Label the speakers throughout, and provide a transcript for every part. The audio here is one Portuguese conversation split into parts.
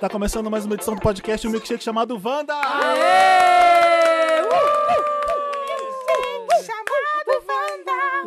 Speaker 1: Tá começando mais uma edição do podcast, um milkshake chamado Wanda!
Speaker 2: Ah,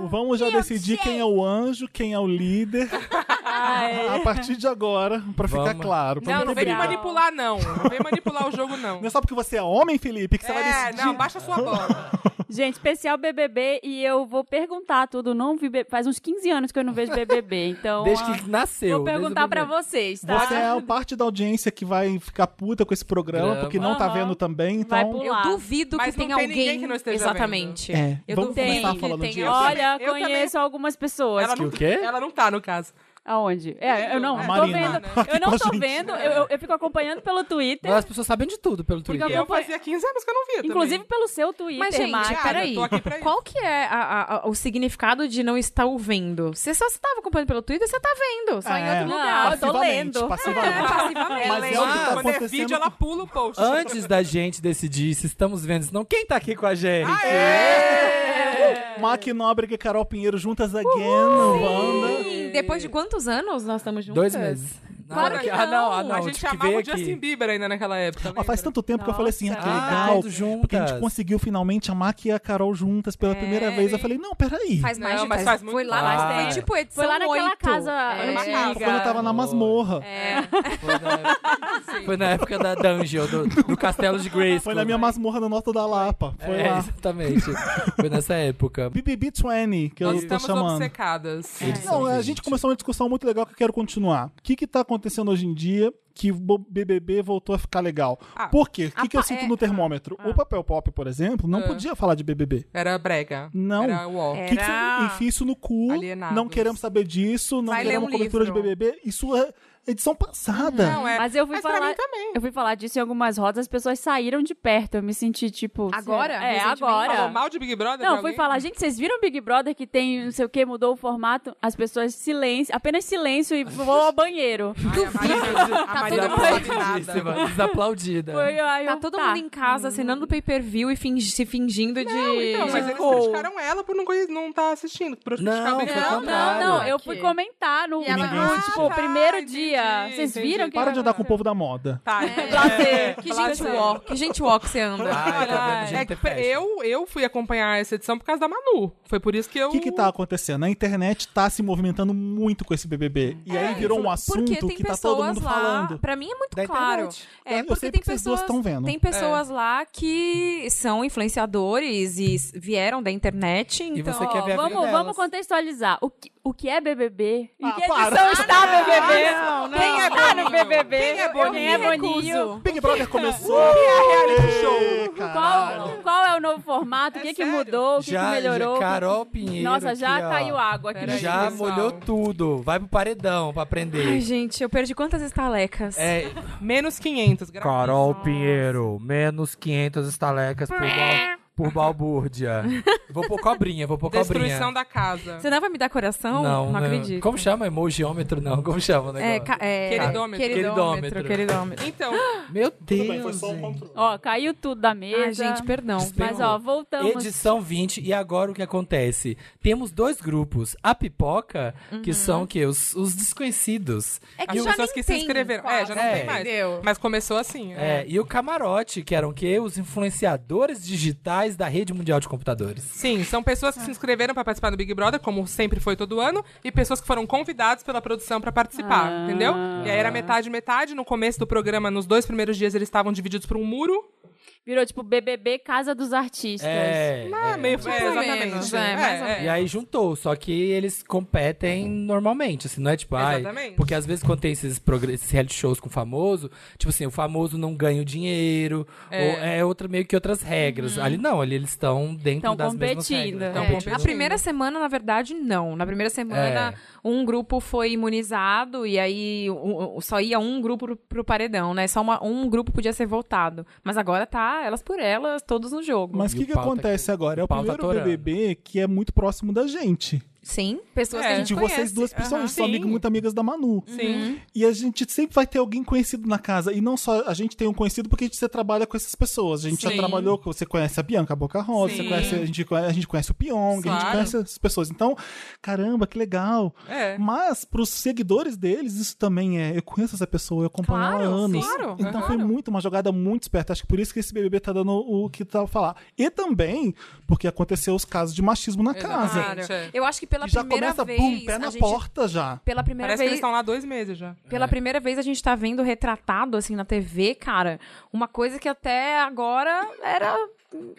Speaker 1: Vamos já decidir quem é o anjo, quem é o líder.
Speaker 2: É.
Speaker 1: A partir de agora, pra ficar
Speaker 3: Vamos.
Speaker 1: claro. Pra
Speaker 4: Não, não
Speaker 1: ter
Speaker 4: vem me
Speaker 1: briga.
Speaker 4: manipular, não. Não vem manipular o jogo, não.
Speaker 1: Não é só porque você é homem, Felipe, que você vai
Speaker 4: É,
Speaker 1: decidir.
Speaker 4: não, baixa sua bola.
Speaker 2: Gente, especial BBB e eu vou perguntar tudo. Não vi, B- faz uns 15 anos que eu não vejo BBB, então.
Speaker 3: Desde
Speaker 2: ah,
Speaker 3: que nasceu.
Speaker 2: Vou
Speaker 3: desde o
Speaker 2: perguntar pra
Speaker 3: primeiro.
Speaker 2: vocês, tá?
Speaker 1: Você é a parte da audiência que vai ficar puta com esse programa,
Speaker 3: Programa.
Speaker 1: porque não tá
Speaker 2: Aham.
Speaker 1: vendo também,
Speaker 2: Vai
Speaker 1: então.
Speaker 2: pular.
Speaker 5: Eu
Speaker 2: Lá.
Speaker 5: duvido
Speaker 4: Mas
Speaker 5: que tenha
Speaker 4: não tem
Speaker 5: alguém.
Speaker 4: ninguém que não esteja
Speaker 5: Exatamente.
Speaker 1: É,
Speaker 5: Eu
Speaker 1: vamos
Speaker 5: duvido
Speaker 1: começar
Speaker 5: que
Speaker 1: falando
Speaker 5: tenha
Speaker 1: disso.
Speaker 5: alguém.
Speaker 2: Olha,
Speaker 4: Eu também-
Speaker 2: conheço algumas pessoas.
Speaker 4: Ela
Speaker 3: Que
Speaker 4: não,
Speaker 3: o quê?
Speaker 4: ela não tá, no caso.
Speaker 2: Aonde? É, eu não,
Speaker 4: A
Speaker 2: tô
Speaker 1: Marina.
Speaker 2: vendo.
Speaker 1: Aqui
Speaker 2: Eu
Speaker 1: com a
Speaker 2: não tô
Speaker 1: gente.
Speaker 2: vendo, eu, eu- eu fico acompanhando pelo Twitter.
Speaker 3: Mas As pessoas sabem de tudo pelo
Speaker 2: Porque
Speaker 3: Twitter.
Speaker 4: E
Speaker 2: eu
Speaker 4: eu
Speaker 2: acompanho-
Speaker 4: fazia 15 anos que eu não via.
Speaker 2: Inclusive
Speaker 4: também.
Speaker 2: pelo seu Twitter,
Speaker 5: Mas, gente,
Speaker 2: Mari.
Speaker 4: Ah,
Speaker 5: peraí.
Speaker 4: eu tô aqui pra isso.
Speaker 5: Qual que é a- a- a- o significado de não estar ouvindo? Você só estava acompanhando pelo Twitter, você tá vendo. Só em
Speaker 1: É,
Speaker 5: outro
Speaker 2: Não, eu
Speaker 5: lugar.
Speaker 2: tô
Speaker 1: passivamente,
Speaker 2: lendo.
Speaker 1: passivamente.
Speaker 5: Passivamente.
Speaker 1: Mas
Speaker 4: Ela-
Speaker 1: é o que tá
Speaker 4: quando é
Speaker 1: acontecendo.
Speaker 4: vídeo, ela pula o post.
Speaker 3: Antes da gente decidir se estamos vendo, senão quem tá aqui com a gente?
Speaker 4: Ah, é?
Speaker 1: uh, Mac Nóbrega e Carol Pinheiro juntas again no Wanda.
Speaker 5: Sim, Depois de quantos anos nós estamos juntos?
Speaker 3: Dois meses.
Speaker 5: Claro
Speaker 3: Não,
Speaker 5: que
Speaker 3: Ah, não,
Speaker 5: não.
Speaker 3: ah, não.
Speaker 4: a gente
Speaker 3: tive que
Speaker 4: chamava
Speaker 3: ver
Speaker 4: o Justin Bieber ainda naquela época.
Speaker 1: Ó, faz
Speaker 4: lembra?
Speaker 1: tanto tempo que eu falei assim, ah, que
Speaker 2: Nossa.
Speaker 3: Ah,
Speaker 1: legal.
Speaker 3: tudo
Speaker 1: Porque a gente
Speaker 3: juntas.
Speaker 1: conseguiu finalmente a Mac e a Carol juntas pela primeira vez. Eu
Speaker 4: sim.
Speaker 1: falei, não, peraí.
Speaker 5: Faz mais
Speaker 4: Não,
Speaker 5: de
Speaker 4: mas
Speaker 5: faz-
Speaker 4: faz muito
Speaker 5: Foi lá,
Speaker 3: mais
Speaker 5: foi
Speaker 3: tempo.
Speaker 5: tipo edição
Speaker 2: Foi lá naquela
Speaker 5: 8.
Speaker 2: casa
Speaker 5: É.
Speaker 2: antiga.
Speaker 1: Quando eu tava na
Speaker 3: Foi.
Speaker 1: masmorra.
Speaker 3: Foi na, foi na época da Dungeon, do, do Castelo de Grace.
Speaker 1: Foi na minha masmorra da Nota da Lapa. Foi
Speaker 3: é,
Speaker 1: lá.
Speaker 3: Exatamente. Foi nessa época.
Speaker 1: BBB 20, que
Speaker 4: Nós
Speaker 1: eu tô
Speaker 4: estamos
Speaker 1: chamando.
Speaker 4: obcecadas.
Speaker 3: Eles são
Speaker 1: Não, a gente começou uma discussão muito legal que eu quero continuar. O que que tá acontecendo hoje em dia que o bo- BBB voltou a ficar legal?
Speaker 4: Ah,
Speaker 1: Por quê? O
Speaker 5: a
Speaker 1: que, que eu
Speaker 5: pa-
Speaker 1: sinto
Speaker 5: é-
Speaker 1: no termômetro? O papel pop, por exemplo, não
Speaker 4: Ah.
Speaker 1: podia falar de BBB.
Speaker 4: Era brega.
Speaker 1: Não.
Speaker 4: Era uó.
Speaker 1: O que, que
Speaker 5: Era-
Speaker 1: você enfia isso no cu?
Speaker 4: Alienados.
Speaker 1: Não queremos saber disso, não
Speaker 5: Vai ler
Speaker 1: queremos
Speaker 5: um
Speaker 1: cobertura
Speaker 5: livro.
Speaker 1: de BBB. Isso é edição passada.
Speaker 4: Não, é.
Speaker 2: Mas eu fui
Speaker 4: Mas pra
Speaker 2: falar.
Speaker 4: mim também.
Speaker 2: Eu fui falar disso em algumas rodas, as pessoas saíram de perto. Eu me senti tipo.
Speaker 5: Agora?
Speaker 2: será- É,
Speaker 5: Recentemente?
Speaker 2: agora.
Speaker 4: Falou mal de Big Brother?
Speaker 2: Não,
Speaker 4: pra
Speaker 2: fui
Speaker 4: alguém?
Speaker 2: falar, gente, vocês viram Big Brother que tem não sei o que, mudou o formato? As pessoas silêncio, apenas silêncio e vou ao banheiro.
Speaker 4: Duvido. A Maria não sabe nada.
Speaker 3: Desaplaudidíssima, Desaplaudida.
Speaker 2: Foi, aí
Speaker 5: Tá
Speaker 2: eu,
Speaker 5: todo
Speaker 2: tá.
Speaker 5: mundo em casa assinando o pay-per-view e fingi- se fingindo de...
Speaker 4: Então, mas eles criticaram ela por não estar não tá assistindo. Por criticar
Speaker 3: Não,
Speaker 4: o Big
Speaker 3: foi o
Speaker 4: Brother.
Speaker 2: Não, não, eu fui
Speaker 5: Aqui.
Speaker 2: comentar no,
Speaker 5: E ela-
Speaker 2: no,
Speaker 1: Ah,
Speaker 2: tipo,
Speaker 4: tá,
Speaker 2: primeiro
Speaker 4: entendi,
Speaker 2: dia. Vocês
Speaker 4: entendi.
Speaker 2: viram que
Speaker 1: Para de andar com o povo da moda.
Speaker 4: Tá,
Speaker 2: Prazer.
Speaker 5: É. Que gente uó, que gente uó que você anda.
Speaker 3: Ai, tá vendo, gente,
Speaker 4: É que
Speaker 3: tem festa.
Speaker 4: eu, eu fui acompanhar essa edição por causa da Manu. Foi por isso que eu.
Speaker 1: O que que tá acontecendo? A internet tá se movimentando muito com esse BBB. E
Speaker 4: É,
Speaker 1: aí virou um assunto
Speaker 5: Porque tem
Speaker 1: que tá
Speaker 5: pessoas
Speaker 1: todo mundo
Speaker 5: lá,
Speaker 1: falando.
Speaker 5: Pra mim é muito
Speaker 3: Da
Speaker 5: claro.
Speaker 3: internet.
Speaker 1: Eu-
Speaker 5: É,
Speaker 1: eu sei
Speaker 5: porque tem
Speaker 1: porque vocês duas
Speaker 5: pessoas,
Speaker 1: tão vendo.
Speaker 5: tem pessoas lá que são influenciadores e s- vieram da internet, então...
Speaker 3: E você quer ver a vida
Speaker 2: Vamos,
Speaker 3: delas.
Speaker 2: vamos contextualizar. O que, o que é BBB? Em
Speaker 1: Ah,
Speaker 2: que
Speaker 1: para.
Speaker 2: edição está BBB?
Speaker 5: não, não.
Speaker 2: Quem é está no BBB?
Speaker 4: Ah, Quem é
Speaker 2: Eu- eu
Speaker 4: Boninho?
Speaker 2: Quem é Boninho?
Speaker 1: Big Brother começou! Ê, caralho.
Speaker 2: Qual, qual é o novo formato? O que, que
Speaker 4: sério?
Speaker 2: mudou? O que,
Speaker 3: Já,
Speaker 2: que
Speaker 3: é
Speaker 2: melhorou?
Speaker 3: já
Speaker 2: O que-
Speaker 3: Carol Pinheiro.
Speaker 2: Nossa, já tá
Speaker 3: aqui, ó.
Speaker 2: caiu água aqui.
Speaker 4: Peraí,
Speaker 3: Já
Speaker 4: pessoal.
Speaker 3: molhou tudo. Vai pro paredão pra
Speaker 5: Ai,
Speaker 3: aprender.
Speaker 5: gente, eu perdi quantas estalecas.
Speaker 3: É,
Speaker 4: Menos 500. gra-
Speaker 3: Carol Pinheiro, menos 500 estalecas por, bal, por balbúrdia. vou pôr cobrinha, vou pôr cobrinha.
Speaker 4: Destruição da casa.
Speaker 5: Você não vai me dar coração?
Speaker 3: Não, não.
Speaker 5: acredito.
Speaker 3: Como chama? Emojiômetro? Não, como chama o negócio?
Speaker 5: É, ca- é,
Speaker 4: Queridômetro.
Speaker 3: Queridômetro.
Speaker 5: Queridômetro. queridômetro.
Speaker 4: Então,
Speaker 3: Meu Deus.
Speaker 1: Tudo bem, foi só um
Speaker 3: hein.
Speaker 1: controle.
Speaker 2: Ó, caiu tudo da
Speaker 5: Ah,
Speaker 2: mesa.
Speaker 5: gente, perdão.
Speaker 2: Mas, ó, voltamos.
Speaker 3: Edição 20, e agora o que acontece? Temos dois grupos. A pipoca, que são o quê? Os, os desconhecidos.
Speaker 5: É
Speaker 4: as
Speaker 5: que já
Speaker 4: pessoas
Speaker 5: nem
Speaker 4: que se
Speaker 5: tem
Speaker 4: inscreveram. É,
Speaker 5: quase,
Speaker 4: já não
Speaker 3: É.
Speaker 4: tem mais.
Speaker 5: Entendeu?
Speaker 4: Mas começou assim.
Speaker 3: É, e o camarote, que eram o quê? Os influenciadores digitais da rede mundial de computadores.
Speaker 4: Sim, são pessoas que se inscreveram pra participar do Big Brother, como sempre foi todo ano, e pessoas que foram convidadas pela produção pra participar,
Speaker 2: Ah.
Speaker 4: entendeu? E aí era metade metade no começo do programa, nos dois primeiros dias eles estavam divididos por um muro.
Speaker 2: Virou, tipo, BBB Casa dos Artistas.
Speaker 3: É,
Speaker 4: Ah,
Speaker 3: é.
Speaker 4: meio
Speaker 5: ou
Speaker 4: exatamente.
Speaker 5: menos, é, mais ou
Speaker 3: E aí juntou, só que eles competem normalmente, assim, não é tipo, ai,
Speaker 4: Exatamente.
Speaker 3: porque às vezes quando tem esses, progr- esses reality shows com famoso, tipo assim, o famoso não ganha o dinheiro,
Speaker 4: É.
Speaker 3: ou é outra meio que outras regras. Ali não, ali eles estão dentro
Speaker 2: Tão
Speaker 3: das mesmas
Speaker 2: competindo,
Speaker 3: regras.
Speaker 2: Então,
Speaker 5: É,
Speaker 4: pô, pelo
Speaker 5: na primeira semana, na verdade, não. Na primeira semana, um grupo foi imunizado e aí um- um- só ia um grupo pro, pro paredão, né? Só uma- um grupo podia ser votado. Mas agora tá elas por elas, todos no jogo.
Speaker 1: Mas
Speaker 3: E
Speaker 1: o que,
Speaker 3: o
Speaker 1: que
Speaker 3: pau tá
Speaker 1: acontece
Speaker 3: aqui.
Speaker 1: agora? É
Speaker 3: O
Speaker 1: o
Speaker 3: pau tá
Speaker 1: primeiro
Speaker 3: atorando.
Speaker 1: BBB que é muito próximo da gente.
Speaker 5: Sim, pessoas que
Speaker 4: É.
Speaker 5: a gente
Speaker 1: De vocês
Speaker 5: conhece.
Speaker 1: duas pessoas,
Speaker 4: Aham.
Speaker 1: sou amiga,
Speaker 4: Sim.
Speaker 1: muito amigas da Manu.
Speaker 4: Sim.
Speaker 1: E a gente sempre vai ter alguém conhecido na casa. E não só a gente tem um conhecido porque a gente- você trabalha com essas pessoas. A gente já
Speaker 4: Sim.
Speaker 1: trabalhou, com- você conhece a Bianca Boca Rosa, você
Speaker 4: Sim.
Speaker 1: conhece, a, gente, conhe- a gente conhece o Pyong, a gente
Speaker 4: Claro.
Speaker 1: conhece essas pessoas. Então, caramba, que legal.
Speaker 4: É.
Speaker 1: Mas pros seguidores deles, isso também é. Eu conheço essa pessoa, eu acompanho
Speaker 5: Claro,
Speaker 1: ela há anos.
Speaker 4: claro,
Speaker 1: então foi
Speaker 4: claro.
Speaker 1: muito uma jogada muito esperta. Acho que por isso que esse BBB tá dando o que tá a falar. E também porque aconteceu os casos de machismo na casa.
Speaker 4: Exatamente. Gente, é.
Speaker 5: Eu acho que pela
Speaker 1: E já
Speaker 5: primeira
Speaker 1: começa,
Speaker 5: vez.
Speaker 1: bum, pé
Speaker 5: a
Speaker 1: na
Speaker 5: gente-
Speaker 1: porta já.
Speaker 5: Pela primeira
Speaker 4: Parece que eles
Speaker 5: vez.
Speaker 4: estão lá há dois meses já.
Speaker 5: Pela primeira vez a gente tá vendo retratado, assim, na TV, cara, uma coisa que até agora era.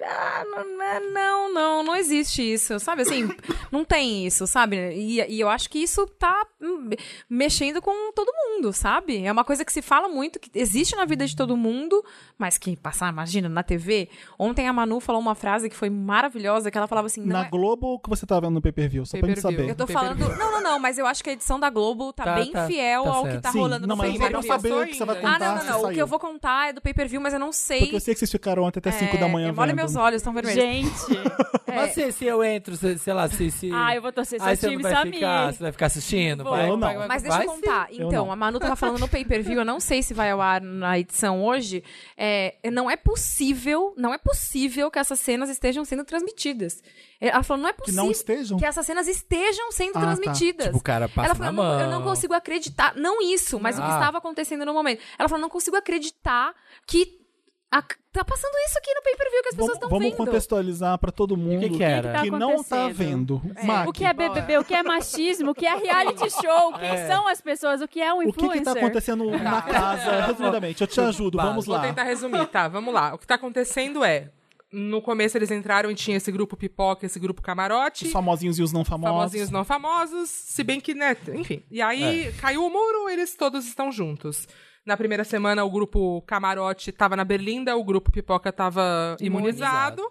Speaker 5: ah, não, é- não, não, não existe isso, sabe? Assim, não tem isso, sabe? E, e eu acho que isso tá hum, mexendo com todo mundo, sabe? É uma coisa que se fala muito, que existe na vida de todo mundo, mas que passar, imagina, na TV. Ontem a Manu falou uma frase que foi maravilhosa, que ela falava assim. não
Speaker 1: na
Speaker 5: é-
Speaker 1: Globo ou que você tá vendo no pay-per-view? Só pra gente
Speaker 4: Pay-per-view.
Speaker 1: saber.
Speaker 5: Eu tô
Speaker 4: Pay-per-view.
Speaker 5: falando. Não, não, não, mas eu acho que a edição da Globo tá,
Speaker 3: Tá,
Speaker 5: bem
Speaker 3: tá,
Speaker 5: fiel
Speaker 3: tá
Speaker 5: ao que
Speaker 3: certo.
Speaker 5: tá rolando
Speaker 1: não,
Speaker 5: no
Speaker 1: mas é
Speaker 4: pay-per-view.
Speaker 1: eu não
Speaker 5: pay-per-view.
Speaker 1: saber o que você vai
Speaker 4: Ainda.
Speaker 1: contar
Speaker 5: Ah, não, não,
Speaker 1: se
Speaker 5: não. O
Speaker 1: saiu.
Speaker 5: que eu vou contar é do pay-per-view, mas eu não sei.
Speaker 1: Porque eu sei que vocês ficaram ontem até 5
Speaker 5: É,
Speaker 1: da manhã
Speaker 5: Olha
Speaker 1: vendo.
Speaker 5: meus olhos, estão vermelhos.
Speaker 2: Gente.
Speaker 3: Mas se, se eu entro, se- sei lá, se. se...
Speaker 2: Ah, eu vou torcer seu
Speaker 3: Aí você não
Speaker 2: time,
Speaker 3: vai
Speaker 2: Samir.
Speaker 3: ficar, assim. você vai ficar assistindo?
Speaker 2: Vou.
Speaker 3: Vai,
Speaker 1: Eu não.
Speaker 3: vai, vai,
Speaker 5: Mas deixa
Speaker 3: vai
Speaker 5: eu
Speaker 3: sim.
Speaker 5: contar.
Speaker 1: Eu
Speaker 5: então,
Speaker 1: não.
Speaker 5: a Manu tava falando no pay-per-view, eu não sei se vai ao ar na edição hoje. É, não é possível, não é possível que essas cenas estejam sendo transmitidas. Ela falou, não é
Speaker 1: Que
Speaker 5: possível
Speaker 1: não estejam.
Speaker 5: que essas cenas estejam sendo
Speaker 1: Ah, tá.
Speaker 5: transmitidas.
Speaker 3: Tipo, o cara passa
Speaker 5: Ela falou,
Speaker 3: na
Speaker 5: eu não, eu não
Speaker 3: mão.
Speaker 5: consigo acreditar. Não isso, mas o que
Speaker 3: Ah.
Speaker 5: estava acontecendo no momento. Ela falou, não consigo acreditar que a- tá passando isso aqui no pay-per-view que as pessoas
Speaker 1: Vamos,
Speaker 5: estão
Speaker 1: vamos
Speaker 5: vendo.
Speaker 1: contextualizar pra todo mundo
Speaker 3: que que era?
Speaker 2: Tá
Speaker 3: Tá
Speaker 1: que não tá
Speaker 2: acontecendo.
Speaker 1: vendo.
Speaker 2: O que é BBB, o que é machismo, o que é reality show, quem
Speaker 3: É.
Speaker 2: são as pessoas, o que é um
Speaker 1: O que,
Speaker 2: influencer.
Speaker 1: que tá acontecendo na casa? Resumidamente, eu te ajudo, vamos
Speaker 4: Vou
Speaker 1: lá.
Speaker 4: tentar resumir, tá? Vamos lá. O que tá acontecendo é. No começo eles entraram e tinha esse grupo pipoca, esse grupo camarote.
Speaker 1: Os famosinhos e os não famosos.
Speaker 4: famosinhos não famosos, se bem que, né, enfim. E aí caiu o muro, eles todos estão juntos. Na primeira semana o grupo Camarote tava na Berlinda, o grupo Pipoca tava imunizado.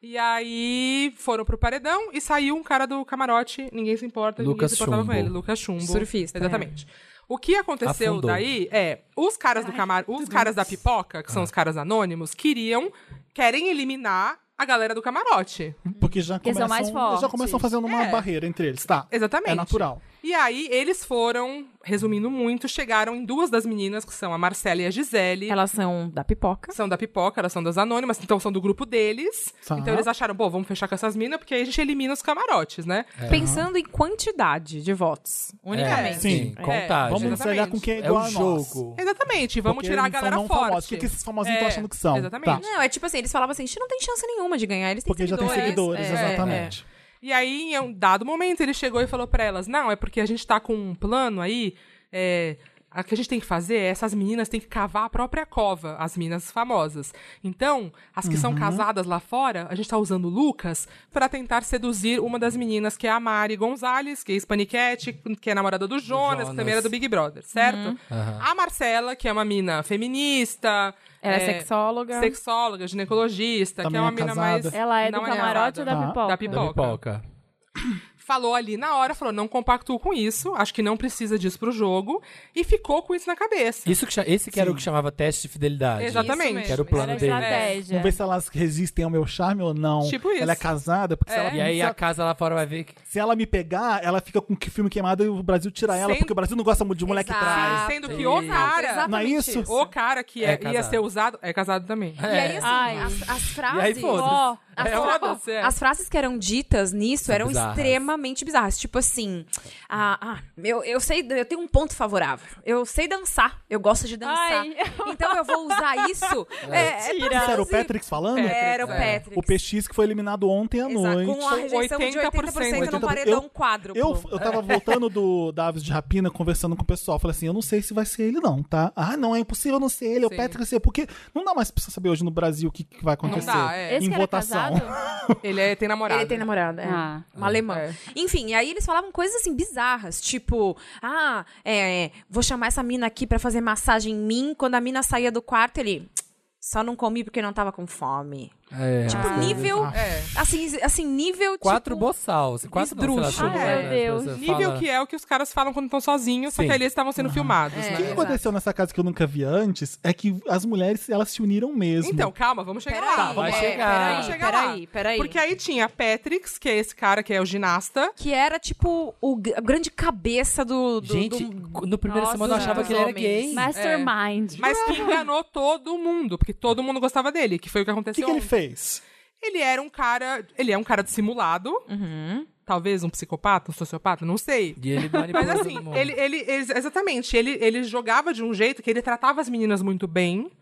Speaker 4: E aí foram pro paredão e saiu um cara do camarote, ninguém se importa,
Speaker 3: Lucas
Speaker 4: ninguém se importava
Speaker 3: Chumbo.
Speaker 4: com ele, Lucas Chumbo.
Speaker 5: Surfista, é.
Speaker 4: Exatamente. O que aconteceu
Speaker 3: Afundou.
Speaker 4: daí é, os caras do camar, os caras da pipoca, que são os caras anônimos, queriam, querem eliminar a galera do camarote.
Speaker 1: Porque já
Speaker 2: Porque são
Speaker 1: começam,
Speaker 2: mais
Speaker 1: já começam
Speaker 2: fortes.
Speaker 1: fazendo uma
Speaker 4: É.
Speaker 1: barreira entre eles, tá?
Speaker 4: Exatamente.
Speaker 1: É natural.
Speaker 4: E aí, eles foram, resumindo muito, chegaram em duas das meninas, que são a Marcela e a Gisele.
Speaker 5: Elas são da pipoca.
Speaker 4: São da pipoca, elas são das anônimas, então são do grupo deles.
Speaker 1: Tá.
Speaker 4: Então eles acharam, bom, vamos fechar com essas minas, porque aí a gente elimina os camarotes, né?
Speaker 1: É.
Speaker 5: Pensando em quantidade de votos.
Speaker 3: É,
Speaker 5: Unicamente.
Speaker 3: sim,
Speaker 1: Sim.
Speaker 3: contagem.
Speaker 1: Vamos
Speaker 4: exatamente.
Speaker 1: entregar com quem é
Speaker 3: é
Speaker 1: igual
Speaker 3: o
Speaker 1: a nós.
Speaker 3: jogo.
Speaker 4: Exatamente, vamos
Speaker 1: Porque
Speaker 4: tirar a
Speaker 1: eles são
Speaker 4: galera
Speaker 1: não
Speaker 4: forte.
Speaker 1: famosos. O que, que esses famosinhos estão
Speaker 4: É,
Speaker 1: achando que são?
Speaker 4: exatamente.
Speaker 1: Tá.
Speaker 5: Não, é tipo assim, eles falavam assim, a gente não tem chance nenhuma de ganhar, eles têm
Speaker 1: Porque já tem
Speaker 5: seguidores.
Speaker 1: seguidores,
Speaker 5: É,
Speaker 1: exatamente.
Speaker 4: E aí, em um dado momento, ele chegou e falou pra elas: Não, é porque a gente tá com um plano aí. É, a que a gente tem que fazer é essas meninas têm que cavar a própria cova, as minas famosas. Então, as que
Speaker 1: Uhum.
Speaker 4: são casadas lá fora, a gente tá usando o Lucas pra tentar seduzir uma das meninas, que é a Mari Gonzalez, que é hispaniquete, que é namorada do Jonas, que
Speaker 3: Jonas.
Speaker 4: também era do Big Brother, certo? A Marcela, que é uma mina feminista.
Speaker 5: Ela é,
Speaker 4: é,
Speaker 5: sexóloga.
Speaker 4: sexóloga, ginecologista, que
Speaker 1: Também
Speaker 4: é uma
Speaker 1: é
Speaker 4: mina
Speaker 1: casada.
Speaker 4: mais.
Speaker 2: Ela é do
Speaker 4: não
Speaker 2: camarote ou da
Speaker 4: casada.
Speaker 1: Tá.
Speaker 2: pipoca?
Speaker 4: Da pipoca.
Speaker 3: Da pipoca.
Speaker 4: falou ali na hora, falou, não compactuo com isso, acho que não precisa disso pro jogo, e ficou com isso na cabeça.
Speaker 3: Isso que, cha- esse que era o que chamava teste de fidelidade.
Speaker 4: Exatamente.
Speaker 5: mesmo.
Speaker 3: Que era o
Speaker 2: Era
Speaker 3: plano
Speaker 2: a
Speaker 3: dele.
Speaker 2: é estratégia.
Speaker 1: É. Vamos ver se elas resistem ao meu charme ou não.
Speaker 4: Tipo isso.
Speaker 1: Ela é casada, porque se,
Speaker 4: É.
Speaker 1: ela,
Speaker 3: E aí
Speaker 1: se,
Speaker 3: a
Speaker 1: ela,
Speaker 3: casa lá fora vai ver que.
Speaker 1: se ela me pegar, ela fica com que filme queimado e o Brasil tira ela,
Speaker 4: Sem-
Speaker 1: porque o Brasil não gosta muito de mulher que
Speaker 5: Exato.
Speaker 1: traz.
Speaker 5: Exato.
Speaker 4: Sendo que o cara,
Speaker 1: Não é
Speaker 5: Exatamente
Speaker 1: isso?
Speaker 4: o cara que
Speaker 3: É
Speaker 4: é- ia
Speaker 3: casado.
Speaker 4: ser usado, é casado também.
Speaker 5: E aí,
Speaker 3: É.
Speaker 5: assim,
Speaker 2: Ai.
Speaker 5: as, as frases.
Speaker 3: E aí, foda-se.
Speaker 5: Ó, as,
Speaker 4: É,
Speaker 5: fra-
Speaker 4: foda-se, é.
Speaker 5: as frases que eram ditas nisso
Speaker 3: São
Speaker 5: eram
Speaker 3: bizarras.
Speaker 5: extremamente bizarras. Tipo assim, ah, ah, eu, eu sei, eu tenho um ponto favorável. Eu sei dançar, eu gosto de dançar.
Speaker 2: Ai.
Speaker 5: Então eu vou usar isso. É, é, pra
Speaker 1: Isso era o
Speaker 5: seduzir.
Speaker 1: Patrick falando?
Speaker 5: Era o Patrick.
Speaker 1: O é PX que foi eliminado ontem à
Speaker 5: Exato,
Speaker 1: noite.
Speaker 5: Com a rejeição de 80%,
Speaker 4: 80%.
Speaker 5: no paredão
Speaker 1: Eu-
Speaker 5: quadro.
Speaker 1: Eu, eu tava voltando do da Aves de Rapina, conversando com o pessoal. Falei assim: eu não sei se vai ser ele, não, tá? Ah, não, é impossível não ser ele, é o
Speaker 4: Sim.
Speaker 1: Patrick ser. Porque não dá mais pra você saber hoje no Brasil o que, que vai acontecer.
Speaker 4: dá, é.
Speaker 2: Esse
Speaker 1: em
Speaker 2: cara é
Speaker 1: votação.
Speaker 2: casado?
Speaker 4: Ele é, tem namorado.
Speaker 5: Ele tem namorada, é.
Speaker 2: Ah.
Speaker 5: Uma alemã.
Speaker 4: É.
Speaker 5: Enfim, e aí eles falavam coisas assim bizarras, tipo, ah, é, é, vou chamar essa mina aqui pra fazer massagem em mim. Quando a mina saía do quarto, ele "Tsk, só não comi porque não tava com fome.
Speaker 3: É.
Speaker 5: Tipo,
Speaker 3: Ah.
Speaker 5: nível.
Speaker 1: Ah,
Speaker 4: É.
Speaker 5: Assim, assim nível
Speaker 3: Quatro
Speaker 5: tipo,
Speaker 3: boçal. Quatro não, sei lá,
Speaker 5: esdrúxulo.
Speaker 3: como
Speaker 2: Ah,
Speaker 3: é,
Speaker 2: meu
Speaker 3: né, as
Speaker 2: Deus.
Speaker 3: pessoas
Speaker 4: Nível
Speaker 3: falam.
Speaker 4: que é o que os caras falam quando estão sozinhos, só
Speaker 3: Sim.
Speaker 4: que ali eles estavam sendo filmados,
Speaker 5: É.
Speaker 1: O
Speaker 4: né?
Speaker 1: que aconteceu nessa casa que eu nunca vi antes é que as mulheres elas se uniram mesmo.
Speaker 4: Então, calma, vamos chegar lá.
Speaker 5: Peraí,
Speaker 3: Tá, vai
Speaker 5: é,
Speaker 3: chegar.
Speaker 5: Peraí,
Speaker 4: Vamos chegar lá.
Speaker 5: peraí, peraí.
Speaker 4: Porque aí tinha Patrix, que é esse cara que é o ginasta.
Speaker 5: Que era, tipo, o g- a grande cabeça do. do-
Speaker 3: Gente,
Speaker 5: do-
Speaker 3: no primeiro
Speaker 5: Nossa,
Speaker 3: semana eu achava
Speaker 5: dos
Speaker 3: que ele era
Speaker 5: homens.
Speaker 3: gay.
Speaker 2: Mastermind.
Speaker 4: Mas que enganou todo mundo, porque todo mundo gostava dele, que foi o que
Speaker 1: o que,
Speaker 4: aconteceu.
Speaker 1: que ele
Speaker 4: ontem.
Speaker 1: fez?
Speaker 4: Ele era um cara. Ele é um cara dissimulado.
Speaker 5: Uhum.
Speaker 4: Talvez um psicopata, um sociopata, não sei.
Speaker 3: E ele manipulou
Speaker 4: Mas assim,
Speaker 3: todo mundo.
Speaker 4: ele, ele, ex- exatamente, ele, ele jogava de um jeito que ele tratava as meninas muito bem.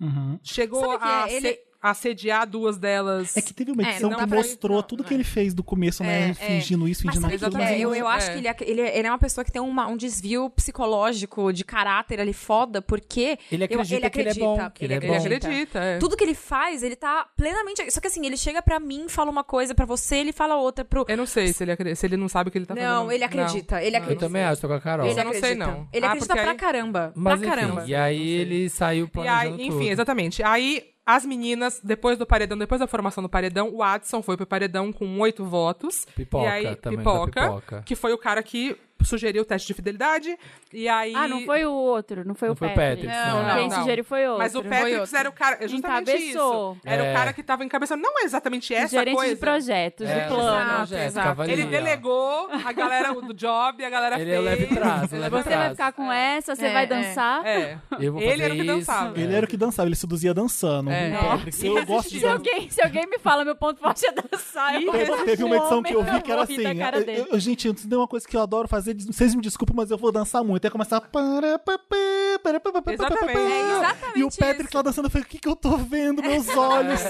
Speaker 1: Uhum.
Speaker 4: Chegou
Speaker 5: Sabe que
Speaker 4: a,
Speaker 5: é? Ele-
Speaker 4: se- a sediar duas delas.
Speaker 1: É que teve uma
Speaker 5: É,
Speaker 1: edição
Speaker 5: não
Speaker 1: que
Speaker 5: dá pra-
Speaker 1: mostrou
Speaker 5: não,
Speaker 1: tudo
Speaker 5: não
Speaker 1: que
Speaker 5: é.
Speaker 1: ele fez do começo, né?
Speaker 5: É,
Speaker 1: fingindo isso,
Speaker 5: Mas
Speaker 1: fingindo
Speaker 5: sabe o que
Speaker 1: aquilo.
Speaker 5: que é?
Speaker 4: Exatamente.
Speaker 5: Eu, eu acho
Speaker 4: É.
Speaker 5: que ele é, ele é ele é uma pessoa que tem uma- um desvio psicológico de caráter ali foda, porque
Speaker 3: Ele
Speaker 5: eu-
Speaker 3: acredita que ele é bom, que ele é
Speaker 4: ele
Speaker 3: bom.
Speaker 4: acredita. é.
Speaker 5: Tudo que ele faz, ele tá plenamente. Só que assim, ele chega pra mim, fala uma coisa, pra você, ele fala outra pro.
Speaker 4: Eu não sei se ele, acre- se ele não sabe o que ele tá fazendo.
Speaker 5: não, ele acredita. Ele
Speaker 3: Eu
Speaker 5: acredita.
Speaker 3: também acho, tô com a Carol.
Speaker 5: Ele
Speaker 4: Eu não sei,
Speaker 5: acredita.
Speaker 4: não.
Speaker 5: Ele
Speaker 4: Ah,
Speaker 5: acredita
Speaker 4: porque
Speaker 5: pra
Speaker 4: aí-
Speaker 5: caramba.
Speaker 3: Mas
Speaker 5: pra
Speaker 3: enfim,
Speaker 5: caramba.
Speaker 3: e aí ele
Speaker 4: E
Speaker 3: saiu
Speaker 4: aí,
Speaker 3: planejando
Speaker 4: enfim,
Speaker 3: tudo.
Speaker 4: exatamente. Aí as meninas, depois do paredão, depois da formação do paredão, o Adson foi pro paredão com oito votos.
Speaker 3: Pipoca
Speaker 4: e aí,
Speaker 3: também,
Speaker 4: pipoca,
Speaker 3: da Pipoca.
Speaker 4: que foi o cara que sugeriu o teste de fidelidade. E aí.
Speaker 2: Ah, não foi o outro, não foi
Speaker 3: Não
Speaker 2: o
Speaker 3: foi o
Speaker 2: Patrick.
Speaker 3: Patrick, não,
Speaker 4: não.
Speaker 2: Quem
Speaker 4: Não.
Speaker 2: sugeriu foi outro.
Speaker 4: Mas o Patrick era o cara. é Justamente
Speaker 2: Encabeçou.
Speaker 4: isso. Era
Speaker 3: É.
Speaker 4: o cara que tava encabeçando. Não é exatamente essa
Speaker 2: Gerente
Speaker 4: coisa.
Speaker 2: de projetos,
Speaker 3: É,
Speaker 2: tipo de
Speaker 3: exato,
Speaker 2: plano.
Speaker 5: Exato,
Speaker 3: Jéssica,
Speaker 5: exato.
Speaker 3: avalia.
Speaker 4: Ele delegou a galera do job, a galera
Speaker 3: Ele
Speaker 4: fez.
Speaker 3: é o leve traço, o leve
Speaker 2: Você vai
Speaker 3: traço.
Speaker 2: ficar com essa, você
Speaker 5: É,
Speaker 2: vai
Speaker 5: é.
Speaker 2: dançar.
Speaker 4: É.
Speaker 3: Eu vou
Speaker 4: Ele
Speaker 3: fazer
Speaker 4: era o que
Speaker 3: isso. é.
Speaker 4: dançava.
Speaker 1: Ele era o que dançava, ele seduzia dançando. Então,
Speaker 4: É.
Speaker 1: O Patrick,
Speaker 4: É.
Speaker 1: eu gosto de
Speaker 2: Se alguém, se alguém me fala, meu ponto forte é dançar. Eu
Speaker 1: Teve-
Speaker 2: vou
Speaker 1: Teve uma edição que eu vi que era
Speaker 2: morri da
Speaker 1: assim.
Speaker 2: cara
Speaker 1: eu-
Speaker 2: dele.
Speaker 1: eu- gente, isso tem uma coisa que eu adoro fazer. des- Vocês me desculpem, mas eu vou dançar muito. Aí começar. para, pa, pa, para, pa, pa, pa,
Speaker 4: Exatamente.
Speaker 1: pa, pa, pa.
Speaker 4: É
Speaker 5: exatamente
Speaker 1: E o Patrick
Speaker 5: isso.
Speaker 1: lá dançando, eu falei: o que, que eu tô vendo? Meus olhos.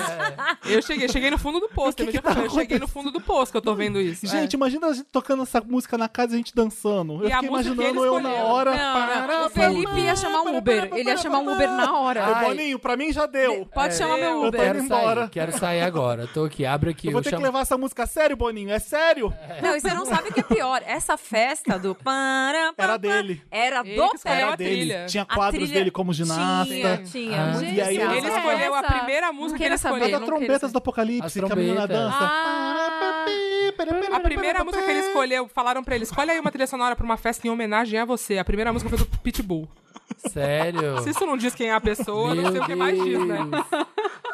Speaker 4: Eu cheguei, cheguei no fundo do poço.
Speaker 1: O que
Speaker 4: eu
Speaker 1: que
Speaker 4: já falei,
Speaker 1: tá
Speaker 4: eu cheguei no fundo do poço que eu tô vendo isso. É.
Speaker 1: Gente, imagina a gente tocando essa música na casa e a gente dançando. Eu
Speaker 4: E a
Speaker 1: fiquei
Speaker 4: música que
Speaker 1: imaginando
Speaker 4: ele
Speaker 1: eu na
Speaker 4: escolheu.
Speaker 1: hora.
Speaker 5: Não,
Speaker 1: para,
Speaker 5: não. O Felipe ia chamar um Uber. Ele ia chamar um Uber na
Speaker 1: Aí,
Speaker 4: Ah.
Speaker 5: hora.
Speaker 1: Boninho, pra mim já deu.
Speaker 5: Pode chamar meu
Speaker 1: Eu tô
Speaker 5: Uber.
Speaker 1: indo
Speaker 3: Quero sair,
Speaker 1: embora.
Speaker 3: quero sair agora. Tô aqui, abre aqui.
Speaker 1: Eu vou ter que
Speaker 3: chamo-
Speaker 1: levar essa música a sério, Boninho? É sério?
Speaker 5: Não, e você não sabe o que é pior. Essa festa do. Pará, pá,
Speaker 1: Era
Speaker 5: pá,
Speaker 1: dele.
Speaker 5: Era
Speaker 4: Ele
Speaker 5: do
Speaker 4: que escolheu
Speaker 5: Patrick.
Speaker 4: a
Speaker 1: dele.
Speaker 4: trilha.
Speaker 1: Tinha
Speaker 5: A
Speaker 1: quadros
Speaker 5: trilha
Speaker 1: dele como ginasta.
Speaker 5: Tinha, tinha.
Speaker 3: Ah.
Speaker 5: Muito
Speaker 1: E aí
Speaker 5: legal.
Speaker 4: Ele
Speaker 1: Essa-
Speaker 4: escolheu a
Speaker 2: essa-
Speaker 4: primeira música que
Speaker 5: quero
Speaker 4: ele
Speaker 5: saber,
Speaker 1: Mas
Speaker 4: escolheu.
Speaker 5: não
Speaker 1: a
Speaker 5: quero
Speaker 1: trombetas
Speaker 5: saber.
Speaker 1: do Apocalipse,
Speaker 3: As
Speaker 1: que a menina
Speaker 3: trombetas.
Speaker 1: dança.
Speaker 2: Ah.
Speaker 4: A primeira música que ele escolheu, falaram pra ele: escolhe aí uma trilha sonora pra uma festa em homenagem a você. A primeira música foi do Pitbull.
Speaker 3: Sério?
Speaker 4: Se isso não diz quem é a pessoa, não sei o que mais diz, né?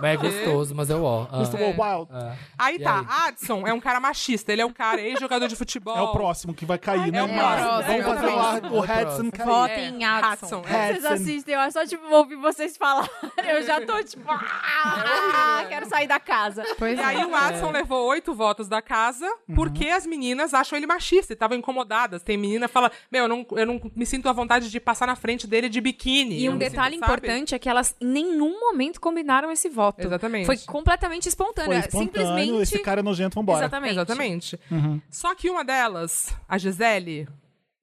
Speaker 3: Mas é gostoso, mas é ó. Ah,
Speaker 1: Mr. Worldwide
Speaker 3: ah.
Speaker 4: Aí
Speaker 3: E
Speaker 4: tá,
Speaker 3: aí?
Speaker 4: Adson é um cara machista, ele é um cara ex-jogador de futebol.
Speaker 1: É o próximo que vai cair, né?
Speaker 4: é o
Speaker 1: Mas
Speaker 4: próximo,
Speaker 1: Vamos fazer o, ar-
Speaker 3: exatamente.
Speaker 1: o Hudson cair.
Speaker 5: Votem em Adson.
Speaker 4: Adson. é.
Speaker 2: Vocês
Speaker 1: Hudson.
Speaker 2: assistem, eu só tipo, ouvir vocês falarem. Eu já tô tipo, ah, quero sair da casa.
Speaker 5: Pois
Speaker 4: E aí o Adson levou oito votos da casa porque as meninas acham ele machista e estavam incomodadas. Tem menina que fala, meu, eu não, eu não me sinto à vontade de passar na frente dele de biquíni.
Speaker 5: E
Speaker 4: Eu
Speaker 5: um
Speaker 4: me
Speaker 5: detalhe
Speaker 4: sinto, sabe?
Speaker 5: importante é que elas em nenhum momento combinaram esse voto.
Speaker 4: Exatamente.
Speaker 5: Foi completamente
Speaker 1: Foi
Speaker 5: espontâneo.
Speaker 1: é espontâneo,
Speaker 5: Simplesmente.
Speaker 1: esse cara é nojento, vambora.
Speaker 5: Exatamente.
Speaker 4: Exatamente. Só que uma delas, a Gisele,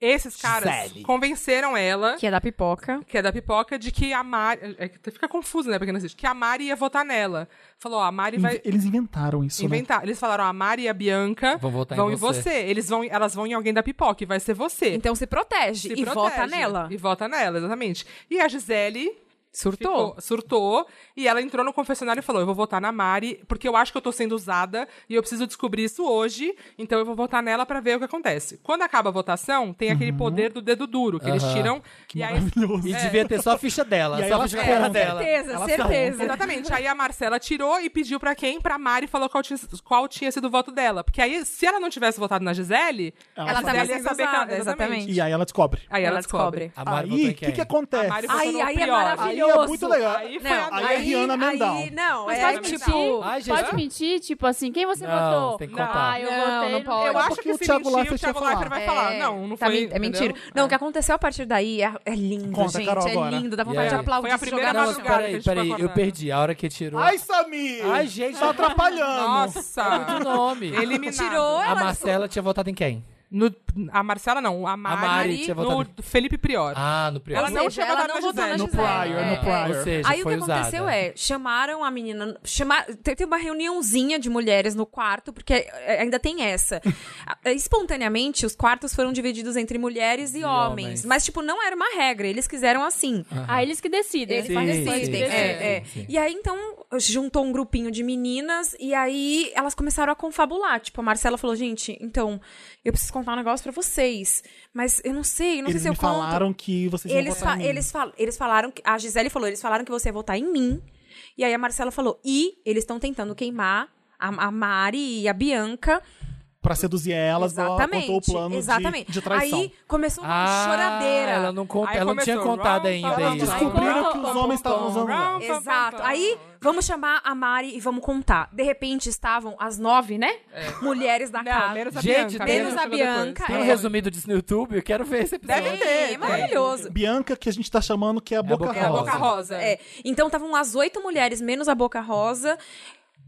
Speaker 4: esses caras
Speaker 1: Gisele.
Speaker 4: convenceram ela,
Speaker 5: Que é da pipoca.
Speaker 4: que é da pipoca, de que a Mari. É, que fica confuso, né, pra quem não assiste, que a Mari ia votar nela. Falou, ó, a Mari vai.
Speaker 1: Inve- Eles inventaram isso, né?
Speaker 4: Inventar. Eles falaram, a Mari e a Bianca
Speaker 3: Vão votar em você.
Speaker 4: Eles vão, elas vão em alguém da pipoca e vai ser você.
Speaker 5: Então se protege
Speaker 4: É. Se
Speaker 5: e
Speaker 4: protege.
Speaker 5: vota nela.
Speaker 4: E vota nela, exatamente. E a Gisele
Speaker 5: Surtou.
Speaker 4: ficou- surtou. E ela entrou no confessionário e falou: Eu vou votar na Mari, porque eu acho que eu tô sendo usada e eu preciso descobrir isso hoje. Então eu vou votar nela pra ver o que acontece. Quando acaba a votação, tem aquele poder do dedo duro, que eles
Speaker 3: Uhum. Aham.
Speaker 4: tiram. e aí.
Speaker 1: Maravilhoso.
Speaker 3: E devia ter só a ficha dela,
Speaker 1: E aí
Speaker 3: só a
Speaker 1: ela
Speaker 3: ficha com
Speaker 1: conta.
Speaker 3: ela dela.
Speaker 5: É. Certeza,
Speaker 3: Ela
Speaker 5: certeza.
Speaker 4: Exatamente. Aí a Marcela tirou e pediu pra quem? Pra Mari e falou qual tinha, qual tinha sido o voto dela. Porque aí, se ela não tivesse votado na Gisele,
Speaker 1: Ela
Speaker 5: Ela
Speaker 4: Ela
Speaker 5: tava
Speaker 4: ia
Speaker 5: sendo
Speaker 4: saber que ela-
Speaker 5: usada, exatamente.
Speaker 1: E aí ela descobre.
Speaker 4: aí ela, descobre.
Speaker 3: A Mari
Speaker 1: Aí,
Speaker 3: votou
Speaker 1: o
Speaker 3: em
Speaker 1: que, é
Speaker 3: quem?
Speaker 1: que
Speaker 4: A
Speaker 1: acontece?
Speaker 4: Mari votou
Speaker 5: Aí,
Speaker 4: no
Speaker 5: aí é
Speaker 4: Prior.
Speaker 1: Aí
Speaker 5: maravilhoso.
Speaker 1: é muito legal.
Speaker 4: Aí foi
Speaker 5: Não,
Speaker 4: a
Speaker 1: Aí é Rihanna Mendal.
Speaker 5: Aí, não,
Speaker 2: Mas
Speaker 5: é
Speaker 2: pode
Speaker 4: pode
Speaker 5: tipo.
Speaker 2: mentir?
Speaker 3: Ai, gente. ah.
Speaker 2: pode mentir? Tipo assim, quem você
Speaker 3: Não,
Speaker 2: votou?
Speaker 3: você tem que contar.
Speaker 2: Ah, eu
Speaker 5: Não,
Speaker 2: votei.
Speaker 5: não
Speaker 2: no-
Speaker 5: pode.
Speaker 2: eu acho
Speaker 4: Eu acho
Speaker 1: porque
Speaker 4: que
Speaker 1: o
Speaker 4: se
Speaker 1: Thiago
Speaker 4: mentir,
Speaker 1: Leifert
Speaker 4: o Thiago
Speaker 1: ia falar.
Speaker 4: Leifert vai falar. Não, não
Speaker 5: tá
Speaker 4: foi.
Speaker 5: men- É
Speaker 4: entendeu?
Speaker 5: mentira. Não, o que aconteceu a partir daí é, é lindo,
Speaker 1: Conta,
Speaker 5: gente.
Speaker 1: Carol,
Speaker 5: é
Speaker 1: agora.
Speaker 5: lindo. Dá
Speaker 3: E
Speaker 5: vontade
Speaker 3: aí?
Speaker 5: de aplaudir.
Speaker 4: Foi a
Speaker 5: se
Speaker 4: primeira
Speaker 5: jogar no
Speaker 3: Não,
Speaker 5: chão.
Speaker 4: madrugada. que a
Speaker 3: peraí,
Speaker 4: gente foi
Speaker 3: peraí. Eu
Speaker 4: acordando.
Speaker 3: perdi a hora que tirou.
Speaker 1: Ai, Samir!
Speaker 3: Ai, gente,
Speaker 1: tá atrapalhando.
Speaker 4: Nossa!
Speaker 3: nome.
Speaker 4: Eliminado.
Speaker 5: Tirou
Speaker 3: A
Speaker 5: ela.
Speaker 3: Marcela tinha votado em quem?
Speaker 4: No- a Marcela não, a Mari,
Speaker 3: Mari tinha votado.
Speaker 4: no Felipe Prior.
Speaker 3: Ah, no primeiro.
Speaker 4: Ela
Speaker 5: Ou
Speaker 4: não
Speaker 5: seja,
Speaker 4: tinha
Speaker 5: ela
Speaker 4: votado
Speaker 5: não
Speaker 4: na
Speaker 5: votou na
Speaker 4: Gisele.
Speaker 1: No
Speaker 5: Gisele.
Speaker 1: prior,
Speaker 5: É.
Speaker 1: no prior.
Speaker 3: Ou seja,
Speaker 5: Aí o que
Speaker 3: foi usada.
Speaker 5: aconteceu é, chamaram a menina, chama, te- teve uma reuniãozinha de mulheres no quarto, porque é, ainda tem essa. A- Espontaneamente, os quartos foram divididos entre mulheres e, homens.
Speaker 3: homens.
Speaker 5: Mas, tipo, não era uma regra, eles quiseram assim.
Speaker 2: Ah, eles que decidem.
Speaker 5: Eles
Speaker 2: Eles
Speaker 3: Sim,
Speaker 5: decidem.
Speaker 2: participam.
Speaker 3: sim,
Speaker 5: é,
Speaker 3: sim,
Speaker 5: é.
Speaker 3: sim.
Speaker 5: E aí, então, juntou um grupinho de meninas e aí elas começaram a confabular. Tipo, a Marcela falou: gente, então, eu preciso contar um negócio pra vocês. Mas eu não sei, não
Speaker 1: Eles
Speaker 5: sei se eu
Speaker 1: me falaram que vocês
Speaker 5: conto.
Speaker 1: iam
Speaker 5: Eles,
Speaker 1: um votar
Speaker 5: fa-
Speaker 1: em mim.
Speaker 5: eles, fal- eles falaram que. A Gisele falou, eles falaram que você ia votar em mim. E aí a Marcela falou, e eles estão tentando queimar a, a Mari e a Bianca.
Speaker 1: Pra seduzir elas, ela
Speaker 5: exatamente.
Speaker 1: contou o plano de-
Speaker 5: exatamente.
Speaker 1: De, traição.
Speaker 5: Aí começou uma
Speaker 3: Ah,
Speaker 5: choradeira.
Speaker 3: Ela não, conta,
Speaker 4: Aí
Speaker 3: ela não tinha
Speaker 4: começou,
Speaker 3: contado
Speaker 4: round,
Speaker 3: ainda
Speaker 1: Elas
Speaker 4: round,
Speaker 3: isso.
Speaker 4: round,
Speaker 1: descobriram
Speaker 4: round,
Speaker 1: que os
Speaker 4: round,
Speaker 1: homens estavam usando
Speaker 4: round, round,
Speaker 5: Exato.
Speaker 4: round.
Speaker 5: Aí vamos chamar a Mari e vamos contar. De repente estavam as nove, né?
Speaker 3: É.
Speaker 5: Mulheres da
Speaker 4: Não,
Speaker 5: casa.
Speaker 4: menos a
Speaker 3: Gente,
Speaker 4: Bianca.
Speaker 3: menos
Speaker 5: a
Speaker 4: chegou
Speaker 5: Bianca,
Speaker 3: Tem
Speaker 4: depois.
Speaker 3: um
Speaker 5: é.
Speaker 3: resumido disso no YouTube? Eu quero ver esse episódio.
Speaker 5: Deve ter, é maravilhoso.
Speaker 1: Bianca, que a gente tá chamando que é a Boca,
Speaker 3: Boca
Speaker 4: É a Boca
Speaker 1: Rosa.
Speaker 4: Rosa.
Speaker 5: É. Então estavam as oito mulheres, menos a Boca Rosa,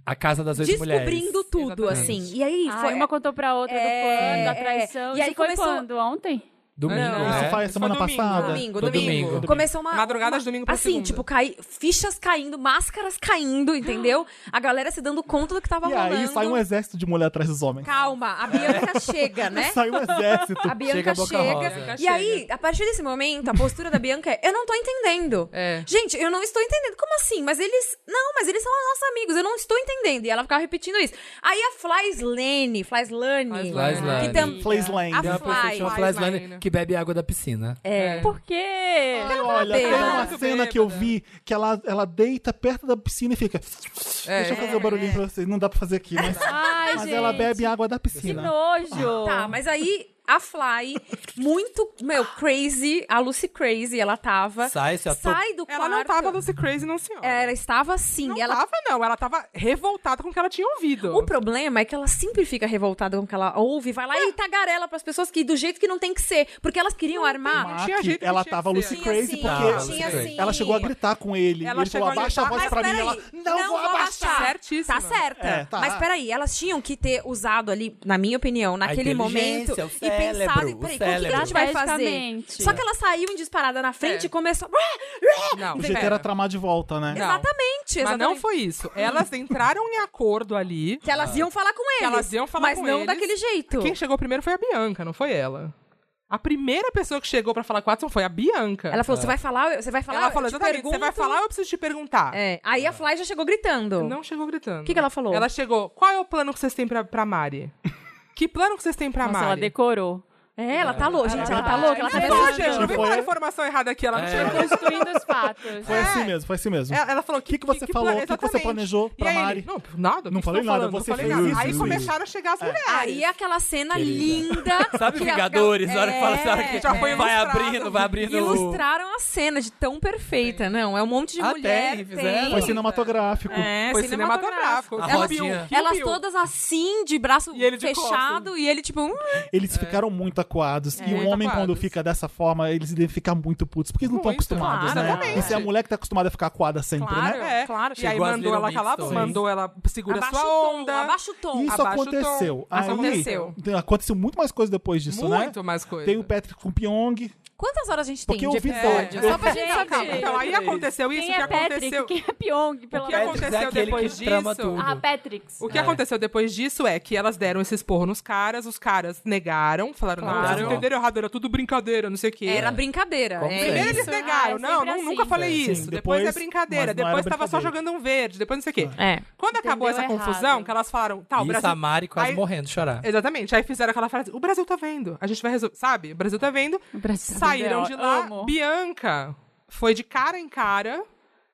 Speaker 3: A Casa das Oito Mulheres.
Speaker 5: descobrindo tudo,
Speaker 3: Exatamente.
Speaker 5: assim. E aí
Speaker 2: Ah,
Speaker 5: foi
Speaker 2: uma contou pra outra
Speaker 5: É,
Speaker 2: do plano, da
Speaker 5: é.
Speaker 2: traição.
Speaker 5: E
Speaker 2: Isso
Speaker 5: aí
Speaker 2: foi
Speaker 5: começou-
Speaker 2: quando? Ontem?
Speaker 3: Domingo,
Speaker 4: Não,
Speaker 1: Isso
Speaker 3: né?
Speaker 1: foi
Speaker 4: Isso
Speaker 1: semana
Speaker 4: foi domingo.
Speaker 1: passada.
Speaker 5: Domingo,
Speaker 3: Foi
Speaker 5: domingo.
Speaker 3: domingo.
Speaker 5: Começou uma.
Speaker 4: Madrugada
Speaker 5: uma-
Speaker 4: de domingo pra
Speaker 5: Assim,
Speaker 4: segunda.
Speaker 5: tipo, cai, fichas caindo, máscaras caindo, entendeu? A galera se dando conta do que tava
Speaker 1: E
Speaker 5: rolando.
Speaker 1: aí sai um exército de mulher atrás dos homens.
Speaker 5: Calma, a Bianca chega, né?
Speaker 1: Sai um exército.
Speaker 5: A Bianca
Speaker 3: Chega a
Speaker 5: chega.
Speaker 3: Boca Rosa.
Speaker 5: e aí, a partir desse momento, a postura da Bianca é: eu não tô entendendo.
Speaker 4: É.
Speaker 5: Gente, eu não estou entendendo. Como assim? Mas eles. Não, mas eles são nossos amigos. Eu não estou entendendo. E ela ficava repetindo isso. Aí a Flyslane, Flyslane,
Speaker 3: Flyslane.
Speaker 5: que também.
Speaker 1: Flayslane.
Speaker 5: Então, A
Speaker 3: Tem uma pessoa que
Speaker 5: Fly.
Speaker 3: chama
Speaker 4: Fly,
Speaker 3: Flyslane
Speaker 4: Fly, né?
Speaker 3: que bebe água da piscina.
Speaker 5: É.
Speaker 2: Por quê?
Speaker 1: Olha, tem uma
Speaker 4: Bêbada.
Speaker 1: cena que eu vi que ela, ela deita perto da piscina e fica. Deixa eu
Speaker 5: É.
Speaker 1: fazer o barulhinho pra vocês. Não dá pra fazer aqui, mas,
Speaker 2: Ai,
Speaker 1: mas
Speaker 2: gente.
Speaker 1: ela bebe água da
Speaker 2: Que
Speaker 3: né?
Speaker 1: piscina.
Speaker 2: nojo.
Speaker 5: Tá, mas aí a Fly, muito, meu, crazy, a Lucy crazy, ela tava.
Speaker 3: Sai, seu ator.
Speaker 5: sai do quarto.
Speaker 4: Ela não tava Lucy Crazy, não, senhora.
Speaker 5: Ela estava assim.
Speaker 4: Não
Speaker 5: ela
Speaker 4: tava, não. Ela tava revoltada com o que ela tinha ouvido.
Speaker 5: O problema é que ela sempre fica revoltada com o que ela ouve, vai lá e tagarela pras pessoas que do jeito que não tem que ser, porque elas queriam armar.
Speaker 1: Ah,
Speaker 4: Tinha
Speaker 1: que
Speaker 4: jeito que
Speaker 1: ela
Speaker 4: tinha
Speaker 1: tava
Speaker 4: que
Speaker 1: Lucy
Speaker 4: ser.
Speaker 1: Crazy
Speaker 5: sim,
Speaker 1: porque
Speaker 3: Lucy
Speaker 5: tinha
Speaker 3: Crazy.
Speaker 5: sim.
Speaker 1: ela chegou a gritar com ele.
Speaker 4: Ela
Speaker 1: ele falou:
Speaker 4: chegou a
Speaker 1: abaixa a
Speaker 4: gritar,
Speaker 1: voz
Speaker 5: Mas
Speaker 1: pra mim.
Speaker 5: peraí,
Speaker 1: Ela, não, vou abaixar.
Speaker 4: abaixar. Certíssima.
Speaker 5: Tá certa.
Speaker 1: É, tá.
Speaker 5: Mas peraí, elas tinham que ter usado ali, na minha opinião, naquele momento,
Speaker 3: inteligência, o
Speaker 5: e pensado,
Speaker 3: cérebro, o
Speaker 5: e, peraí, o que que a gente vai fazer?
Speaker 2: Estrategicamente.
Speaker 5: Só que ela saiu disparada na frente
Speaker 4: É.
Speaker 5: e começou.
Speaker 4: Não,
Speaker 1: O jeito
Speaker 4: pera.
Speaker 1: era tramar de volta, né?
Speaker 4: Não.
Speaker 5: Exatamente,
Speaker 4: Mas
Speaker 5: exatamente.
Speaker 4: não foi isso. Elas entraram em acordo ali.
Speaker 5: Que elas iam falar com
Speaker 4: Ah. Que
Speaker 5: eles.
Speaker 4: elas iam falar
Speaker 5: mas
Speaker 4: com
Speaker 5: não
Speaker 4: eles.
Speaker 5: daquele jeito.
Speaker 4: Quem chegou primeiro foi a Bianca, não foi ela. A primeira pessoa que chegou pra falar com a Watson foi a Bianca.
Speaker 5: Ela falou: você vai falar, você vai falar.
Speaker 4: Ela
Speaker 5: eu
Speaker 4: falou,
Speaker 5: te
Speaker 4: exatamente, você
Speaker 5: pergunto."
Speaker 4: vai falar ou eu preciso te perguntar?
Speaker 5: É, Aí a Fly já chegou gritando.
Speaker 4: Não chegou gritando.
Speaker 5: O que que ela falou?
Speaker 4: Ela chegou, qual é o plano que vocês têm pra, pra Mari? que plano que vocês têm pra
Speaker 2: Nossa, ela
Speaker 4: tá, Mari?
Speaker 2: decorou.
Speaker 5: É, ela tá louca, gente, ela tá louca, ela tá
Speaker 2: Não
Speaker 4: Não
Speaker 2: pode,
Speaker 4: pode, eu não vim
Speaker 1: Foi-
Speaker 4: falar informação errada aqui, ela não
Speaker 3: É.
Speaker 4: chegou.
Speaker 2: Construindo os fatos.
Speaker 1: Foi assim mesmo, foi assim mesmo.
Speaker 4: É, Ela ela falou, o
Speaker 1: que que você falou? O que que você planejou pra Mari?
Speaker 4: Não, nada. o
Speaker 1: Não
Speaker 4: que
Speaker 1: falei
Speaker 4: você
Speaker 1: nada,
Speaker 4: tá falando?
Speaker 1: você
Speaker 4: Não falei
Speaker 1: fez
Speaker 4: nada.
Speaker 1: isso, É.
Speaker 4: Aí
Speaker 1: isso,
Speaker 4: começaram a chegar as mulheres.
Speaker 5: Aí é aquela cena linda.
Speaker 3: Sabe
Speaker 5: que a-
Speaker 3: Vingadores, a hora que fala assim, a hora que
Speaker 5: É.
Speaker 4: já foi
Speaker 3: vai
Speaker 4: ilustrado.
Speaker 3: abrindo, vai abrindo.
Speaker 5: Ilustraram a cena de tão perfeita, não? É um monte de
Speaker 3: Ah,
Speaker 5: mulher.
Speaker 3: tem,
Speaker 5: Tem,
Speaker 3: fizeram.
Speaker 1: Foi cinematográfico.
Speaker 5: É,
Speaker 4: Foi
Speaker 5: cinematográfico.
Speaker 4: cinematográfico. É
Speaker 3: A
Speaker 5: Elas,
Speaker 3: rodinha.
Speaker 5: elas todas assim, de braço
Speaker 4: E ele de
Speaker 5: fechado, e ele tipo. hum,
Speaker 1: Eles ficaram muito acuados.
Speaker 5: É,
Speaker 1: e o
Speaker 4: Muito
Speaker 1: homem, quando
Speaker 4: acuados.
Speaker 1: fica dessa forma, eles devem ficar muito putos. Porque eles não estão
Speaker 4: Muito,
Speaker 1: acostumados,
Speaker 5: claro,
Speaker 1: né?
Speaker 4: exatamente.
Speaker 1: Essa é a mulher que tá acostumada a ficar acuada sempre,
Speaker 5: Claro.
Speaker 1: né?
Speaker 4: É,
Speaker 5: Claro,
Speaker 4: E aí
Speaker 3: chegou as
Speaker 4: mandou ela
Speaker 3: Little
Speaker 4: calar,
Speaker 3: Mixes.
Speaker 4: mandou ela segura
Speaker 5: abaixa
Speaker 4: sua
Speaker 5: o tom,
Speaker 4: onda.
Speaker 5: abaixa o tom.
Speaker 1: Isso
Speaker 4: Abaixa o
Speaker 1: aconteceu.
Speaker 4: tom.
Speaker 1: Aí,
Speaker 5: Aconteceu.
Speaker 1: aconteceu muito mais coisa depois disso, né?
Speaker 4: Muito mais coisa.
Speaker 1: Tem o Patrick com o Pyong.
Speaker 5: Quantas horas a gente
Speaker 1: Porque
Speaker 5: tem
Speaker 1: eu
Speaker 5: de
Speaker 1: vi
Speaker 5: episódio?
Speaker 1: dois.
Speaker 5: Só pra gente
Speaker 2: Gente,
Speaker 5: saber.
Speaker 4: Então, aí aconteceu isso,
Speaker 2: Quem
Speaker 4: o que
Speaker 2: é
Speaker 4: aconteceu...
Speaker 2: Patrick? Quem é Pyong? Pelo
Speaker 4: O que
Speaker 2: amor de
Speaker 3: Patrick
Speaker 4: aconteceu
Speaker 3: é aquele
Speaker 4: depois
Speaker 3: que trama
Speaker 4: disso?
Speaker 3: tudo.
Speaker 2: Deus. Ah, Patrix.
Speaker 4: O que aconteceu depois disso é que elas deram esse esporro nos caras, os caras negaram, falaram, não, vocês
Speaker 3: Claro.
Speaker 4: entenderam errado, era tudo brincadeira, não sei o quê.
Speaker 5: Era brincadeira.
Speaker 3: Como
Speaker 5: é
Speaker 3: sempre.
Speaker 4: Primeiro
Speaker 5: isso.
Speaker 4: eles negaram,
Speaker 2: Ah, é
Speaker 4: não,
Speaker 2: sempre
Speaker 4: não-
Speaker 2: assim.
Speaker 4: nunca falei
Speaker 1: Sim,
Speaker 4: isso. depois,
Speaker 1: depois-
Speaker 4: é brincadeira,
Speaker 1: mas não era
Speaker 4: depois tava só
Speaker 1: brincadeira.
Speaker 4: jogando um verde, depois não sei o quê.
Speaker 5: É.
Speaker 4: Quando acabou essa
Speaker 2: Ah, Entendeu
Speaker 4: confusão,
Speaker 2: errado.
Speaker 4: que elas falaram, tá, o
Speaker 3: E
Speaker 4: Brasil.
Speaker 1: é
Speaker 3: a Mari quase
Speaker 4: Aí-
Speaker 3: morrendo, chorar.
Speaker 4: Exatamente. Aí fizeram aquela frase: o Brasil tá vendo. A gente vai resolver. Sabe? O Brasil tá vendo.
Speaker 2: Brasil tá vendo,
Speaker 4: Saíram
Speaker 2: ó,
Speaker 4: de lá.
Speaker 2: amo.
Speaker 4: Bianca foi de cara em cara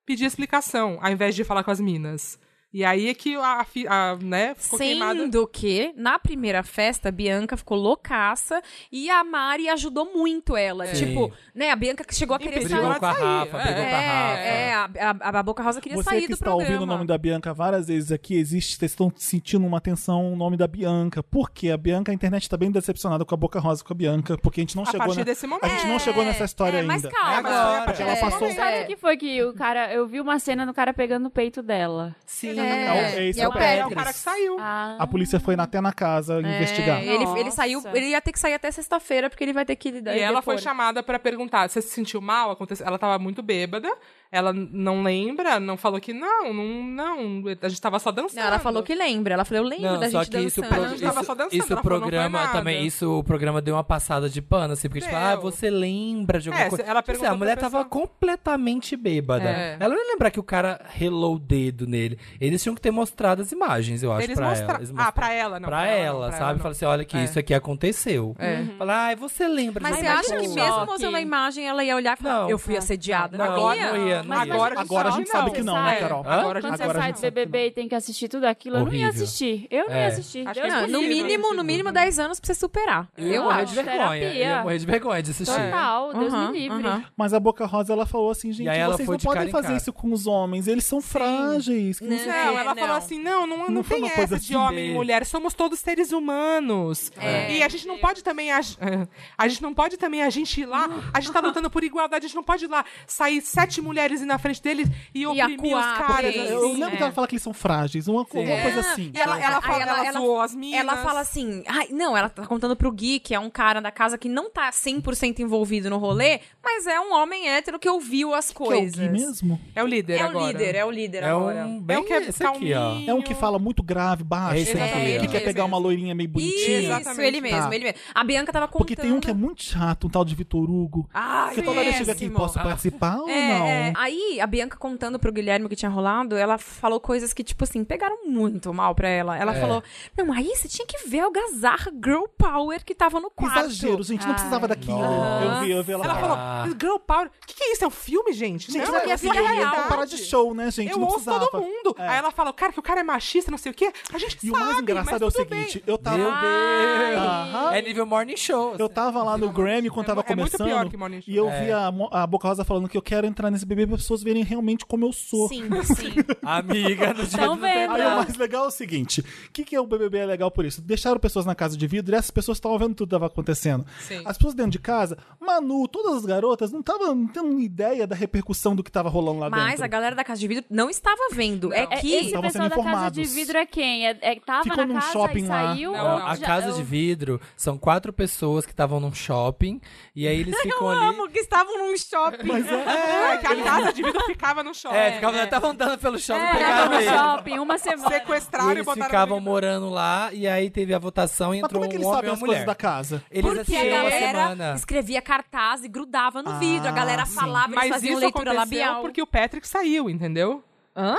Speaker 4: pedir explicação, ao invés de falar com as minas. E aí é que a, fi- a, né, ficou queimada.
Speaker 5: Sendo que, na primeira festa, a Bianca ficou loucaça e a Mari ajudou muito ela.
Speaker 3: Sim.
Speaker 5: Tipo, né, a Bianca que chegou a querer
Speaker 4: Impediu
Speaker 5: sair.
Speaker 3: Brigou
Speaker 4: ela
Speaker 3: com a
Speaker 4: sair,
Speaker 3: Rafa,
Speaker 4: é.
Speaker 3: brigou com a Rafa.
Speaker 5: É, é, a, a, a Boca Rosa queria
Speaker 1: Você
Speaker 5: sair
Speaker 1: que
Speaker 5: do
Speaker 1: está
Speaker 5: programa.
Speaker 1: ouvindo o nome da Bianca várias vezes aqui, existe, vocês estão sentindo uma tensão o nome da Bianca. Por quê? A Bianca, a internet tá bem decepcionada com a Boca Rosa com a Bianca, porque a gente não
Speaker 4: A
Speaker 1: chegou né?
Speaker 4: partir
Speaker 1: na-
Speaker 4: desse momento.
Speaker 1: A gente não chegou nessa história
Speaker 5: é, mas
Speaker 1: ainda.
Speaker 5: calma.
Speaker 4: É, mas foi a
Speaker 3: Agora.
Speaker 4: partir
Speaker 1: Ela
Speaker 4: desse
Speaker 1: passou-
Speaker 4: momento.
Speaker 2: Sabe o que foi que o cara. Eu vi uma cena do cara pegando o peito dela.
Speaker 3: Sim,
Speaker 1: É, esse
Speaker 5: e
Speaker 1: é
Speaker 5: é
Speaker 1: o
Speaker 5: o
Speaker 4: Então, É, o
Speaker 5: Petris.
Speaker 4: cara que saiu.
Speaker 2: Ah.
Speaker 1: A polícia foi na- até na
Speaker 5: É,
Speaker 1: casa investigar.
Speaker 5: Ele, ele
Speaker 2: Nossa.
Speaker 5: saiu, ele ia ter que sair até sexta-feira, porque ele vai ter que lidar.
Speaker 4: E ela foi
Speaker 5: depor.
Speaker 4: chamada pra perguntar: você se sentiu mal? Aconteceu... Ela tava muito bêbada, ela n- não lembra, não falou que não, não, não. A gente tava só dançando.
Speaker 5: Não, ela falou que lembra. Ela falou, eu lembro
Speaker 3: Não,
Speaker 5: da
Speaker 3: só
Speaker 5: gente
Speaker 3: que isso, o
Speaker 5: dançando.
Speaker 3: pro-
Speaker 4: A gente tava
Speaker 3: isso-
Speaker 4: só dançando,
Speaker 3: isso o
Speaker 4: ela falou, não foi
Speaker 3: programa
Speaker 4: nada.
Speaker 3: também, isso o programa deu uma passada de pano, assim, porque, tipo,
Speaker 4: Deu.
Speaker 3: ah, você lembra de alguma
Speaker 4: É,
Speaker 3: coisa.
Speaker 4: ela
Speaker 3: Tipo assim,
Speaker 4: perguntou
Speaker 3: a mulher
Speaker 4: pra
Speaker 3: tava
Speaker 4: pessoa.
Speaker 3: completamente bêbada.
Speaker 4: É.
Speaker 3: Ela não ia lembrar que o cara relou o dedo nele. Eles tinham que ter mostrado as imagens, eu acho,
Speaker 4: Eles
Speaker 3: pra
Speaker 4: mostra-
Speaker 3: ela. Eles
Speaker 4: Ah,
Speaker 3: mostraram.
Speaker 4: pra ela, não.
Speaker 3: pra ela,
Speaker 4: não, pra
Speaker 3: sabe?
Speaker 4: não.
Speaker 3: Fala assim, olha que
Speaker 4: É.
Speaker 3: isso aqui aconteceu. Falar, ah, você lembra
Speaker 5: Mas
Speaker 3: de
Speaker 5: você
Speaker 1: é
Speaker 3: alguma
Speaker 5: acha que
Speaker 1: um
Speaker 3: coisa?
Speaker 5: mesmo
Speaker 2: Choque.
Speaker 5: usando a imagem, ela ia olhar e falar,
Speaker 3: Não.
Speaker 5: eu fui assediada?
Speaker 3: Não,
Speaker 5: agora
Speaker 3: não ia, não ia.
Speaker 4: Agora,
Speaker 1: Agora a gente sabe que não, né,
Speaker 2: É.
Speaker 1: Carol?
Speaker 3: Hã?
Speaker 4: Agora a gente
Speaker 2: Quando
Speaker 1: Agora
Speaker 2: você
Speaker 1: a
Speaker 2: sai
Speaker 1: gente
Speaker 2: do
Speaker 1: sabe que
Speaker 2: BBB e tem que assistir tudo aquilo, eu não ia
Speaker 3: Horrível.
Speaker 2: assistir. Eu não
Speaker 3: É.
Speaker 2: ia assistir. Deus
Speaker 4: Acho que é
Speaker 2: me
Speaker 5: no
Speaker 4: possível,
Speaker 2: livre.
Speaker 5: mínimo, no mínimo 10 anos pra você superar.
Speaker 3: Eu
Speaker 5: Eu
Speaker 3: morrer de
Speaker 5: acho.
Speaker 3: vergonha.
Speaker 2: terapia.
Speaker 3: Eu morrer de vergonha de assistir.
Speaker 2: Total, Deus
Speaker 5: Aham,
Speaker 2: me livre.
Speaker 5: aham.
Speaker 1: Mas a Boca Rosa, ela falou assim, gente,
Speaker 3: E aí ela
Speaker 1: vocês
Speaker 3: foi
Speaker 1: não
Speaker 3: de cara
Speaker 1: podem
Speaker 3: em
Speaker 1: fazer
Speaker 3: cara.
Speaker 1: isso com os homens, eles são frágeis. que não sei o
Speaker 4: Não,
Speaker 5: É,
Speaker 4: ela falou
Speaker 5: não.
Speaker 4: assim: não, não, não,
Speaker 1: Não foi
Speaker 4: tem
Speaker 1: uma
Speaker 4: essa
Speaker 1: coisa
Speaker 4: de
Speaker 1: assim
Speaker 4: homem e
Speaker 3: de-
Speaker 4: mulher, somos todos seres humanos.
Speaker 5: É.
Speaker 4: E a gente não pode também. ag- A gente não pode também, a gente ir lá, a gente tá lutando por igualdade, a gente não pode ir lá sair sete mulheres e ir na frente deles e, oprimir
Speaker 5: acuar,
Speaker 4: os caras.
Speaker 5: porque-
Speaker 1: quê.
Speaker 4: assim.
Speaker 1: Eu lembro que ela fala que eles são frágeis, uma, co- uma coisa assim.
Speaker 4: E É. ela, ela, fala,
Speaker 5: Aí ela-
Speaker 4: ela,
Speaker 5: ela-
Speaker 4: zoou as minas.
Speaker 5: Ela fala assim, ai, não, ela tá contando pro Gui, que é um cara da casa que não tá 100% envolvido no rolê, mas é um homem hétero que ouviu as
Speaker 1: Que é o
Speaker 5: coisas.
Speaker 1: Gui mesmo?
Speaker 4: É o líder
Speaker 5: É o
Speaker 4: agora.
Speaker 5: líder, é o líder
Speaker 3: É
Speaker 5: agora.
Speaker 3: um bem
Speaker 4: É o que é
Speaker 3: esse aqui, ó.
Speaker 1: É um que fala muito grave, baixo,
Speaker 3: É esse
Speaker 1: sempre,
Speaker 3: aqui,
Speaker 1: que
Speaker 3: ó.
Speaker 1: quer pegar uma loirinha meio bonitinha.
Speaker 5: Isso,
Speaker 4: Exatamente.
Speaker 5: ele mesmo,
Speaker 1: Tá.
Speaker 5: ele mesmo. A Bianca tava contando.
Speaker 1: Porque tem um que é muito chato, um tal de Vitor Hugo.
Speaker 5: Ah,
Speaker 1: Porque toda vez chega aqui,
Speaker 5: péssimo.
Speaker 1: posso participar ou
Speaker 5: É,
Speaker 1: não?
Speaker 5: é. Aí, a Bianca contando pro Guilherme o que tinha rolado, ela falou coisas que, tipo assim, pegaram muito mal pra ela. Ela
Speaker 3: É.
Speaker 5: falou: Não, aí você tinha que ver a algazarra Girl Power que tava no quarto.
Speaker 1: Exagero, gente, não precisava daquilo.
Speaker 3: Nossa.
Speaker 1: Eu vi, eu vi ela,
Speaker 4: Ela
Speaker 1: falar.
Speaker 4: falou, girl power. O que, que é isso? É um filme, gente?
Speaker 1: Gente,
Speaker 4: não,
Speaker 1: não,
Speaker 4: é
Speaker 1: é
Speaker 4: a
Speaker 1: filme real.
Speaker 4: realidade.
Speaker 1: Vamos parar de show, né, gente?
Speaker 4: Eu
Speaker 1: não
Speaker 4: ouço
Speaker 1: precisava.
Speaker 4: todo mundo.
Speaker 1: É.
Speaker 4: Aí ela fala, cara, que o cara é machista, não sei o quê. A gente
Speaker 1: E o
Speaker 4: sabe,
Speaker 1: mais engraçado
Speaker 4: mas
Speaker 1: é o
Speaker 4: tudo bem.
Speaker 1: seguinte, eu tava...
Speaker 3: Meu Deus!
Speaker 1: Aham.
Speaker 3: É nível morning show.
Speaker 1: Eu tava lá no Grammy quando tava
Speaker 4: é muito
Speaker 1: começando.
Speaker 4: pior que Morning Show.
Speaker 1: e eu vi a, Mo- a Boca Rosa falando que eu quero entrar nesse bebê pra pessoas verem realmente como eu sou.
Speaker 5: Sim, sim.
Speaker 3: Amiga, no dia
Speaker 2: Tão
Speaker 3: do-
Speaker 2: vendo.
Speaker 1: Aí o mais legal é o seguinte: o que, que é o BBB é legal por isso? Deixaram pessoas na casa de vidro e essas pessoas estavam vendo tudo que estava acontecendo.
Speaker 4: Sim.
Speaker 1: As pessoas dentro de casa, Manu, todas as garotas, não estavam não tendo ideia da repercussão do que estava rolando lá
Speaker 5: Mas
Speaker 1: Tá dentro.
Speaker 5: a galera da casa de vidro não estava vendo. É
Speaker 2: É,
Speaker 5: que.
Speaker 2: esse
Speaker 1: Estavam
Speaker 2: pessoal
Speaker 1: sendo
Speaker 2: da casa de
Speaker 1: informados.
Speaker 2: vidro é quem? É, é, tava
Speaker 1: Ficou
Speaker 2: na
Speaker 1: num
Speaker 2: casa
Speaker 1: shopping
Speaker 2: e
Speaker 1: lá.
Speaker 2: saiu?
Speaker 4: Não,
Speaker 2: ou
Speaker 3: Não, a
Speaker 2: já-
Speaker 3: casa
Speaker 2: ou-
Speaker 3: de vidro são quatro pessoas que estavam num shopping e aí eles ficam ali.
Speaker 5: Como que estavam num shopping.
Speaker 4: É, que a casa de vidro ficava no shopping.
Speaker 3: É, ficavam, estavam andando pelo shopping,
Speaker 2: É,
Speaker 3: pegaram
Speaker 2: no
Speaker 3: ele.
Speaker 2: shopping, uma semana.
Speaker 4: Sequestraram
Speaker 3: E
Speaker 4: e,
Speaker 3: eles
Speaker 4: botaram
Speaker 3: ficavam
Speaker 4: no Big
Speaker 3: morando lá e aí teve a votação e
Speaker 1: Mas
Speaker 3: entrou
Speaker 1: como é que
Speaker 3: um
Speaker 1: eles
Speaker 3: homem e
Speaker 1: sabem
Speaker 3: uma
Speaker 1: as coisas
Speaker 3: mulher.
Speaker 1: da casa?
Speaker 3: Eles
Speaker 5: Porque a
Speaker 3: assistiram uma
Speaker 5: galera
Speaker 3: semana.
Speaker 5: escrevia cartaz e grudava no
Speaker 1: Ah,
Speaker 5: vidro. A galera
Speaker 1: sim.
Speaker 5: falava, eles
Speaker 4: Mas
Speaker 5: faziam
Speaker 4: isso
Speaker 5: leitura
Speaker 4: aconteceu
Speaker 5: labial.
Speaker 4: porque o Patrick saiu, entendeu?
Speaker 5: Hã?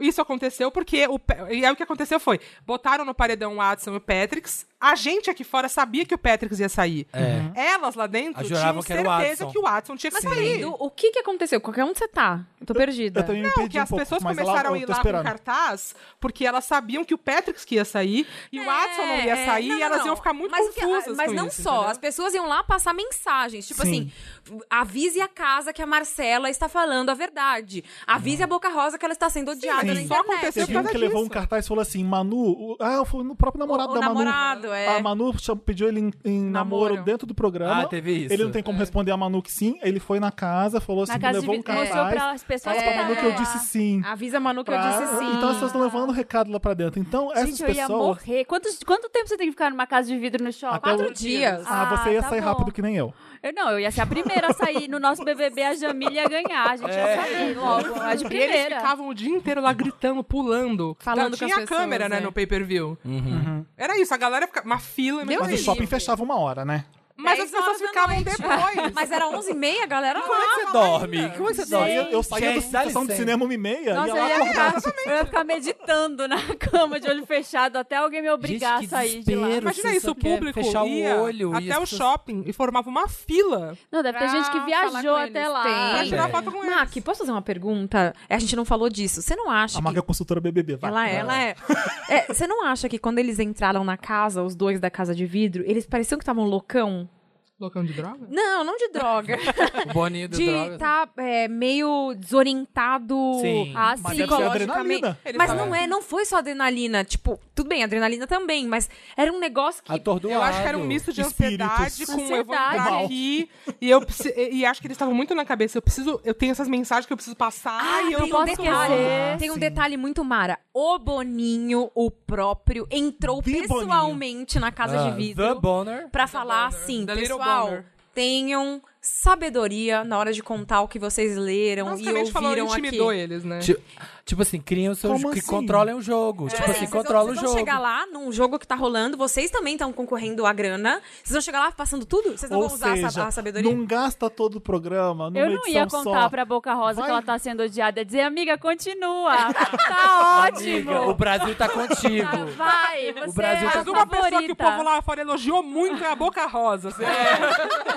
Speaker 4: Isso aconteceu porque o Pe- e aí o que aconteceu foi, botaram no paredão o Watson e o Patricks. A gente aqui fora sabia que o Patricks ia sair. Elas lá dentro
Speaker 3: Ah, É. juravam
Speaker 4: tinham
Speaker 3: que era o
Speaker 4: certeza
Speaker 3: Watson.
Speaker 4: que o Watson tinha que
Speaker 5: Mas
Speaker 4: sair.
Speaker 5: peraí, assim, do- o que que aconteceu? Qualquer onde você tá? Tô perdida.
Speaker 1: Eu também me
Speaker 4: É. Não,
Speaker 1: perdi
Speaker 4: que
Speaker 1: um
Speaker 4: as
Speaker 1: pouco,
Speaker 4: pessoas
Speaker 1: mas
Speaker 4: começaram
Speaker 1: ela,
Speaker 4: a ir
Speaker 1: eu tô
Speaker 4: lá
Speaker 1: esperando.
Speaker 4: com cartaz, porque elas sabiam que o Patrick que ia sair e o Watson não ia
Speaker 5: é.
Speaker 4: sair,
Speaker 5: Não,
Speaker 4: e
Speaker 5: não,
Speaker 4: elas
Speaker 5: não.
Speaker 4: iam ficar muito
Speaker 5: mas o que-
Speaker 4: confusas.
Speaker 5: mas
Speaker 4: com
Speaker 5: não
Speaker 4: isso,
Speaker 5: só,
Speaker 4: entendeu?
Speaker 5: as pessoas iam lá passar mensagens, tipo
Speaker 1: Sim.
Speaker 5: assim, avise a casa que a Marcela está falando a verdade. Avise a Boca Rosa que ela está sendo
Speaker 1: mas
Speaker 5: odiada na
Speaker 1: isso
Speaker 5: internet.
Speaker 4: só É. aconteceu
Speaker 1: Teve
Speaker 4: por
Speaker 1: um
Speaker 4: causa
Speaker 1: que levou um
Speaker 4: disso.
Speaker 1: cartaz e falou assim: Manu, o- ah, foi no próprio namorado
Speaker 5: O- o
Speaker 1: da Manu.
Speaker 5: namorado, é.
Speaker 1: A Manu cham- pediu ele em, em namoro.
Speaker 5: Namoro.
Speaker 1: dentro do programa.
Speaker 3: Ah, teve isso.
Speaker 1: Ele não tem como responder a Manu que sim. Ele foi na casa, falou assim:
Speaker 2: É. Na casa de
Speaker 1: levou um
Speaker 2: vidro,
Speaker 1: cartaz.
Speaker 2: mostrou pra Ah, as pessoas
Speaker 1: Fala
Speaker 2: É. que
Speaker 1: pra Manu que eu
Speaker 2: estavam lá.
Speaker 1: disse sim.
Speaker 5: Avisa a Manu que eu
Speaker 1: Pra-
Speaker 5: disse sim.
Speaker 1: Então essas estão levando o recado lá pra dentro. Então essas
Speaker 2: Gente, eu ia
Speaker 1: pessoas.
Speaker 2: morrer. Quantos, quanto tempo você tem que ficar numa casa de vidro no shopping?
Speaker 1: Até o-
Speaker 5: Quatro dias.
Speaker 1: Ah,
Speaker 2: Ah,
Speaker 1: você ia
Speaker 2: tá
Speaker 1: sair
Speaker 2: bom.
Speaker 1: rápido que nem eu.
Speaker 2: Eu não, eu ia ser a primeira a sair. No nosso BBB, a Jamília ia ganhar. A gente ia sair logo. A de
Speaker 4: E eles
Speaker 2: primeira.
Speaker 4: ficavam o dia inteiro lá gritando, pulando. Não,
Speaker 5: Falando com as
Speaker 4: tinha a
Speaker 5: pessoas,
Speaker 4: câmera, né,
Speaker 5: é.
Speaker 4: no pay-per-view.
Speaker 3: Uhum.
Speaker 4: Era isso, a galera ficava uma fila,
Speaker 5: Deus
Speaker 1: Mas
Speaker 4: mas,
Speaker 1: o
Speaker 5: me
Speaker 1: shopping
Speaker 5: livre.
Speaker 1: fechava uma hora, né?
Speaker 4: mas as
Speaker 5: 10 horas
Speaker 4: pessoas
Speaker 5: da
Speaker 4: ficavam
Speaker 5: noite.
Speaker 4: depois.
Speaker 5: Mas era 11h30, a galera
Speaker 3: Como é
Speaker 5: lá.
Speaker 3: que você dorme? Como é que você dorme?
Speaker 1: Eu, eu saía
Speaker 3: Gente,
Speaker 1: da
Speaker 3: dá
Speaker 1: sessão do
Speaker 3: licença.
Speaker 1: cinema uma e meia.
Speaker 2: Nossa,
Speaker 1: ia
Speaker 2: eu
Speaker 1: lá
Speaker 2: ia,
Speaker 1: acordar.
Speaker 2: ficar, eu ia ficar meditando na cama de olho fechado até alguém me obrigar
Speaker 3: Gente, que
Speaker 2: a sair de lá.
Speaker 3: desespero.
Speaker 4: Imagina
Speaker 3: Você
Speaker 4: isso,
Speaker 3: só
Speaker 4: o
Speaker 3: quer
Speaker 4: público
Speaker 3: fechar o
Speaker 4: ia
Speaker 3: olho e
Speaker 4: até
Speaker 3: as
Speaker 4: o
Speaker 3: pessoas-
Speaker 4: shopping e formava uma fila.
Speaker 2: Não, deve ter
Speaker 5: Pra
Speaker 2: gente que
Speaker 5: falar Ah, com
Speaker 2: viajou até
Speaker 5: eles.
Speaker 2: lá.
Speaker 5: Tem.
Speaker 4: pra tirar
Speaker 3: é.
Speaker 4: foto com eles.
Speaker 5: Mac, posso fazer uma pergunta? A gente não falou disso. Você não acha
Speaker 1: A
Speaker 5: que
Speaker 1: Maga é consultora BBB. Vai.
Speaker 5: Ela é, ela é. É, Você não acha que quando eles entraram na casa, os dois da casa de vidro, eles pareciam que estavam loucão?
Speaker 4: Loucão de droga?
Speaker 5: Não, não de droga.
Speaker 3: O Boninho do
Speaker 5: de
Speaker 3: drogas.
Speaker 5: estar meio desorientado
Speaker 3: Sim.
Speaker 5: ah,
Speaker 1: Mas deve ser
Speaker 5: psicologicamente.
Speaker 1: adrenalina.
Speaker 4: Ele
Speaker 5: Mas
Speaker 4: tava-
Speaker 5: não é, não foi só adrenalina. Tipo, tudo bem, adrenalina também, mas era um negócio que.
Speaker 3: Atordoado.
Speaker 4: Eu acho que era um misto de
Speaker 1: Espíritos.
Speaker 4: ansiedade com eu vou entrar
Speaker 2: Ansiedade.
Speaker 4: aqui. E, eu, preci- e, e acho que eles estavam muito na cabeça. Eu preciso. Eu tenho essas mensagens que eu preciso passar.
Speaker 5: Ah,
Speaker 4: e eu
Speaker 5: tem
Speaker 4: não
Speaker 5: um
Speaker 2: posso
Speaker 5: detalhe.
Speaker 2: esquecer.
Speaker 5: Tem um
Speaker 1: Sim.
Speaker 5: detalhe muito mara. O Boninho, o próprio, entrou
Speaker 1: The
Speaker 5: pessoalmente na casa de
Speaker 3: Ah, The
Speaker 5: vidro
Speaker 3: Bonner.
Speaker 5: pra falar
Speaker 4: Bonner.
Speaker 5: assim,
Speaker 4: The Little
Speaker 5: pessoal,
Speaker 4: Bonner."
Speaker 5: tenham sabedoria na hora de contar o que vocês leram e
Speaker 4: Basicamente falou,
Speaker 5: ouviram aqui.
Speaker 4: intimidou eles, né?
Speaker 3: Ti- Tipo assim, criam os seus.
Speaker 1: Como
Speaker 3: que
Speaker 1: assim?
Speaker 3: controlem o jogo. Tipo assim,
Speaker 5: É, Vocês vão-
Speaker 3: controla o
Speaker 5: vocês
Speaker 3: jogo.
Speaker 5: vão chegar lá num jogo que tá rolando, vocês também estão concorrendo à grana. Vocês vão chegar lá passando tudo? Vocês não
Speaker 1: Ou
Speaker 5: vão usar a
Speaker 1: seja,
Speaker 5: sab- a sabedoria?
Speaker 1: não gasta todo o programa numa
Speaker 2: Eu não ia
Speaker 1: edição
Speaker 2: contar
Speaker 1: só.
Speaker 2: pra Boca Rosa
Speaker 1: Vai.
Speaker 2: que ela tá sendo odiada. Dizer, amiga, continua. Tá ótimo.
Speaker 3: Amiga, o Brasil tá contigo.
Speaker 2: Vai, você
Speaker 3: Brasil
Speaker 2: é a
Speaker 3: tá
Speaker 4: Mas uma pessoa que
Speaker 2: favorita.
Speaker 4: o povo lá fora elogiou muito é a Boca Rosa. é. assim.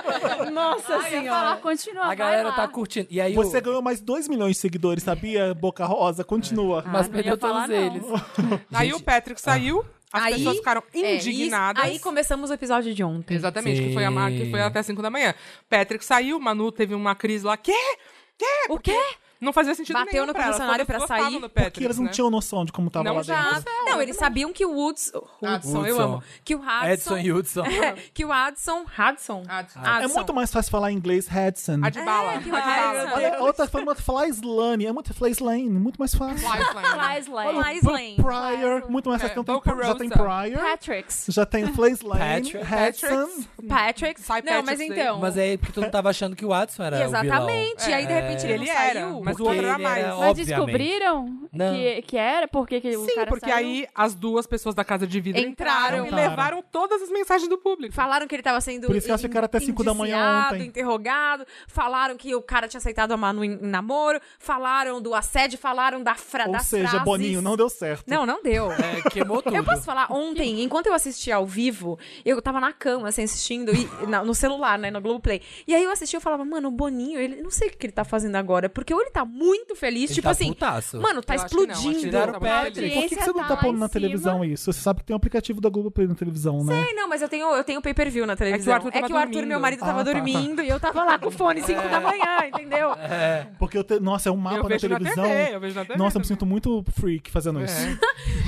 Speaker 2: Nossa senhora. Falar, continua,
Speaker 3: A
Speaker 2: vai
Speaker 3: galera
Speaker 2: lá.
Speaker 3: tá curtindo. E aí,
Speaker 1: Você
Speaker 3: o...
Speaker 1: ganhou mais 2 milhões de seguidores, sabia? Boca Rosa, continua.
Speaker 3: mas
Speaker 2: Ah, não
Speaker 3: perdeu
Speaker 2: ia falar,
Speaker 3: todos
Speaker 2: não.
Speaker 3: eles.
Speaker 4: Aí o Patrick saiu, as
Speaker 5: Aí-
Speaker 4: pessoas ficaram
Speaker 5: É,
Speaker 4: indignadas.
Speaker 5: isso- Aí começamos o episódio de ontem.
Speaker 4: Exatamente, que foi, a,
Speaker 3: Sim.
Speaker 4: mar- que foi até 5 da manhã. Patrick saiu, Manu teve uma crise lá. Quê?
Speaker 3: É,
Speaker 4: Quê?
Speaker 5: O quê?
Speaker 4: Não fazia sentido
Speaker 5: Bateu
Speaker 4: nenhum
Speaker 5: no
Speaker 4: pra ela,
Speaker 5: funcionário
Speaker 4: as pessoas
Speaker 5: pra
Speaker 4: gostavam
Speaker 5: sair,
Speaker 4: do Patrick,
Speaker 1: Porque eles não
Speaker 4: né?
Speaker 1: tinham noção de como tava
Speaker 4: Não
Speaker 1: lá
Speaker 4: já.
Speaker 1: dentro.
Speaker 5: Ah,
Speaker 3: né?
Speaker 5: não, eles sabiam que o Woods. Hudson, eu
Speaker 3: Hudson.
Speaker 5: amo. Que o
Speaker 3: Edson
Speaker 5: Hudson. É,
Speaker 3: e Hudson.
Speaker 5: que o Hudson. Hudson?
Speaker 4: Hudson.
Speaker 1: É muito mais fácil falar inglês Hudson.
Speaker 4: A de bala.
Speaker 5: que maravilha.
Speaker 1: Olha, a outra forma de falar Slane. É muito falar Slane, muito mais fácil.
Speaker 4: Fly,
Speaker 2: Faz lá.
Speaker 5: Olha,
Speaker 1: Bu-
Speaker 5: Slane.
Speaker 1: Prior, muito mais fácil.
Speaker 4: É,
Speaker 1: Então tem-
Speaker 4: Boca
Speaker 1: já tem
Speaker 4: Rosa.
Speaker 1: Prior,
Speaker 2: Patrick's.
Speaker 1: já tem Flays Lane,
Speaker 3: Patrick.
Speaker 1: Hudson.
Speaker 5: Patrick.
Speaker 4: Sai
Speaker 5: não, mas
Speaker 4: Patrick daí.
Speaker 5: então.
Speaker 3: Mas é porque tu não tava achando que o Watson era o vilão. É.
Speaker 5: Exatamente. Aí de repente ele,
Speaker 4: É, Ele
Speaker 5: não
Speaker 4: era,
Speaker 5: saiu.
Speaker 4: mas o
Speaker 3: Porque
Speaker 4: outro era
Speaker 3: ele
Speaker 4: mais.
Speaker 3: era
Speaker 2: Mas
Speaker 3: Obviamente.
Speaker 2: descobriram
Speaker 3: Não.
Speaker 2: que, que era? Por que, que o
Speaker 4: Sim,
Speaker 2: cara
Speaker 4: porque
Speaker 2: saiu?
Speaker 4: aí as duas pessoas da casa de vidro entraram,
Speaker 5: Entraram.
Speaker 4: e levaram todas as mensagens do público.
Speaker 5: Falaram que ele tava sendo.
Speaker 1: Por isso que elas
Speaker 5: in-
Speaker 1: ficaram até cinco da manhã
Speaker 5: indiciado,
Speaker 1: ontem.
Speaker 5: interrogado. Falaram que o cara tinha aceitado a Manu em, em namoro. Falaram do assédio, falaram da fra,
Speaker 1: Ou
Speaker 5: tá das
Speaker 1: seja,
Speaker 5: frases.
Speaker 1: Boninho, não deu certo.
Speaker 5: Não, não deu.
Speaker 3: É, queimou tudo.
Speaker 5: Eu posso falar, ontem, enquanto eu assistia ao vivo, eu tava na cama, assim, assistindo, e, na- no celular, né, no Globoplay. E aí eu assistia e falava, mano, o Boninho, ele não sei o que ele tá fazendo agora, porque ou ele tá muito feliz,
Speaker 3: Ele
Speaker 5: tipo
Speaker 3: tá
Speaker 5: assim,
Speaker 3: putaço.
Speaker 5: mano, tá
Speaker 4: Eu acho que não, acho que
Speaker 5: explodindo.
Speaker 4: ele tá
Speaker 3: Tiraram o
Speaker 4: muito
Speaker 3: Patrick.
Speaker 4: feliz.
Speaker 1: Por que, que você não tá
Speaker 2: lá
Speaker 1: pondo na
Speaker 2: em
Speaker 1: televisão isso? Você sabe que tem um aplicativo da Globo Play na televisão, né?
Speaker 5: Ai, não, mas eu tenho, eu tenho pay-per-view
Speaker 1: É
Speaker 5: na televisão. É
Speaker 4: Arthur tava dormindo.
Speaker 5: meu marido,
Speaker 1: Ah,
Speaker 5: tava
Speaker 1: tá, É. tá.
Speaker 5: dormindo e eu tava lá com o fone 5 da manhã, entendeu?
Speaker 1: É. Porque eu te... nossa, é um
Speaker 3: Ah,
Speaker 1: mapa
Speaker 4: eu
Speaker 1: na
Speaker 4: vejo na,
Speaker 1: televisão.
Speaker 4: TV, eu vejo na TV.
Speaker 1: Nossa, eu me
Speaker 4: também. É.
Speaker 1: sinto muito freak fazendo isso.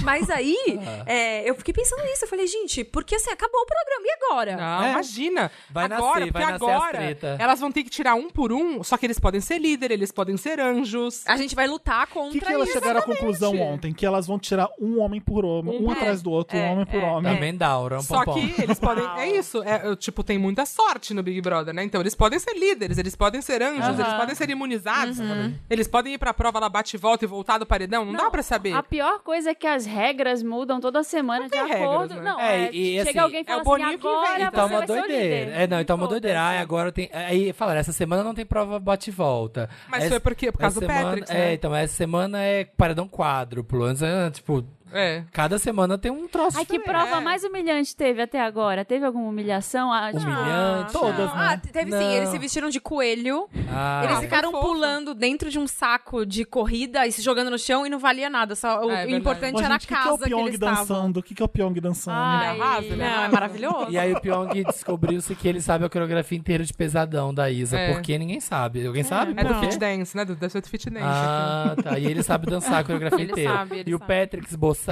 Speaker 5: Mas aí, é, eu fiquei pensando nisso. Eu falei, gente, porque assim, acabou o programa, e agora?
Speaker 4: Não,
Speaker 3: É.
Speaker 4: Ah, imagina.
Speaker 3: Vai
Speaker 4: agora,
Speaker 3: nascer, vai
Speaker 4: porque
Speaker 3: nascer as
Speaker 4: agora
Speaker 3: treta.
Speaker 4: elas vão ter que tirar um por um, só que eles podem ser líder, eles podem ser
Speaker 3: É
Speaker 4: anjos.
Speaker 5: A gente vai lutar
Speaker 1: O que,
Speaker 5: contra
Speaker 1: que elas
Speaker 5: isso.
Speaker 1: chegaram à conclusão ontem? Que elas vão tirar um homem por homem, um,
Speaker 5: é,
Speaker 1: atrás do outro, um homem por homem.
Speaker 3: Também dá, um
Speaker 4: Só que eles podem. É isso. É, eu, tipo, tem muita sorte no Big Brother, né? Então, eles podem ser líderes, eles podem ser anjos, eles podem ser imunizados,
Speaker 3: Uhum.
Speaker 4: eles podem ir pra prova lá, bate e volta e voltar do paredão. Não, dá pra saber.
Speaker 2: A pior coisa é que as regras mudam toda semana de
Speaker 4: tem regras,
Speaker 2: acordo.
Speaker 4: né?
Speaker 2: Não,
Speaker 3: É,
Speaker 2: é,
Speaker 3: e,
Speaker 2: chega
Speaker 3: assim,
Speaker 2: alguém e
Speaker 4: é o
Speaker 2: fala assim,
Speaker 4: Boninho que
Speaker 2: agora
Speaker 4: inventa.
Speaker 2: você
Speaker 3: E tá uma
Speaker 2: vai ser o
Speaker 3: doideira.
Speaker 2: líder.
Speaker 3: É, não, e tá uma
Speaker 2: Foda-se.
Speaker 3: doideira. Ai, agora tem. é, Aí falaram, essa semana não tem prova bate e volta.
Speaker 4: Mas
Speaker 3: Essa-
Speaker 4: foi por quê? Por causa
Speaker 3: essa
Speaker 4: do
Speaker 3: semana-
Speaker 4: Patrick,
Speaker 3: É,
Speaker 4: né?
Speaker 3: então, essa semana é paredão quádruplo. Antes, é, tipo,
Speaker 4: É.
Speaker 3: cada semana tem um troço.
Speaker 2: Ai, que
Speaker 3: diferente.
Speaker 2: prova
Speaker 4: É.
Speaker 2: mais humilhante teve até agora? Teve alguma humilhação? Ah, tipo,
Speaker 3: Humilhante.
Speaker 1: Todas, né?
Speaker 5: Ah, teve sim,
Speaker 3: Não.
Speaker 5: eles se vestiram de coelho.
Speaker 3: Ah,
Speaker 5: Eles
Speaker 4: Ah,
Speaker 5: ficaram
Speaker 4: foi fofo.
Speaker 5: pulando dentro de um saco de corrida e se jogando no chão e não valia nada. Só o,
Speaker 4: É,
Speaker 5: o
Speaker 4: verdade.
Speaker 5: importante
Speaker 1: Ô,
Speaker 5: era a
Speaker 1: gente, o que, que é o
Speaker 5: casa que,
Speaker 1: Pyong
Speaker 5: eles estavam.
Speaker 1: dançando? O que, que é o Pyong dançando?
Speaker 2: Ai,
Speaker 4: arrasa, né? ele
Speaker 5: Não, é maravilhoso.
Speaker 3: E aí o Pyong descobriu-se que ele sabe a coreografia inteira de pesadão da Isa.
Speaker 4: É.
Speaker 3: Porque ninguém sabe. Alguém sabe?
Speaker 4: É do
Speaker 3: Por quê?
Speaker 4: Fit Dance, né? Do, deve ser do Fit Dance.
Speaker 3: Ah, tá. E ele sabe dançar a coreografia
Speaker 5: Ele
Speaker 3: inteira.
Speaker 5: sabe, ele
Speaker 3: e o
Speaker 5: sabe.
Speaker 3: Patrick Bossal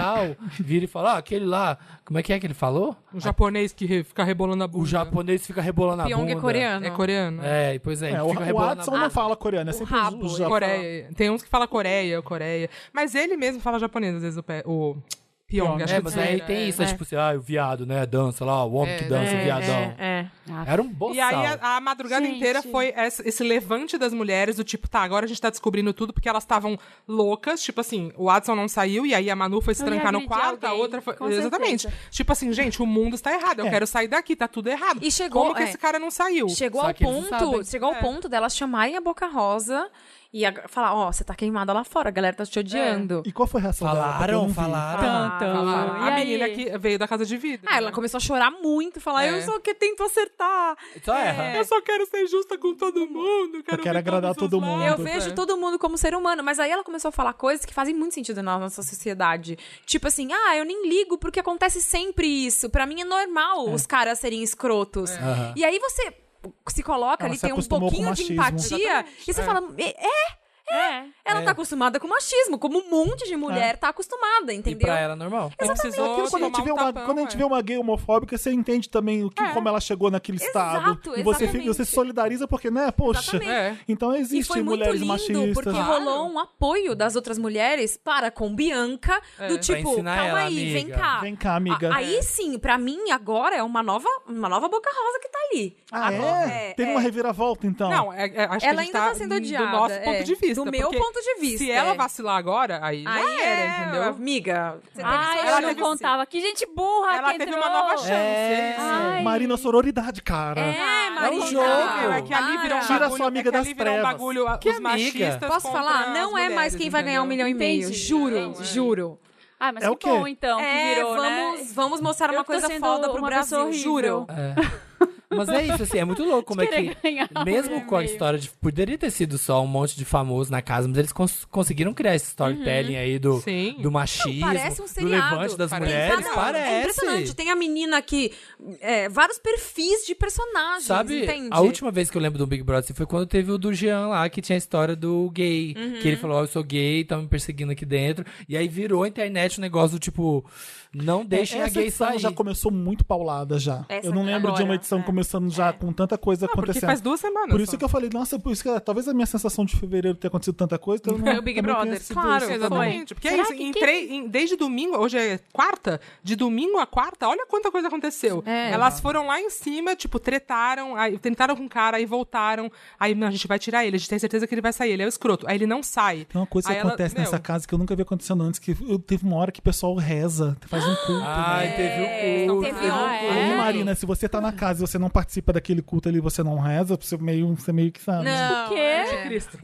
Speaker 3: vira e fala: Ah, aquele lá, como é que é que ele falou?
Speaker 4: O japonês que re- fica rebolando a bunda.
Speaker 3: O japonês fica rebolando a
Speaker 5: Pyong
Speaker 3: bunda.
Speaker 5: é coreano.
Speaker 4: É coreano.
Speaker 5: né?
Speaker 3: É, pois é,
Speaker 1: É,
Speaker 3: ele
Speaker 1: o,
Speaker 3: fica
Speaker 1: o
Speaker 3: rebolando a
Speaker 1: Watson
Speaker 3: bunda.
Speaker 1: não fala coreano, é sempre
Speaker 5: Ah, rabo,
Speaker 1: os, os
Speaker 4: Coreia. Tem uns que falam Coreia, Coreia. Mas ele mesmo fala japonês, às vezes, o, pé, o
Speaker 5: Ah,
Speaker 4: Pyong. acho
Speaker 3: É,
Speaker 4: que
Speaker 3: mas
Speaker 4: é.
Speaker 3: aí tem isso, é, tipo assim, ah, o viado, né, dança lá, o homem que dança, o viadão.
Speaker 5: É,
Speaker 3: Era um boçal.
Speaker 4: E aí a, a madrugada
Speaker 2: Gente.
Speaker 4: inteira foi essa- esse levante das mulheres, do tipo, tá, agora a gente tá descobrindo tudo, porque elas estavam loucas, tipo assim, o Adson não saiu, e aí a Manu foi se
Speaker 2: Eu ia
Speaker 4: trancar no
Speaker 2: agredir
Speaker 4: quarto, a
Speaker 2: alguém,
Speaker 4: outra foi.
Speaker 2: com
Speaker 4: Exatamente. Tipo assim, gente, o mundo está errado, eu
Speaker 1: É.
Speaker 4: quero sair daqui, tá tudo errado.
Speaker 5: E chegou-
Speaker 4: Como que
Speaker 5: é.
Speaker 4: esse cara não saiu?
Speaker 5: Chegou
Speaker 3: Só
Speaker 5: ao
Speaker 3: Tipo, que eles não
Speaker 5: ponto,
Speaker 3: sabem. É.
Speaker 5: chegou ao ponto delas chamarem a Boca Rosa e a- falar, ó, você tá queimada lá fora, a galera tá te
Speaker 3: É.
Speaker 5: odiando.
Speaker 1: E qual foi a reação dela? Porque eu não
Speaker 3: Falaram,
Speaker 1: vi.
Speaker 3: falaram.
Speaker 4: Falaram.
Speaker 2: E
Speaker 4: É. a
Speaker 2: aí?
Speaker 4: menina que veio da casa de vidro.
Speaker 5: Ah, ela começou a chorar muito, falar,
Speaker 4: É.
Speaker 5: eu só que tento acertar.
Speaker 3: Só
Speaker 5: É.
Speaker 3: erra.
Speaker 4: Eu só quero ser justa com todo mundo. Quero
Speaker 1: Eu quero
Speaker 4: ver
Speaker 1: agradar
Speaker 4: todos os
Speaker 1: todo mundo. né?
Speaker 4: lados. É.
Speaker 5: Eu vejo todo mundo como ser humano, mas aí ela começou a falar coisas que fazem muito sentido na nossa sociedade. Tipo assim, ah, eu nem ligo porque acontece sempre isso. Pra mim é normal os caras serem escrotos.
Speaker 3: Aham.
Speaker 5: E aí você se
Speaker 1: É.
Speaker 5: coloca
Speaker 1: Ela
Speaker 5: ali,
Speaker 1: se
Speaker 5: tem um
Speaker 1: acostumou com
Speaker 5: pouquinho de
Speaker 1: machismo.
Speaker 5: empatia, e você fala, "É, é,
Speaker 2: É.
Speaker 5: ela tá acostumada com machismo, como um monte de mulher tá acostumada,
Speaker 3: E
Speaker 5: entendeu?
Speaker 3: pra ela, normal.
Speaker 1: É
Speaker 4: Precisou
Speaker 1: aquilo, quando a gente
Speaker 4: tomar
Speaker 1: vê
Speaker 4: um
Speaker 1: uma,
Speaker 4: tapão,
Speaker 1: quando a gente
Speaker 4: é.
Speaker 1: vê uma gay homofóbica, você entende também o que, como ela chegou naquele estado. e você, fica,
Speaker 5: É. exatamente.
Speaker 1: você se solidariza porque, né, poxa.
Speaker 5: Exatamente.
Speaker 4: É.
Speaker 1: Então
Speaker 5: E
Speaker 1: existem
Speaker 5: foi muito
Speaker 1: mulheres
Speaker 5: lindo,
Speaker 1: machistas.
Speaker 5: porque
Speaker 4: Claro.
Speaker 5: rolou um apoio das outras mulheres para com Bianca, do tipo, calma
Speaker 3: ensinar ela,
Speaker 5: aí, vem
Speaker 3: amiga.
Speaker 5: cá.
Speaker 1: Vem cá, amiga.
Speaker 5: A- Aí sim, pra mim agora é uma nova, uma nova boca rosa que tá ali.
Speaker 1: Ah,
Speaker 5: Agora,
Speaker 1: é? Teve uma reviravolta, então.
Speaker 4: Não, é, é, acho
Speaker 5: Ela
Speaker 4: que a gente
Speaker 5: ainda tá sendo
Speaker 4: Do
Speaker 5: odiada,
Speaker 4: nosso
Speaker 5: é.
Speaker 4: ponto de vista.
Speaker 5: Do meu
Speaker 4: porque
Speaker 5: ponto de vista,
Speaker 4: Se ela
Speaker 5: é.
Speaker 4: vacilar agora, aí, já
Speaker 5: Aí é,
Speaker 4: era,
Speaker 5: era,
Speaker 4: entendeu?
Speaker 5: Amiga. você tem
Speaker 2: Ah,
Speaker 5: que
Speaker 2: ela
Speaker 5: chorar.
Speaker 2: não
Speaker 4: teve-
Speaker 2: contava. Que gente burra
Speaker 4: Ela
Speaker 2: que
Speaker 4: teve
Speaker 2: entrou.
Speaker 4: uma nova chance.
Speaker 3: É.
Speaker 5: Ah,
Speaker 2: Ai.
Speaker 1: Marina Sororidade, cara.
Speaker 5: É,
Speaker 3: É um
Speaker 5: Marina.
Speaker 3: jogo.
Speaker 4: Não, É que ali virou um
Speaker 5: Tira
Speaker 1: sua
Speaker 4: bagulho,
Speaker 1: amiga
Speaker 4: é que ali
Speaker 1: das
Speaker 4: virou um
Speaker 1: trevas.
Speaker 4: bagulho, a-
Speaker 3: Que
Speaker 4: os
Speaker 3: amiga.
Speaker 4: machistas
Speaker 5: Posso
Speaker 4: contra
Speaker 5: falar?
Speaker 4: as
Speaker 5: Não é mais
Speaker 4: mulheres,
Speaker 5: quem vai ganhar um
Speaker 4: entendeu?
Speaker 5: milhão e meio.
Speaker 2: Entendi.
Speaker 5: Juro,
Speaker 2: Não, é.
Speaker 5: juro.
Speaker 2: Ah, mas
Speaker 1: É
Speaker 2: que
Speaker 1: o quê?
Speaker 2: bom, então, que
Speaker 5: É,
Speaker 2: virou,
Speaker 5: vamos,
Speaker 2: né?
Speaker 5: vamos mostrar
Speaker 2: Eu
Speaker 5: uma
Speaker 2: tô
Speaker 5: coisa
Speaker 2: sendo
Speaker 5: foda pro
Speaker 2: uma
Speaker 5: Brasil,
Speaker 2: pessoa horrível.
Speaker 5: juro.
Speaker 3: É. Mas é isso, assim, é muito louco como é
Speaker 2: Querer
Speaker 3: que.
Speaker 2: ganhar um
Speaker 3: Mesmo com a
Speaker 2: e-mail.
Speaker 3: história de. Poderia ter sido só um monte de famoso na casa, mas eles cons- conseguiram criar esse storytelling aí do,
Speaker 4: Sim.
Speaker 3: do machismo,
Speaker 5: Uhum. Parece um
Speaker 3: do
Speaker 5: seriado.
Speaker 3: levante das
Speaker 4: Parece.
Speaker 3: mulheres.
Speaker 5: Cada um.
Speaker 3: Parece.
Speaker 5: É impressionante. Tem a menina que. é, vários perfis de personagens.
Speaker 3: Sabe,
Speaker 5: entende?
Speaker 3: a última vez que eu lembro do Big Brother assim, foi quando teve o do Jean lá, que tinha a história do gay.
Speaker 5: Uhum.
Speaker 3: Que ele falou, ó, eu sou gay, tá me perseguindo aqui dentro. E aí virou a internet o negócio do tipo, não deixem a
Speaker 1: É, Essa
Speaker 3: gay
Speaker 1: edição
Speaker 3: sair.
Speaker 1: já começou muito paulada já.
Speaker 5: Essa
Speaker 1: eu não lembro de uma
Speaker 5: agora,
Speaker 1: edição
Speaker 5: é.
Speaker 1: começando já com tanta coisa
Speaker 4: Ah, porque
Speaker 1: Tá acontecendo.
Speaker 4: faz duas semanas.
Speaker 1: Por isso que eu falei, nossa, por isso que talvez a minha sensação de fevereiro ter acontecido tanta coisa. Então
Speaker 5: Foi o Big
Speaker 1: também tenha
Speaker 5: Brother,
Speaker 1: sido
Speaker 5: claro,
Speaker 1: isso também.
Speaker 4: Exatamente. Porque é
Speaker 2: Será
Speaker 4: isso,
Speaker 2: que
Speaker 4: em três- em- desde domingo, hoje é quarta, de domingo a quarta, olha quanta coisa aconteceu.
Speaker 5: É.
Speaker 4: Elas foram lá em cima, tipo, tretaram, aí tentaram com o cara, aí voltaram. Aí, não, a gente vai tirar ele, a gente tem certeza que ele vai sair, ele é o escroto. Aí ele não sai.
Speaker 1: Tem uma coisa
Speaker 4: Aí
Speaker 1: que
Speaker 4: ela-
Speaker 1: acontece
Speaker 4: meu,
Speaker 1: nessa casa que eu nunca vi acontecendo antes, que eu, teve uma hora que o pessoal reza, faz um culto.
Speaker 3: Ai,
Speaker 1: né?
Speaker 3: teve o cu.
Speaker 5: Teve um
Speaker 2: Ah,
Speaker 5: ontem.
Speaker 2: é?
Speaker 1: Aí, Marina, se você tá na casa e você não participa daquele culto ali, você não reza, você meio, você meio que sabe.
Speaker 5: Não. é.
Speaker 2: O quê?
Speaker 4: Cristo.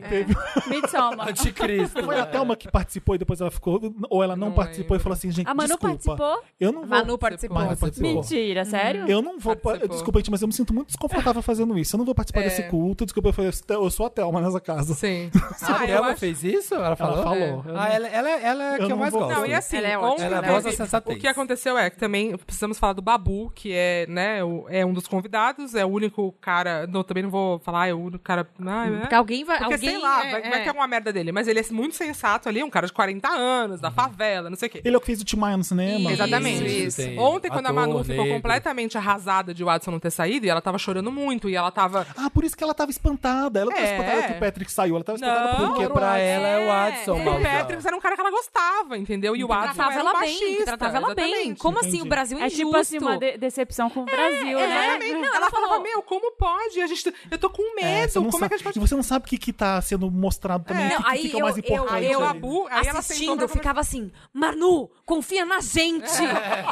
Speaker 2: Midsommar.
Speaker 3: Anticristo.
Speaker 1: Foi a Thelma que participou e depois ela ficou. Ou ela não,
Speaker 4: Não
Speaker 1: participou e falou assim, gente,
Speaker 2: A Manu
Speaker 1: desculpa.
Speaker 2: participou?
Speaker 1: Eu não vou.
Speaker 5: Manu participou.
Speaker 1: Manu participou.
Speaker 2: Mentira, sério?
Speaker 3: Uhum.
Speaker 1: Eu não vou. pa-
Speaker 4: Participou. É.
Speaker 1: Desculpa, gente, mas eu me sinto muito desconfortável fazendo isso. Eu não vou participar desse culto. Desculpa, eu falei, eu sou a Thelma nessa casa.
Speaker 4: Sim.
Speaker 3: A
Speaker 4: Ah, eu
Speaker 3: Thelma
Speaker 4: acho-
Speaker 3: fez isso? Ela falou?
Speaker 1: falou.
Speaker 3: É. Ah, ela, ela, ela é a que
Speaker 1: Eu
Speaker 3: eu,
Speaker 1: não
Speaker 3: mais
Speaker 1: vou-
Speaker 3: gosto.
Speaker 4: Não, e assim,
Speaker 5: Ela é ótima.
Speaker 4: ontem
Speaker 3: Ela é a
Speaker 4: teve-
Speaker 3: voz da sensatez.
Speaker 4: O que aconteceu é que também precisamos falar do Babu, que é, né, o- é um dos convidados, é o único cara. Não, também não vou falar, é o único cara. Ai, né?
Speaker 5: Porque alguém vai.
Speaker 4: Porque,
Speaker 5: alguém,
Speaker 4: sei lá,
Speaker 5: é,
Speaker 4: vai,
Speaker 5: é.
Speaker 4: vai ter uma merda dele. Mas ele é muito sensato ali, um cara de 40 anos, da favela, não sei o quê.
Speaker 1: Ele é o que fez o Timaya no cinema.
Speaker 4: Exatamente.
Speaker 3: Isso, isso.
Speaker 4: Ontem, quando a
Speaker 3: Ator
Speaker 4: Manu ficou
Speaker 3: negro.
Speaker 4: completamente arrasada de o Adson não ter saído, e ela tava chorando muito, e ela tava.
Speaker 1: Ah, por isso que ela tava espantada. Ela tava
Speaker 4: É.
Speaker 1: espantada que o Patrick saiu. Ela tava espantada
Speaker 4: Não,
Speaker 1: porque
Speaker 3: Porque
Speaker 1: pra
Speaker 3: pra
Speaker 1: ela.
Speaker 3: ela é o Adson,
Speaker 5: É.
Speaker 4: O
Speaker 3: Mauzão.
Speaker 4: Patrick era um cara que ela gostava, entendeu? E o
Speaker 5: Que
Speaker 4: Adson
Speaker 5: tratava
Speaker 4: era um
Speaker 5: ela bem, que
Speaker 4: baixista.
Speaker 5: tratava ela bem.
Speaker 4: exatamente.
Speaker 5: Como assim?
Speaker 1: Entendi.
Speaker 5: O Brasil é
Speaker 2: É
Speaker 5: injusto.
Speaker 2: tipo assim, uma de- decepção com o Brasil, né?
Speaker 4: É,
Speaker 5: É.
Speaker 4: Exatamente. ela, falava, meu, como pode? A gente, eu tô com medo.
Speaker 1: você não
Speaker 4: como é que
Speaker 1: sabe-
Speaker 4: a gente pode
Speaker 1: E você não sabe o que, que tá sendo mostrado também.
Speaker 5: É.
Speaker 1: o né, que,
Speaker 5: Não,
Speaker 1: que
Speaker 5: aí
Speaker 1: fica mais
Speaker 5: eu- eu-
Speaker 1: importante.
Speaker 4: Aí
Speaker 5: eu-
Speaker 4: o
Speaker 1: ali.
Speaker 4: Babu, aí ela sentou
Speaker 5: assistindo,
Speaker 4: pra
Speaker 5: eu
Speaker 4: conversar.
Speaker 5: ficava assim, Manu, confia na gente.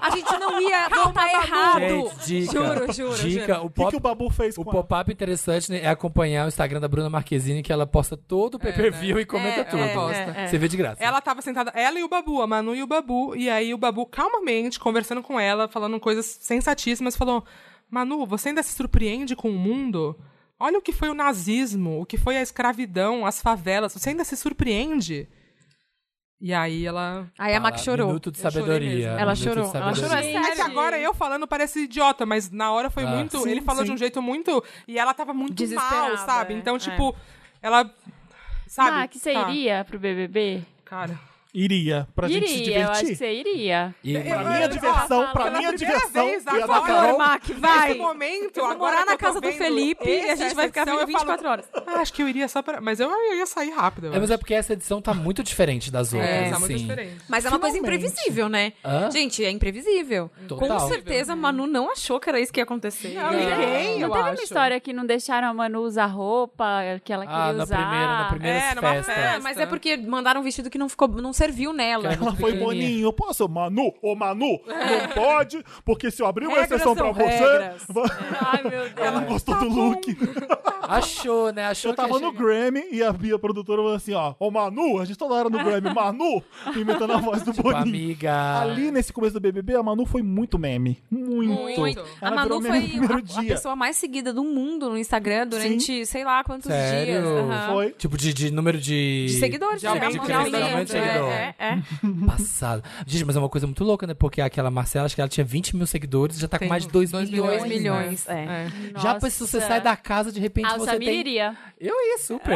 Speaker 5: A gente não ia votar errado.
Speaker 3: Gente, dica.
Speaker 5: Juro, juro,
Speaker 3: dica.
Speaker 5: juro.
Speaker 3: O
Speaker 1: O que,
Speaker 3: pop
Speaker 1: que o Babu fez
Speaker 3: O
Speaker 1: com ela?
Speaker 3: pop-up interessante né, é acompanhar o Instagram da Bruna Marquezine, que ela posta
Speaker 4: É,
Speaker 3: todo o
Speaker 4: né?
Speaker 3: pay-per-view e comenta
Speaker 5: É,
Speaker 3: tudo.
Speaker 5: ela posta.
Speaker 3: Você vê de graça.
Speaker 4: Ela tava sentada, ela e o Babu, a Manu e o Babu. E aí o Babu, calmamente, conversando com ela, falando coisas sensatíssimas, falou: Manu, você ainda se surpreende com o mundo? Olha o que foi o nazismo, o que foi a escravidão, as favelas. Você ainda se surpreende? E aí ela.
Speaker 5: Aí é a Mac
Speaker 3: Fala,
Speaker 5: chorou.
Speaker 3: Minuto de
Speaker 4: Eu chorei
Speaker 3: sabedoria.
Speaker 4: mesmo.
Speaker 5: Ela
Speaker 3: minuto de
Speaker 5: chorou, ela
Speaker 3: sabedoria.
Speaker 5: chorou, é
Speaker 2: Gente.
Speaker 4: É que agora eu falando parece idiota, mas na hora foi
Speaker 3: Ah.
Speaker 4: muito.
Speaker 1: Sim,
Speaker 4: ele falou
Speaker 1: sim.
Speaker 4: de um jeito muito. E ela tava muito mal,
Speaker 5: Desesperada,
Speaker 4: sabe? Então,
Speaker 5: é.
Speaker 4: tipo, ela. Sabe?
Speaker 2: Ah, que você
Speaker 4: Tá,
Speaker 2: iria pro BBB?
Speaker 4: cara.
Speaker 1: Iria, pra gente se
Speaker 2: Iria, eu acho que
Speaker 1: divertir.
Speaker 2: você iria.
Speaker 3: E-
Speaker 1: Pra minha
Speaker 4: Eu-
Speaker 1: diversão,
Speaker 2: ó,
Speaker 1: pra
Speaker 4: pela
Speaker 1: minha
Speaker 4: primeira
Speaker 1: diversão.
Speaker 4: vez,
Speaker 1: ia dar
Speaker 4: agora-
Speaker 1: pra-
Speaker 5: Olha, Mac, vai.
Speaker 4: Nesse momento,
Speaker 5: Eu vou
Speaker 4: agora
Speaker 5: morar
Speaker 4: que
Speaker 5: na
Speaker 4: eu tô
Speaker 5: casa do
Speaker 4: vendo
Speaker 5: Felipe e a
Speaker 4: essa
Speaker 5: gente vai ficar
Speaker 4: edição,
Speaker 5: vendo
Speaker 4: eu falo,
Speaker 5: 24 horas.
Speaker 4: "Ah, acho que eu iria só pra... Mas eu eu ia sair rápido. eu
Speaker 3: É, mas
Speaker 4: acho.
Speaker 3: é porque essa edição tá muito diferente das outras,
Speaker 4: É, tá
Speaker 3: assim.
Speaker 4: muito diferente.
Speaker 5: Mas é uma coisa
Speaker 1: Finalmente.
Speaker 5: imprevisível, né?
Speaker 3: Hã?
Speaker 5: Gente, é imprevisível.
Speaker 3: Total.
Speaker 5: Com certeza, a Manu não achou que era isso que ia acontecer. Né?
Speaker 4: Não, ninguém,
Speaker 2: Não
Speaker 4: eu
Speaker 2: teve uma
Speaker 4: acho.
Speaker 2: história que não deixaram a Manu usar roupa que ela queria
Speaker 3: Ah, na
Speaker 2: usar?
Speaker 3: primeira, na primeira
Speaker 4: É, numa
Speaker 3: festa.
Speaker 4: festa.
Speaker 5: Ah, mas é porque mandaram um vestido que não ficou, não, se- serviu nela.
Speaker 3: Ela
Speaker 1: Ela foi
Speaker 3: pequenininha.
Speaker 1: boninho. Eu posso, Manu? Ô, Manu, não pode, porque se eu abrir uma
Speaker 5: Regras
Speaker 1: exceção pra
Speaker 5: são
Speaker 1: você.
Speaker 5: regras.
Speaker 1: va-
Speaker 2: Ai, meu Deus.
Speaker 1: Ela gostou do look.
Speaker 3: Achou, né? Achou
Speaker 1: Eu tava
Speaker 3: que
Speaker 1: no
Speaker 3: ia
Speaker 1: Grammy e a Bia produtora falou assim: ó, ô Manu, a gente toda hora no Grammy, Manu, imitando a voz do
Speaker 3: chegar. Tipo,
Speaker 1: Boninho.
Speaker 3: amiga.
Speaker 1: Ali nesse começo do BBB, a Manu foi muito meme. Muito.
Speaker 4: Muito.
Speaker 1: Ela
Speaker 5: a Manu
Speaker 1: virou meme no
Speaker 5: foi
Speaker 1: primeiro
Speaker 5: a, a
Speaker 1: dia.
Speaker 5: pessoa mais seguida do mundo no Instagram durante sei lá quantos
Speaker 3: Sério?
Speaker 5: dias. aham.
Speaker 1: Foi.
Speaker 3: Tipo, de, de número de...
Speaker 5: De seguidores,
Speaker 4: De aumento,
Speaker 5: né?
Speaker 4: de
Speaker 3: aumento de seguidor.
Speaker 5: É, é, é.
Speaker 3: Passado. Gente, mas é uma coisa muito louca, né? Porque aquela Marcela, acho que ela tinha 20 mil seguidores e já tá
Speaker 4: Tem
Speaker 3: com mais de 2
Speaker 4: dois
Speaker 3: milhões.
Speaker 5: Dois
Speaker 3: né?
Speaker 5: milhões, é.
Speaker 3: Já se você sai da casa, de repente
Speaker 2: Ah, o
Speaker 3: você
Speaker 2: Samir
Speaker 3: tem...
Speaker 2: iria.
Speaker 3: Eu ia super.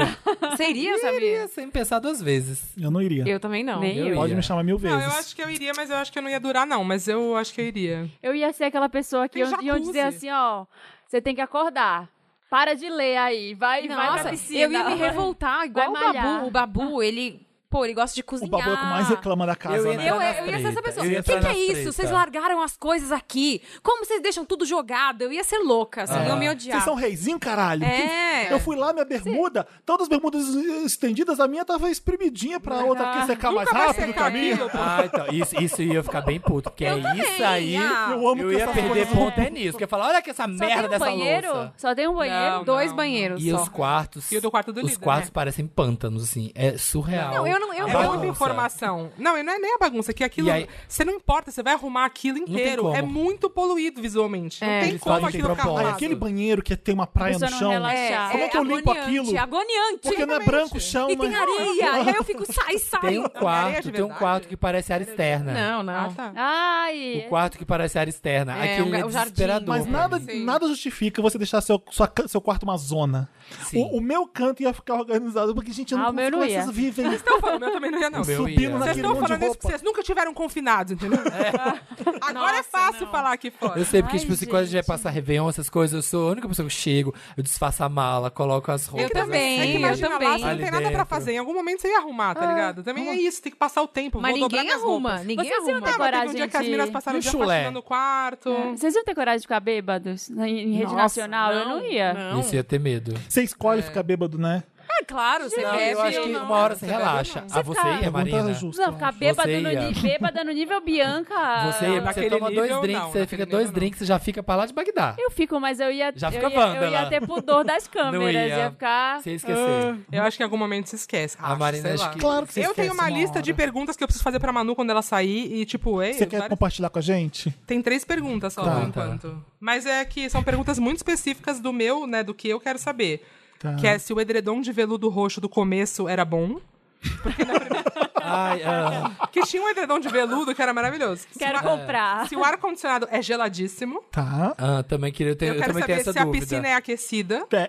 Speaker 5: é. Seria,
Speaker 3: Eu
Speaker 5: sabia?
Speaker 3: iria sem pensar duas vezes.
Speaker 1: Eu não iria.
Speaker 5: Eu também não.
Speaker 2: Nem eu.
Speaker 1: Pode
Speaker 3: ia.
Speaker 1: me chamar mil vezes.
Speaker 4: Não, eu acho que eu iria, mas eu acho que eu não ia durar, não. Mas eu acho que eu iria.
Speaker 2: Eu ia ser aquela pessoa que
Speaker 4: Tem
Speaker 2: iam iam dizer
Speaker 4: jacuzzi.
Speaker 2: assim, ó, você tem que acordar. Para de ler aí, vai, vai pra
Speaker 5: Nossa,
Speaker 2: piscina.
Speaker 5: eu ia me revoltar, igual o
Speaker 2: Vai malhar.
Speaker 5: Babu. O Babu, ele, pô, ele gosta de
Speaker 1: O
Speaker 5: cozinhar.
Speaker 1: babu é o que mais reclama da casa,
Speaker 3: Eu ia
Speaker 1: né?
Speaker 5: Eu, é,
Speaker 3: nas
Speaker 5: eu ia ser essa
Speaker 3: treta.
Speaker 5: pessoa.
Speaker 3: Eu ia
Speaker 5: O que,
Speaker 3: entrar
Speaker 5: que é
Speaker 3: nas
Speaker 5: isso?
Speaker 3: treta.
Speaker 5: Vocês largaram as coisas aqui. Como vocês deixam tudo jogado? Eu ia ser louca, assim,
Speaker 3: Ah.
Speaker 5: eu me
Speaker 1: Vocês
Speaker 5: odiar.
Speaker 1: são reizinho, caralho?
Speaker 5: É.
Speaker 1: Eu fui lá, minha bermuda, todas as bermudas estendidas, a minha tava espremidinha pra outra que secar mais
Speaker 4: Nunca vai
Speaker 1: rápido que
Speaker 4: secar
Speaker 1: a minha.
Speaker 4: aquilo, pô.
Speaker 3: Ah, então, isso, isso ia ficar bem puto, porque é isso aí.
Speaker 5: ah.
Speaker 1: Eu amo
Speaker 3: eu
Speaker 1: que
Speaker 3: ia
Speaker 1: essas
Speaker 3: perder
Speaker 1: coisas-
Speaker 3: ponto é nisso. Porque eu ia falar, olha que essa
Speaker 2: Só
Speaker 3: merda
Speaker 2: tem um
Speaker 3: dessa
Speaker 2: banheiro?
Speaker 3: louça.
Speaker 2: Só tem um banheiro?
Speaker 4: Não,
Speaker 5: Dois
Speaker 4: não.
Speaker 5: banheiros
Speaker 3: E
Speaker 5: só.
Speaker 3: os quartos.
Speaker 4: E o do quarto do
Speaker 3: Os
Speaker 4: líder,
Speaker 3: quartos
Speaker 4: né?
Speaker 3: parecem pântanos, assim. É surreal.
Speaker 5: Não, eu
Speaker 3: A
Speaker 5: não- eu não-
Speaker 4: É
Speaker 5: Bagunça.
Speaker 4: muita informação. Não, e não é nem a bagunça, que aquilo.
Speaker 3: E aí-
Speaker 4: Você não importa, você vai arrumar aquilo
Speaker 3: tem
Speaker 4: inteiro.
Speaker 3: como.
Speaker 4: É muito poluído visualmente.
Speaker 5: É,
Speaker 4: não tem
Speaker 3: eles
Speaker 4: como
Speaker 3: fazem de
Speaker 4: aquilo ficar
Speaker 3: propósito.
Speaker 1: Ai,
Speaker 4: arrumado.
Speaker 1: aquele banheiro que tem uma praia no
Speaker 2: Pessoa não
Speaker 1: chão.
Speaker 2: relaxa. É,
Speaker 1: Como é que eu limpo aquilo?
Speaker 5: Agoniante.
Speaker 1: Porque não é branco o chão,
Speaker 5: E
Speaker 1: né?
Speaker 5: tem areia. e aí eu fico, sai, sai.
Speaker 3: Tem
Speaker 4: areia
Speaker 3: um
Speaker 4: de
Speaker 3: quarto, tem um
Speaker 4: verdade?
Speaker 3: quarto que parece área externa.
Speaker 5: Não, não.
Speaker 4: Ah, tá.
Speaker 2: Ai,
Speaker 3: O quarto que parece área externa.
Speaker 5: É,
Speaker 3: Aquilo
Speaker 5: um ga-
Speaker 3: é
Speaker 5: um jardim.
Speaker 3: desesperador.
Speaker 1: Mas
Speaker 3: pra
Speaker 1: nada,
Speaker 3: mim.
Speaker 1: nada justifica você deixar seu, sua ca- seu quarto uma zona.
Speaker 3: Sim.
Speaker 1: O, o meu canto ia ficar organizado, porque, gente, eu não
Speaker 2: Ah, o meu
Speaker 1: consigo
Speaker 2: não
Speaker 1: como
Speaker 2: ia.
Speaker 1: vocês vivem
Speaker 4: Então, falando, eu também não ia, não.
Speaker 3: O meu ia.
Speaker 1: subindo
Speaker 4: Vocês
Speaker 1: naquele
Speaker 4: estão
Speaker 1: monte de
Speaker 4: falando isso
Speaker 1: roupa.
Speaker 4: porque vocês nunca tiveram confinados, entendeu? Agora é fácil falar aqui fora.
Speaker 3: Eu sei, porque,
Speaker 2: Ai,
Speaker 3: tipo, se quando a gente vai
Speaker 2: gente.
Speaker 3: passar Réveillon, essas coisas, eu sou a única pessoa que chego, eu desfaço a mala, coloco as roupas.
Speaker 5: Eu também,
Speaker 4: É que
Speaker 3: assim.
Speaker 5: eu
Speaker 4: imagina lá,
Speaker 5: também.
Speaker 4: você não
Speaker 3: Ali
Speaker 4: tem nada pra
Speaker 3: dentro.
Speaker 4: fazer. Em algum momento você ia arrumar, tá ligado? Também é isso, tem que passar o tempo.
Speaker 5: Mas
Speaker 4: vou dobrar
Speaker 5: ninguém
Speaker 4: minhas
Speaker 5: arruma.
Speaker 4: roupas.
Speaker 5: Ninguém
Speaker 2: Vocês iam
Speaker 5: arruma.
Speaker 4: Ah, mas teve um dia
Speaker 2: Coragem
Speaker 4: que as
Speaker 2: de-
Speaker 4: meninas passaram
Speaker 3: E
Speaker 4: o
Speaker 3: o
Speaker 4: dia
Speaker 3: chulé?
Speaker 4: faxinando no quarto.
Speaker 5: Hum,
Speaker 2: vocês iam ter coragem de ficar bêbados na- em rede
Speaker 5: Nossa,
Speaker 2: nacional? eu não ia.
Speaker 5: Não.
Speaker 3: Isso ia ter medo.
Speaker 1: Você
Speaker 3: É.
Speaker 1: escolhe ficar bêbado, né?
Speaker 5: Ah, claro, você
Speaker 3: Não,
Speaker 5: bebe
Speaker 3: eu acho
Speaker 5: ou
Speaker 3: que
Speaker 5: não.
Speaker 3: uma hora você
Speaker 4: bebe ou não?
Speaker 3: relaxa.
Speaker 2: Você
Speaker 3: Ah, você
Speaker 2: tá-
Speaker 3: ia,
Speaker 1: Pergunta
Speaker 3: Marina?
Speaker 1: justa.
Speaker 2: Não, ficar bêbado
Speaker 3: Você
Speaker 2: no,
Speaker 3: ia.
Speaker 2: ni- bêbada no nível Bianca.
Speaker 3: Você ia, porque você
Speaker 4: Naquele
Speaker 3: toma dois
Speaker 4: nível,
Speaker 3: drinks,
Speaker 4: não,
Speaker 3: você
Speaker 4: naquele
Speaker 3: fica dois
Speaker 4: nível, não.
Speaker 3: drinks e já fica pra lá de Bagdá.
Speaker 2: Eu fico, mas eu ia.
Speaker 3: Já
Speaker 2: eu
Speaker 3: fica
Speaker 2: ia- Eu ia
Speaker 3: Vandala.
Speaker 2: ter pudor das câmeras.
Speaker 3: ia.
Speaker 2: ia. ficar.
Speaker 3: Você ia esquecer.
Speaker 4: Eu acho que em algum momento se esquece.
Speaker 3: A
Speaker 4: Acho,
Speaker 3: Marina
Speaker 4: sei
Speaker 3: acho
Speaker 4: lá.
Speaker 3: que-
Speaker 1: Claro que você
Speaker 4: Eu tenho
Speaker 1: esquece
Speaker 4: uma lista
Speaker 1: hora.
Speaker 4: de perguntas que eu preciso fazer pra Manu quando ela sair. E, tipo, ei,
Speaker 1: Você quer
Speaker 4: várias-
Speaker 1: compartilhar com a gente?
Speaker 4: tem três perguntas só,
Speaker 3: Tá.
Speaker 4: por enquanto. Mas é que são perguntas muito específicas do meu, né, do que eu quero saber.
Speaker 1: Tá.
Speaker 4: Que é se o edredom de veludo roxo do começo era bom.
Speaker 3: Ai, ah.
Speaker 4: Que tinha um edredom de veludo que era maravilhoso. Se
Speaker 2: Quero
Speaker 4: o ar-
Speaker 2: comprar.
Speaker 4: Se o ar-condicionado é geladíssimo,
Speaker 1: Tá.
Speaker 3: Ah, também queria ter,
Speaker 4: eu,
Speaker 3: eu,
Speaker 4: quero
Speaker 3: também
Speaker 4: saber
Speaker 3: tenho essa
Speaker 4: se a
Speaker 3: dúvida.
Speaker 4: piscina é aquecida.
Speaker 1: É, é.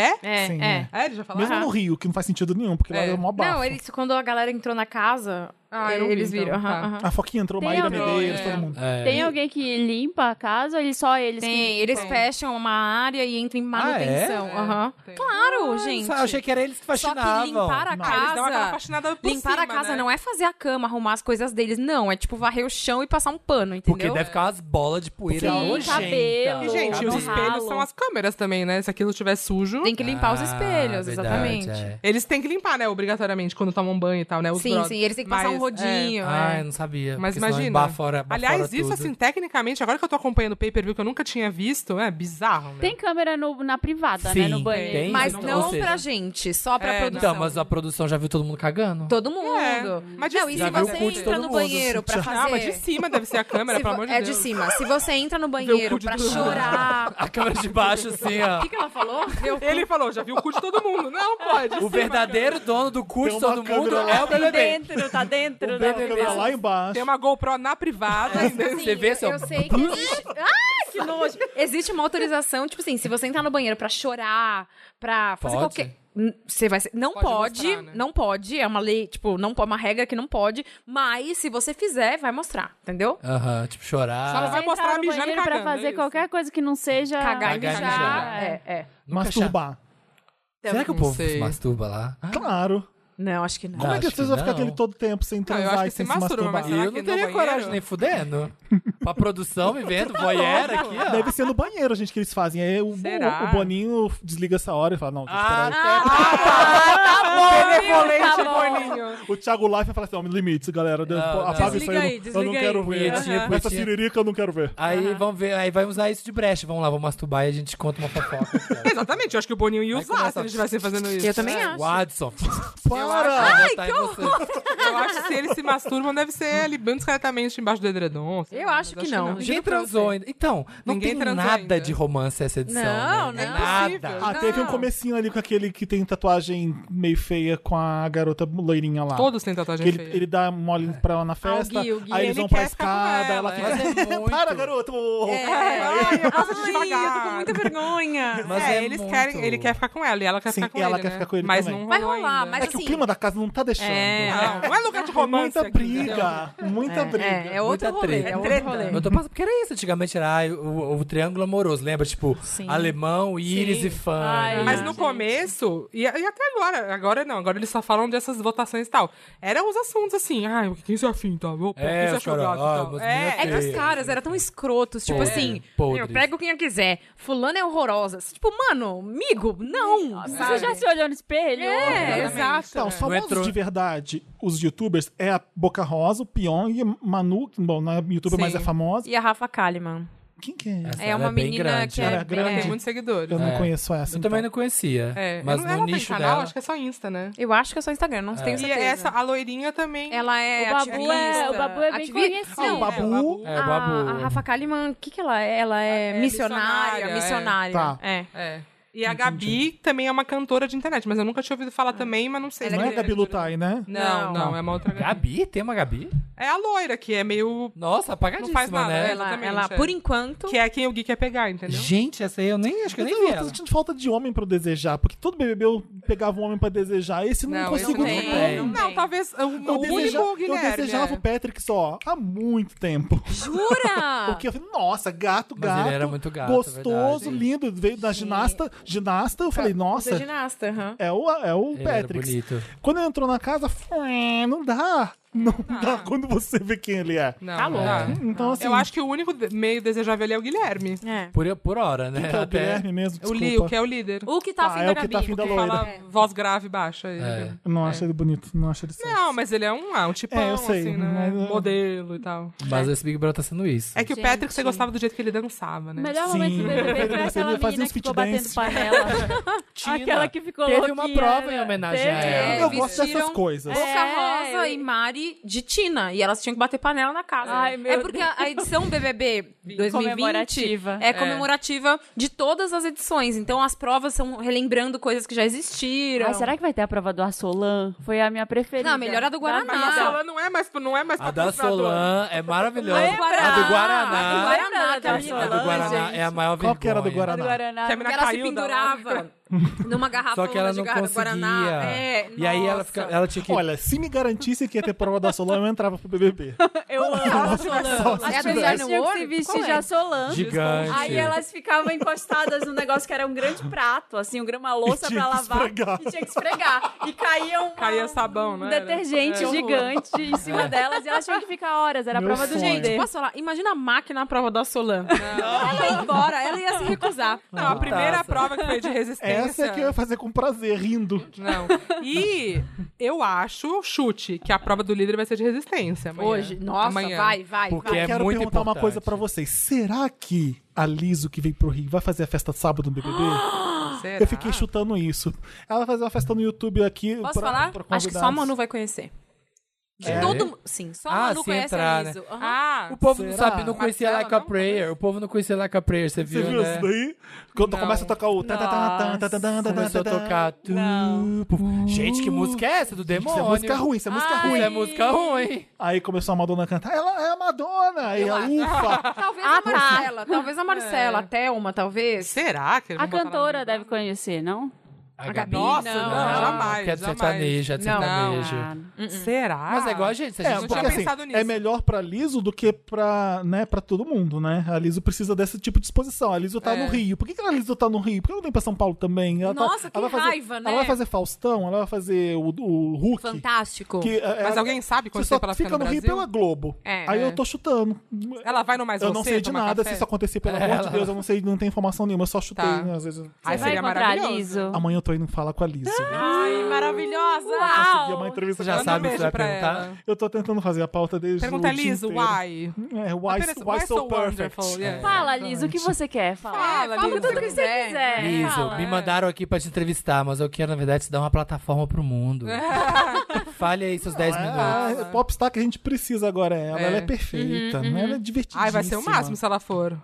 Speaker 4: É?
Speaker 5: Tá. É,
Speaker 1: Sim.
Speaker 5: é.
Speaker 4: É, ele já falou?
Speaker 1: Mesmo
Speaker 4: Ah,
Speaker 1: no Rio, que não faz sentido nenhum, porque lá
Speaker 4: É.
Speaker 1: é mó bafo.
Speaker 5: Não, eles, quando a galera entrou na casa,
Speaker 4: Ah, eu não vi,
Speaker 5: eles viram.
Speaker 4: então,
Speaker 5: aham,
Speaker 4: tá.
Speaker 5: aham.
Speaker 1: A Foquinha entrou,
Speaker 2: Tem
Speaker 1: Maíra
Speaker 2: alguém,
Speaker 1: Medeiros,
Speaker 4: é.
Speaker 1: todo mundo.
Speaker 3: É.
Speaker 2: Tem alguém que limpa a casa ou eles só eles?
Speaker 5: Tem,
Speaker 2: que...
Speaker 5: eles
Speaker 2: limpam?
Speaker 5: fecham uma área e entram em manutenção.
Speaker 3: é?
Speaker 5: aham.
Speaker 4: Ah, tem.
Speaker 5: Claro, gente.
Speaker 3: Eu achei que era eles que
Speaker 5: Só que
Speaker 3: faxinavam.
Speaker 5: limpar a
Speaker 1: Não.
Speaker 4: Ah, eles dão aquela
Speaker 5: casa.
Speaker 4: faxinada por
Speaker 5: Limpar a
Speaker 4: cima,
Speaker 5: casa
Speaker 4: né?
Speaker 5: não é fazer a cama, arrumar as coisas deles, não. É tipo varrer o chão e passar um pano, entendeu?
Speaker 3: Porque deve ficar umas bolas de poeira
Speaker 2: Sim,
Speaker 3: nojenta.
Speaker 2: cabelo.
Speaker 5: é
Speaker 4: E, gente, os
Speaker 2: Cabelo.
Speaker 4: espelhos são as câmeras também, né? Se aquilo estiver sujo,
Speaker 5: Tem que limpar os
Speaker 3: Ah,
Speaker 5: espelhos,
Speaker 3: verdade,
Speaker 5: exatamente.
Speaker 3: é.
Speaker 4: eles têm que limpar, né? Obrigatoriamente, quando tomam banho e tal, né? Os
Speaker 5: Sim,
Speaker 4: brothers.
Speaker 5: sim, eles têm que passar
Speaker 4: Mas,
Speaker 5: um
Speaker 4: é.
Speaker 5: rodinho.
Speaker 3: Ah,
Speaker 5: é.
Speaker 3: eu não sabia.
Speaker 4: Mas
Speaker 3: porque senão
Speaker 4: imagina.
Speaker 3: Bafora, bafora
Speaker 4: Aliás, isso
Speaker 3: tudo.
Speaker 4: assim, tecnicamente, agora que eu tô acompanhando o pay-per-view que eu nunca tinha visto, é bizarro, né?
Speaker 2: Tem câmera no- na privada, né?
Speaker 3: Sim,
Speaker 2: No banheiro.
Speaker 3: tem.
Speaker 5: Mas
Speaker 3: Ou
Speaker 5: não
Speaker 3: seja-
Speaker 5: pra gente, só pra
Speaker 4: É,
Speaker 5: produção.
Speaker 3: Então, mas a produção já viu todo mundo cagando?
Speaker 5: Todo mundo.
Speaker 4: É, mas de
Speaker 5: não, e
Speaker 4: cima
Speaker 5: se
Speaker 3: deve
Speaker 5: você
Speaker 3: ser.
Speaker 5: entra
Speaker 3: Todo
Speaker 5: no
Speaker 3: mundo.
Speaker 5: banheiro pra fazer...
Speaker 4: Ah, mas de cima deve ser a câmera,
Speaker 5: Se
Speaker 4: pelo
Speaker 5: vo-
Speaker 4: amor de
Speaker 5: é
Speaker 4: Deus.
Speaker 5: de cima. Se você entra no banheiro
Speaker 4: cu de
Speaker 5: pra
Speaker 4: todo mundo.
Speaker 5: chorar...
Speaker 3: A câmera de baixo, assim,
Speaker 5: O
Speaker 3: ó.
Speaker 5: que, que ela falou? Meu
Speaker 4: Ele falou, já viu o cu de todo mundo. Não, pode.
Speaker 3: O verdadeiro dono do cu
Speaker 1: Tem
Speaker 3: de
Speaker 1: uma
Speaker 3: todo mundo
Speaker 1: câmera lá.
Speaker 3: é o BBB.
Speaker 2: dentro, tá dentro.
Speaker 3: O
Speaker 2: da-
Speaker 3: BBB.
Speaker 1: Câmera lá
Speaker 4: É Tem
Speaker 1: embaixo.
Speaker 4: uma GoPro na
Speaker 3: É.
Speaker 4: privada. entendeu?
Speaker 3: Você vê seu...
Speaker 5: Assim, Eu sei que existe... Ah, que nojo! Existe uma autorização, tipo assim, se você entrar no banheiro pra chorar, pra fazer
Speaker 3: Pode?
Speaker 5: qualquer... N- Você vai ser... Não
Speaker 4: Pode
Speaker 5: pode,
Speaker 4: mostrar, né?
Speaker 5: não pode, é uma lei, tipo, não po- uma regra que não pode, mas se você fizer, vai mostrar, entendeu?
Speaker 3: Aham, tipo, chorar.
Speaker 4: Só não vai
Speaker 2: Você
Speaker 4: mostrar
Speaker 2: entrar no
Speaker 4: mijando e
Speaker 2: banheiro pra
Speaker 4: cagando, é
Speaker 2: fazer
Speaker 4: isso.
Speaker 2: qualquer coisa que não seja...
Speaker 5: Cagar
Speaker 3: Cagar e
Speaker 5: e mijar,
Speaker 3: mijar.
Speaker 5: é, é.
Speaker 1: Masturbar.
Speaker 3: Será que o
Speaker 4: Não
Speaker 3: povo
Speaker 4: sei.
Speaker 3: se masturba lá?
Speaker 1: Claro.
Speaker 5: Não, acho que não.
Speaker 1: Como é que
Speaker 3: acho
Speaker 1: vocês
Speaker 3: que
Speaker 1: vão ficar
Speaker 3: não.
Speaker 1: aquele todo tempo sem
Speaker 4: eu acho
Speaker 1: transar
Speaker 4: que
Speaker 1: e sem
Speaker 4: se
Speaker 1: se
Speaker 4: masturba,
Speaker 1: masturbar?
Speaker 4: mas será
Speaker 3: eu
Speaker 4: que
Speaker 3: não
Speaker 4: no
Speaker 3: teria
Speaker 4: banheiro?
Speaker 3: coragem nem fudendo. pra produção me vendo, voyeur aqui, ó.
Speaker 1: Deve ser no banheiro, gente, que eles fazem. Aí o,
Speaker 4: Será?
Speaker 1: o- o Boninho desliga essa hora e fala: Não, deixa eu parar.
Speaker 3: Ah,
Speaker 5: Ah.
Speaker 3: Tá
Speaker 4: Benevolente,
Speaker 2: tá bom.
Speaker 4: Boninho.
Speaker 1: O Thiago Life fala assim: Ó, me limite, galera. Deus,
Speaker 3: Não,
Speaker 1: pô,
Speaker 3: não.
Speaker 1: Apaga isso
Speaker 4: Ah. Desliga aí,
Speaker 1: aí, eu não- eu não
Speaker 4: desliga aí.
Speaker 1: quero ver.
Speaker 4: Bonitinha,
Speaker 1: Essa
Speaker 3: bonitinha.
Speaker 1: siririca eu não quero ver.
Speaker 3: Aí vamos ver, aí vai usar isso de brecha. Vamos lá, vamos masturbar e a gente conta uma fofoca. cara.
Speaker 4: Exatamente, eu acho que o Boninho ia
Speaker 3: Aí
Speaker 4: usar
Speaker 3: começa-
Speaker 4: se ele estivesse fazendo isso.
Speaker 5: Eu também acho.
Speaker 3: Watson.
Speaker 1: Para!
Speaker 3: Ai, que horror!
Speaker 4: Eu acho que se eles se masturbam, deve ser ali bem discretamente embaixo do edredom. sei
Speaker 5: Eu
Speaker 4: lá,
Speaker 5: acho
Speaker 4: mas
Speaker 5: que não.
Speaker 3: Ninguém transou ainda. Então, não
Speaker 4: Ninguém
Speaker 3: tem
Speaker 4: transou
Speaker 3: nada
Speaker 4: ainda.
Speaker 3: de romance essa edição.
Speaker 5: Não,
Speaker 3: né?
Speaker 5: não. é
Speaker 3: Nada.
Speaker 1: Ah, teve um
Speaker 5: Não.
Speaker 1: comecinho ali com aquele que tem tatuagem meio feia com a garota loirinha lá.
Speaker 4: Todos têm tatuagem
Speaker 1: Que ele,
Speaker 4: feia.
Speaker 1: ele dá mole pra ela na festa,
Speaker 5: o Gui, o Gui,
Speaker 1: aí eles
Speaker 4: ele
Speaker 1: vão pra
Speaker 4: quer ficar com
Speaker 1: escada, ela,
Speaker 4: ela, É,
Speaker 1: fica... assim,
Speaker 3: Mas é muito.
Speaker 1: Para, garoto!
Speaker 4: Ai, eu passo
Speaker 5: É. eu tô com
Speaker 4: devagar.
Speaker 5: muita vergonha.
Speaker 3: Mas
Speaker 4: é,
Speaker 3: é
Speaker 4: eles
Speaker 3: muito.
Speaker 4: querem, ele quer ficar com ela e ela quer
Speaker 1: Sim,
Speaker 4: ficar com
Speaker 1: e ela
Speaker 4: ele,
Speaker 1: quer
Speaker 4: né?
Speaker 1: ficar com ele
Speaker 4: mas
Speaker 1: também.
Speaker 4: não
Speaker 5: Vai
Speaker 4: rolou
Speaker 5: rolar,
Speaker 4: ainda.
Speaker 5: mas
Speaker 1: É que o
Speaker 5: assim,
Speaker 1: clima da casa não tá deixando.
Speaker 4: É, não, não é lugar de romance
Speaker 1: muita
Speaker 4: aqui, entendeu?
Speaker 1: briga, muita briga.
Speaker 5: É, é
Speaker 3: Muita
Speaker 5: outro rolê.
Speaker 3: treta.
Speaker 5: É outro
Speaker 4: Treta.
Speaker 5: rolê.
Speaker 3: Eu tô passando, porque era isso, antigamente era ai, o, o triângulo amoroso, lembra? Tipo,
Speaker 5: Sim.
Speaker 3: alemão, íris
Speaker 5: Sim.
Speaker 3: e fã. É.
Speaker 2: Ai,
Speaker 4: Mas
Speaker 2: Ah,
Speaker 4: no
Speaker 2: gente.
Speaker 4: começo, e, e até agora, agora não, agora eles só falam dessas votações e tal. Eram os assuntos assim, ai, quem se afim, tá? Meu, pô,
Speaker 3: É,
Speaker 4: quem se
Speaker 3: os
Speaker 4: achou
Speaker 3: cara,
Speaker 4: gato,
Speaker 3: ah,
Speaker 4: tal.
Speaker 3: mas
Speaker 4: É,
Speaker 3: minha
Speaker 5: É que os
Speaker 3: Sim.
Speaker 5: caras eram tão escrotos, tipo
Speaker 3: Podre,
Speaker 5: assim,
Speaker 3: podres.
Speaker 5: eu pego quem eu quiser, fulano é horrorosa. Tipo, mano, amigo,
Speaker 4: É.
Speaker 5: não.
Speaker 2: Você já se olhou no espelho?
Speaker 5: É, exato.
Speaker 1: Então, os famosos
Speaker 3: entrou-
Speaker 1: de verdade, os youtubers, é a Boca Rosa, o Pyong, e Manu, que, bom, não é youtuber,
Speaker 4: Sim.
Speaker 1: mas é famosa.
Speaker 5: E a Rafa Kalimann.
Speaker 1: Quem que é? essa?
Speaker 3: Essa
Speaker 5: É
Speaker 3: ela
Speaker 5: uma
Speaker 3: bem
Speaker 5: menina
Speaker 3: grande,
Speaker 5: que
Speaker 3: né?
Speaker 5: é,
Speaker 1: Ela é grande?
Speaker 4: tem muitos seguidores.
Speaker 1: Eu não
Speaker 3: É.
Speaker 1: conheço essa. então.
Speaker 3: Eu também não conhecia.
Speaker 4: É,
Speaker 3: mas
Speaker 4: eu não-
Speaker 3: no
Speaker 4: ela tem
Speaker 3: nicho
Speaker 4: canal,
Speaker 3: dela.
Speaker 4: acho que é só Insta, né?
Speaker 5: Eu acho que é só Instagram, não tenho
Speaker 4: E
Speaker 5: certeza.
Speaker 4: essa, a loirinha também.
Speaker 5: Ela é
Speaker 2: O Babu é-
Speaker 5: ativista,
Speaker 2: o Babu é bem
Speaker 5: ativi-
Speaker 2: conhecido.
Speaker 1: Ah,
Speaker 5: Não,
Speaker 1: o Babu.
Speaker 3: É, o Babu.
Speaker 5: A, a Rafa Kalimann, o que que ela é? Ela é,
Speaker 4: É
Speaker 5: missionária,
Speaker 4: missionária, é.
Speaker 5: missionária.
Speaker 1: Tá.
Speaker 5: É.
Speaker 4: É. E a Gabi também é uma cantora de internet, mas eu nunca tinha ouvido falar também, mas não sei.
Speaker 1: Não é
Speaker 4: se-
Speaker 1: Gabi Lutai, né?
Speaker 4: Não,
Speaker 5: Não.
Speaker 4: não, é uma outra Gabi.
Speaker 3: Gabi? Tem uma Gabi?
Speaker 4: É a loira, que é meio...
Speaker 3: Nossa, apagadíssima,
Speaker 4: faz nada,
Speaker 3: né?
Speaker 5: Ela,
Speaker 4: exatamente,
Speaker 5: ela,
Speaker 4: é.
Speaker 5: por enquanto,
Speaker 4: Que é quem o Gui quer pegar, entendeu?
Speaker 3: Gente, essa aí eu nem acho que eu nem vi
Speaker 1: Eu tô
Speaker 3: ela.
Speaker 1: sentindo falta de homem pra eu desejar, porque todo BBB eu pegava um homem pra desejar, esse eu não,
Speaker 4: Não, esse
Speaker 1: consigo.
Speaker 4: não
Speaker 1: não.
Speaker 5: tem,
Speaker 3: tem.
Speaker 5: não
Speaker 4: Não,
Speaker 5: tem.
Speaker 4: talvez o,
Speaker 1: Eu,
Speaker 4: o
Speaker 1: deseja-
Speaker 4: único
Speaker 1: eu
Speaker 4: Guilherme.
Speaker 1: desejava
Speaker 4: é.
Speaker 1: o Patrick só há muito tempo.
Speaker 5: Jura?
Speaker 1: Porque eu falei, nossa, gato,
Speaker 3: Mas ele
Speaker 1: gato.
Speaker 3: era muito gato, é
Speaker 1: Gostoso,
Speaker 3: verdade.
Speaker 1: lindo. Veio da ginasta. Ginasta, eu falei,
Speaker 5: Você é
Speaker 1: nossa,
Speaker 5: ginasta, aham.
Speaker 1: é o, é o
Speaker 3: Ele era
Speaker 1: Patrick.
Speaker 3: bonito.
Speaker 1: Quando ele entrou na casa, fué, não dá. Não dá quando você vê quem ele é.
Speaker 4: Não,
Speaker 5: Tá
Speaker 4: não
Speaker 5: louco.
Speaker 4: dá.
Speaker 1: Então, assim,
Speaker 4: Eu acho que o único de- meio desejável ali é o Guilherme.
Speaker 5: É.
Speaker 3: Por, por hora, né?
Speaker 1: que é o Guilherme mesmo,
Speaker 4: O
Speaker 1: desculpa.
Speaker 4: Lio, que é o líder.
Speaker 5: O que tá
Speaker 1: Ah,
Speaker 5: afim
Speaker 1: é
Speaker 5: da
Speaker 1: o que tá
Speaker 5: Gabi.
Speaker 1: afim da
Speaker 5: porque
Speaker 1: loira.
Speaker 5: fala-
Speaker 4: Fala voz grave baixa. aí.
Speaker 3: É.
Speaker 1: Eu Não acho ele bonito, não acho ele sexy.
Speaker 4: Não, mas ele é um, ah, um tipão,
Speaker 1: É, eu sei,
Speaker 4: assim, né?
Speaker 1: mas eu-
Speaker 4: Modelo e tal.
Speaker 3: Mas esse Big Brother tá sendo isso.
Speaker 4: É que o
Speaker 2: Gente.
Speaker 4: Patrick, você gostava do jeito que ele dançava,
Speaker 2: O
Speaker 4: né?
Speaker 2: melhor
Speaker 1: Sim.
Speaker 2: momento do BBB foi
Speaker 1: Ele
Speaker 2: aquela
Speaker 1: fazia
Speaker 2: menina
Speaker 1: os
Speaker 2: que
Speaker 1: fit
Speaker 2: ficou batendo
Speaker 1: dance.
Speaker 2: panela.
Speaker 3: Tina,
Speaker 2: aquela que ficou
Speaker 3: Teve uma
Speaker 2: louquinha,
Speaker 3: prova em
Speaker 2: né?
Speaker 3: homenagem a
Speaker 2: Teve.
Speaker 3: ela.
Speaker 1: eu
Speaker 5: É,
Speaker 1: gosto
Speaker 5: vestiram-
Speaker 1: dessas coisas.
Speaker 5: Boca
Speaker 2: É,
Speaker 5: Rosa
Speaker 2: eu-
Speaker 5: e Mari de Tina. E elas tinham que bater panela na casa.
Speaker 2: Ai, meu
Speaker 5: é porque a- a edição BBB 2020
Speaker 2: Comemorativa.
Speaker 5: é comemorativa de todas as edições. Então as provas são relembrando coisas que já existiram.
Speaker 2: Ai, será que vai ter a prova do Assolan? Foi a minha preferida.
Speaker 5: Não, a melhor é a do Guaraná.
Speaker 4: Mas ela não é mais, não é mais
Speaker 3: A da
Speaker 4: patrocinadora.
Speaker 3: Solan é maravilhosa.
Speaker 5: Ah, é
Speaker 3: a do
Speaker 5: Guaraná.
Speaker 3: Guaraná.
Speaker 5: A do Guaraná,
Speaker 2: A do
Speaker 3: A
Speaker 5: Camila.
Speaker 3: do Guaraná é a maior vergonha.
Speaker 1: Qual que era do
Speaker 2: A do
Speaker 1: Guaraná?
Speaker 2: Guaraná.
Speaker 4: Que a mina
Speaker 5: Ela se
Speaker 4: caiu da
Speaker 5: pendurava numa garrafa
Speaker 3: Só que ela não
Speaker 5: Tá de gar- do Guaraná.
Speaker 3: conseguia.
Speaker 5: É,
Speaker 3: e aí ela,
Speaker 5: nossa.
Speaker 3: fica, ela tinha que...
Speaker 1: Olha, se me garantisse que ia ter prova da Solon, eu entrava pro BBB.
Speaker 2: Eu amo a Solan.
Speaker 5: É a
Speaker 2: As pessoas
Speaker 5: do Jânio
Speaker 2: tinham que
Speaker 5: Ouro?
Speaker 2: se vestir
Speaker 5: Qual é?
Speaker 2: de Assolan.
Speaker 3: Gigante.
Speaker 2: Aí elas ficavam encostadas num negócio que era um grande prato, assim, um grama louça
Speaker 1: E tinha
Speaker 2: pra
Speaker 1: que
Speaker 2: lavar.
Speaker 1: esfregar.
Speaker 2: E tinha que esfregar. E caía um,
Speaker 4: Caía sabão,
Speaker 2: um
Speaker 4: né?
Speaker 5: É,
Speaker 2: detergente gigante em cima delas e elas tinham que ficar horas. Era a
Speaker 1: Meu
Speaker 2: prova do
Speaker 1: sonho.
Speaker 2: GD.
Speaker 5: Posso falar? Imagina a máquina na prova da Solan. Ela ia embora, ela ia se recusar.
Speaker 4: Não, a primeira
Speaker 3: Putaça.
Speaker 4: prova que foi de resistência.
Speaker 1: Essa é que eu ia fazer com prazer, rindo.
Speaker 4: Não. E eu acho, chute, que a prova do líder vai ser de resistência. amanhã.
Speaker 5: Hoje. Nossa,
Speaker 4: Amanhã.
Speaker 5: vai, vai,
Speaker 3: Porque
Speaker 5: vai.
Speaker 3: é
Speaker 1: Quero
Speaker 3: muito
Speaker 1: perguntar uma
Speaker 3: importante.
Speaker 1: coisa pra vocês. Será que a Liso, que veio pro Rio, vai fazer a festa sábado no BBB?
Speaker 4: Será?
Speaker 1: eu fiquei chutando isso. Ela vai fazer uma festa no YouTube aqui.
Speaker 5: Posso
Speaker 1: pra-
Speaker 5: falar?
Speaker 1: pra
Speaker 5: Acho que só a
Speaker 1: convidados.
Speaker 5: Manu vai conhecer.
Speaker 3: É?
Speaker 5: Todo mu- Sim, só
Speaker 3: Ah,
Speaker 5: a Manu
Speaker 3: se
Speaker 5: conhece
Speaker 3: entrar,
Speaker 5: a
Speaker 1: né?
Speaker 5: Liso. Aham.
Speaker 4: Ah,
Speaker 3: O povo não
Speaker 1: Será?
Speaker 3: sabe, não conhecia
Speaker 4: Marcela
Speaker 3: Like a
Speaker 4: não
Speaker 3: Prayer. O povo não conhecia Like a Prayer, você
Speaker 1: Você
Speaker 3: viu,
Speaker 1: viu
Speaker 3: né?
Speaker 1: isso daí? Quando começa a tocar o. tá, tá, tá, tá, tá, tá, tá, tá,
Speaker 3: Começou a
Speaker 1: tá, tá.
Speaker 3: tocar. tu, pu- Gente, que música é essa do
Speaker 1: Isso é
Speaker 3: demônio?
Speaker 1: música ruim, isso é música
Speaker 3: Isso
Speaker 1: ruim.
Speaker 3: é música ruim.
Speaker 1: Aí começou a Madonna a cantar. Ela é a Madonna! Aí ela, ufa!
Speaker 5: Talvez a É. Marcela, talvez a Marcela, a Thelma, talvez.
Speaker 4: Será que eles
Speaker 2: A
Speaker 4: vão botar na
Speaker 2: cantora
Speaker 4: Big
Speaker 2: deve conhecer, não?
Speaker 5: A Gabi,
Speaker 4: Nossa, não,
Speaker 5: não,
Speaker 4: jamais,
Speaker 3: Quer é de
Speaker 4: jamais.
Speaker 3: sertaneja, de
Speaker 5: Não. Ah.
Speaker 3: sertanejo.
Speaker 4: Uhum. Será?
Speaker 3: Mas é igual a gente, se a
Speaker 4: É,
Speaker 3: gente
Speaker 4: não tinha
Speaker 1: porque,
Speaker 4: pensado nisso.
Speaker 1: É melhor pra Liso do que pra, né, pra todo mundo, né? A Liso precisa desse tipo de exposição. A Liso tá
Speaker 4: É.
Speaker 1: no Rio. Por que, que a Liso tá no Rio? Por que ela não tem pra São Paulo também? Ela tá-
Speaker 5: Nossa, que
Speaker 1: ela vai fazer-
Speaker 5: raiva, né?
Speaker 1: Ela vai fazer Faustão, ela vai fazer o, o Hulk.
Speaker 5: Fantástico.
Speaker 1: que, é,
Speaker 4: Mas
Speaker 1: ela-
Speaker 4: alguém sabe
Speaker 1: Você
Speaker 4: quanto
Speaker 1: só
Speaker 4: tempo ela
Speaker 1: fica
Speaker 4: fica no,
Speaker 1: Rio
Speaker 4: assim, Brasil?
Speaker 1: pela Globo.
Speaker 5: É,
Speaker 1: Aí
Speaker 5: é.
Speaker 1: eu tô chutando.
Speaker 4: Ela vai no Mais
Speaker 1: eu
Speaker 4: Você
Speaker 1: não sei de
Speaker 4: tomar
Speaker 1: nada
Speaker 4: café?
Speaker 1: se isso acontecer, pelo
Speaker 3: É,
Speaker 1: amor
Speaker 3: ela-
Speaker 1: de Deus. Eu não sei, não tem informação nenhuma. Eu só chutei.
Speaker 4: Tá.
Speaker 1: né, Às vezes...
Speaker 4: Aí
Speaker 2: Você vai
Speaker 4: seria
Speaker 2: encontrar
Speaker 4: maravilhoso.
Speaker 2: Liso?
Speaker 1: Amanhã eu tô indo falar com a Liso.
Speaker 5: Ai, maravilhosa!
Speaker 1: Consegui uma entrevista
Speaker 3: Você já
Speaker 1: com ela.
Speaker 3: sabe o que você vai
Speaker 4: Manda um beijo pra
Speaker 3: perguntar?
Speaker 4: ela.
Speaker 1: Eu tô tentando fazer a pauta desde
Speaker 4: Pergunta
Speaker 1: o
Speaker 4: a
Speaker 1: dia
Speaker 4: Liso,
Speaker 1: inteiro.
Speaker 4: why?
Speaker 1: É, why,
Speaker 4: Apenas-
Speaker 1: why, so, É. perfect?
Speaker 4: wonderful? Yeah.
Speaker 2: Fala, Liz, o que você quer? Fala.
Speaker 4: Fala,
Speaker 5: Fala
Speaker 4: Liso.
Speaker 5: tudo que você quiser.
Speaker 2: É,
Speaker 3: Liso,
Speaker 2: fala.
Speaker 3: me mandaram aqui pra te entrevistar, mas eu quero, na verdade, te dar uma plataforma pro mundo. Fale aí seus 10 minutos.
Speaker 1: Ah, é, popstar que a gente precisa agora é ela.
Speaker 4: É.
Speaker 1: Ela é perfeita,
Speaker 5: Uhum,
Speaker 1: né? ela é divertidíssima.
Speaker 4: Ai, vai ser o máximo se ela for.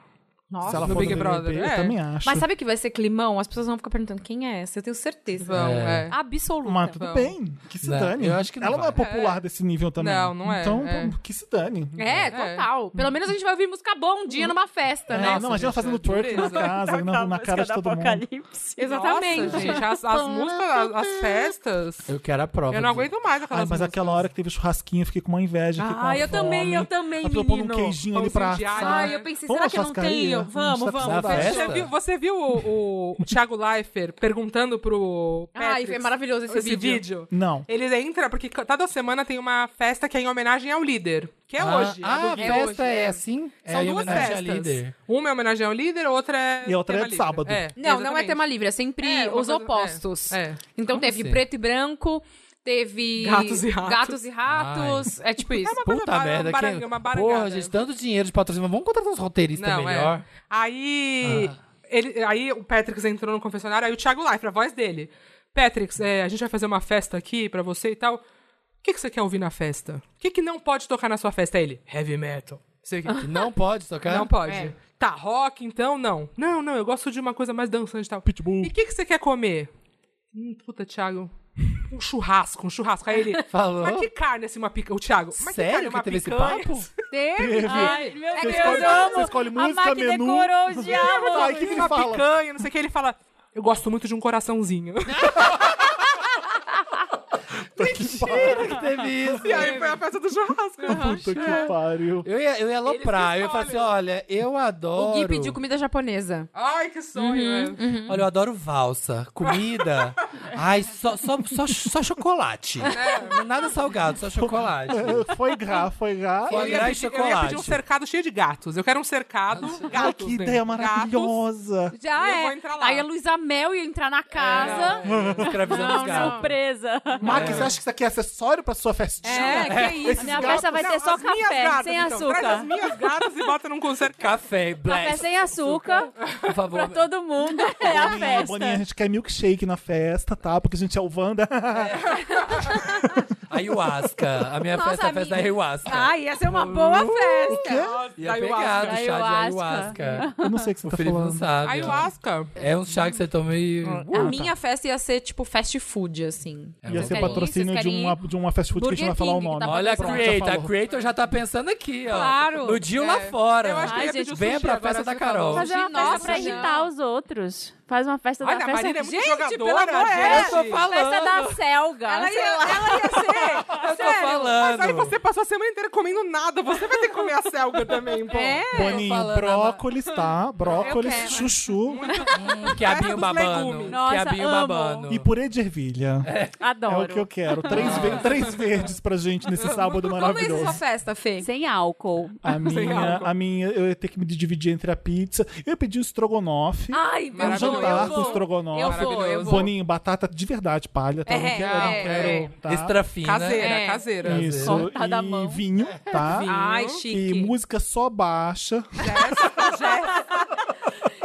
Speaker 5: Nossa.
Speaker 1: se ela
Speaker 4: no
Speaker 1: for
Speaker 4: Big
Speaker 1: do
Speaker 4: Brother,
Speaker 1: BBB,
Speaker 4: é.
Speaker 1: Eu também acho.
Speaker 5: Mas sabe o que vai ser climão? As pessoas vão ficar perguntando quem é essa, eu tenho certeza.
Speaker 4: Vão, é.
Speaker 5: Absoluta.
Speaker 1: Mas tudo
Speaker 4: Não.
Speaker 1: bem, que se
Speaker 3: Não,
Speaker 1: dane.
Speaker 3: eu acho que não
Speaker 1: ela não é
Speaker 3: vai.
Speaker 1: popular desse nível também.
Speaker 4: Não, não é,
Speaker 1: Então,
Speaker 4: é.
Speaker 1: pô, que se dane.
Speaker 5: É, total. Pelo menos a gente vai ouvir música boa um dia numa festa,
Speaker 1: É,
Speaker 5: né?
Speaker 1: não, imagina ela fazendo
Speaker 4: gente,
Speaker 1: twerk na
Speaker 4: dureza.
Speaker 1: casa, na, na cara de todo mundo.
Speaker 5: Exatamente.
Speaker 4: Nossa, gente, as, as músicas, as, as festas.
Speaker 3: Eu quero a prova.
Speaker 4: Eu não
Speaker 3: disso.
Speaker 4: aguento mais aquelas
Speaker 1: Ai, mas aquela hora que teve o churrasquinho, eu fiquei com uma inveja. fiquei com uma
Speaker 5: Ai, eu também,
Speaker 1: fome.
Speaker 5: eu também,
Speaker 1: A pessoa pondo um
Speaker 5: menino.
Speaker 1: queijinho ali
Speaker 4: Pãozinho
Speaker 1: pra
Speaker 4: de alho.
Speaker 1: assar. né?
Speaker 5: Ai, eu pensei,
Speaker 1: Vamos
Speaker 5: será que eu
Speaker 1: na
Speaker 5: não
Speaker 1: churrascaria?
Speaker 5: tenho? Vamos,
Speaker 1: Vamos na
Speaker 5: vamos.
Speaker 3: festa?
Speaker 4: Você
Speaker 5: vamos.
Speaker 4: viu, você viu o, o- o Thiago Leifert perguntando pro
Speaker 5: Ai,
Speaker 4: Patrick
Speaker 5: foi maravilhoso esse,
Speaker 4: esse vídeo?
Speaker 1: Não.
Speaker 4: Ele entra, porque ca- toda semana tem uma festa que é em homenagem ao líder, que é
Speaker 3: Ah,
Speaker 4: hoje. a
Speaker 3: Ah,
Speaker 4: do
Speaker 3: a
Speaker 4: Gui.
Speaker 3: festa
Speaker 5: hoje,
Speaker 3: é,
Speaker 5: é.
Speaker 3: assim?
Speaker 4: São
Speaker 3: é em
Speaker 4: duas
Speaker 3: homenagem
Speaker 4: festas.
Speaker 3: a líder.
Speaker 4: Uma é homenagem ao líder, outra é.
Speaker 1: E a outra
Speaker 4: tema
Speaker 1: é de
Speaker 4: livre.
Speaker 1: sábado.
Speaker 4: É,
Speaker 5: Não, não é
Speaker 4: exatamente.
Speaker 5: tema livre, é sempre
Speaker 4: É, uma
Speaker 5: os
Speaker 4: coisa-
Speaker 5: opostos.
Speaker 4: é, é.
Speaker 5: Então
Speaker 3: Como
Speaker 5: teve
Speaker 3: assim?
Speaker 5: preto e branco, teve
Speaker 4: Gatos e ratos.
Speaker 5: gatos e ratos, É tipo isso.
Speaker 4: uma coisa
Speaker 3: Puta
Speaker 4: bara-
Speaker 3: merda,
Speaker 4: uma
Speaker 3: quem...
Speaker 4: baranga- uma barangada.
Speaker 3: Porra, gente, tanto dinheiro de patrocínio. Vamos contratar uns roteiristas
Speaker 4: Não,
Speaker 3: melhor.
Speaker 4: é. Aí,
Speaker 1: Ah.
Speaker 4: ele, aí o Patrix entrou no confessionário, aí o Thiago Leifert, a voz dele. Patrix, é, a gente vai fazer uma festa aqui pra você e tal. O que, que você quer ouvir na festa? O que, que não pode tocar na sua festa? Aí Ele, heavy metal. Sei o que.
Speaker 3: Que não pode tocar?
Speaker 4: Não pode.
Speaker 5: É.
Speaker 4: Tá, rock, então, não. Não, não, eu gosto de uma coisa mais dançante e tal.
Speaker 1: Pitbull.
Speaker 4: E o que, que você quer comer? Hum, puta, Thiago. Um churrasco, um churrasco. Aí ele.
Speaker 3: Falou?
Speaker 4: Mas que carne assim, uma pica. O Thiago. Mas que carne,
Speaker 3: Sério que
Speaker 4: uma
Speaker 3: teve esse
Speaker 4: picanha?"
Speaker 3: papo?
Speaker 5: Teve.
Speaker 1: Teve.
Speaker 5: Ai, meu
Speaker 1: Você
Speaker 5: Deus,
Speaker 1: escolhe-
Speaker 5: eu amo.
Speaker 1: você escolhe música,
Speaker 5: a Mac
Speaker 1: menu.
Speaker 5: decorou os diabos.
Speaker 1: Ai, o que, que ele
Speaker 4: uma
Speaker 1: fala?
Speaker 4: picanha, não sei o que. Ele fala, eu gosto muito de um coraçãozinho.
Speaker 3: Sério que teve isso?
Speaker 4: e aí foi a festa do churrasco.
Speaker 1: Puta
Speaker 5: é.
Speaker 1: que pariu.
Speaker 3: Eu ia, eu ia aloprar, eu ia falar assim, olha, eu
Speaker 5: O
Speaker 3: adoro...
Speaker 5: Gui pediu comida japonesa.
Speaker 4: Ai, que sonho, né?
Speaker 3: Olha, eu adoro valsa, comida. Ai, só, só, só, só chocolate. é Nada salgado, só chocolate.
Speaker 1: Foi grá, foi grá.
Speaker 3: Foi
Speaker 4: Eu ia,
Speaker 3: Adorar
Speaker 4: pedir, eu ia pedir um
Speaker 3: chocolate.
Speaker 4: cercado cheio de gatos. Eu quero um cercado,
Speaker 1: Ah,
Speaker 4: gatos.
Speaker 1: que
Speaker 4: né?
Speaker 1: ideia
Speaker 4: Gatos.
Speaker 1: maravilhosa.
Speaker 5: Já
Speaker 4: E eu
Speaker 5: é.
Speaker 4: vou entrar lá. É.
Speaker 5: Aí a Luísa Mel ia entrar na casa.
Speaker 3: Escravizando os gatos.
Speaker 2: Surpresa.
Speaker 1: Max, você acha que isso aqui é acessório pra sua festinha?
Speaker 5: É, que isso.
Speaker 2: Minha festa vai
Speaker 4: Não,
Speaker 2: ter só
Speaker 4: as minhas
Speaker 2: café,
Speaker 4: gatas,
Speaker 2: sem
Speaker 4: então. Traz as
Speaker 2: açúcar.
Speaker 4: minhas gatas e bota num cercado.
Speaker 2: Café
Speaker 3: Café, bless.
Speaker 2: sem açúcar
Speaker 3: Por favor.
Speaker 2: pra todo mundo. É a
Speaker 1: Boninha, Boninha, a
Speaker 2: festa.
Speaker 1: gente quer milkshake na festa, tá? Porque a gente é o Wanda.
Speaker 3: Ayahuasca. A minha
Speaker 5: Nossa,
Speaker 3: festa é a festa da
Speaker 5: amiga.
Speaker 3: ayahuasca.
Speaker 5: Ai, ia ser uma boa
Speaker 4: Uhum. é
Speaker 5: festa.
Speaker 3: Ia
Speaker 4: Ayahuasca.
Speaker 3: pegar do chá de
Speaker 2: Ayahuasca.
Speaker 3: ayahuasca.
Speaker 1: Eu não sei o que você
Speaker 3: O
Speaker 1: tá
Speaker 3: Felipe não
Speaker 1: falando.
Speaker 3: sabe. ó.
Speaker 4: Ayahuasca.
Speaker 3: É um chá que você toma e...
Speaker 5: A minha festa ia ser tipo fast food, assim.
Speaker 3: É
Speaker 1: Ia
Speaker 3: Vocês
Speaker 1: ser
Speaker 5: querem ir?
Speaker 1: patrocínio
Speaker 5: Vocês
Speaker 1: de
Speaker 5: querem
Speaker 1: uma, de uma fast food que a gente não vai
Speaker 5: Burger
Speaker 1: falar o
Speaker 5: King, que
Speaker 1: nome.
Speaker 5: tá
Speaker 3: Olha a
Speaker 5: Pronto,
Speaker 3: Creator,
Speaker 1: já
Speaker 3: a
Speaker 1: falou.
Speaker 3: Creator já tá pensando aqui, ó.
Speaker 5: Claro.
Speaker 3: No Dio lá
Speaker 4: assim, É.
Speaker 3: fora.
Speaker 4: Eu acho que
Speaker 2: Ai,
Speaker 4: eu ia
Speaker 2: gente,
Speaker 4: pedir o
Speaker 3: venha
Speaker 4: sushi
Speaker 3: pra
Speaker 4: agora,
Speaker 3: festa da
Speaker 4: você falou.
Speaker 3: Carol.
Speaker 2: Fazer uma
Speaker 5: Nossa,
Speaker 2: festa pra
Speaker 5: não.
Speaker 2: irritar os outros. Faz uma festa
Speaker 4: Olha,
Speaker 2: da
Speaker 4: a Marília é
Speaker 2: festa.
Speaker 4: muito
Speaker 5: Gente, pelo
Speaker 4: jogadora,
Speaker 5: amor de
Speaker 4: gente.
Speaker 5: Deus,
Speaker 3: Eu tô falando.
Speaker 2: Festa da selga.
Speaker 5: Ela
Speaker 2: sei
Speaker 5: ia,
Speaker 2: lá.
Speaker 5: ela ia ser.
Speaker 3: Eu tô
Speaker 5: sério,
Speaker 3: falando.
Speaker 4: Mas aí você passou a semana inteira comendo nada. Você vai ter que comer a selga também, pô.
Speaker 5: É.
Speaker 3: tá
Speaker 1: Boninho,
Speaker 3: falando,
Speaker 1: brócolis, tá? Brócolis,
Speaker 5: Eu quero.
Speaker 1: chuchu
Speaker 3: Hum, Quiabinho
Speaker 4: dos
Speaker 3: babando.
Speaker 4: legumes.
Speaker 2: Nossa,
Speaker 3: Quiabinho
Speaker 2: amo.
Speaker 3: babando.
Speaker 1: e purê de ervilha. É,
Speaker 2: Adoro.
Speaker 1: o que eu quero. Três, ve- três verdes pra gente nesse sábado
Speaker 5: Como é a sua
Speaker 1: maravilhoso.
Speaker 5: festa, Fê?
Speaker 2: Sem álcool.
Speaker 1: A minha,
Speaker 4: álcool.
Speaker 1: a minha, eu ia ter que me dividir entre a pizza. Eu ia pedir um estrogonofe.
Speaker 5: Ai,
Speaker 1: um
Speaker 4: maravilhoso.
Speaker 1: jantar
Speaker 5: eu
Speaker 1: com
Speaker 5: vou.
Speaker 1: estrogonofe.
Speaker 5: Eu vou, eu vou.
Speaker 1: Boninho, batata de verdade, palha, tá? Eu não
Speaker 5: É,
Speaker 1: quero, eu não
Speaker 5: é,
Speaker 1: quero,
Speaker 5: é.
Speaker 1: tá?
Speaker 3: Extra fina.
Speaker 4: Caseira,
Speaker 5: É.
Speaker 4: caseira.
Speaker 1: Isso.
Speaker 2: Cortada à
Speaker 1: E
Speaker 2: mão.
Speaker 1: vinho, tá?
Speaker 5: Ai,
Speaker 1: E
Speaker 5: chique.
Speaker 1: música só baixa.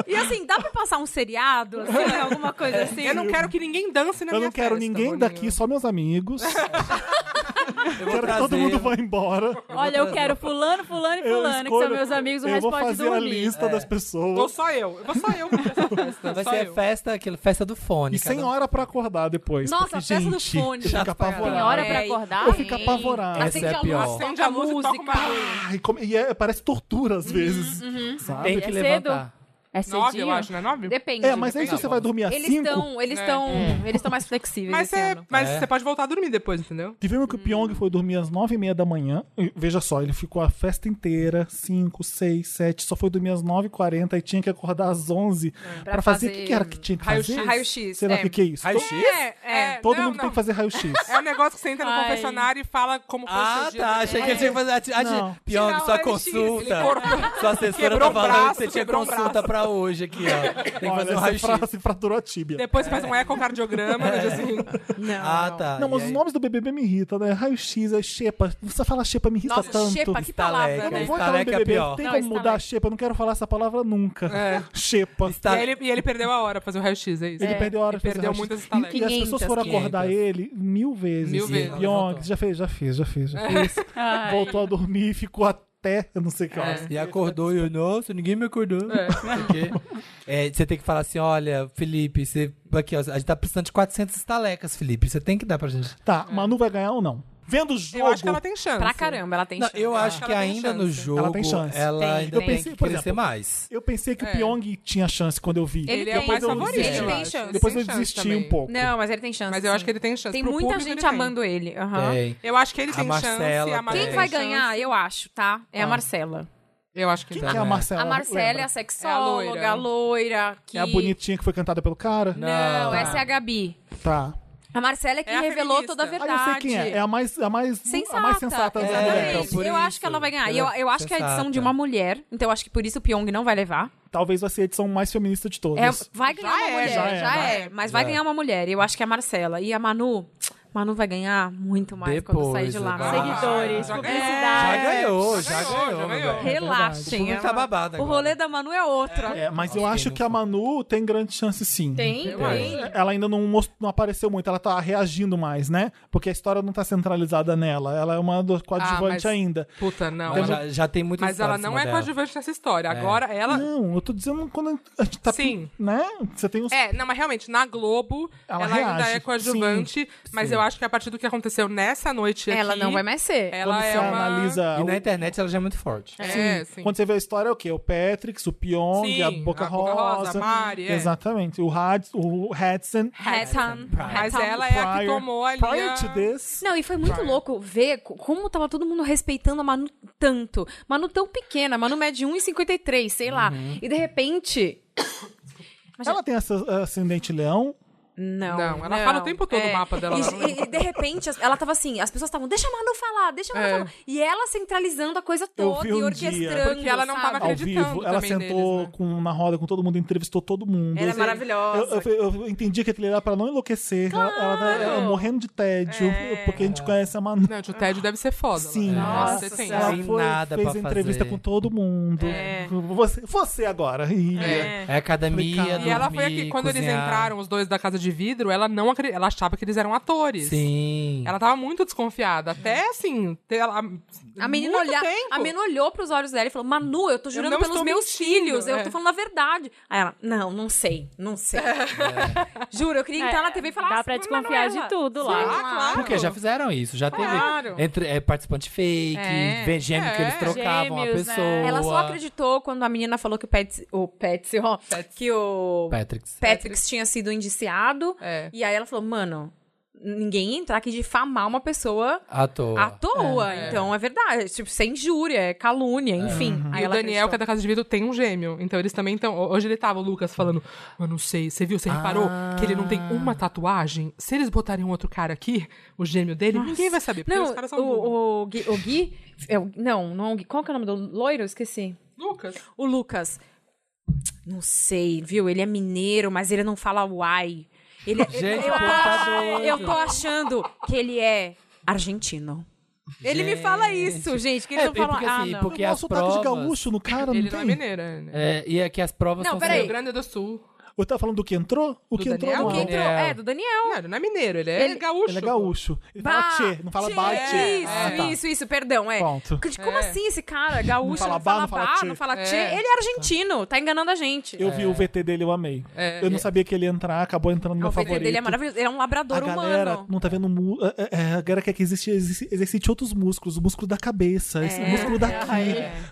Speaker 5: E assim, dá pra passar um seriado, assim, alguma coisa assim?
Speaker 4: Eu não quero que ninguém dance na
Speaker 1: Eu
Speaker 4: minha
Speaker 1: não quero
Speaker 4: festa,
Speaker 1: ninguém
Speaker 4: Boninho.
Speaker 1: daqui, só meus amigos.
Speaker 3: Eu vou
Speaker 1: quero que
Speaker 3: trazer-
Speaker 1: todo mundo vá embora.
Speaker 2: Olha, eu quero fulano, fulano e
Speaker 1: Eu
Speaker 2: fulano, que
Speaker 1: escolho-
Speaker 2: são meus
Speaker 5: um
Speaker 2: amigos, o
Speaker 1: eu
Speaker 2: resto
Speaker 1: vou
Speaker 2: pode
Speaker 1: fazer a
Speaker 2: dormir.
Speaker 1: lista das
Speaker 4: Ou
Speaker 1: pessoas.
Speaker 4: só eu. Eu Vou só eu pra essa festa.
Speaker 3: Vai
Speaker 4: só
Speaker 3: ser
Speaker 4: eu.
Speaker 3: festa, aquela festa do fone.
Speaker 1: E sem
Speaker 3: cada um-
Speaker 1: hora pra acordar depois.
Speaker 5: Nossa,
Speaker 1: porque,
Speaker 5: a festa do
Speaker 1: gente,
Speaker 5: fone.
Speaker 1: Eu
Speaker 3: Chato
Speaker 1: fico
Speaker 3: pra
Speaker 1: apavorado.
Speaker 2: Tem hora
Speaker 4: É.
Speaker 2: pra acordar?
Speaker 1: Eu fico apavorado.
Speaker 3: Essa é a pior.
Speaker 4: Acende a luz e toca uma luz.
Speaker 1: Ai, como- e é- parece tortura às vezes. Sabe?
Speaker 3: Tem que
Speaker 2: É cedo?
Speaker 3: levantar.
Speaker 2: É
Speaker 4: Nove,
Speaker 2: cedinho?
Speaker 4: eu acho, não é nove?
Speaker 5: Depende.
Speaker 1: É, mas aí se
Speaker 5: depende.
Speaker 1: você vai dormir às
Speaker 5: Eles
Speaker 1: 5.
Speaker 5: estão, eles
Speaker 4: É.
Speaker 5: estão, eles estão mais flexíveis
Speaker 4: Mas,
Speaker 5: esse
Speaker 4: você,
Speaker 5: ano.
Speaker 4: mas
Speaker 3: É.
Speaker 4: você pode voltar a dormir depois, entendeu?
Speaker 1: Tivemos que o Pyong foi dormir às nove e meia da manhã. E, Veja só, ele ficou a festa inteira, cinco, seis, sete, só foi dormir às nove e quarenta e tinha que acordar às onze pra,
Speaker 5: Pra
Speaker 1: fazer... O que
Speaker 5: fazer
Speaker 1: que era que tinha que
Speaker 4: raio-x.
Speaker 1: fazer?
Speaker 5: Raio-x,
Speaker 1: Sei lá o
Speaker 5: é.
Speaker 1: que que é isso.
Speaker 3: Raio-x?
Speaker 5: É,
Speaker 1: Todo
Speaker 4: não,
Speaker 1: mundo
Speaker 4: não.
Speaker 1: tem que fazer raio-x.
Speaker 4: É um negócio que você entra no
Speaker 2: Ai.
Speaker 4: confessionário e fala como foi o
Speaker 3: Ah,
Speaker 4: seu dia.
Speaker 3: tá. Achei que ele tinha que fazer. ati- ati-
Speaker 1: Não.
Speaker 3: Pyong,
Speaker 5: Tirar o
Speaker 3: sua
Speaker 5: raio-x.
Speaker 3: consulta.
Speaker 4: Ele cortou.
Speaker 3: Sua assessora
Speaker 4: Quebrou
Speaker 3: tá
Speaker 4: o
Speaker 3: falando
Speaker 4: braço,
Speaker 3: que você tinha
Speaker 4: quebrou o braço.
Speaker 3: consulta pra hoje aqui, ó. Tem que fazer
Speaker 1: Olha,
Speaker 3: um
Speaker 1: essa
Speaker 3: raio-x.
Speaker 1: frase fraturou a tíbia.
Speaker 4: Depois você faz um ecocardiograma, né, assim.
Speaker 5: Não.
Speaker 3: Ah,
Speaker 5: não.
Speaker 3: tá.
Speaker 1: Não,
Speaker 3: E
Speaker 1: mas
Speaker 3: aí?
Speaker 1: os nomes do BBB me irritam, né? Raio-X, é xepa. Você fala xepa, me irrita
Speaker 5: Nossa,
Speaker 1: tanto.
Speaker 5: xepa, que
Speaker 3: Estaleca,
Speaker 5: palavra,
Speaker 1: Eu
Speaker 5: né?
Speaker 1: não
Speaker 3: né?
Speaker 1: vou entrar no
Speaker 3: Estaleca é
Speaker 1: BBB,
Speaker 3: pior.
Speaker 1: não tem
Speaker 5: Não,
Speaker 1: como mudar
Speaker 5: estaleca.
Speaker 1: a xepa, eu não quero falar essa palavra nunca. Xepa.
Speaker 4: E
Speaker 3: Está...
Speaker 4: aí ele, e ele perdeu a hora pra fazer o raio-x, é isso?
Speaker 1: Ele perdeu a hora de
Speaker 4: ele
Speaker 1: fazer
Speaker 4: perdeu
Speaker 1: raio-x.
Speaker 4: muitas
Speaker 1: E, e as pessoas
Speaker 5: 500,
Speaker 1: foram acordar
Speaker 3: 500.
Speaker 1: ele mil vezes.
Speaker 4: Mil vezes. É.
Speaker 1: Pyong, você já fez, já fez, já fez, já fez.
Speaker 2: Ai.
Speaker 1: Voltou a dormir e ficou até, eu não sei o
Speaker 4: É.
Speaker 1: que horas.
Speaker 3: E acordou e eu, nossa, ninguém me acordou. Porque, é, você tem que falar assim: olha, Felipe, você, aqui, ó, a gente tá precisando de 400 estalecas, Felipe. Você tem que dar pra gente.
Speaker 1: Tá, Manu vai ganhar ou não? Vendo o jogo.
Speaker 4: É. Eu acho que ela tem chance.
Speaker 5: Pra caramba, ela tem
Speaker 3: Não,
Speaker 5: chance.
Speaker 3: eu acho
Speaker 4: Ela
Speaker 3: que
Speaker 4: tem
Speaker 3: ainda
Speaker 4: chance.
Speaker 3: no jogo
Speaker 1: Ela tem chance.
Speaker 3: ela
Speaker 5: Tem,
Speaker 3: ainda
Speaker 5: eu
Speaker 3: tem
Speaker 1: pensei,
Speaker 3: que
Speaker 1: por
Speaker 3: crescer
Speaker 1: exemplo,
Speaker 3: mais.
Speaker 1: Eu pensei que
Speaker 4: É.
Speaker 1: o Pyong tinha chance quando eu vi.
Speaker 5: Ele
Speaker 4: Ele é o
Speaker 5: tem
Speaker 4: mais
Speaker 5: chance,
Speaker 4: favorito,
Speaker 1: ele
Speaker 4: eu
Speaker 1: tem
Speaker 4: acho.
Speaker 5: chance.
Speaker 1: Depois eu
Speaker 4: tem chance
Speaker 1: desisti
Speaker 4: também.
Speaker 1: um pouco.
Speaker 5: Não, mas ele tem chance.
Speaker 4: Mas eu acho
Speaker 5: sim.
Speaker 4: que ele tem chance.
Speaker 5: assim. Tem
Speaker 4: Pro
Speaker 5: muita
Speaker 4: público, ele
Speaker 5: gente
Speaker 4: tem.
Speaker 5: amando ele. aham.
Speaker 3: Tem.
Speaker 4: Eu acho que ele
Speaker 3: A
Speaker 4: tem chance.
Speaker 3: Marcela
Speaker 4: A Marcela
Speaker 5: Quem
Speaker 3: É.
Speaker 4: tem
Speaker 5: vai
Speaker 4: chance.
Speaker 5: ganhar, eu acho, tá? É a Marcela.
Speaker 4: Eu acho que
Speaker 1: Quem
Speaker 4: tá.
Speaker 1: que Ah. é a
Speaker 3: né?
Speaker 1: Marcela?
Speaker 5: A Marcela é
Speaker 1: Lembra?
Speaker 5: a sexóloga,
Speaker 4: É a
Speaker 5: a loira. que-
Speaker 1: É a bonitinha que foi cantada pelo cara?
Speaker 5: Não,
Speaker 3: Não.
Speaker 5: essa é a Gabi.
Speaker 1: Tá.
Speaker 5: A Marcela é quem
Speaker 4: É a
Speaker 5: revelou
Speaker 4: feminista.
Speaker 5: toda a
Speaker 1: Ah,
Speaker 5: verdade.
Speaker 1: eu sei quem é. É a mais, a mais,
Speaker 5: Sensata.
Speaker 1: a mais sensata. né? da
Speaker 5: exatamente.
Speaker 3: É, então,
Speaker 1: galera.
Speaker 3: por
Speaker 5: eu
Speaker 3: isso.
Speaker 5: acho que ela vai ganhar. E eu,
Speaker 3: Ela é
Speaker 5: eu acho que é a edição
Speaker 3: sensata.
Speaker 5: de uma mulher, então eu acho que por isso o Pyong não vai levar.
Speaker 1: Talvez vai ser a edição mais feminista de todas.
Speaker 5: É, vai ganhar
Speaker 4: Já
Speaker 5: uma
Speaker 4: é,
Speaker 5: mulher,
Speaker 1: já
Speaker 5: já,
Speaker 1: é,
Speaker 5: é,
Speaker 1: já
Speaker 3: é.
Speaker 5: Mas vai
Speaker 3: Já é.
Speaker 5: ganhar uma mulher. Eu acho que é a Marcela. E a Manu, Manu vai ganhar muito mais quando sair
Speaker 3: Depois,
Speaker 5: de lá.
Speaker 3: vai.
Speaker 2: Seguidores,
Speaker 4: Já ganhou.
Speaker 3: Já
Speaker 2: publicidade.
Speaker 3: ganhou,
Speaker 4: É, Já
Speaker 3: já
Speaker 4: ganhou, já
Speaker 3: ganhou. meu
Speaker 4: ganhou.
Speaker 3: bem.
Speaker 5: Relaxem. é
Speaker 3: O público tá babado
Speaker 5: O
Speaker 3: agora.
Speaker 5: rolê da Manu é outro.
Speaker 1: É, mas
Speaker 3: Nossa,
Speaker 1: eu
Speaker 3: quem
Speaker 1: acho
Speaker 3: não
Speaker 1: que a
Speaker 3: foi?
Speaker 1: Manu tem grande chance sim.
Speaker 5: Tem,
Speaker 4: Eu
Speaker 3: É.
Speaker 5: tem.
Speaker 1: Ela ainda não, most- não apareceu muito, ela tá reagindo mais, né? Porque a história não tá centralizada nela. Ela é uma do- coadjuvante
Speaker 4: Ah, mas-
Speaker 1: ainda.
Speaker 4: Puta, não.
Speaker 3: Mas
Speaker 4: ela-
Speaker 3: Então já, já tem muita
Speaker 4: Mas ela
Speaker 3: história em
Speaker 4: não é
Speaker 3: cima dela.
Speaker 4: coadjuvante nessa história. Agora ela.
Speaker 1: Não, eu tô dizendo quando a gente Hum, tá.
Speaker 4: Sim.
Speaker 1: Né? Você tem os.
Speaker 4: É, não, mas realmente, na Globo,
Speaker 1: Ela
Speaker 4: ela,
Speaker 1: reage,
Speaker 4: ainda é coadjuvante, mas eu acho que a partir do que aconteceu nessa noite
Speaker 5: Ela
Speaker 4: aqui,
Speaker 5: não vai mais ser.
Speaker 1: quando
Speaker 4: Ela
Speaker 1: você
Speaker 4: é uma...
Speaker 1: analisa.
Speaker 3: E
Speaker 1: o-
Speaker 3: na internet ela já é muito forte.
Speaker 4: É, sim.
Speaker 1: Quando você vê a história, é o quê? O Patrix, o Pyong,
Speaker 4: Sim,
Speaker 1: a Boca
Speaker 4: a Boca Rosa, a Mari, é.
Speaker 1: Exatamente. O, Had, o Hudson.
Speaker 5: Hatton.
Speaker 4: Mas
Speaker 5: Hatton.
Speaker 4: ela é a que
Speaker 1: Prior-
Speaker 4: tomou ali
Speaker 1: Prior
Speaker 4: a-
Speaker 1: to this.
Speaker 5: Não, e foi muito louco ver co- como tava todo mundo respeitando a Manu tanto. Manu tão pequena, Manu mede 1,53, sei lá.
Speaker 3: Uhum.
Speaker 5: E de repente.
Speaker 1: Ela tem essa ascendente leão.
Speaker 5: Não. É,
Speaker 4: Não, ela fala o tempo todo o mapa dela
Speaker 5: E,
Speaker 4: lá, né?
Speaker 5: e- e de repente, as- ela tava assim, as pessoas estavam, deixa a Manu falar, deixa a Manu
Speaker 4: É.
Speaker 5: falar. E ela centralizando a coisa
Speaker 1: Eu
Speaker 5: toda
Speaker 1: vi
Speaker 5: e
Speaker 1: um
Speaker 5: orquestrando.
Speaker 1: dia.
Speaker 4: Porque ela não
Speaker 5: sabe?
Speaker 4: tava
Speaker 1: ao
Speaker 4: acreditando
Speaker 1: vivo. Ela
Speaker 4: também
Speaker 1: sentou
Speaker 4: neles, né?
Speaker 1: com, na roda com todo mundo, entrevistou todo mundo.
Speaker 5: Ela é
Speaker 1: Eu-
Speaker 5: maravilhosa.
Speaker 1: Eu, eu- eu entendi que aquilo era pra não enlouquecer. Ela- Ela, tá ela morrendo de tédio, porque a gente conhece a Manu.
Speaker 4: Não, o tédio deve ser
Speaker 5: né?
Speaker 4: foda.
Speaker 1: Sim,
Speaker 4: Ela-
Speaker 1: ela-
Speaker 5: Nossa,
Speaker 4: Você tem.
Speaker 1: ela
Speaker 3: Sem
Speaker 1: foi,
Speaker 3: nada
Speaker 1: fez
Speaker 3: pra
Speaker 1: entrevista
Speaker 3: fazer.
Speaker 1: com todo mundo. Você, você agora. E-
Speaker 3: É academia,
Speaker 1: Complicado.
Speaker 3: dormir,
Speaker 4: E ela foi aqui, quando eles
Speaker 3: cozinhar.
Speaker 4: entraram, os dois da casa de vidro, ela não acreditava, ela achava que eles eram atores.
Speaker 3: Sim.
Speaker 4: Ela tava muito desconfiada. Até assim, ter- ela,
Speaker 5: A menina,
Speaker 4: muito
Speaker 5: olha,
Speaker 4: tempo.
Speaker 5: a menina olhou pros olhos dela e falou: Manu, eu tô jurando
Speaker 4: não
Speaker 5: pelos
Speaker 4: estou
Speaker 5: meus
Speaker 4: mentindo,
Speaker 5: filhos,
Speaker 4: é.
Speaker 5: eu tô falando a verdade. Aí ela, não, não sei, não sei. Juro, eu queria entrar na TV e falar
Speaker 2: É, Dá
Speaker 5: "Ah,
Speaker 2: pra
Speaker 5: mas
Speaker 2: desconfiar
Speaker 5: Manuela."
Speaker 2: de tudo
Speaker 4: Ah,
Speaker 2: lá.
Speaker 4: claro.
Speaker 3: Porque já fizeram isso, já teve
Speaker 4: Claro.
Speaker 3: entre, é, participante fake,
Speaker 5: É.
Speaker 3: vem gêmeo que eles
Speaker 4: É.
Speaker 3: trocavam a
Speaker 2: Gêmeos, né?
Speaker 3: pessoa.
Speaker 5: Ela só acreditou quando a menina falou que o Pets, o Pets, ó, que o
Speaker 3: Patrick.
Speaker 5: Patrick tinha sido indiciado.
Speaker 4: É.
Speaker 5: E aí ela falou, mano, ninguém ia entrar aqui difamar uma pessoa
Speaker 3: À toa.
Speaker 5: à toa. Então é verdade, tipo, sem júria, é calúnia, enfim.
Speaker 3: Uhum.
Speaker 5: Aí
Speaker 4: E o Daniel, que
Speaker 5: ela
Speaker 4: é
Speaker 5: acreditou.
Speaker 4: da casa de vidro, tem um gêmeo. Então eles também estão. Hoje ele tava, o Lucas, falando. Eu não sei, você viu, você
Speaker 3: Ah.
Speaker 4: reparou que ele não tem uma tatuagem? Se eles botarem um outro cara aqui, o gêmeo dele, ninguém vai saber. Porque os caras são.
Speaker 5: Não,
Speaker 4: burros.
Speaker 5: o, o, Gui, o Gui- é o- não, não é o Gui. Qual que é o nome do loiro? Eu Esqueci.
Speaker 4: Lucas.
Speaker 5: O Lucas. Não sei, viu? Ele é mineiro, mas ele não fala uai. Ele,
Speaker 3: Gente,
Speaker 5: eu,
Speaker 3: o povo tá doido.
Speaker 5: eu tô achando que ele é argentino. Ele me fala isso, gente, que ele
Speaker 3: É,
Speaker 5: não
Speaker 3: e
Speaker 5: fala
Speaker 3: porque
Speaker 5: ah,
Speaker 3: assim,
Speaker 5: não.
Speaker 3: porque
Speaker 1: Eu
Speaker 3: as
Speaker 1: gosto do sotaque
Speaker 3: provas...
Speaker 1: de gaúcho no cara,
Speaker 4: Ele
Speaker 1: não
Speaker 4: não é
Speaker 1: tem?
Speaker 4: mineiro. né?
Speaker 3: É, e é que as provas
Speaker 5: Não,
Speaker 3: são
Speaker 5: peraí.
Speaker 4: Rio Grande do Sul.
Speaker 1: o Eu tava falando do que entrou? O
Speaker 4: Do
Speaker 1: que entrou
Speaker 4: Daniel?
Speaker 1: no
Speaker 5: O
Speaker 1: ar.
Speaker 5: que
Speaker 3: Daniel.
Speaker 5: entrou? É, do Daniel.
Speaker 4: Não, ele não é mineiro, ele é
Speaker 5: Ele-
Speaker 4: gaúcho.
Speaker 1: Ele é gaúcho. Ele
Speaker 5: Bah,
Speaker 1: fala tchê, não fala bah,
Speaker 5: Isso,
Speaker 1: tchê. Ah, tá.
Speaker 5: isso, isso, perdão. É.
Speaker 1: Pronto.
Speaker 5: Como
Speaker 4: É.
Speaker 5: assim esse cara, gaúcho,
Speaker 1: fala
Speaker 5: não
Speaker 1: bah,
Speaker 5: fala
Speaker 1: não fala
Speaker 5: bah,
Speaker 1: tchê.
Speaker 5: não fala
Speaker 4: É.
Speaker 5: tchê? Ele é argentino, tá enganando a gente.
Speaker 1: Eu vi o VT dele, eu amei.
Speaker 4: É.
Speaker 1: eu não sabia que ele ia entrar, acabou entrando no meu
Speaker 5: Ah, o VT
Speaker 1: favorito.
Speaker 5: dele é maravilhoso. Ele é um labrador
Speaker 1: A galera
Speaker 5: humano.
Speaker 1: não tá vendo. Mu é, é, é, a galera quer que existe, exerci- exercite outros músculos, o músculo da cabeça, esse
Speaker 5: É.
Speaker 1: músculo daqui.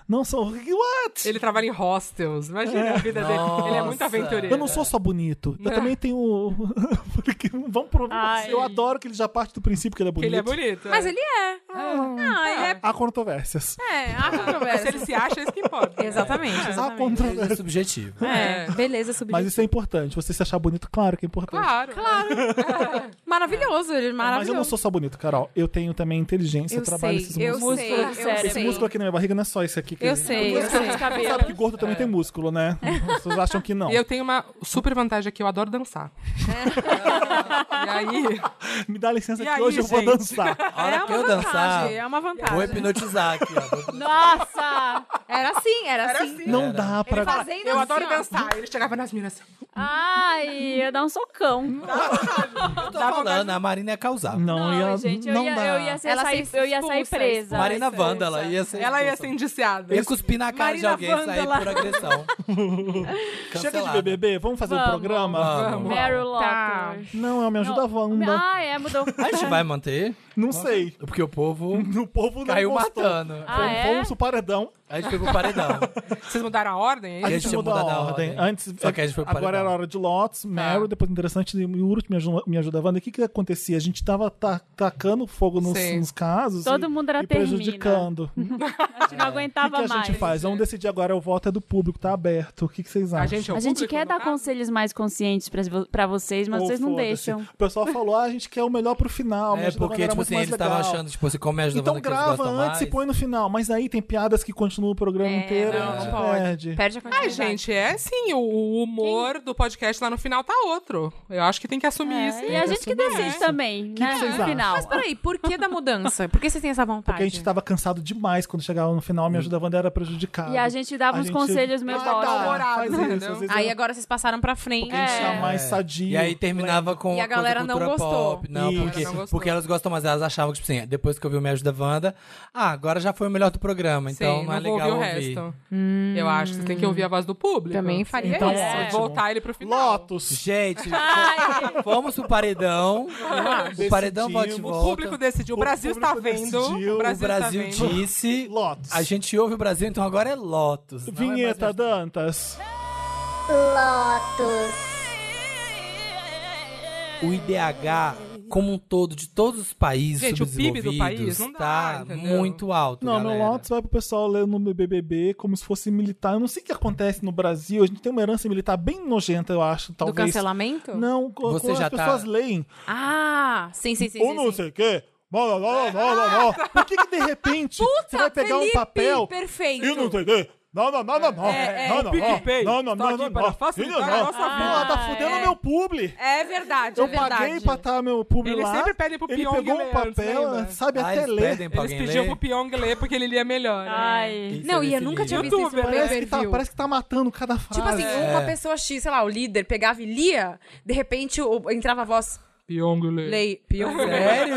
Speaker 1: Não são. What?
Speaker 4: Ele trabalha em hostels, imagina a vida dele. Ele é muito
Speaker 3: Nossa.
Speaker 4: aventureiro.
Speaker 1: Eu não sou só bonito. Eu também tenho. Porque Vamos pro.
Speaker 2: Ai.
Speaker 1: Eu adoro que ele já parte do princípio que ele é
Speaker 4: Porque
Speaker 1: bonito.
Speaker 4: ele é bonito. é.
Speaker 5: Mas ele é. Ah, ele é.
Speaker 1: Há controvérsias.
Speaker 5: É, há
Speaker 4: Se ele
Speaker 5: controvérsia.
Speaker 4: se acha, é isso que importa.
Speaker 5: Exatamente.
Speaker 1: Há
Speaker 5: exatamente.
Speaker 3: É
Speaker 1: controvérsias.
Speaker 3: subjetivo.
Speaker 5: É,
Speaker 4: É.
Speaker 5: beleza subjetiva.
Speaker 1: Mas isso é importante. Você se achar bonito, claro que é importante.
Speaker 4: Claro. Claro.
Speaker 5: Maravilhoso, ele é maravilhoso.
Speaker 1: Mas eu não sou só bonito, Carol. Eu tenho também inteligência, eu, trabalho esses
Speaker 5: eu
Speaker 1: músculos.
Speaker 5: sei,
Speaker 2: Músculo do
Speaker 5: eu
Speaker 2: cérebro.
Speaker 1: Esse
Speaker 5: sei.
Speaker 1: músculo aqui na minha barriga não é só esse aqui. que-
Speaker 5: Eu sei, eu sei.
Speaker 1: Você sabe que gordo também tem músculo, né? Vocês acham que não.
Speaker 4: E eu tenho uma super vantagem aqui, eu adoro dançar. e aí,
Speaker 1: Me dá licença
Speaker 4: E
Speaker 1: que
Speaker 4: aí,
Speaker 1: hoje eu vou
Speaker 4: gente?
Speaker 1: dançar.
Speaker 3: A hora
Speaker 5: é
Speaker 3: que
Speaker 5: uma
Speaker 3: eu dançar,
Speaker 5: vantagem, é uma
Speaker 3: vou
Speaker 5: vantagem.
Speaker 3: hipnotizar aqui, ó.
Speaker 2: Nossa!
Speaker 5: Era assim, era, assim.
Speaker 1: Não dá pra.
Speaker 5: Fazendo
Speaker 4: eu
Speaker 5: assim,
Speaker 4: adoro
Speaker 5: ó.
Speaker 4: dançar. Ele chegava nas minas assim.
Speaker 2: Ai, ia dar um socão.
Speaker 3: Eu tô falando, a Marina ia causar.
Speaker 1: Não, ia,
Speaker 2: gente, eu
Speaker 1: não
Speaker 2: ia,
Speaker 1: dá.
Speaker 2: eu ia ser
Speaker 5: Ela
Speaker 2: sair-
Speaker 5: ser
Speaker 2: eu ia sair
Speaker 5: expulsa,
Speaker 2: presa.
Speaker 3: Marina
Speaker 2: Expulsa.
Speaker 3: Wanda, ela ia ser.
Speaker 4: Ela ia ser
Speaker 3: expulsa.
Speaker 4: indiciada.
Speaker 3: Ia cuspir na cara de
Speaker 4: Marina
Speaker 3: alguém e sair
Speaker 4: Wanda.
Speaker 3: por agressão.
Speaker 1: Chega de
Speaker 3: Cancelada.
Speaker 1: BBB, vamos fazer um
Speaker 2: Vamos.
Speaker 1: programa?
Speaker 3: Vamos.
Speaker 2: Meryl
Speaker 4: Tá.
Speaker 2: Lockhart.
Speaker 1: Não, eu me ajuda a Wanda.
Speaker 2: Ah, é, mudou.
Speaker 3: A gente vai manter,
Speaker 1: Não sei.
Speaker 3: porque o povo
Speaker 1: O povo não
Speaker 3: caiu
Speaker 1: gostou. um
Speaker 3: matando.
Speaker 2: Ah, é?
Speaker 1: Fomos o paredão.
Speaker 3: A gente pegou o paredão. É,
Speaker 4: Vocês mudaram a ordem? é
Speaker 1: A
Speaker 4: aí?
Speaker 3: Aí-
Speaker 1: gente, mudou a ordem. Antes,
Speaker 3: Só que a gente foi pro
Speaker 1: agora
Speaker 3: paredão.
Speaker 1: era hora de Lotus, Meryl, depois interessante, e o Urut me ajuda, me ajuda Wanda. O que que acontecia? A gente tava ta- tacando fogo nos,
Speaker 4: Sim.
Speaker 1: nos casos
Speaker 2: Todo
Speaker 1: e,
Speaker 2: mundo era
Speaker 1: e prejudicando. O
Speaker 2: A gente não
Speaker 1: que, que
Speaker 2: aguentava
Speaker 1: a
Speaker 2: mais.
Speaker 1: gente faz? Vamos decidir agora, o voto é do público, tá aberto. O que, que vocês acham?
Speaker 4: A gente, é o
Speaker 2: A gente
Speaker 4: público,
Speaker 2: quer
Speaker 4: no
Speaker 2: dar
Speaker 4: caso?
Speaker 2: conselhos mais conscientes pra vo- pra vocês, mas
Speaker 1: Ou
Speaker 2: vocês não
Speaker 1: foda-se.
Speaker 2: deixam.
Speaker 1: O pessoal falou, ah, a gente quer o melhor pro final.
Speaker 3: É,
Speaker 1: mas a
Speaker 3: porque,
Speaker 1: Wanda era
Speaker 3: tipo
Speaker 1: muito
Speaker 3: assim,
Speaker 1: mais
Speaker 3: eles estavam
Speaker 1: legal.
Speaker 3: achando, tipo assim, como é a ajuda
Speaker 1: Então
Speaker 3: Wanda que eles
Speaker 1: grava
Speaker 3: gostam
Speaker 1: antes
Speaker 3: mais.
Speaker 1: e põe no final. Mas aí tem piadas que continuam o programa
Speaker 5: É,
Speaker 1: inteiro.
Speaker 5: não,
Speaker 1: a gente
Speaker 5: não pode.
Speaker 1: perde.
Speaker 5: Perde a
Speaker 4: Ah,
Speaker 5: quantidade.
Speaker 4: gente, é sim. O, o humor do podcast lá no final tá outro. Eu acho que tem que assumir isso.
Speaker 2: E a gente que
Speaker 1: assumir
Speaker 2: decide
Speaker 1: isso.
Speaker 2: também,
Speaker 1: que
Speaker 2: né?
Speaker 1: vocês
Speaker 2: no
Speaker 1: acham?
Speaker 2: final.
Speaker 5: Mas peraí, por que da mudança? Por que vocês têm essa vontade?
Speaker 1: Porque a gente tá tava cansado demais quando chegava no final, me
Speaker 3: Hum.
Speaker 1: ajuda Wanda era prejudicada.
Speaker 2: E a gente dava
Speaker 1: A
Speaker 2: uns
Speaker 1: gente-
Speaker 2: conselhos meio
Speaker 4: Ah, tá.
Speaker 2: bosta.
Speaker 1: Faz isso,
Speaker 4: entendeu?
Speaker 1: às vezes
Speaker 5: Aí
Speaker 1: eu-
Speaker 5: agora vocês passaram pra frente.
Speaker 1: Porque a gente
Speaker 2: É.
Speaker 1: tá mais
Speaker 3: É.
Speaker 1: sadio.
Speaker 3: E aí terminava com
Speaker 5: E a
Speaker 3: com
Speaker 5: galera não
Speaker 3: cultura
Speaker 5: gostou.
Speaker 3: Pop. Não,
Speaker 1: Isso.
Speaker 3: porque,
Speaker 4: Não gostou.
Speaker 3: porque elas gostam, mas elas achavam que, tipo assim, depois que eu vi o Me Ajuda Wanda, ah, agora já foi o melhor do programa, então
Speaker 4: Sim,
Speaker 3: não é
Speaker 4: vou
Speaker 3: legal
Speaker 4: ouvir o
Speaker 3: ouvir.
Speaker 4: resto. Eu acho que vocês têm que ouvir a voz do público.
Speaker 5: Também faria
Speaker 1: Então,
Speaker 5: isso.
Speaker 3: É
Speaker 1: ótimo.
Speaker 4: Voltar ele pro final.
Speaker 1: Lotus.
Speaker 3: Gente, fomos pro paredão. o paredão bate e
Speaker 1: Decidimos.
Speaker 4: O
Speaker 3: volta.
Speaker 4: público decidiu. O
Speaker 1: O
Speaker 4: Brasil está
Speaker 1: público
Speaker 4: vendo.
Speaker 1: decidiu.
Speaker 4: O
Speaker 3: O
Speaker 4: Brasil, está
Speaker 3: Brasil
Speaker 4: vendo.
Speaker 3: disse.
Speaker 1: Lotus.
Speaker 3: A gente ouve o Brasil, então agora é Lotus. não é mais
Speaker 1: Vinheta, Dantas.
Speaker 3: o IDH como um todo de todos os países
Speaker 4: Gente, o PIB do país
Speaker 3: subdesenvolvidos
Speaker 4: não dá,
Speaker 3: tá
Speaker 4: entendeu?
Speaker 3: muito alto,
Speaker 1: Não,
Speaker 3: galera.
Speaker 1: meu Lotus vai pro pessoal ler no meu BBB como se fosse militar. Eu não sei o que acontece no Brasil. A gente tem uma herança militar bem nojenta, eu acho,
Speaker 5: Do
Speaker 1: talvez.
Speaker 5: cancelamento?
Speaker 1: Não, co-
Speaker 3: Você
Speaker 1: co- as
Speaker 3: já tá-
Speaker 1: pessoas leem.
Speaker 5: Ah, sim, sim, sim.
Speaker 1: Ou
Speaker 5: sim,
Speaker 1: não
Speaker 5: sim.
Speaker 1: sei o quê. Blá, blá, blá, blá, blá, blá. Por que, que de repente você vai pegar
Speaker 5: Felipe,
Speaker 1: um papel
Speaker 5: Perfeito.
Speaker 1: Eu não entendi. Não, não, não, não, não.
Speaker 5: É, é,
Speaker 1: não, não,
Speaker 4: PicPay.
Speaker 1: não, não, não,
Speaker 4: Tá
Speaker 1: não,
Speaker 4: aqui
Speaker 1: não,
Speaker 4: para
Speaker 1: não.
Speaker 4: facilitar
Speaker 1: Filho,
Speaker 4: a
Speaker 1: não.
Speaker 4: nossa
Speaker 1: Ela tá fudendo meu publi.
Speaker 5: É verdade,
Speaker 1: Eu
Speaker 5: é verdade.
Speaker 1: paguei pra estar meu publi
Speaker 4: Ele
Speaker 1: lá.
Speaker 4: sempre pede pro
Speaker 1: Ele
Speaker 4: Pyong
Speaker 1: pegou um
Speaker 4: ler antes,
Speaker 1: papel,
Speaker 4: lembra?
Speaker 1: sabe
Speaker 3: Ah,
Speaker 1: até
Speaker 3: eles
Speaker 1: ler.
Speaker 3: pedem pra
Speaker 4: Eles
Speaker 3: alguém
Speaker 4: pediam pro
Speaker 3: ler.
Speaker 4: Pyong ler porque ele lia melhor. né?
Speaker 2: Ai.
Speaker 5: Não, e eu nunca tinha visto isso
Speaker 4: Youtuber,
Speaker 5: no
Speaker 1: Parece que, tá,
Speaker 5: pay-per-view.
Speaker 1: parece que tá matando cada frase.
Speaker 5: Tipo assim,
Speaker 4: É.
Speaker 5: uma pessoa X, sei lá, o líder pegava e lia, de repente o- entrava a voz,
Speaker 4: Pyong lê.
Speaker 5: lei, pior.
Speaker 1: É.
Speaker 3: Sério?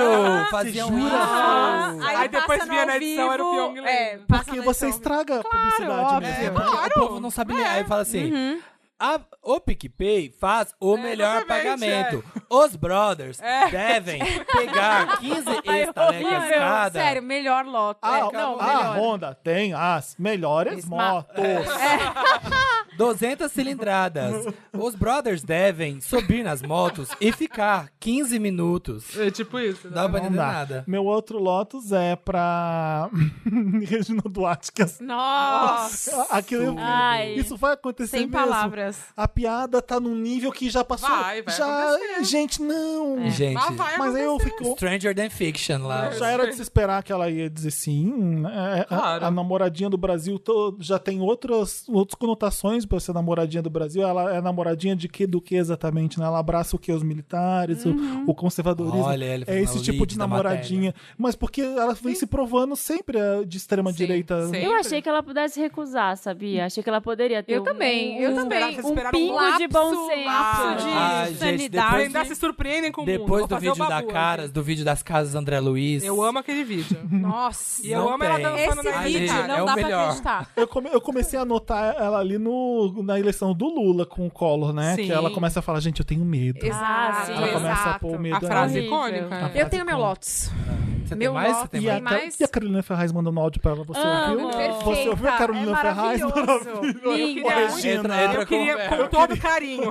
Speaker 3: Faziam
Speaker 5: Ah,
Speaker 3: isso.
Speaker 4: Aí depois
Speaker 5: passa no
Speaker 4: via
Speaker 5: ao
Speaker 4: na edição, era o
Speaker 5: vivo,
Speaker 4: Pyong lendo.
Speaker 5: É, passa
Speaker 1: Porque
Speaker 5: na
Speaker 1: você
Speaker 5: edição.
Speaker 1: estraga a publicidade
Speaker 5: óbvio.
Speaker 3: É,
Speaker 1: mesmo.
Speaker 3: porque o povo não sabe nem.
Speaker 4: É.
Speaker 3: Aí fala assim.
Speaker 4: Uhum.
Speaker 3: "Ah, o PicPay faz o melhor
Speaker 4: É, exatamente, é.
Speaker 3: pagamento. Os brothers devem pegar né, 15 estalecas
Speaker 5: Horrível.
Speaker 3: cada.
Speaker 5: Sério, melhor loto.
Speaker 1: A,
Speaker 5: é, não,
Speaker 1: Ah, a
Speaker 5: melhor.
Speaker 1: Honda tem as melhores
Speaker 5: Esma-
Speaker 1: motos.
Speaker 3: 200 cilindradas. Os brothers devem subir nas motos e ficar 15 minutos.
Speaker 4: É tipo isso. né?
Speaker 3: Não dá pra
Speaker 1: Não
Speaker 3: entender
Speaker 1: dá.
Speaker 3: nada.
Speaker 1: Meu outro Lotus é pra Regina Duarte, que as
Speaker 5: Nossa,
Speaker 1: Aquilo,
Speaker 2: Ai.
Speaker 1: Isso vai acontecer
Speaker 5: sem
Speaker 1: é mesmo.
Speaker 5: palavras.
Speaker 1: A piada tá num nível que já passou.
Speaker 4: Vai, vai
Speaker 1: já, gente, não.
Speaker 5: É.
Speaker 3: Gente,
Speaker 4: Mas É. vai
Speaker 1: Mas aí eu fico.
Speaker 3: Stranger Than Fiction lá.
Speaker 1: Já era de se esperar que ela ia dizer sim. né? A-
Speaker 4: Claro.
Speaker 1: A, namoradinha do Brasil to- já tem outras, outras conotações por ser namoradinha do Brasil, ela é namoradinha de que do que exatamente, né? Ela abraça o que? Os militares, o-
Speaker 4: Uhum.
Speaker 1: o, conservadorismo.
Speaker 3: Olha, ele fez
Speaker 1: é esse
Speaker 3: uma
Speaker 1: tipo
Speaker 3: lead
Speaker 1: de
Speaker 3: da
Speaker 1: namoradinha. Mas porque ela vem se provando sempre eh, de extrema
Speaker 4: Sim,
Speaker 1: direita.
Speaker 4: sim.
Speaker 2: Eu achei que ela pudesse recusar, sabia? Achei que ela poderia ter
Speaker 5: Eu
Speaker 2: um-
Speaker 5: também,
Speaker 2: um-
Speaker 5: eu
Speaker 2: um-
Speaker 5: também.
Speaker 2: Um
Speaker 4: Esperaram um
Speaker 2: pingo de bom
Speaker 4: lapso,
Speaker 2: senso.
Speaker 4: lapso de-
Speaker 3: Ai, gente,
Speaker 2: sanidade.
Speaker 3: depois-
Speaker 4: Ah, Ainda se surpreendem com o mundo.
Speaker 3: Depois
Speaker 4: Vou
Speaker 3: do
Speaker 4: fazer o
Speaker 3: vídeo da
Speaker 4: babu
Speaker 3: Caras, do vídeo das casas André Luiz.
Speaker 4: aqui. Eu amo aquele vídeo.
Speaker 5: Nossa.
Speaker 4: E eu
Speaker 3: Não
Speaker 4: amo ela
Speaker 3: tem.
Speaker 4: dançando
Speaker 5: Esse
Speaker 4: na
Speaker 3: Ai,
Speaker 5: vídeo
Speaker 3: gente,
Speaker 5: não
Speaker 3: é o
Speaker 5: dá
Speaker 3: melhor.
Speaker 5: pra acreditar.
Speaker 1: Eu, come- eu comecei a anotar ela ali no, na eleição do Lula com o Collor, né?
Speaker 4: Sim.
Speaker 1: Que ela começa a falar, gente, eu tenho medo.
Speaker 2: Ah, sim.
Speaker 1: ela começa a pôr o medo.
Speaker 4: A frase
Speaker 1: nela.
Speaker 2: horrível.
Speaker 4: icônica.
Speaker 1: A
Speaker 5: Eu
Speaker 1: frase
Speaker 5: tenho meu
Speaker 1: icônica.
Speaker 5: Lotus.
Speaker 3: Você tem
Speaker 5: Meu
Speaker 3: mais? Você
Speaker 5: Deus.
Speaker 3: tem
Speaker 1: E
Speaker 3: mais?
Speaker 1: a,
Speaker 5: Tem mais?
Speaker 1: e a Carolina Ferraz mandando um áudio pra ela. Você
Speaker 2: Amo.
Speaker 1: ouviu?
Speaker 5: Perfeita.
Speaker 1: Você ouviu a Carolina
Speaker 5: é
Speaker 1: Ferraz?
Speaker 5: maravilhoso.
Speaker 4: Eu
Speaker 2: Linda.
Speaker 4: queria,
Speaker 1: Regina.
Speaker 3: Entra- entra
Speaker 4: eu queria
Speaker 3: com-
Speaker 4: com todo carinho,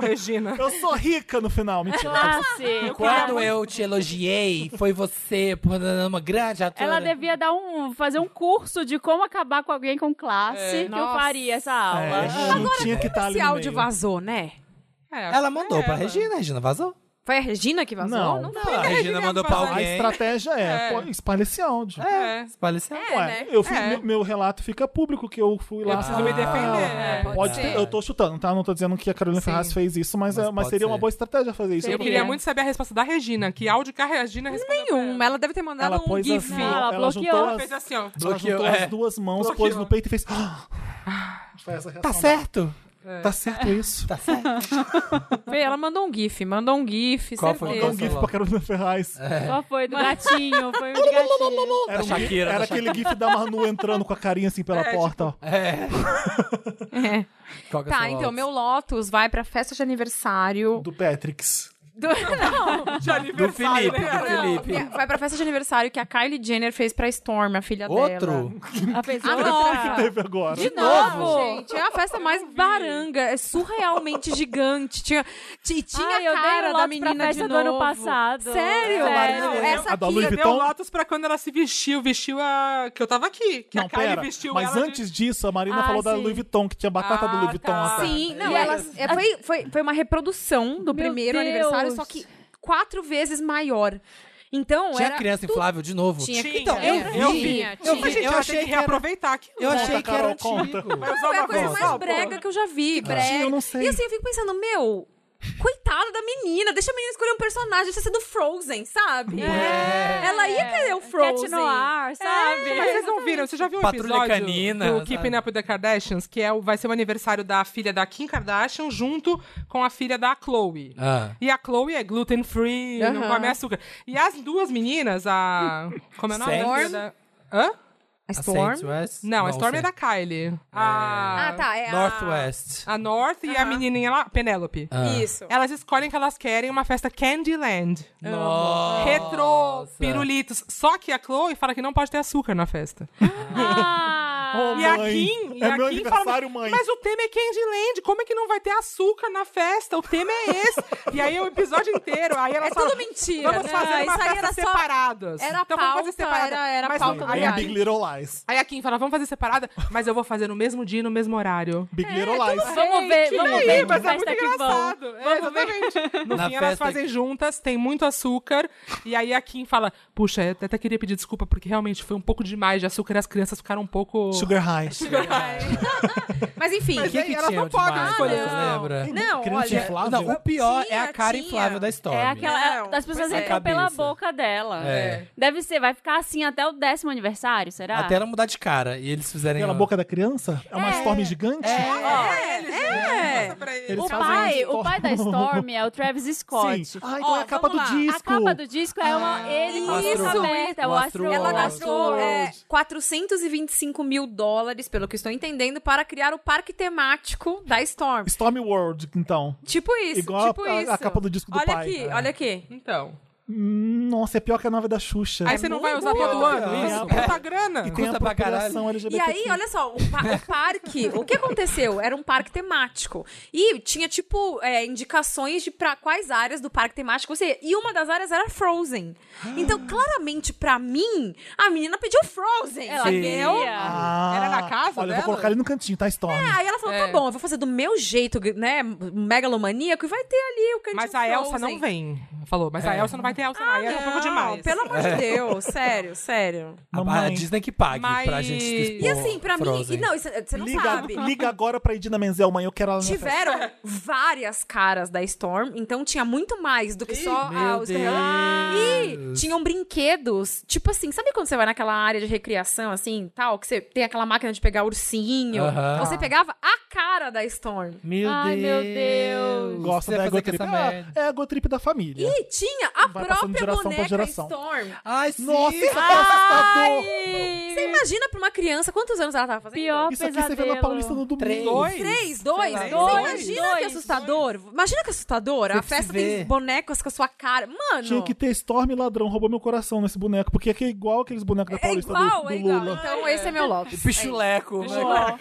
Speaker 4: Regina.
Speaker 1: Eu sou rica no final,
Speaker 2: é
Speaker 1: mentira.
Speaker 2: Classe.
Speaker 3: Quando eu te elogiei, foi você por uma grande atora.
Speaker 2: Ela devia dar um, fazer um curso de como acabar com alguém com classe, que eu
Speaker 5: Nossa.
Speaker 2: faria essa
Speaker 1: É,
Speaker 2: aula.
Speaker 1: não tinha que estar ali
Speaker 5: Esse
Speaker 1: no
Speaker 5: áudio
Speaker 1: meio.
Speaker 5: vazou, né?
Speaker 4: É.
Speaker 3: Ela mandou pra Regina, a Regina vazou.
Speaker 5: Foi a Regina que vazou?
Speaker 1: Não.
Speaker 5: não.
Speaker 3: a Regina mandou pra
Speaker 4: vazou.
Speaker 1: A
Speaker 3: alguém.
Speaker 1: estratégia é,
Speaker 4: É.
Speaker 1: pô, espalha esse áudio.
Speaker 4: É.
Speaker 3: Espalha esse áudio.
Speaker 1: Ué,
Speaker 5: né?
Speaker 1: eu fiz-
Speaker 4: É.
Speaker 1: meu, meu relato fica público que eu fui lá.
Speaker 4: Eu preciso me defender, é.
Speaker 1: Pode,
Speaker 3: Ah, Pode
Speaker 1: ter,
Speaker 3: ser.
Speaker 1: eu tô chutando, tá? Não tô dizendo que a Carolina
Speaker 4: Sim.
Speaker 1: Ferraz fez isso, mas,
Speaker 3: Mas
Speaker 1: é- mas
Speaker 3: pode
Speaker 1: seria
Speaker 3: ser.
Speaker 1: uma boa estratégia fazer isso.
Speaker 4: Eu queria muito saber a resposta da Regina. Que áudio que a Regina respondeu. pra
Speaker 5: Nenhuma. Ela deve ter mandado
Speaker 1: Ela
Speaker 5: um
Speaker 1: pôs
Speaker 5: gif.
Speaker 1: assim,
Speaker 2: Ela
Speaker 1: ela,
Speaker 2: bloqueou.
Speaker 1: juntou
Speaker 4: Ela
Speaker 1: as,
Speaker 4: fez assim, ó.
Speaker 1: ela
Speaker 3: Bloqueou,
Speaker 1: juntou
Speaker 3: é.
Speaker 1: as duas mãos,
Speaker 4: Bloqueou.
Speaker 1: pôs no peito e fez. Foi essa reação
Speaker 3: Tá certo?
Speaker 1: dela. Tá certo isso.
Speaker 3: Tá certo.
Speaker 5: Vê, Ela mandou um gif, mandou um gif,
Speaker 3: Qual foi?
Speaker 1: Mandou um
Speaker 5: certeza.
Speaker 1: gif pra Carolina Ferraz.
Speaker 2: Só foi do gatinho, foi o de gatinho.
Speaker 1: Era, um
Speaker 3: Da
Speaker 1: gif-
Speaker 3: Shakira,
Speaker 1: era
Speaker 3: da
Speaker 1: aquele gif da Manu entrando com a carinha assim pela porta, ó.
Speaker 3: É.
Speaker 5: É.
Speaker 3: Qual que é o
Speaker 5: Tá,
Speaker 3: seu
Speaker 5: então,
Speaker 3: Lotus?
Speaker 5: meu Lotus vai pra festa de aniversário.
Speaker 1: Do Patricks.
Speaker 5: Do... Não,
Speaker 3: Do Felipe,
Speaker 4: né?
Speaker 3: do Felipe.
Speaker 5: Ah, vai pra festa de aniversário que a Kylie Jenner fez pra Storm, a filha dela.
Speaker 3: Outro?
Speaker 2: A pessoa
Speaker 5: Ah, não.
Speaker 2: tá-
Speaker 1: Teve agora.
Speaker 5: De novo, gente. É a festa mais baranga. É surrealmente gigante. Tinha, ti- tinha
Speaker 2: Ai,
Speaker 5: a
Speaker 2: eu dei
Speaker 5: cara
Speaker 2: um
Speaker 5: da
Speaker 2: lote
Speaker 5: menina
Speaker 2: pra festa
Speaker 5: de
Speaker 2: do ano
Speaker 5: novo.
Speaker 2: passado. É.
Speaker 5: Sério?
Speaker 2: Sério.
Speaker 5: Não, essa
Speaker 1: A da
Speaker 5: aqui
Speaker 1: Louis
Speaker 4: Você
Speaker 1: Vuitton?
Speaker 4: deu lotus pra quando ela se vestiu, vestiu a. Que eu tava aqui. Que
Speaker 1: Não,
Speaker 4: a Kylie
Speaker 1: pera.
Speaker 4: vestiu
Speaker 1: Mas
Speaker 4: ela de-
Speaker 1: antes disso, a Marina
Speaker 2: Ah,
Speaker 1: falou da
Speaker 2: sim.
Speaker 1: Louis Vuitton, que tinha batata do
Speaker 4: Ah,
Speaker 1: Louis Vuitton
Speaker 4: tá.
Speaker 1: lá atrás.
Speaker 5: Sim, não,
Speaker 2: E
Speaker 5: elas, é, foi, foi, foi uma reprodução
Speaker 2: Meu
Speaker 5: do primeiro
Speaker 2: Deus.
Speaker 5: aniversário, só que quatro vezes maior. Então,
Speaker 3: Tinha
Speaker 5: era
Speaker 3: criança
Speaker 5: tudo-
Speaker 3: inflável de novo.
Speaker 5: Tinha,
Speaker 4: Tinha,
Speaker 5: então,
Speaker 4: eu
Speaker 5: era.
Speaker 4: vi,
Speaker 5: Tinha,
Speaker 3: eu
Speaker 5: tinha.
Speaker 4: Mas, gente,
Speaker 3: Eu
Speaker 4: eu
Speaker 3: achei
Speaker 4: achei que
Speaker 3: que era-
Speaker 4: reaproveitar aquilo.
Speaker 3: Eu achei
Speaker 1: da
Speaker 3: que era
Speaker 1: Carol conta.
Speaker 3: antigo.
Speaker 4: Vai usar
Speaker 5: Foi a
Speaker 4: uma
Speaker 5: coisa
Speaker 4: vez
Speaker 5: mais
Speaker 4: só,
Speaker 5: brega
Speaker 4: pô.
Speaker 5: que eu já vi. Brega.
Speaker 1: Sim, eu não sei.
Speaker 5: E assim, eu fico pensando, meu, coitada da menina, deixa a menina escolher um personagem, deixa ser do Frozen, sabe?
Speaker 3: É.
Speaker 5: Ela ia querer o
Speaker 2: Cat
Speaker 5: Frozen.
Speaker 2: Noir, sabe?
Speaker 4: Mas vocês não viram, você já viu um
Speaker 3: Patrulha
Speaker 4: episódio
Speaker 3: Canina,
Speaker 4: do
Speaker 3: sabe?
Speaker 4: Keeping Up with the Kardashians, que é, o- vai ser o aniversário da filha da Kim Kardashian junto com a filha da Chloe.
Speaker 3: Ah.
Speaker 4: E a Chloe é gluten free, não
Speaker 5: Aham.
Speaker 4: come açúcar. E as duas meninas, a. Como é o nome?
Speaker 3: Storm?
Speaker 4: Da- Hã?
Speaker 5: A
Speaker 3: A
Speaker 5: Storm?
Speaker 3: Saints West?
Speaker 4: Não, a Storm
Speaker 3: sei.
Speaker 4: é da Kylie. A...
Speaker 5: Ah, tá. É a...
Speaker 3: Northwest.
Speaker 4: A North e a menininha lá, Penélope.
Speaker 3: Ah.
Speaker 5: Isso.
Speaker 4: Elas escolhem que elas querem uma festa Candyland.
Speaker 3: Nossa.
Speaker 4: Retrô, pirulitos. Só que a Chloe fala que não pode ter açúcar na festa.
Speaker 2: Ah,
Speaker 5: É.
Speaker 1: Oh,
Speaker 4: e a
Speaker 1: mãe,
Speaker 4: Kim, e
Speaker 1: é
Speaker 4: a
Speaker 1: meu
Speaker 4: Kim
Speaker 1: aniversário,
Speaker 4: fala,
Speaker 1: mãe.
Speaker 4: mas o tema é Candyland, como é que não vai ter açúcar na festa? O tema é esse. e aí o episódio inteiro, aí ela
Speaker 5: É tudo mentira.
Speaker 4: Vamos
Speaker 5: né?
Speaker 4: fazer uma
Speaker 5: Isso aí
Speaker 4: festa
Speaker 5: era só-
Speaker 4: separadas.
Speaker 5: era
Speaker 4: então vamos fazer
Speaker 5: pauta,
Speaker 4: separada.
Speaker 5: era- era
Speaker 4: Mas
Speaker 5: pauta
Speaker 4: aí
Speaker 1: Aí
Speaker 4: a
Speaker 1: é
Speaker 5: Verdade.
Speaker 1: Big Little Lies.
Speaker 4: Aí a Kim fala, vamos fazer separada, mas eu vou fazer no mesmo dia, e no mesmo horário.
Speaker 1: Big Little Lies.
Speaker 2: vamos ver,
Speaker 4: Gente,
Speaker 2: vamos
Speaker 4: aí,
Speaker 2: ver que
Speaker 4: mas é muito
Speaker 2: festa que vão.
Speaker 4: engraçado. É, exatamente. No
Speaker 3: Na
Speaker 4: fim, elas
Speaker 3: festa-
Speaker 4: fazem juntas, tem muito açúcar. E aí a Kim fala, puxa, eu até queria pedir desculpa, porque realmente foi um pouco demais de açúcar e as crianças ficaram um pouco...
Speaker 1: Sugar High.
Speaker 5: Mas enfim.
Speaker 3: O que,
Speaker 4: aí
Speaker 3: que
Speaker 4: elas
Speaker 3: tinha
Speaker 4: não
Speaker 3: de
Speaker 4: podem
Speaker 3: mais,
Speaker 4: escolher.
Speaker 3: você lembra?
Speaker 5: Não,
Speaker 1: Criança
Speaker 5: olha.
Speaker 1: inflável.
Speaker 3: Não, o pior é a
Speaker 5: Tinha,
Speaker 3: cara
Speaker 5: tinha.
Speaker 3: inflável da Storm.
Speaker 2: É aquela.
Speaker 5: Não,
Speaker 2: as pessoas
Speaker 5: mas é.
Speaker 2: entram pela
Speaker 3: Cabeça.
Speaker 2: boca dela.
Speaker 3: É.
Speaker 2: Deve ser, vai ficar assim até o décimo aniversário, será?
Speaker 3: Até ela mudar de cara e eles fizerem.
Speaker 1: Pela boca da criança? É uma Storm gigante?
Speaker 4: É, eles,
Speaker 5: É.
Speaker 4: Nossa, pra eles.
Speaker 1: Eles
Speaker 2: O
Speaker 1: fazem
Speaker 2: pai,
Speaker 1: isso.
Speaker 2: o pai da Storm é o Travis Scott.
Speaker 1: Sim. Ah, então
Speaker 5: Ó,
Speaker 1: é a capa do
Speaker 5: vamos lá.
Speaker 1: disco.
Speaker 2: A capa do disco é uma, ele com
Speaker 3: Astro-
Speaker 2: isso aberta, é o
Speaker 3: o Astro
Speaker 2: Astro.
Speaker 3: World.
Speaker 5: Ah, Ela
Speaker 3: Nossa.
Speaker 5: gastou é, 425 mil dólares, pelo que estou entendendo, para criar o parque temático da Storm.
Speaker 1: Storm World, então.
Speaker 5: Tipo isso,
Speaker 1: Igual a-
Speaker 5: tipo
Speaker 1: a- a
Speaker 5: isso.
Speaker 1: capa do disco do
Speaker 5: olha
Speaker 1: pai.
Speaker 5: Aqui,
Speaker 1: É.
Speaker 5: Olha aqui,
Speaker 4: Então.
Speaker 1: Hum, Nossa, é pior que a nave da Xuxa.
Speaker 4: Aí você não vai
Speaker 3: muito
Speaker 4: usar todo
Speaker 3: bom.
Speaker 4: ano isso?
Speaker 3: É.
Speaker 4: Puta grana.
Speaker 1: E tem a
Speaker 3: Custa pra caralho.
Speaker 1: apropriação
Speaker 5: E
Speaker 1: LGBT.
Speaker 5: aí, olha só, o, pa- o parque, o que aconteceu? Era um parque temático. E tinha, tipo, é, indicações de pra quais áreas do parque temático você ia. E uma das áreas era Frozen.
Speaker 1: Ah.
Speaker 5: Então, claramente, pra mim, a menina pediu Frozen.
Speaker 2: Ela
Speaker 5: entendeu?
Speaker 2: queria.
Speaker 1: Ah,
Speaker 4: Era na casa
Speaker 1: Olha, eu
Speaker 4: dela?
Speaker 1: vou colocar ali no cantinho, tá, Storm?
Speaker 5: Aí ela falou,
Speaker 4: É.
Speaker 5: tá bom, eu vou fazer do meu jeito, né, megalomaníaco, e vai ter ali o cantinho
Speaker 4: Mas a Elsa
Speaker 5: Frozen.
Speaker 4: não vem. Falou, mas a Elsa não vai ter Elsa. na- Aí
Speaker 5: não,
Speaker 2: Ah,
Speaker 4: um pouco demais.
Speaker 5: Pelo amor
Speaker 1: É.
Speaker 5: de Deus, sério, sério.
Speaker 3: A, a
Speaker 1: Mamãe.
Speaker 3: Disney que pague pra
Speaker 4: Mas-
Speaker 3: gente expor
Speaker 4: E
Speaker 5: E assim, pra mim.
Speaker 3: Frozen.
Speaker 5: e não, isso- você não
Speaker 1: liga,
Speaker 5: sabe.
Speaker 1: liga agora pra Edina Menzel, mãe. Eu quero ela na minha festa.
Speaker 5: Tiveram várias caras da Storm, então tinha muito mais do que só
Speaker 3: Ih,
Speaker 5: a
Speaker 3: meu
Speaker 5: os E
Speaker 3: Deus.
Speaker 5: tinham brinquedos, tipo assim, sabe quando você vai naquela área de recriação, assim, tal, que você tem aquela máquina de pegar ursinho?
Speaker 3: Aham.
Speaker 5: Você pegava a cara da Storm.
Speaker 3: Meu
Speaker 2: Ai, meu Deus.
Speaker 3: Gosto
Speaker 1: Gosta da Ego Trip. Ah, É a Ego Trip da família.
Speaker 5: E tinha a
Speaker 1: Vai passando de
Speaker 5: própria
Speaker 1: geração pra
Speaker 5: boneca
Speaker 1: geração.
Speaker 5: Storm.
Speaker 3: Ai, sim.
Speaker 1: Nossa, isso é assustador.
Speaker 5: Você imagina pra uma criança quantos anos ela tava fazendo?
Speaker 2: Pior
Speaker 1: Isso aqui você vê
Speaker 2: pesadelo.
Speaker 1: na Paulista no
Speaker 3: Três.
Speaker 1: domingo.
Speaker 3: Dois.
Speaker 5: Três, dois,
Speaker 4: Sei
Speaker 5: Você
Speaker 2: lá. Dois,
Speaker 5: imagina que
Speaker 2: dois,
Speaker 5: assustador. Imagina que assustador.
Speaker 3: Você
Speaker 5: a
Speaker 3: precisa
Speaker 5: festa
Speaker 3: ver.
Speaker 5: tem bonecos com a sua cara. Mano. é
Speaker 1: Tinha que ter Storm Ladrão, roubou meu coração nesse boneco, porque aqui é igual aqueles bonecos da
Speaker 5: É
Speaker 1: Paulista
Speaker 5: igual,
Speaker 1: do, do
Speaker 5: é igual.
Speaker 1: Lula.
Speaker 5: Então esse é meu Lopes.
Speaker 3: Pichuleco. né?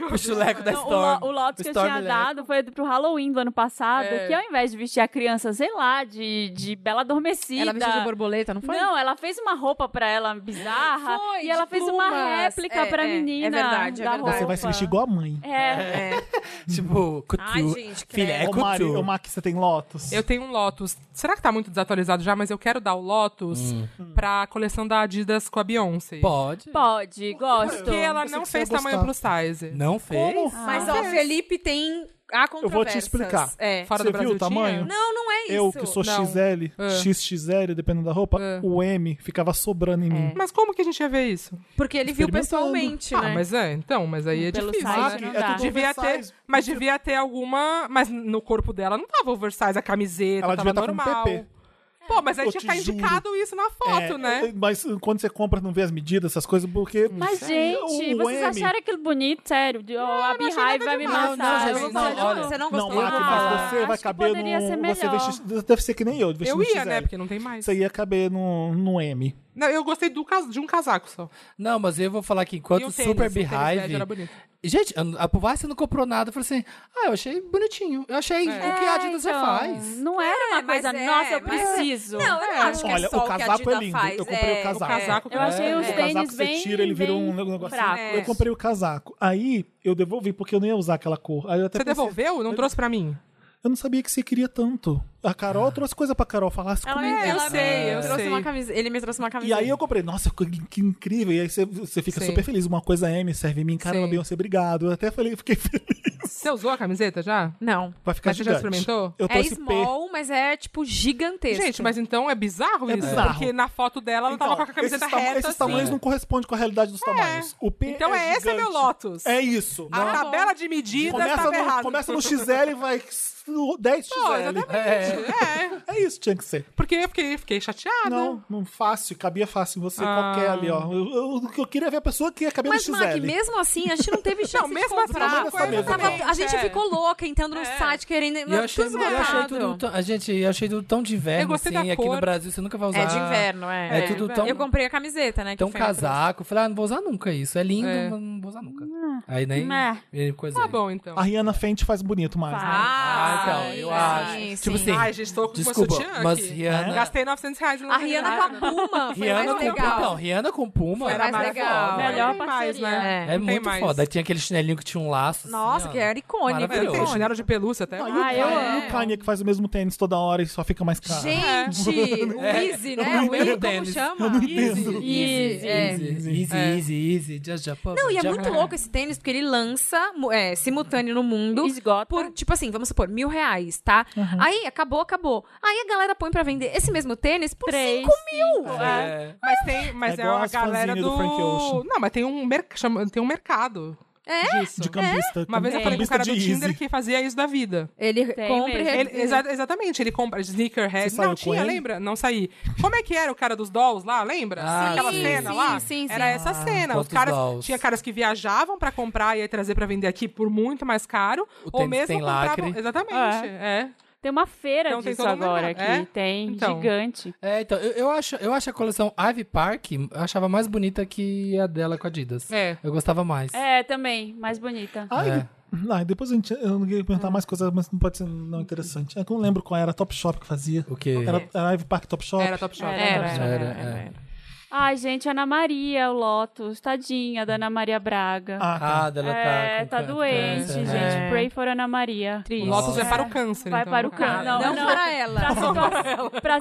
Speaker 3: Pichuleco da
Speaker 2: Não, o, Lo-
Speaker 3: Storm.
Speaker 2: o Lopes que eu
Speaker 3: Storm
Speaker 2: tinha
Speaker 3: Leco.
Speaker 2: dado foi pro Halloween do ano passado,
Speaker 4: É.
Speaker 2: que ao invés de vestir a criança, sei lá, de, de bela adormecida.
Speaker 5: Ela vestiu de borboleta, não foi?
Speaker 2: Não, ela fez uma roupa pra ela bizarra
Speaker 5: Foi,
Speaker 2: e ela
Speaker 5: de
Speaker 2: fez uma
Speaker 5: plumas.
Speaker 2: réplica
Speaker 5: É,
Speaker 2: pra
Speaker 5: é, é
Speaker 2: menina.
Speaker 5: verdade, é
Speaker 2: da
Speaker 5: verdade.
Speaker 1: Você vai se
Speaker 2: roupa.
Speaker 1: vestir igual a mãe.
Speaker 2: É.
Speaker 5: É.
Speaker 3: Tipo, couture.
Speaker 5: Ai, gente, que
Speaker 3: Filha, é
Speaker 1: Ô, Mari,
Speaker 3: couture.
Speaker 1: ô, Mac, você tem Lotus?
Speaker 4: Eu tenho um Lotus. Será que tá muito desatualizado já? Mas eu quero dar o Lotus pra coleção da Adidas com a Beyoncé.
Speaker 3: Pode.
Speaker 2: Pode, gosto.
Speaker 4: Porque ela
Speaker 1: Pensei
Speaker 4: não
Speaker 1: que você ia
Speaker 4: fez tamanho
Speaker 1: gostar.
Speaker 4: plus size.
Speaker 3: Não fez?
Speaker 1: Como?
Speaker 5: Mas ó, Felipe tem a controvérsia.
Speaker 1: Eu vou te explicar.
Speaker 5: É.
Speaker 4: Fora
Speaker 1: Você
Speaker 4: do Brasil
Speaker 1: viu o
Speaker 4: tinha?
Speaker 1: tamanho?
Speaker 5: Não, não é isso.
Speaker 1: Eu, que sou
Speaker 4: Não.
Speaker 1: XL,
Speaker 4: É.
Speaker 1: XXL, dependendo da roupa,
Speaker 4: É.
Speaker 1: o M ficava sobrando em mim.
Speaker 4: Mas como que a gente ia ver isso?
Speaker 5: Porque ele viu
Speaker 1: Experimentando.
Speaker 5: pessoalmente,
Speaker 4: Ah,
Speaker 5: né?
Speaker 4: mas é, então, mas aí é
Speaker 2: Pelo
Speaker 4: difícil,
Speaker 2: size, Ah.
Speaker 4: né?
Speaker 2: Mas não
Speaker 1: é
Speaker 2: dá.
Speaker 1: tudo
Speaker 4: Devia ter,
Speaker 1: oversize.
Speaker 4: mas devia ter alguma. Mas no corpo dela não tava oversize, a camiseta
Speaker 1: Ela
Speaker 4: tava
Speaker 1: devia tá com
Speaker 4: normal.
Speaker 1: PP.
Speaker 2: É.
Speaker 4: Pô, mas aí
Speaker 1: Eu
Speaker 4: tinha que
Speaker 1: te
Speaker 4: estar
Speaker 1: juro.
Speaker 4: indicado isso na foto,
Speaker 1: É,
Speaker 4: né? Hum.
Speaker 1: é, Mas uh, quando você compra, não vê as medidas, essas coisas, porque.
Speaker 2: Mas, gente,
Speaker 1: O
Speaker 2: vocês
Speaker 1: Um M.
Speaker 2: acharam aquilo bonito, sério? De, ó, a Beehive vai me matar.
Speaker 3: demais. Não,
Speaker 2: eu
Speaker 3: gente,
Speaker 2: vou
Speaker 3: não,
Speaker 2: fazer-
Speaker 3: olha,
Speaker 5: você não
Speaker 1: Não,
Speaker 5: gostou.
Speaker 1: Mac,
Speaker 2: Ah,
Speaker 1: mas você vai
Speaker 2: acho que
Speaker 1: caber
Speaker 2: poderia ser
Speaker 1: no.
Speaker 2: melhor.
Speaker 1: Você veste- deve ser que nem eu, vestindo
Speaker 4: Eu ia,
Speaker 1: XL.
Speaker 4: né? Porque não tem mais.
Speaker 1: Você ia caber no, no M.
Speaker 4: Não, eu gostei do cas- de um casaco só.
Speaker 3: Não, mas eu vou falar que
Speaker 4: E
Speaker 3: enquanto
Speaker 4: o
Speaker 3: o
Speaker 4: tênis,
Speaker 3: Super
Speaker 4: o tênis é verde
Speaker 3: Beehive.
Speaker 4: era bonito.
Speaker 3: Gente, a Puvai você não comprou nada. Eu falei assim: ah, eu achei bonitinho. Eu achei
Speaker 4: É.
Speaker 3: o que a Adidas já
Speaker 2: então,
Speaker 3: faz.
Speaker 2: Não era uma
Speaker 5: É, mas
Speaker 2: coisa,
Speaker 5: é,
Speaker 2: nossa, eu
Speaker 5: mas é.
Speaker 2: preciso.
Speaker 5: Não, eu não acho que é
Speaker 1: Olha,
Speaker 5: só
Speaker 1: o
Speaker 5: que a
Speaker 1: casaco
Speaker 5: Adidas
Speaker 1: é lindo.
Speaker 5: faz.
Speaker 1: Eu comprei o
Speaker 5: é,
Speaker 1: casaco.
Speaker 4: O casaco
Speaker 2: Eu achei
Speaker 4: é.
Speaker 2: os
Speaker 1: O casaco
Speaker 2: tênis
Speaker 1: você
Speaker 2: bem.
Speaker 1: tira, ele vira um
Speaker 2: bem
Speaker 1: negocinho.
Speaker 2: fraco.
Speaker 5: É.
Speaker 1: Eu comprei o casaco. Aí eu devolvi, porque eu não ia usar aquela cor. Aí eu até
Speaker 4: Você
Speaker 1: pensei,
Speaker 4: devolveu? Não trouxe pra mim?
Speaker 1: Eu não sabia que você queria tanto. A Carol
Speaker 4: Ah.
Speaker 1: trouxe coisa pra Carol falar
Speaker 5: Ela
Speaker 2: é
Speaker 1: comigo.
Speaker 5: me,
Speaker 4: eu
Speaker 5: ela me
Speaker 4: sei, eu
Speaker 5: trouxe
Speaker 4: sei.
Speaker 5: uma camiseta. Ele me trouxe uma
Speaker 1: E
Speaker 5: camiseta.
Speaker 1: aí eu comprei, nossa, que, que incrível. E aí você, você fica
Speaker 4: Sim.
Speaker 1: super feliz. Uma coisa M serve em mim, caramba,
Speaker 4: Sim.
Speaker 1: Beyoncé, obrigado. Eu até falei, fiquei feliz.
Speaker 4: Você usou a camiseta já?
Speaker 5: Não.
Speaker 1: Vai ficar
Speaker 4: Mas você já
Speaker 1: gigante.
Speaker 4: experimentou?
Speaker 1: Eu
Speaker 5: É
Speaker 1: trouxe P.
Speaker 5: small, mas é, tipo, gigantesco.
Speaker 4: Gente, mas então é bizarro
Speaker 1: É
Speaker 4: isso.
Speaker 1: bizarro.
Speaker 4: Porque na foto dela ela tava
Speaker 1: Então,
Speaker 4: com a camiseta
Speaker 1: esses tama-
Speaker 4: reta.
Speaker 1: Esses
Speaker 4: assim. É.
Speaker 1: tamanhos não correspondem com a realidade dos tamanhos. O P
Speaker 4: Então é, esse é meu
Speaker 1: gigante.
Speaker 4: Lotus.
Speaker 1: É isso.
Speaker 4: A tabela de medida
Speaker 1: começa,
Speaker 4: tava
Speaker 1: no,
Speaker 4: errada.
Speaker 1: começa no XL e vai 10 XL.
Speaker 4: Pô,
Speaker 3: É,
Speaker 4: exatamente. É.
Speaker 1: É isso, tinha que ser.
Speaker 4: Porque eu fiquei, fiquei chateada.
Speaker 1: Não, não fácil, cabia fácil em você,
Speaker 4: Ah.
Speaker 1: qualquer ali, ó. Eu, eu, eu queria é ver a pessoa que ia caber
Speaker 5: Mas,
Speaker 1: no XL.
Speaker 5: Mac, mesmo assim, a gente não teve chance
Speaker 4: Não, mesmo
Speaker 5: de
Speaker 4: assim,
Speaker 5: comprar.
Speaker 1: essa coisa
Speaker 5: Tava-
Speaker 1: também,
Speaker 5: a gente
Speaker 4: é.
Speaker 5: ficou louca entrando no site querendo.
Speaker 3: E eu achei,
Speaker 5: tudo
Speaker 3: eu achei
Speaker 5: esgotado.
Speaker 3: tudo tão, a gente, eu achei tudo tão de
Speaker 4: Eu
Speaker 3: inverno,
Speaker 4: gostei
Speaker 3: assim,
Speaker 4: da
Speaker 3: aqui
Speaker 4: cor.
Speaker 3: no Brasil você nunca vai usar.
Speaker 5: É de inverno, é.
Speaker 3: É tudo tão-
Speaker 5: Eu comprei a camiseta, né? que
Speaker 3: Então,
Speaker 5: foi a que eu
Speaker 3: casaco. Eu Falei, ah, não vou usar nunca isso. É lindo,
Speaker 4: É.
Speaker 3: mas não vou usar nunca.
Speaker 5: Ah.
Speaker 3: Aí nem,
Speaker 2: É.
Speaker 3: nem coisa.
Speaker 4: Tá bom, então.
Speaker 1: A Rihanna Fenty faz bonito mais.
Speaker 2: Faz.
Speaker 1: né?
Speaker 5: Ah,
Speaker 3: Ah, então,
Speaker 5: sim,
Speaker 3: eu
Speaker 5: sim,
Speaker 3: acho.
Speaker 5: sim.
Speaker 3: Tipo assim,
Speaker 4: Ai, gente, tô com
Speaker 3: desculpa,
Speaker 4: meu sutiã
Speaker 3: mas
Speaker 4: aqui.
Speaker 3: Rihanna-
Speaker 4: Gastei 900 reais no
Speaker 5: A Rihanna com a Puma foi
Speaker 3: Rihanna
Speaker 5: mais
Speaker 3: com Puma. Não,
Speaker 5: legal.
Speaker 3: Rihanna com Puma.
Speaker 5: Foi é mais legal.
Speaker 2: Melhor
Speaker 4: Não tem mais,
Speaker 2: parceria.
Speaker 4: né?
Speaker 5: É.
Speaker 3: É
Speaker 4: Não tem
Speaker 3: muito
Speaker 4: mais.
Speaker 3: foda. Aí Tinha aquele chinelinho que tinha um laço. assim,
Speaker 5: Nossa,
Speaker 3: ó.
Speaker 5: que era icônico.
Speaker 3: Maravilhoso.
Speaker 4: Eu tenho chinelo de pelúcia até.
Speaker 1: Ah,
Speaker 4: hoje.
Speaker 1: e o
Speaker 2: Ah,
Speaker 1: Kanye,
Speaker 2: eu
Speaker 1: o
Speaker 2: amo.
Speaker 1: Kanye que faz o mesmo tênis toda hora e só fica mais caro.
Speaker 3: Tá.
Speaker 5: Gente, o Easy, né?
Speaker 3: não
Speaker 5: O Easy,
Speaker 3: entendo
Speaker 5: como
Speaker 3: isso.
Speaker 5: chama?
Speaker 1: entendo.
Speaker 5: Easy. é.
Speaker 3: Easy, easy, easy, easy. Just jump up,
Speaker 5: Não, e é
Speaker 3: jump
Speaker 5: muito
Speaker 3: up.
Speaker 5: louco esse tênis, porque ele lança mu- é, simultâneo no mundo.
Speaker 2: É. Esgota.
Speaker 5: Por, tipo assim, vamos supor, mil reais, tá? Aí acabou, acabou. Aí a galera põe pra vender esse mesmo tênis por
Speaker 2: Três,
Speaker 5: cinco mil.
Speaker 3: É.
Speaker 4: Mas tem, mas
Speaker 1: É
Speaker 4: é,
Speaker 1: igual
Speaker 4: a
Speaker 1: as fanzine
Speaker 4: galera
Speaker 1: do
Speaker 4: do...
Speaker 1: Frank Ocean.
Speaker 4: Não, mas tem um, merc... chama- tem um mercado
Speaker 5: É?
Speaker 4: disso.
Speaker 1: De cambista.
Speaker 4: Uma vez eu
Speaker 1: cambista
Speaker 4: falei com o cara do
Speaker 1: de
Speaker 4: Tinder
Speaker 1: Easy.
Speaker 4: que fazia isso da vida.
Speaker 5: Ele
Speaker 2: Tem
Speaker 5: compra e
Speaker 2: mesmo.
Speaker 4: Ele-
Speaker 5: re-
Speaker 4: exa- exatamente, ele compra sneakerhead.
Speaker 1: Você saiu
Speaker 4: Não
Speaker 1: com
Speaker 4: tinha,
Speaker 1: ele?
Speaker 4: lembra? Não saí. Como é que era o cara dos dolls lá, lembra?
Speaker 3: Ah,
Speaker 4: Sim, Aquela
Speaker 3: sim, Ah,
Speaker 4: cena
Speaker 5: sim,
Speaker 4: lá?
Speaker 5: sim, sim.
Speaker 4: Era essa cena. Os
Speaker 3: quantos
Speaker 4: caras,
Speaker 3: dolls.
Speaker 4: tinha caras que viajavam pra comprar e aí trazer pra vender aqui por muito mais caro.
Speaker 3: O
Speaker 4: ou
Speaker 3: tênis
Speaker 4: mesmo
Speaker 3: tem
Speaker 4: compravam.
Speaker 3: lacre.
Speaker 4: Exatamente. É.
Speaker 2: Tem uma feira
Speaker 4: Então tem
Speaker 2: disso
Speaker 4: todo um
Speaker 2: agora aqui.
Speaker 4: mercado. É?
Speaker 2: Tem
Speaker 4: Então.
Speaker 2: gigante.
Speaker 3: É, então, eu, eu acho, eu acho a coleção Ivy Park, eu achava mais bonita que a dela com a Adidas.
Speaker 4: É.
Speaker 3: Eu gostava mais.
Speaker 2: É, também, mais bonita.
Speaker 1: Ai,
Speaker 3: É.
Speaker 1: ai, Ah, depois a gente, eu não ia perguntar mais coisas, mas não pode ser não interessante. É Eu não lembro qual era a Top Shop que fazia.
Speaker 3: O quê?
Speaker 1: Era, era a Ivy Park Top Shop?
Speaker 4: Era Top Shop.
Speaker 5: Era,
Speaker 3: Era, era,
Speaker 2: Ai, gente, Ana Maria, o Lotus, tadinha da Ana Maria Braga.
Speaker 1: Ah, tá.
Speaker 3: Ah, dela tá.
Speaker 2: é,
Speaker 3: com
Speaker 2: tá
Speaker 3: câncer,
Speaker 2: doente,
Speaker 3: é.
Speaker 2: gente.
Speaker 5: É.
Speaker 2: Pray for Ana Maria.
Speaker 4: O
Speaker 5: Triste.
Speaker 4: Lotus
Speaker 3: Nossa.
Speaker 4: é para o câncer,
Speaker 2: Vai
Speaker 4: então,
Speaker 2: para o
Speaker 4: no
Speaker 2: câncer.
Speaker 4: caso.
Speaker 2: Não,
Speaker 5: Não,
Speaker 2: não.
Speaker 5: para ela.
Speaker 2: Pra, situa pra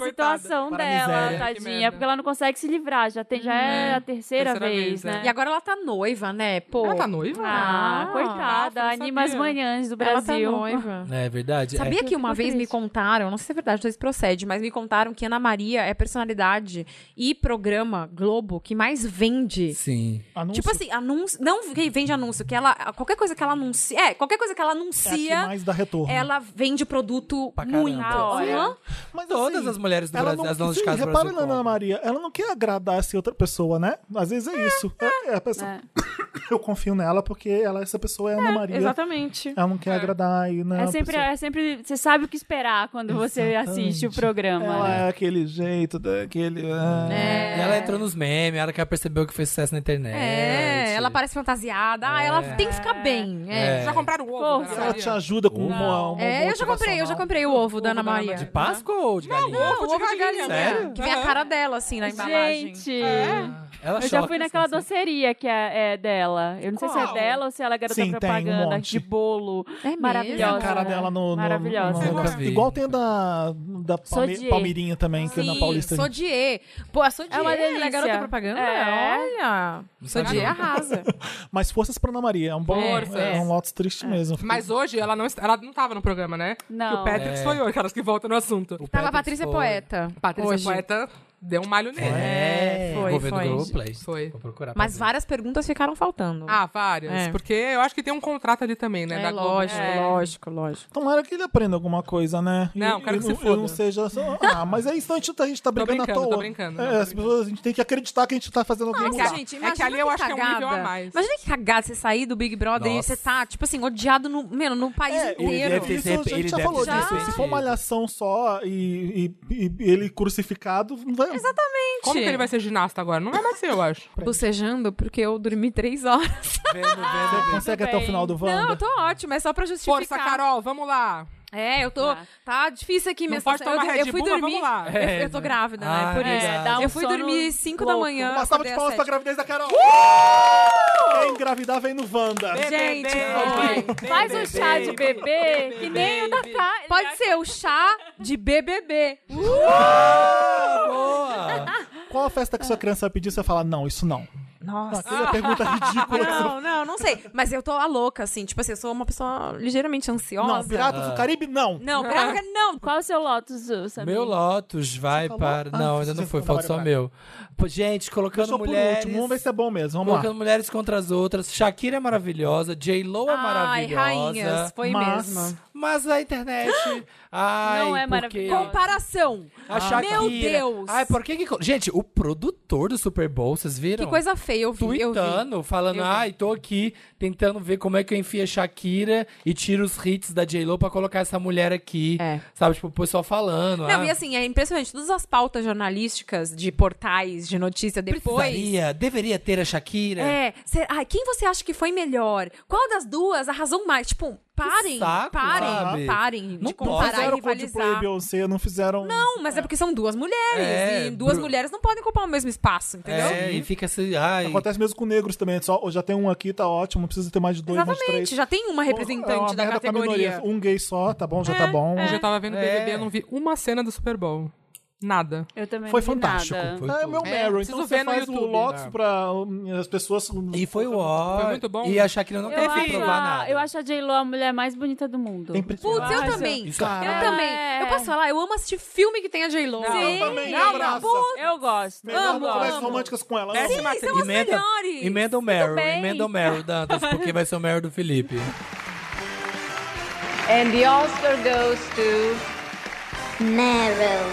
Speaker 4: coitada.
Speaker 2: situação
Speaker 3: Para a
Speaker 2: dela,
Speaker 3: miséria.
Speaker 4: Que
Speaker 2: tadinha.
Speaker 4: merda.
Speaker 2: Porque ela não consegue se livrar. Já, tem, já é a terceira,
Speaker 4: Terceira
Speaker 2: vez,
Speaker 4: vez,
Speaker 2: né?
Speaker 4: é.
Speaker 5: E agora ela tá noiva, né? Pô.
Speaker 4: Ela tá noiva?
Speaker 2: Ah,
Speaker 5: Ah,
Speaker 4: Rafa,
Speaker 2: coitada.
Speaker 4: não
Speaker 2: Anima as
Speaker 4: sabia.
Speaker 2: manhãs do
Speaker 5: Ela tá
Speaker 2: Brasil.
Speaker 5: noiva.
Speaker 3: É verdade.
Speaker 5: Sabia que uma
Speaker 2: Ficou
Speaker 5: vez me
Speaker 2: triste.
Speaker 5: contaram, não sei se é verdade, não sei se procede, mas me contaram que Ana Maria é personalidade e programa Globo que mais
Speaker 3: É,
Speaker 5: vende.
Speaker 3: sim.
Speaker 1: ah, Anúncio.
Speaker 5: Tipo assim, anúncio. Não que vende anúncio, que ela. Qualquer coisa que ela anuncia. É, qualquer coisa que ela
Speaker 1: é a que
Speaker 5: anuncia,
Speaker 1: mais dá retorno.
Speaker 5: ela vende produto
Speaker 3: Pra caramba.
Speaker 5: muito.
Speaker 2: Ah, olha.
Speaker 5: Hã?
Speaker 1: Mas,
Speaker 3: Todas
Speaker 1: assim,
Speaker 3: as mulheres do
Speaker 1: ela
Speaker 3: Brasil,
Speaker 1: não,
Speaker 3: as donas de
Speaker 1: sim,
Speaker 3: casa do
Speaker 1: repara
Speaker 3: Brasil.
Speaker 1: na Ana
Speaker 3: compram.
Speaker 1: Maria, ela não quer agradar essa outra pessoa, né? Às vezes é isso. É, a pessoa,
Speaker 2: É,
Speaker 1: Eu confio nela porque ela, essa pessoa é a Ana Maria.
Speaker 2: exatamente.
Speaker 1: Ela não quer agradar e não.
Speaker 2: É sempre,
Speaker 1: pessoa...
Speaker 2: é sempre. Você sabe o que esperar quando você
Speaker 1: Exatamente.
Speaker 2: assiste o programa.
Speaker 1: Ela
Speaker 2: né?
Speaker 1: é aquele jeito, daquele. É.
Speaker 3: E ela entrou nos memes, ela que ela percebeu que fez sucesso na internet.
Speaker 5: É, ela parece fantasiada. Ah, ela tem que ficar bem. É.
Speaker 4: Já compraram o ovo?
Speaker 2: Porra.
Speaker 4: da Ana
Speaker 1: Ela
Speaker 4: Maria?
Speaker 1: te ajuda com uma, uma
Speaker 5: É, eu já comprei, eu já
Speaker 1: motivacional.
Speaker 5: comprei o ovo da Ana
Speaker 4: da Ana tipo
Speaker 5: Maria.
Speaker 3: é De Páscoa ou de galinha?
Speaker 5: Não, ovo de galinha.
Speaker 3: Sério?
Speaker 5: Que vem a cara dela, assim, na embalagem.
Speaker 2: Gente,
Speaker 5: é.
Speaker 3: Ela
Speaker 1: é
Speaker 2: eu já
Speaker 3: choca,
Speaker 2: fui naquela
Speaker 3: assim,
Speaker 2: doceria que é, é dela. Eu não sei se é
Speaker 4: Qual?
Speaker 2: dela ou se ela é garota
Speaker 1: Sim, tem um
Speaker 2: propaganda
Speaker 1: monte.
Speaker 2: de bolo.
Speaker 5: É
Speaker 1: Tem a
Speaker 2: Maravilhosa.
Speaker 1: cara
Speaker 2: né?
Speaker 1: dela no. no
Speaker 2: Maravilhosa.
Speaker 1: no- no-
Speaker 3: Nunca vi.
Speaker 1: igual tem a da, da Palme-
Speaker 2: Sodier.
Speaker 1: Palmeirinha também, que é na
Speaker 5: Sim,
Speaker 1: Paulista.
Speaker 5: Sodier. Pô, a Sodier,
Speaker 2: É uma
Speaker 5: ela é
Speaker 2: delícia.
Speaker 5: garota propaganda?
Speaker 2: É.
Speaker 5: Olha.
Speaker 3: Não sabia.
Speaker 5: Sodier arrasa.
Speaker 1: Mas forças pra Ana Maria. É um bom.
Speaker 5: Forças.
Speaker 1: É, um Lotus triste mesmo.
Speaker 4: Mas hoje ela não, est- ela não tava no programa, né? Que
Speaker 2: Não.
Speaker 4: o Patrick
Speaker 3: É.
Speaker 4: foi hoje, caras que volta no assunto.
Speaker 3: O
Speaker 5: Tava Tá, a
Speaker 3: Patrick
Speaker 5: Patrícia é
Speaker 3: foi.
Speaker 5: Poeta.
Speaker 4: Patrícia
Speaker 5: hoje.
Speaker 4: Poeta deu um malho nele.
Speaker 3: É,
Speaker 5: foi,
Speaker 3: governo
Speaker 5: foi.
Speaker 3: Globoplay.
Speaker 4: Foi.
Speaker 3: Vou procurar. pra
Speaker 5: Mas
Speaker 3: ver.
Speaker 5: várias perguntas ficaram faltando.
Speaker 4: Ah, várias.
Speaker 5: É.
Speaker 4: Porque eu acho que tem um contrato ali também, né?
Speaker 5: é,
Speaker 4: da Globo.
Speaker 5: lógico,
Speaker 4: É.
Speaker 5: lógico, lógico.
Speaker 1: Tomara que ele aprenda alguma coisa, né?
Speaker 4: Não,
Speaker 1: E-
Speaker 4: quero
Speaker 1: e
Speaker 4: que
Speaker 1: não,
Speaker 4: se foda.
Speaker 1: e não seja só, Ah, mas é isso, a gente tá, a gente tá brigando à
Speaker 4: brincando,
Speaker 1: toa.
Speaker 4: tô brincando,
Speaker 1: É,
Speaker 4: não, tô
Speaker 1: as pessoas, a gente tem que acreditar que a gente tá fazendo
Speaker 5: É
Speaker 1: alguém
Speaker 4: Nossa,
Speaker 1: mudar.
Speaker 4: gente, imagina É que um cagada.
Speaker 5: Imagina que cagada você sair do Big Brother e
Speaker 3: Nossa.
Speaker 5: você tá, tipo assim, odiado no, mano, no país
Speaker 1: É, ele
Speaker 5: tá inteiro.
Speaker 3: deve ter
Speaker 1: isso
Speaker 3: sempre-
Speaker 1: a gente
Speaker 3: ele
Speaker 1: já
Speaker 3: deve
Speaker 1: falou
Speaker 3: ter
Speaker 1: disso.
Speaker 3: sempre
Speaker 1: Se for uma
Speaker 3: feito.
Speaker 1: alhação só e, e- e- e ele crucificado, não vai. Exatamente.
Speaker 4: Como que ele vai ser ginasta agora? Não vai mais ser, eu acho.
Speaker 5: Bocejando porque eu dormi três horas.
Speaker 3: Vendo, vendo, vendo.
Speaker 1: Consegue
Speaker 2: Tudo
Speaker 1: até o
Speaker 2: bem.
Speaker 1: final do né? Wanda?
Speaker 5: Não, eu tô ótima, é só pra justificar.
Speaker 4: Força, Carol, vamos lá.
Speaker 5: É, eu tô.
Speaker 2: Ah.
Speaker 5: Tá difícil aqui, minha
Speaker 4: não pode
Speaker 5: situação.
Speaker 4: tomar
Speaker 5: eu,
Speaker 4: Red
Speaker 5: eu fui
Speaker 4: Bull, mas
Speaker 5: dormir.
Speaker 4: vamos lá.
Speaker 5: Eu, eu tô grávida,
Speaker 3: Ah,
Speaker 5: né? Por isso.
Speaker 3: verdade.
Speaker 2: dá um
Speaker 5: eu fui
Speaker 2: sono
Speaker 5: dormir 5 da
Speaker 2: louco.
Speaker 5: manhã.
Speaker 1: Uma salva de
Speaker 5: acordei
Speaker 1: palmas
Speaker 5: às
Speaker 1: pra
Speaker 5: sete. Uh!
Speaker 1: gravidez da Carol. Quem engravidar vem no Wanda.
Speaker 5: Gente,
Speaker 4: Bebê,
Speaker 5: foi.
Speaker 4: bebê,
Speaker 2: Faz um chá de bebê, que nem o da cara.
Speaker 5: Pode ser o chá de BBB.
Speaker 3: Boa!
Speaker 1: Qual a festa que sua criança vai pedir? Você vai falar, não, isso não.
Speaker 5: Ah. Nossa.
Speaker 1: Aquela pergunta é ridícula. que você-
Speaker 5: Não, não, não sei. Mas eu tô a louca, assim. Tipo assim, eu sou uma pessoa ligeiramente ansiosa.
Speaker 1: Não, Piratas
Speaker 3: Ah.
Speaker 1: do Caribe, não.
Speaker 5: Não, pirata não.
Speaker 2: um, Qual é o seu Lotus, Zu, sabe?
Speaker 3: Meu Lotus vai
Speaker 1: falou?
Speaker 3: para.
Speaker 1: Ah,
Speaker 3: Não, ainda
Speaker 1: você
Speaker 3: não
Speaker 1: já
Speaker 3: foi,
Speaker 1: falou,
Speaker 3: falta só
Speaker 1: vai.
Speaker 3: meu. Pô, Gente, colocando
Speaker 1: Deixou por
Speaker 3: mulheres.
Speaker 1: último, vamos ver se é bom mesmo. Vamos lá.
Speaker 3: Colocando mulheres contra as outras. Shakira é maravilhosa, J-Lo é
Speaker 5: Ai,
Speaker 3: maravilhosa.
Speaker 5: rainhas. Foi
Speaker 1: mas-
Speaker 5: mesmo.
Speaker 3: Mas a internet. ai,
Speaker 2: Não é
Speaker 3: porque...
Speaker 2: maravilhosa.
Speaker 5: Comparação.
Speaker 3: A Shakira.
Speaker 5: Meu Deus.
Speaker 3: Ai, por que que. co- Gente, o produtor do Super Bowl, vocês viram?
Speaker 5: Que coisa feia. Eu vi, eu vi.
Speaker 3: Tweetando, falando,
Speaker 5: Eu vi.
Speaker 3: ai, tô aqui tentando ver como é que eu enfio a Shakira e tiro os hits da J-Lo pra colocar essa mulher aqui.
Speaker 5: É.
Speaker 3: Sabe, tipo, o pessoal falando.
Speaker 5: Não,
Speaker 3: ah,
Speaker 5: e assim, é impressionante. Todas as pautas jornalísticas de portais, de notícia, depois...
Speaker 3: precisaria, deveria ter a Shakira.
Speaker 5: É, cê- ai, quem você acha que foi melhor? Qual das duas arrasou mais? Tipo, parem,
Speaker 3: saco,
Speaker 5: parem,
Speaker 3: sabe?
Speaker 5: parem
Speaker 3: Não
Speaker 5: de comparar e
Speaker 1: fizeram Coldplay e
Speaker 5: rivalizar.
Speaker 1: Beyoncé, não fizeram...
Speaker 5: Não, mas é porque são duas mulheres
Speaker 3: É,
Speaker 5: e duas
Speaker 3: Bru-
Speaker 5: mulheres não podem ocupar o mesmo espaço, entendeu?
Speaker 3: É, e fica assim, ai.
Speaker 1: Acontece mesmo com negros também. Só, "Oh, já tem um aqui, tá ótimo. Não precisa ter mais de dois, mais de três.
Speaker 5: Exatamente, já tem uma
Speaker 1: É
Speaker 5: representante
Speaker 1: uma
Speaker 5: da
Speaker 1: merda pra
Speaker 5: categoria.
Speaker 1: minoria. Um gay só, tá bom, já tá bom.
Speaker 4: Hoje eu tava vendo
Speaker 3: É.
Speaker 4: BBB, eu não vi uma cena do Super Bowl. Nada.
Speaker 2: Eu também não
Speaker 1: Foi
Speaker 2: vi
Speaker 1: fantástico.
Speaker 2: nada.
Speaker 3: Foi
Speaker 1: é
Speaker 3: tudo.
Speaker 1: meu
Speaker 3: É,
Speaker 1: Meryl.
Speaker 4: preciso
Speaker 1: Então você
Speaker 4: ver no
Speaker 1: faz o
Speaker 4: YouTube.
Speaker 1: Lotus
Speaker 3: É.
Speaker 1: pra hum, as pessoas...
Speaker 3: E foi o ó.
Speaker 4: Foi muito bom.
Speaker 3: E a Shakira não
Speaker 2: Eu
Speaker 3: teve que
Speaker 2: acho,
Speaker 3: provar
Speaker 2: a,
Speaker 3: nada.
Speaker 2: eu acho a J-Lo a mulher mais bonita do mundo.
Speaker 1: Tem preço.
Speaker 5: Putz, eu
Speaker 2: Nossa.
Speaker 5: também.
Speaker 3: Isso é-
Speaker 5: Eu
Speaker 2: Ah,
Speaker 5: também.
Speaker 2: é.
Speaker 5: Eu posso falar, eu amo assistir filme que tem a J-Lo.
Speaker 1: Eu também,
Speaker 2: não,
Speaker 1: abraça.
Speaker 2: Eu gosto.
Speaker 1: Melhor
Speaker 2: eu
Speaker 1: conversas
Speaker 2: gosto.
Speaker 1: românticas com ela. né?
Speaker 4: Péssima
Speaker 1: Não.
Speaker 4: atriz.
Speaker 5: são as melhores.
Speaker 3: Emenda o Meryl,
Speaker 2: bem.
Speaker 3: emenda o Meryl, Dantas, porque vai ser o Meryl do Felipe.
Speaker 6: And the Oscar goes to Meryl.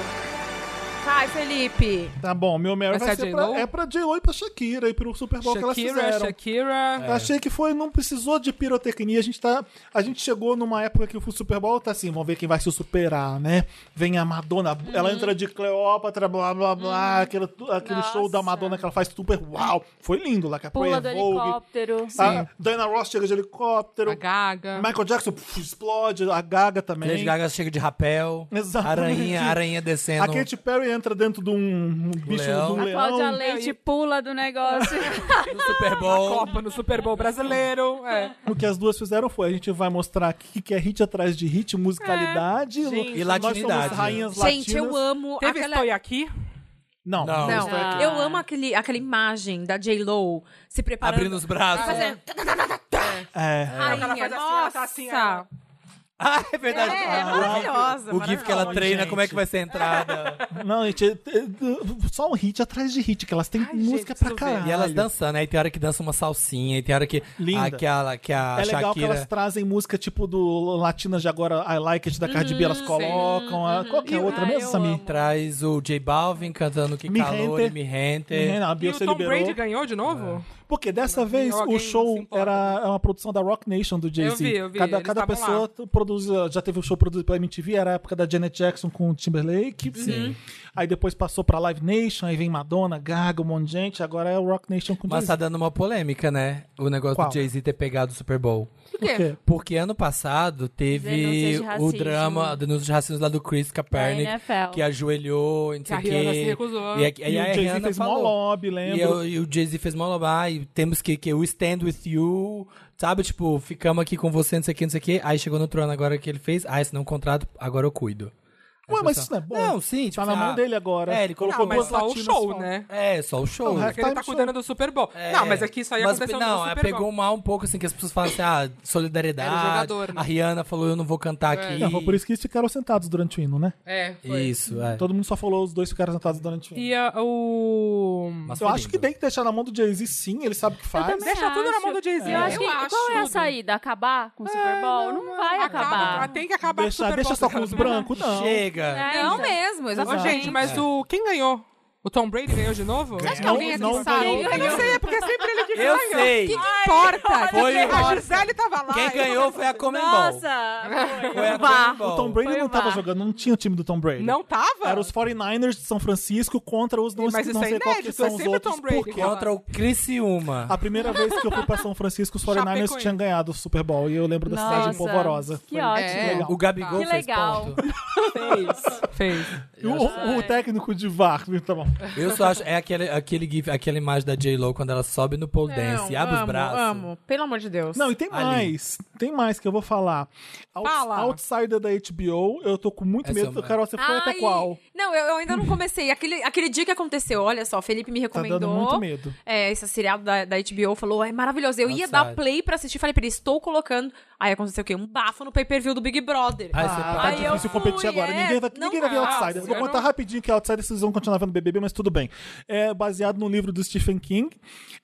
Speaker 5: Ai, Felipe.
Speaker 1: Tá bom, meu Meryl
Speaker 4: Essa
Speaker 1: vai
Speaker 4: é
Speaker 1: ser
Speaker 4: a
Speaker 1: pra,
Speaker 4: J.Lo?
Speaker 1: é pra J-Lo e pra Shakira e pro Super Bowl que elas
Speaker 4: Shakira, É.
Speaker 1: fizeram.
Speaker 4: Shakira.
Speaker 1: Achei que foi, não precisou de pirotecnia. A gente, tá, a gente chegou numa época que o Super Bowl tá assim, vamos ver quem vai se superar, né? Vem a Madonna, ela entra de Cleópatra, blá blá blá, aquele, aquele show da Madonna que ela faz super uau. Foi lindo lá, que a
Speaker 2: Pula do
Speaker 1: Prayer Vogue.
Speaker 2: helicóptero.
Speaker 1: A Diana Ross chega de helicóptero.
Speaker 4: A Gaga.
Speaker 1: Michael Jackson puf, explode, a Gaga também.
Speaker 3: Lady Gaga chega de rapel.
Speaker 1: Exatamente.
Speaker 3: Aranha, aranha descendo.
Speaker 1: A Katy Perry entra dentro de um, um bicho,
Speaker 3: Leão.
Speaker 1: de um
Speaker 2: A Cláudia
Speaker 1: leão.
Speaker 2: Leite pula do negócio.
Speaker 4: tipo
Speaker 3: No Super Bowl.
Speaker 4: Copa no Super Bowl brasileiro. É.
Speaker 1: O que as duas fizeram foi, a gente vai mostrar aqui que é hit atrás de hit, musicalidade
Speaker 4: É. gente.
Speaker 3: E
Speaker 1: Nós
Speaker 3: latinidade.
Speaker 1: somos rainhas
Speaker 5: Gente, eu
Speaker 1: latinas.
Speaker 5: amo
Speaker 4: Teve
Speaker 5: aquela...
Speaker 4: Estou Aqui.
Speaker 1: Não,
Speaker 3: Não.
Speaker 5: Não,
Speaker 1: estou aqui.
Speaker 5: eu amo aquele, aquela imagem da J-Lo se preparando.
Speaker 3: Abrindo os braços.
Speaker 5: Fazendo...
Speaker 1: É.
Speaker 5: Rainha,
Speaker 4: ela faz assim, ela tá assim,
Speaker 5: nossa.
Speaker 3: Ah, é verdade.
Speaker 5: É, é maravilhosa.
Speaker 3: O GIF que ela
Speaker 1: maravilhosa.
Speaker 3: treina,
Speaker 1: Gente.
Speaker 3: como é que vai ser a entrada?
Speaker 1: Não, gente, é- é- só um hit atrás de hit, que elas têm música pra caralho.
Speaker 3: E elas dançando, aí tem hora que dança uma salsinha, e tem hora que
Speaker 1: Linda.
Speaker 3: aquela que a
Speaker 1: É legal que elas
Speaker 3: Shakira.
Speaker 1: trazem música tipo do Latinas de agora, I Like It da Cardi B,
Speaker 4: Uhum,
Speaker 1: elas colocam. a- Qual que é a outra
Speaker 2: Ah,
Speaker 1: mesmo,
Speaker 2: eu
Speaker 1: Samir?
Speaker 2: amo.
Speaker 3: Traz o J Balvin cantando Que
Speaker 1: Me
Speaker 3: Calor
Speaker 1: Rente. Ah,
Speaker 3: e Me Rente.
Speaker 1: Menina, Uhum, A
Speaker 4: E o
Speaker 1: Beyoncé
Speaker 4: Tom
Speaker 1: liberou.
Speaker 4: Brady ganhou de novo?
Speaker 1: Porque dessa vez
Speaker 4: alguém
Speaker 1: o
Speaker 4: se
Speaker 1: show
Speaker 4: importa.
Speaker 1: era é uma produção da Rock Nation do Jay-Z.
Speaker 4: Eu vi, eu vi,
Speaker 1: Cada,
Speaker 4: eles
Speaker 1: cada
Speaker 4: estavam
Speaker 1: pessoa produz, eh, já teve o show produzido pela MTV, era a época da Janet Jackson com o
Speaker 4: Uhum.
Speaker 1: Timberlake. Sim. Aí depois passou pra Live Nation, aí vem Madonna, Gaga, um monte de gente. Agora é o Rock Nation com o
Speaker 3: Mas
Speaker 1: Jay-Z.
Speaker 3: tá dando uma polêmica, né? O negócio
Speaker 1: Qual?
Speaker 3: do Jay-Z ter pegado o Super Bowl.
Speaker 1: Por quê?
Speaker 3: Porque ano passado teve
Speaker 2: Denúncias de
Speaker 3: o
Speaker 2: racismo.
Speaker 3: drama, a denúncia de racismo lá do Chris
Speaker 2: Da
Speaker 3: Kaepernick,
Speaker 2: NFL.
Speaker 3: que ajoelhou, e não
Speaker 4: Que a
Speaker 3: sei o quê.
Speaker 4: Rihanna se recusou.
Speaker 3: E, a- e
Speaker 1: E
Speaker 3: a
Speaker 1: o Jay-Z
Speaker 3: Rihanna
Speaker 1: fez mó
Speaker 3: falou.
Speaker 1: lobby,
Speaker 3: E,
Speaker 1: lembro.
Speaker 3: eu- e o Jay-Z fez mal lá, e temos que, que o stand with you, sabe? Tipo, ficamos aqui com você, não sei o que, não sei o que. Aí chegou no trono agora que ele fez, ah, esse não contrato, agora eu cuido. Aí
Speaker 1: Ué,
Speaker 3: a
Speaker 1: mas
Speaker 3: pessoa,
Speaker 1: isso não é bom?
Speaker 3: Não, sim, tipo,
Speaker 1: Tá na
Speaker 3: assim,
Speaker 1: mão
Speaker 3: ah,
Speaker 1: dele agora.
Speaker 3: É, ele colocou
Speaker 4: Não, mas
Speaker 3: duas
Speaker 4: só o
Speaker 1: latinas
Speaker 4: show,
Speaker 1: fora.
Speaker 4: né?
Speaker 3: É, só o show.
Speaker 1: Não,
Speaker 4: Porque ele tá
Speaker 1: Halftime
Speaker 4: cuidando do Super Bowl. Não, mas aqui isso aí
Speaker 3: É. Mas,
Speaker 4: aconteceu
Speaker 3: Não,
Speaker 4: no
Speaker 3: é,
Speaker 4: Super
Speaker 3: pegou
Speaker 4: Bowl.
Speaker 3: mal um pouco, assim, que as pessoas falam assim, ah, solidariedade.
Speaker 4: Era o jogador, né?
Speaker 3: A Rihanna falou, eu não vou cantar aqui.
Speaker 1: Não, foi por isso que eles ficaram sentados durante o hino, né?
Speaker 4: É,
Speaker 3: um Isso, é.
Speaker 1: Todo mundo só falou os dois ficaram sentados durante o hino.
Speaker 4: E a- o...
Speaker 3: Mas
Speaker 1: Eu
Speaker 3: foi
Speaker 1: acho que
Speaker 3: lindo.
Speaker 1: tem que deixar na mão do Jay-Z, sim, ele sabe o que faz.
Speaker 2: também
Speaker 4: Deixa tudo na mão do Jay-Z.
Speaker 2: Eu acho
Speaker 4: Eu
Speaker 2: que
Speaker 4: acho
Speaker 2: qual é a
Speaker 4: tudo.
Speaker 2: saída? Acabar com o Super Bowl? Não, vai acabar.
Speaker 4: Acaba, tem que acabar com o
Speaker 1: Deixar,
Speaker 4: Super
Speaker 1: deixa
Speaker 4: Bowl.
Speaker 1: só com os brancos, não.
Speaker 3: Chega.
Speaker 2: É,
Speaker 5: Não
Speaker 2: então.
Speaker 5: mesmo,
Speaker 4: Ô,
Speaker 5: exatamente.
Speaker 4: gente, mas o... quem ganhou? O Tom Brady ganhou de novo?
Speaker 5: Acho que alguém aqui
Speaker 1: Não, não
Speaker 5: sabe.
Speaker 1: ganhou.
Speaker 5: Quem
Speaker 4: Eu não
Speaker 5: ganhou?
Speaker 4: sei, é porque é sempre ele que ganha.
Speaker 3: Eu sei.
Speaker 5: O que que importa?
Speaker 3: Foi
Speaker 5: Quem
Speaker 3: o-
Speaker 5: ganhou?
Speaker 4: A Gisele tava lá.
Speaker 3: Quem
Speaker 4: eu-
Speaker 3: ganhou foi a Comembol.
Speaker 2: Nossa!
Speaker 3: Foi a
Speaker 2: Vá.
Speaker 3: Comembol.
Speaker 1: O Tom Brady
Speaker 2: Foi
Speaker 1: não
Speaker 2: o
Speaker 1: tava
Speaker 2: VAR.
Speaker 1: jogando, não tinha o time do Tom Brady.
Speaker 4: Não tava?
Speaker 1: Era os 49ers de São Francisco contra os não,
Speaker 4: Mas isso
Speaker 1: não
Speaker 4: é
Speaker 1: sei qual que
Speaker 4: inédito, é
Speaker 1: são os
Speaker 4: sempre o Tom
Speaker 1: outros.
Speaker 4: Brady.
Speaker 1: porque
Speaker 3: Contra o Criciúma.
Speaker 1: a primeira vez que eu fui pra São Francisco, os 49ers
Speaker 4: Chapecoense.
Speaker 1: tinham ganhado o Super Bowl. E eu lembro da cidade
Speaker 2: Nossa,
Speaker 1: empolvorosa.
Speaker 2: que ótimo.
Speaker 4: É.
Speaker 1: muito legal.
Speaker 3: O Gabigol
Speaker 2: Que
Speaker 3: fez
Speaker 2: legal.
Speaker 3: ponto.
Speaker 4: Fez.
Speaker 1: E o- o, técnico de VAR, tá bom.
Speaker 3: Eu só acho. É aquele, aquele gif, aquela imagem da J-Lo quando ela sobe no pole dance e abre os braços.
Speaker 5: Amo, pelo amor de Deus.
Speaker 1: Não, e tem
Speaker 3: Ali.
Speaker 1: mais. Tem mais que eu vou falar. Out-
Speaker 4: Fala.
Speaker 1: Outsider da HBO, eu tô com muito
Speaker 3: Essa é
Speaker 1: medo.
Speaker 3: uma-
Speaker 1: Carol, você foi até
Speaker 5: Ai,
Speaker 1: qual?
Speaker 5: Não, eu, eu ainda não comecei. Aquele, aquele dia que aconteceu, olha só, Felipe me
Speaker 1: Tá
Speaker 5: recomendou.
Speaker 1: dando muito medo.
Speaker 5: É, esse seriado da, da HBO falou, é maravilhoso. Eu ia
Speaker 3: Nossa.
Speaker 5: dar play pra assistir, falei pra ele, estou colocando. Aí aconteceu o quê? Um bafo no pay-per-view do Big Brother.
Speaker 3: Aí você
Speaker 1: Ah,
Speaker 3: para
Speaker 1: tá
Speaker 5: Ai,
Speaker 3: de-
Speaker 5: eu
Speaker 1: difícil competir
Speaker 5: fui,
Speaker 1: agora.
Speaker 5: é.
Speaker 1: Ninguém vai,
Speaker 5: Não
Speaker 1: ninguém vai ver
Speaker 5: dá.
Speaker 1: Outsiders. Vou
Speaker 4: Eu
Speaker 1: contar
Speaker 4: não-
Speaker 1: rapidinho que Outsiders vocês vão continuar vendo BBB, mas tudo bem. É baseado no livro do Stephen King.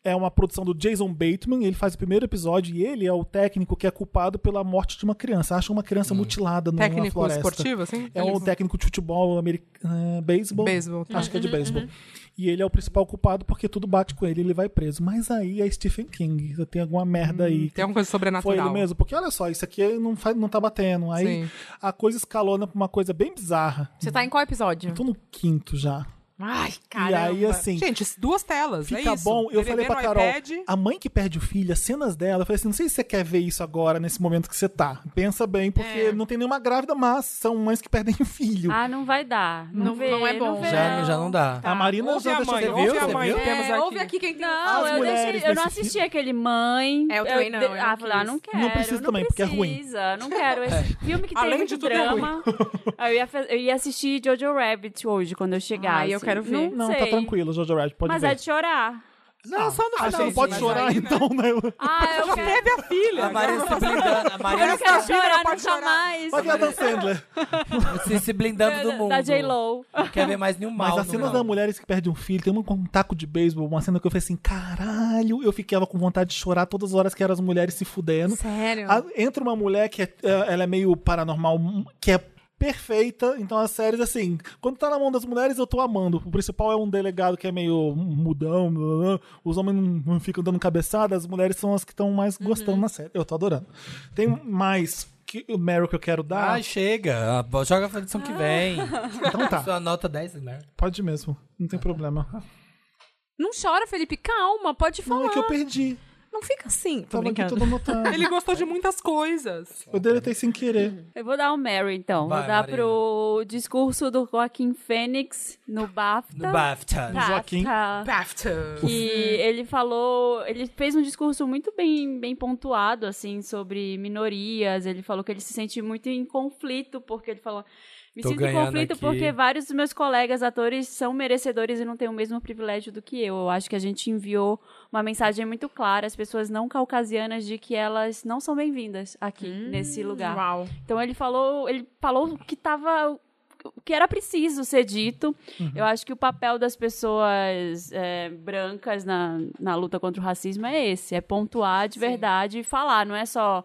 Speaker 1: É uma produção do Jason Bateman. Ele faz o primeiro episódio e ele é o técnico que é culpado pela morte de uma criança. Acha uma
Speaker 5: Hum.
Speaker 1: criança mutilada numa
Speaker 4: Técnico
Speaker 1: floresta.
Speaker 4: esportivo, assim?
Speaker 1: É um técnico de futebol americano. beisebol?
Speaker 4: Beisebol. tá?
Speaker 1: Acho que é de
Speaker 5: Uhum,
Speaker 1: beisebol. E ele é o principal culpado porque tudo bate com ele, ele vai preso. Mas aí é Stephen King. Tem alguma merda aí.
Speaker 4: Tem alguma coisa
Speaker 1: Foi
Speaker 4: sobrenatural.
Speaker 1: ele mesmo, porque olha só, isso aqui não, faz, não tá batendo. Aí
Speaker 4: Sim.
Speaker 1: a coisa escalona pra uma coisa bem bizarra.
Speaker 5: Você tá em qual episódio?
Speaker 1: Eu tô no quinto já.
Speaker 5: Ai, caramba.
Speaker 1: E aí, assim,
Speaker 4: Gente, duas telas.
Speaker 1: fica
Speaker 4: é isso.
Speaker 1: bom. Eu
Speaker 4: DVD
Speaker 1: falei pra
Speaker 4: no
Speaker 1: Carol,
Speaker 4: iPad.
Speaker 1: a mãe que perde o filho, as cenas dela, eu falei assim: não sei se você quer ver isso agora, nesse momento que você tá. Pensa bem, porque
Speaker 4: É.
Speaker 1: não tem nenhuma grávida, mas são mães que perdem o filho.
Speaker 2: Ah, não vai dar. Não,
Speaker 5: Não-
Speaker 2: vê,
Speaker 5: não é bom.
Speaker 2: vê,
Speaker 3: já, já não dá.
Speaker 2: Tá.
Speaker 1: a Marina
Speaker 4: Ouve
Speaker 1: já
Speaker 4: é a
Speaker 1: deixou
Speaker 4: mãe,
Speaker 1: você
Speaker 4: ouve
Speaker 3: viu?
Speaker 4: a
Speaker 3: Você
Speaker 4: mãe.
Speaker 3: viu?
Speaker 5: É,
Speaker 4: Temos aqui.
Speaker 5: ouve aqui quem tem.
Speaker 2: Não,
Speaker 1: As
Speaker 2: eu,
Speaker 1: mulheres
Speaker 2: deixei, eu não
Speaker 1: nesse
Speaker 2: assisti aquele Mãe.
Speaker 5: É, eu também não,
Speaker 2: de-
Speaker 5: eu não
Speaker 2: ah, falei, ah, não
Speaker 5: quis. É.
Speaker 2: quero.
Speaker 1: Não precisa também, porque é ruim.
Speaker 2: precisa, Não quero. Esse filme que tem
Speaker 4: Além de
Speaker 2: muito
Speaker 4: tudo, é ruim.
Speaker 2: drama. eu, ia, fa- eu ia assistir Jojo Rabbit hoje, quando eu chegar.
Speaker 5: Ai, eu quero ver.
Speaker 2: Não,
Speaker 1: Não,
Speaker 2: sei.
Speaker 1: tá tranquilo, Jojo Rabbit, pode
Speaker 2: Mas
Speaker 1: ver.
Speaker 2: é de chorar.
Speaker 3: Não, só no
Speaker 1: Ah, você não pode
Speaker 4: mas
Speaker 1: chorar
Speaker 4: aí, né?
Speaker 1: então, né?
Speaker 2: Ah, eu quero.
Speaker 4: Teve a filha.
Speaker 1: Ah,
Speaker 3: A Maria se blindando, a
Speaker 2: Eu não
Speaker 3: Maria
Speaker 2: quero
Speaker 4: filha,
Speaker 2: chorar nunca
Speaker 4: pode chorar.
Speaker 2: mais.
Speaker 1: Vai ver Adam Sandler.
Speaker 3: se, se blindando do mundo.
Speaker 2: Da J-Lo.
Speaker 3: Não quer ver mais nenhum mal.
Speaker 1: Mas as
Speaker 3: no
Speaker 1: cenas
Speaker 3: mundo.
Speaker 1: das mulheres que perdem um filho, tem uma com um taco de beisebol, uma cena que eu falei assim, caralho, eu ficava com vontade de chorar todas as horas que eram as mulheres se
Speaker 5: Ah,
Speaker 1: fudendo.
Speaker 5: Sério?
Speaker 1: A- entra uma mulher que é, é- ela é meio paranormal, hum, que é perfeita. Então as séries, assim, quando tá na mão das mulheres, eu tô amando. O principal é um delegado que é meio mudão, blá, blá, blá. os homens não, não ficam dando cabeçada, as mulheres são as que estão mais
Speaker 3: Uhum.
Speaker 1: gostando na série. Eu tô adorando. Tem mais que o Meryl que eu quero dar.
Speaker 3: Ai, chega. Ah, Joga a edição que vem.
Speaker 1: então tá,
Speaker 3: Sua nota 10, né?
Speaker 1: pode
Speaker 3: Tá
Speaker 1: mesmo, não tem problema.
Speaker 5: Não chora, Felipe. Calma, pode
Speaker 1: Não,
Speaker 5: falar.
Speaker 1: é que eu perdi.
Speaker 5: Não fica assim. Tô
Speaker 1: Tava aqui
Speaker 5: brincando.
Speaker 1: todo tá- anotado.
Speaker 4: Ele gostou de muitas coisas.
Speaker 1: Eu deletei sem
Speaker 5: Uhum.
Speaker 1: querer.
Speaker 2: Eu vou dar um Mary, então.
Speaker 3: Vai,
Speaker 2: vou dar
Speaker 3: Marina.
Speaker 2: pro discurso do Joaquim Fênix no BAFTA.
Speaker 3: No BAFTA.
Speaker 2: Tá,
Speaker 1: Joaquim.
Speaker 2: tá.
Speaker 4: BAFTA.
Speaker 2: que ele falou, ele fez um discurso muito bem, bem pontuado, assim, sobre minorias. Ele falou que ele se sente muito em conflito, porque ele falou. Me
Speaker 3: Tô
Speaker 2: sinto em
Speaker 3: ganhando
Speaker 2: conflito
Speaker 3: aqui.
Speaker 2: porque vários dos meus colegas atores são merecedores e não têm o mesmo privilégio do que eu. Eu acho que a gente enviou uma mensagem muito clara às pessoas não caucasianas de que elas não são bem-vindas aqui, nesse lugar.
Speaker 5: Uau.
Speaker 2: Então ele falou, ele falou o que tava o que era preciso ser dito.
Speaker 3: Uhum.
Speaker 2: Eu acho que o papel das pessoas é, brancas na, na luta contra o racismo é esse, é pontuar de verdade e falar, não é só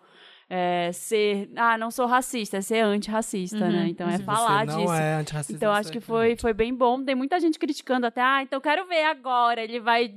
Speaker 2: é, ser, ah, não sou racista, é ser antirracista, né? Então é
Speaker 3: Uhum. Você
Speaker 2: falar
Speaker 3: não
Speaker 2: disso.
Speaker 3: é antirracista.
Speaker 2: Então acho
Speaker 3: você
Speaker 2: que
Speaker 3: é
Speaker 2: foi, foi bem bom. Tem muita gente criticando até, ah, então quero ver agora. Ele vai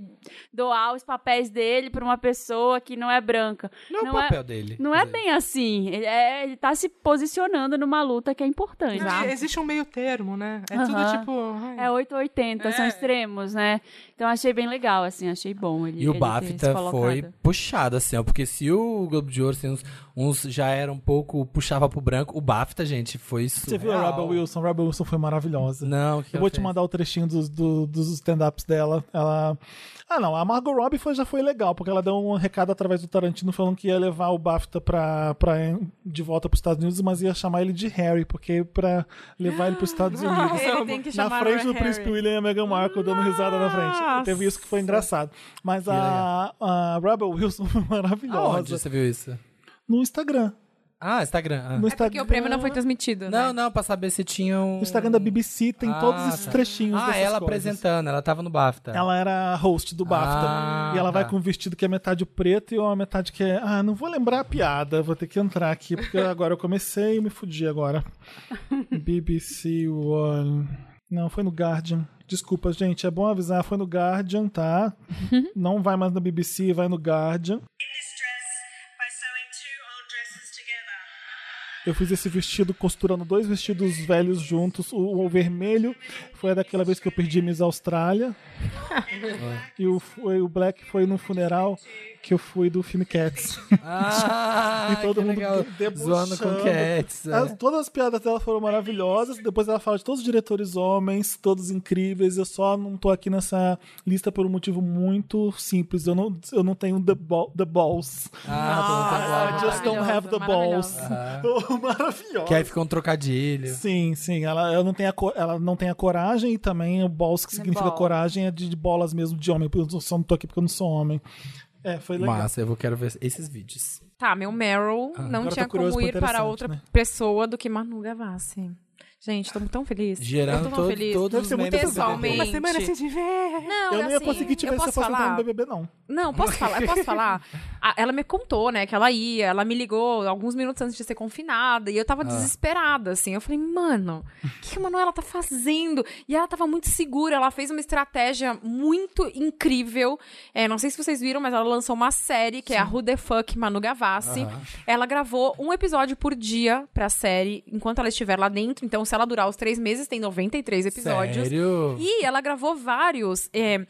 Speaker 2: doar os papéis dele para uma pessoa que não é branca.
Speaker 3: Não é o
Speaker 2: Não é-
Speaker 3: papel dele.
Speaker 2: Não é
Speaker 3: Quer dizer,
Speaker 2: bem assim. Ele, é, ele tá se posicionando numa luta que é importante.
Speaker 4: Não, Existe um meio termo, né? É tudo
Speaker 2: Aham.
Speaker 4: tipo. ai.
Speaker 2: É 880, são
Speaker 4: É.
Speaker 2: extremos, né? Então achei bem legal, assim, achei bom ele.
Speaker 3: E o
Speaker 2: ele ter se
Speaker 3: BAFTA
Speaker 2: colocado.
Speaker 3: foi puxado, assim, ó. Porque se o Globo de Ouro, assim, uns, uns já era um pouco, puxava pro branco, o BAFTA, gente, foi
Speaker 1: Você
Speaker 3: surreal.
Speaker 1: viu a Rebel Wilson? A Rebel Wilson foi maravilhosa.
Speaker 3: Não, o que
Speaker 1: Eu vou
Speaker 3: ela
Speaker 1: te
Speaker 3: fez?
Speaker 1: mandar o trechinho dos, do- dos stand-ups dela. Ela. Ah, não. A Margot Robbie foi- já foi legal, porque ela deu um recado através do Tarantino falando que ia levar o BAFTA pra, pra, de volta pros Estados Unidos, mas ia chamar ele de Harry, porque pra levar ele pros Estados Unidos.
Speaker 5: Ele tem que
Speaker 1: na
Speaker 5: chamar
Speaker 1: frente
Speaker 5: o
Speaker 1: do
Speaker 5: Harry.
Speaker 1: príncipe William e a Meghan Markle dando risada na frente. Teve isso que foi engraçado. Mas a, a Rebel Wilson foi
Speaker 3: Aonde
Speaker 1: maravilhosa.
Speaker 3: você viu isso?
Speaker 1: No Instagram.
Speaker 3: Ah, Instagram.
Speaker 1: No
Speaker 3: ah.
Speaker 5: É porque
Speaker 1: Instagram.
Speaker 5: o prêmio não foi transmitido. né?
Speaker 3: Não, não, pra saber se tinha um...
Speaker 1: No Instagram da BBC tem
Speaker 3: Ah,
Speaker 1: todos esses
Speaker 3: tá.
Speaker 1: trechinhos
Speaker 3: Ah,
Speaker 1: dessas
Speaker 3: ela
Speaker 1: coisas.
Speaker 3: apresentando, ela tava no BAFTA.
Speaker 1: Ela era host do BAFTA.
Speaker 3: Ah,
Speaker 1: e ela vai
Speaker 3: tá.
Speaker 1: com um vestido que é metade preto e uma metade que é. Ah, não vou lembrar a piada, vou ter que entrar aqui, porque agora eu comecei e me fudi agora. BBC One. Não, foi no Guardian. Desculpa, gente, é bom avisar, foi no Guardian, tá?
Speaker 3: Uhum.
Speaker 1: não vai mais na BBC, vai no Guardian.
Speaker 7: this dress by sewing two old dresses together.
Speaker 1: Eu fiz esse vestido costurando dois vestidos velhos juntos. O, o vermelho foi daquela vez que eu perdi Miss Austrália. e o, foi- o black foi no funeral que eu fui do filme Cats.
Speaker 3: Ah,
Speaker 1: E todo
Speaker 3: que
Speaker 1: mundo
Speaker 3: legal.
Speaker 1: debochando.
Speaker 3: zoando com Cats. é.
Speaker 1: As- todas as piadas dela foram maravilhosas. Depois ela fala de todos os diretores homens, todos incríveis. Eu só não tô aqui nessa lista por um motivo muito simples. Eu não, eu não tenho the, ball- the balls.
Speaker 3: Ah,
Speaker 1: I just don't have the balls.
Speaker 5: maravilhosa.
Speaker 1: Maravilhosa.
Speaker 3: Que aí fica um trocadilho.
Speaker 1: Sim, sim. Ela, ela não tem a, co- ela não tem a coragem e também o balls que significa
Speaker 2: bola.
Speaker 1: coragem é de, de bolas mesmo de homem. porque Eu só não tô aqui porque eu não sou homem. É, foi legal.
Speaker 3: Massa, eu vou- quero ver esses vídeos.
Speaker 5: Tá, meu Meryl não
Speaker 1: Ah, agora eu
Speaker 5: tinha
Speaker 1: tô curioso
Speaker 5: como
Speaker 1: pra
Speaker 5: ir para
Speaker 1: interessante,
Speaker 5: outra
Speaker 1: né?
Speaker 5: pessoa do que Manu Gavassi. Gente, tô tão feliz. eu
Speaker 3: Gerando
Speaker 5: tô tão
Speaker 3: todo-
Speaker 5: feliz.
Speaker 3: todos
Speaker 1: Deve
Speaker 3: os
Speaker 1: ser muito
Speaker 3: membros do BBB.
Speaker 5: pessoalmente.
Speaker 4: Uma semana sem te ver.
Speaker 5: Não,
Speaker 1: assim, Eu não ia
Speaker 5: assim,
Speaker 1: conseguir te
Speaker 5: eu
Speaker 1: ver se eu
Speaker 5: posso
Speaker 1: fosse entrar
Speaker 5: falar?
Speaker 1: no BBB, não.
Speaker 5: Não, posso falar, eu posso falar. A- ela me contou, né, que ela ia, ela me ligou alguns minutos antes de ser confinada, e eu
Speaker 1: Ah.
Speaker 5: tava desesperada, assim. Eu falei, mano, o que a Manuela tá fazendo? E ela tava muito segura, ela fez uma estratégia muito incrível. É, não sei se vocês viram, mas ela lançou uma série, que é a Who the Fuck Manu Gavassi.
Speaker 3: Ah,
Speaker 5: Ela gravou um episódio por dia pra série, enquanto ela estiver lá dentro. Então, se ela durar os três meses, tem 93 episódios.
Speaker 3: Sério?
Speaker 5: E ela gravou vários. é,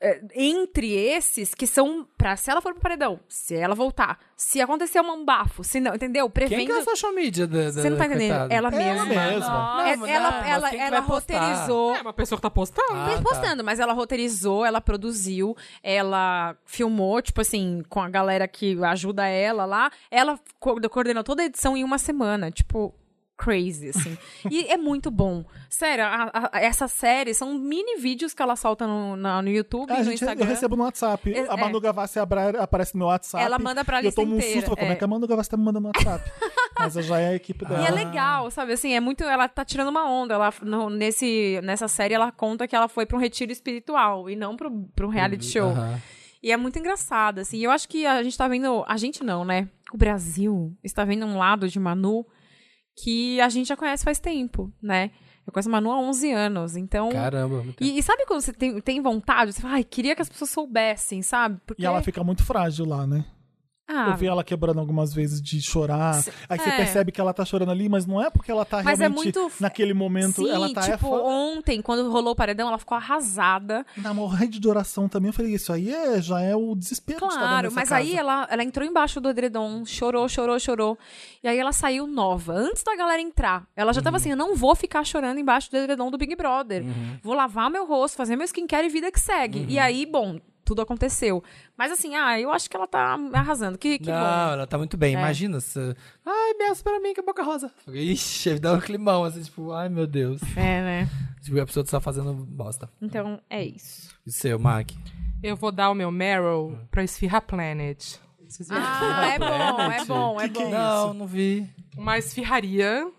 Speaker 5: é, entre esses que são pra se ela for pro paredão, se ela voltar, se acontecer um bafo, se não, entendeu?
Speaker 3: Quem que
Speaker 5: Prevendo.
Speaker 3: é a social media da, da
Speaker 5: Você não tá entendendo?
Speaker 3: coitada?
Speaker 5: Ela
Speaker 1: Ela
Speaker 5: mesma.
Speaker 1: mesma.
Speaker 3: Não,
Speaker 5: É,
Speaker 3: mas
Speaker 5: ela
Speaker 3: não, É, mas
Speaker 5: ela,
Speaker 3: quem que
Speaker 5: ela
Speaker 3: vai postar?
Speaker 5: roteirizou.
Speaker 4: É uma pessoa que tá postando.
Speaker 3: Ah,
Speaker 5: Fez
Speaker 3: tá.
Speaker 5: postando, mas ela roteirizou, ela produziu, ela filmou, tipo assim, com a galera que ajuda ela lá. Ela co- coordenou toda a edição em uma semana, tipo, crazy, assim. e é muito bom. Sério, a- a- essa série são mini vídeos que ela solta no, na- no YouTube,
Speaker 1: É, a
Speaker 5: no
Speaker 1: gente, eu
Speaker 5: Instagram.
Speaker 1: recebo no WhatsApp.
Speaker 5: É,
Speaker 1: a Manu Gavassi abra- aparece no meu WhatsApp.
Speaker 5: Ela manda pra
Speaker 1: e
Speaker 5: lista
Speaker 1: Eu tomo um
Speaker 5: inteira,
Speaker 1: susto. Como é
Speaker 5: é.
Speaker 1: que a Manu Gavassi tá me mandando no WhatsApp? Mas já é a equipe dela.
Speaker 5: E é legal, sabe? Assim, é muito. Ela tá tirando uma onda. Ela, no- nesse, nessa série, ela conta que ela foi pra um retiro espiritual e não pro, pra um reality
Speaker 1: Uhum,
Speaker 5: show.
Speaker 3: Uhum. Aham.
Speaker 5: E é muito engraçado, assim. Eu acho que a gente tá vendo. A gente não, né? O Brasil está vendo um lado de Manu que a gente já conhece faz tempo, né? Eu conheço a Manu há 11 anos, então.
Speaker 3: Caramba. muito tempo.
Speaker 5: E, e sabe quando você tem, tem vontade? Você fala, ai, queria que as pessoas soubessem, sabe? Porque
Speaker 1: E ela fica muito frágil lá, né?
Speaker 5: Ah,
Speaker 1: Eu vi ela quebrando algumas vezes de chorar. Aí você
Speaker 5: é.
Speaker 1: percebe que ela tá chorando ali, mas não é porque ela tá
Speaker 5: Mas é
Speaker 1: realmente
Speaker 5: muito f-
Speaker 1: naquele momento.
Speaker 5: sim,
Speaker 1: ela tá é
Speaker 5: tipo,
Speaker 1: fo-
Speaker 5: ontem, quando rolou o paredão, ela ficou arrasada.
Speaker 1: na morrente de oração também. Eu falei, isso aí é, já é o desespero que está dando
Speaker 5: Claro,
Speaker 1: nessa
Speaker 5: mas
Speaker 1: casa.
Speaker 5: aí ela, ela entrou embaixo do edredom, chorou, chorou, chorou. E aí ela saiu nova, antes da galera entrar. Ela já
Speaker 1: Uhum.
Speaker 5: tava assim, eu não vou ficar chorando embaixo do edredom do Big Brother. Vou lavar meu rosto, fazer meu skincare e vida que segue.
Speaker 1: Uhum.
Speaker 5: E aí, bom, tudo aconteceu. Mas assim, ah, eu acho que ela tá arrasando. Que, que
Speaker 3: não,
Speaker 5: bom. É.
Speaker 3: ela tá muito bem. Imagina se... Ai, Belso pra mim, que boca é rosa. Ixi, aí dá um climão, assim, tipo, ai meu Deus.
Speaker 5: É, né?
Speaker 3: Tipo, a pessoa tá só fazendo bosta.
Speaker 5: Então, é isso.
Speaker 3: E seu, Mac?
Speaker 4: Eu vou dar o meu Meryl pra Esfirra Planet. Vocês viram?
Speaker 5: Ah, é bom, é bom, é
Speaker 1: Que que
Speaker 5: bom.
Speaker 3: Não, não vi.
Speaker 4: Uma esfirraria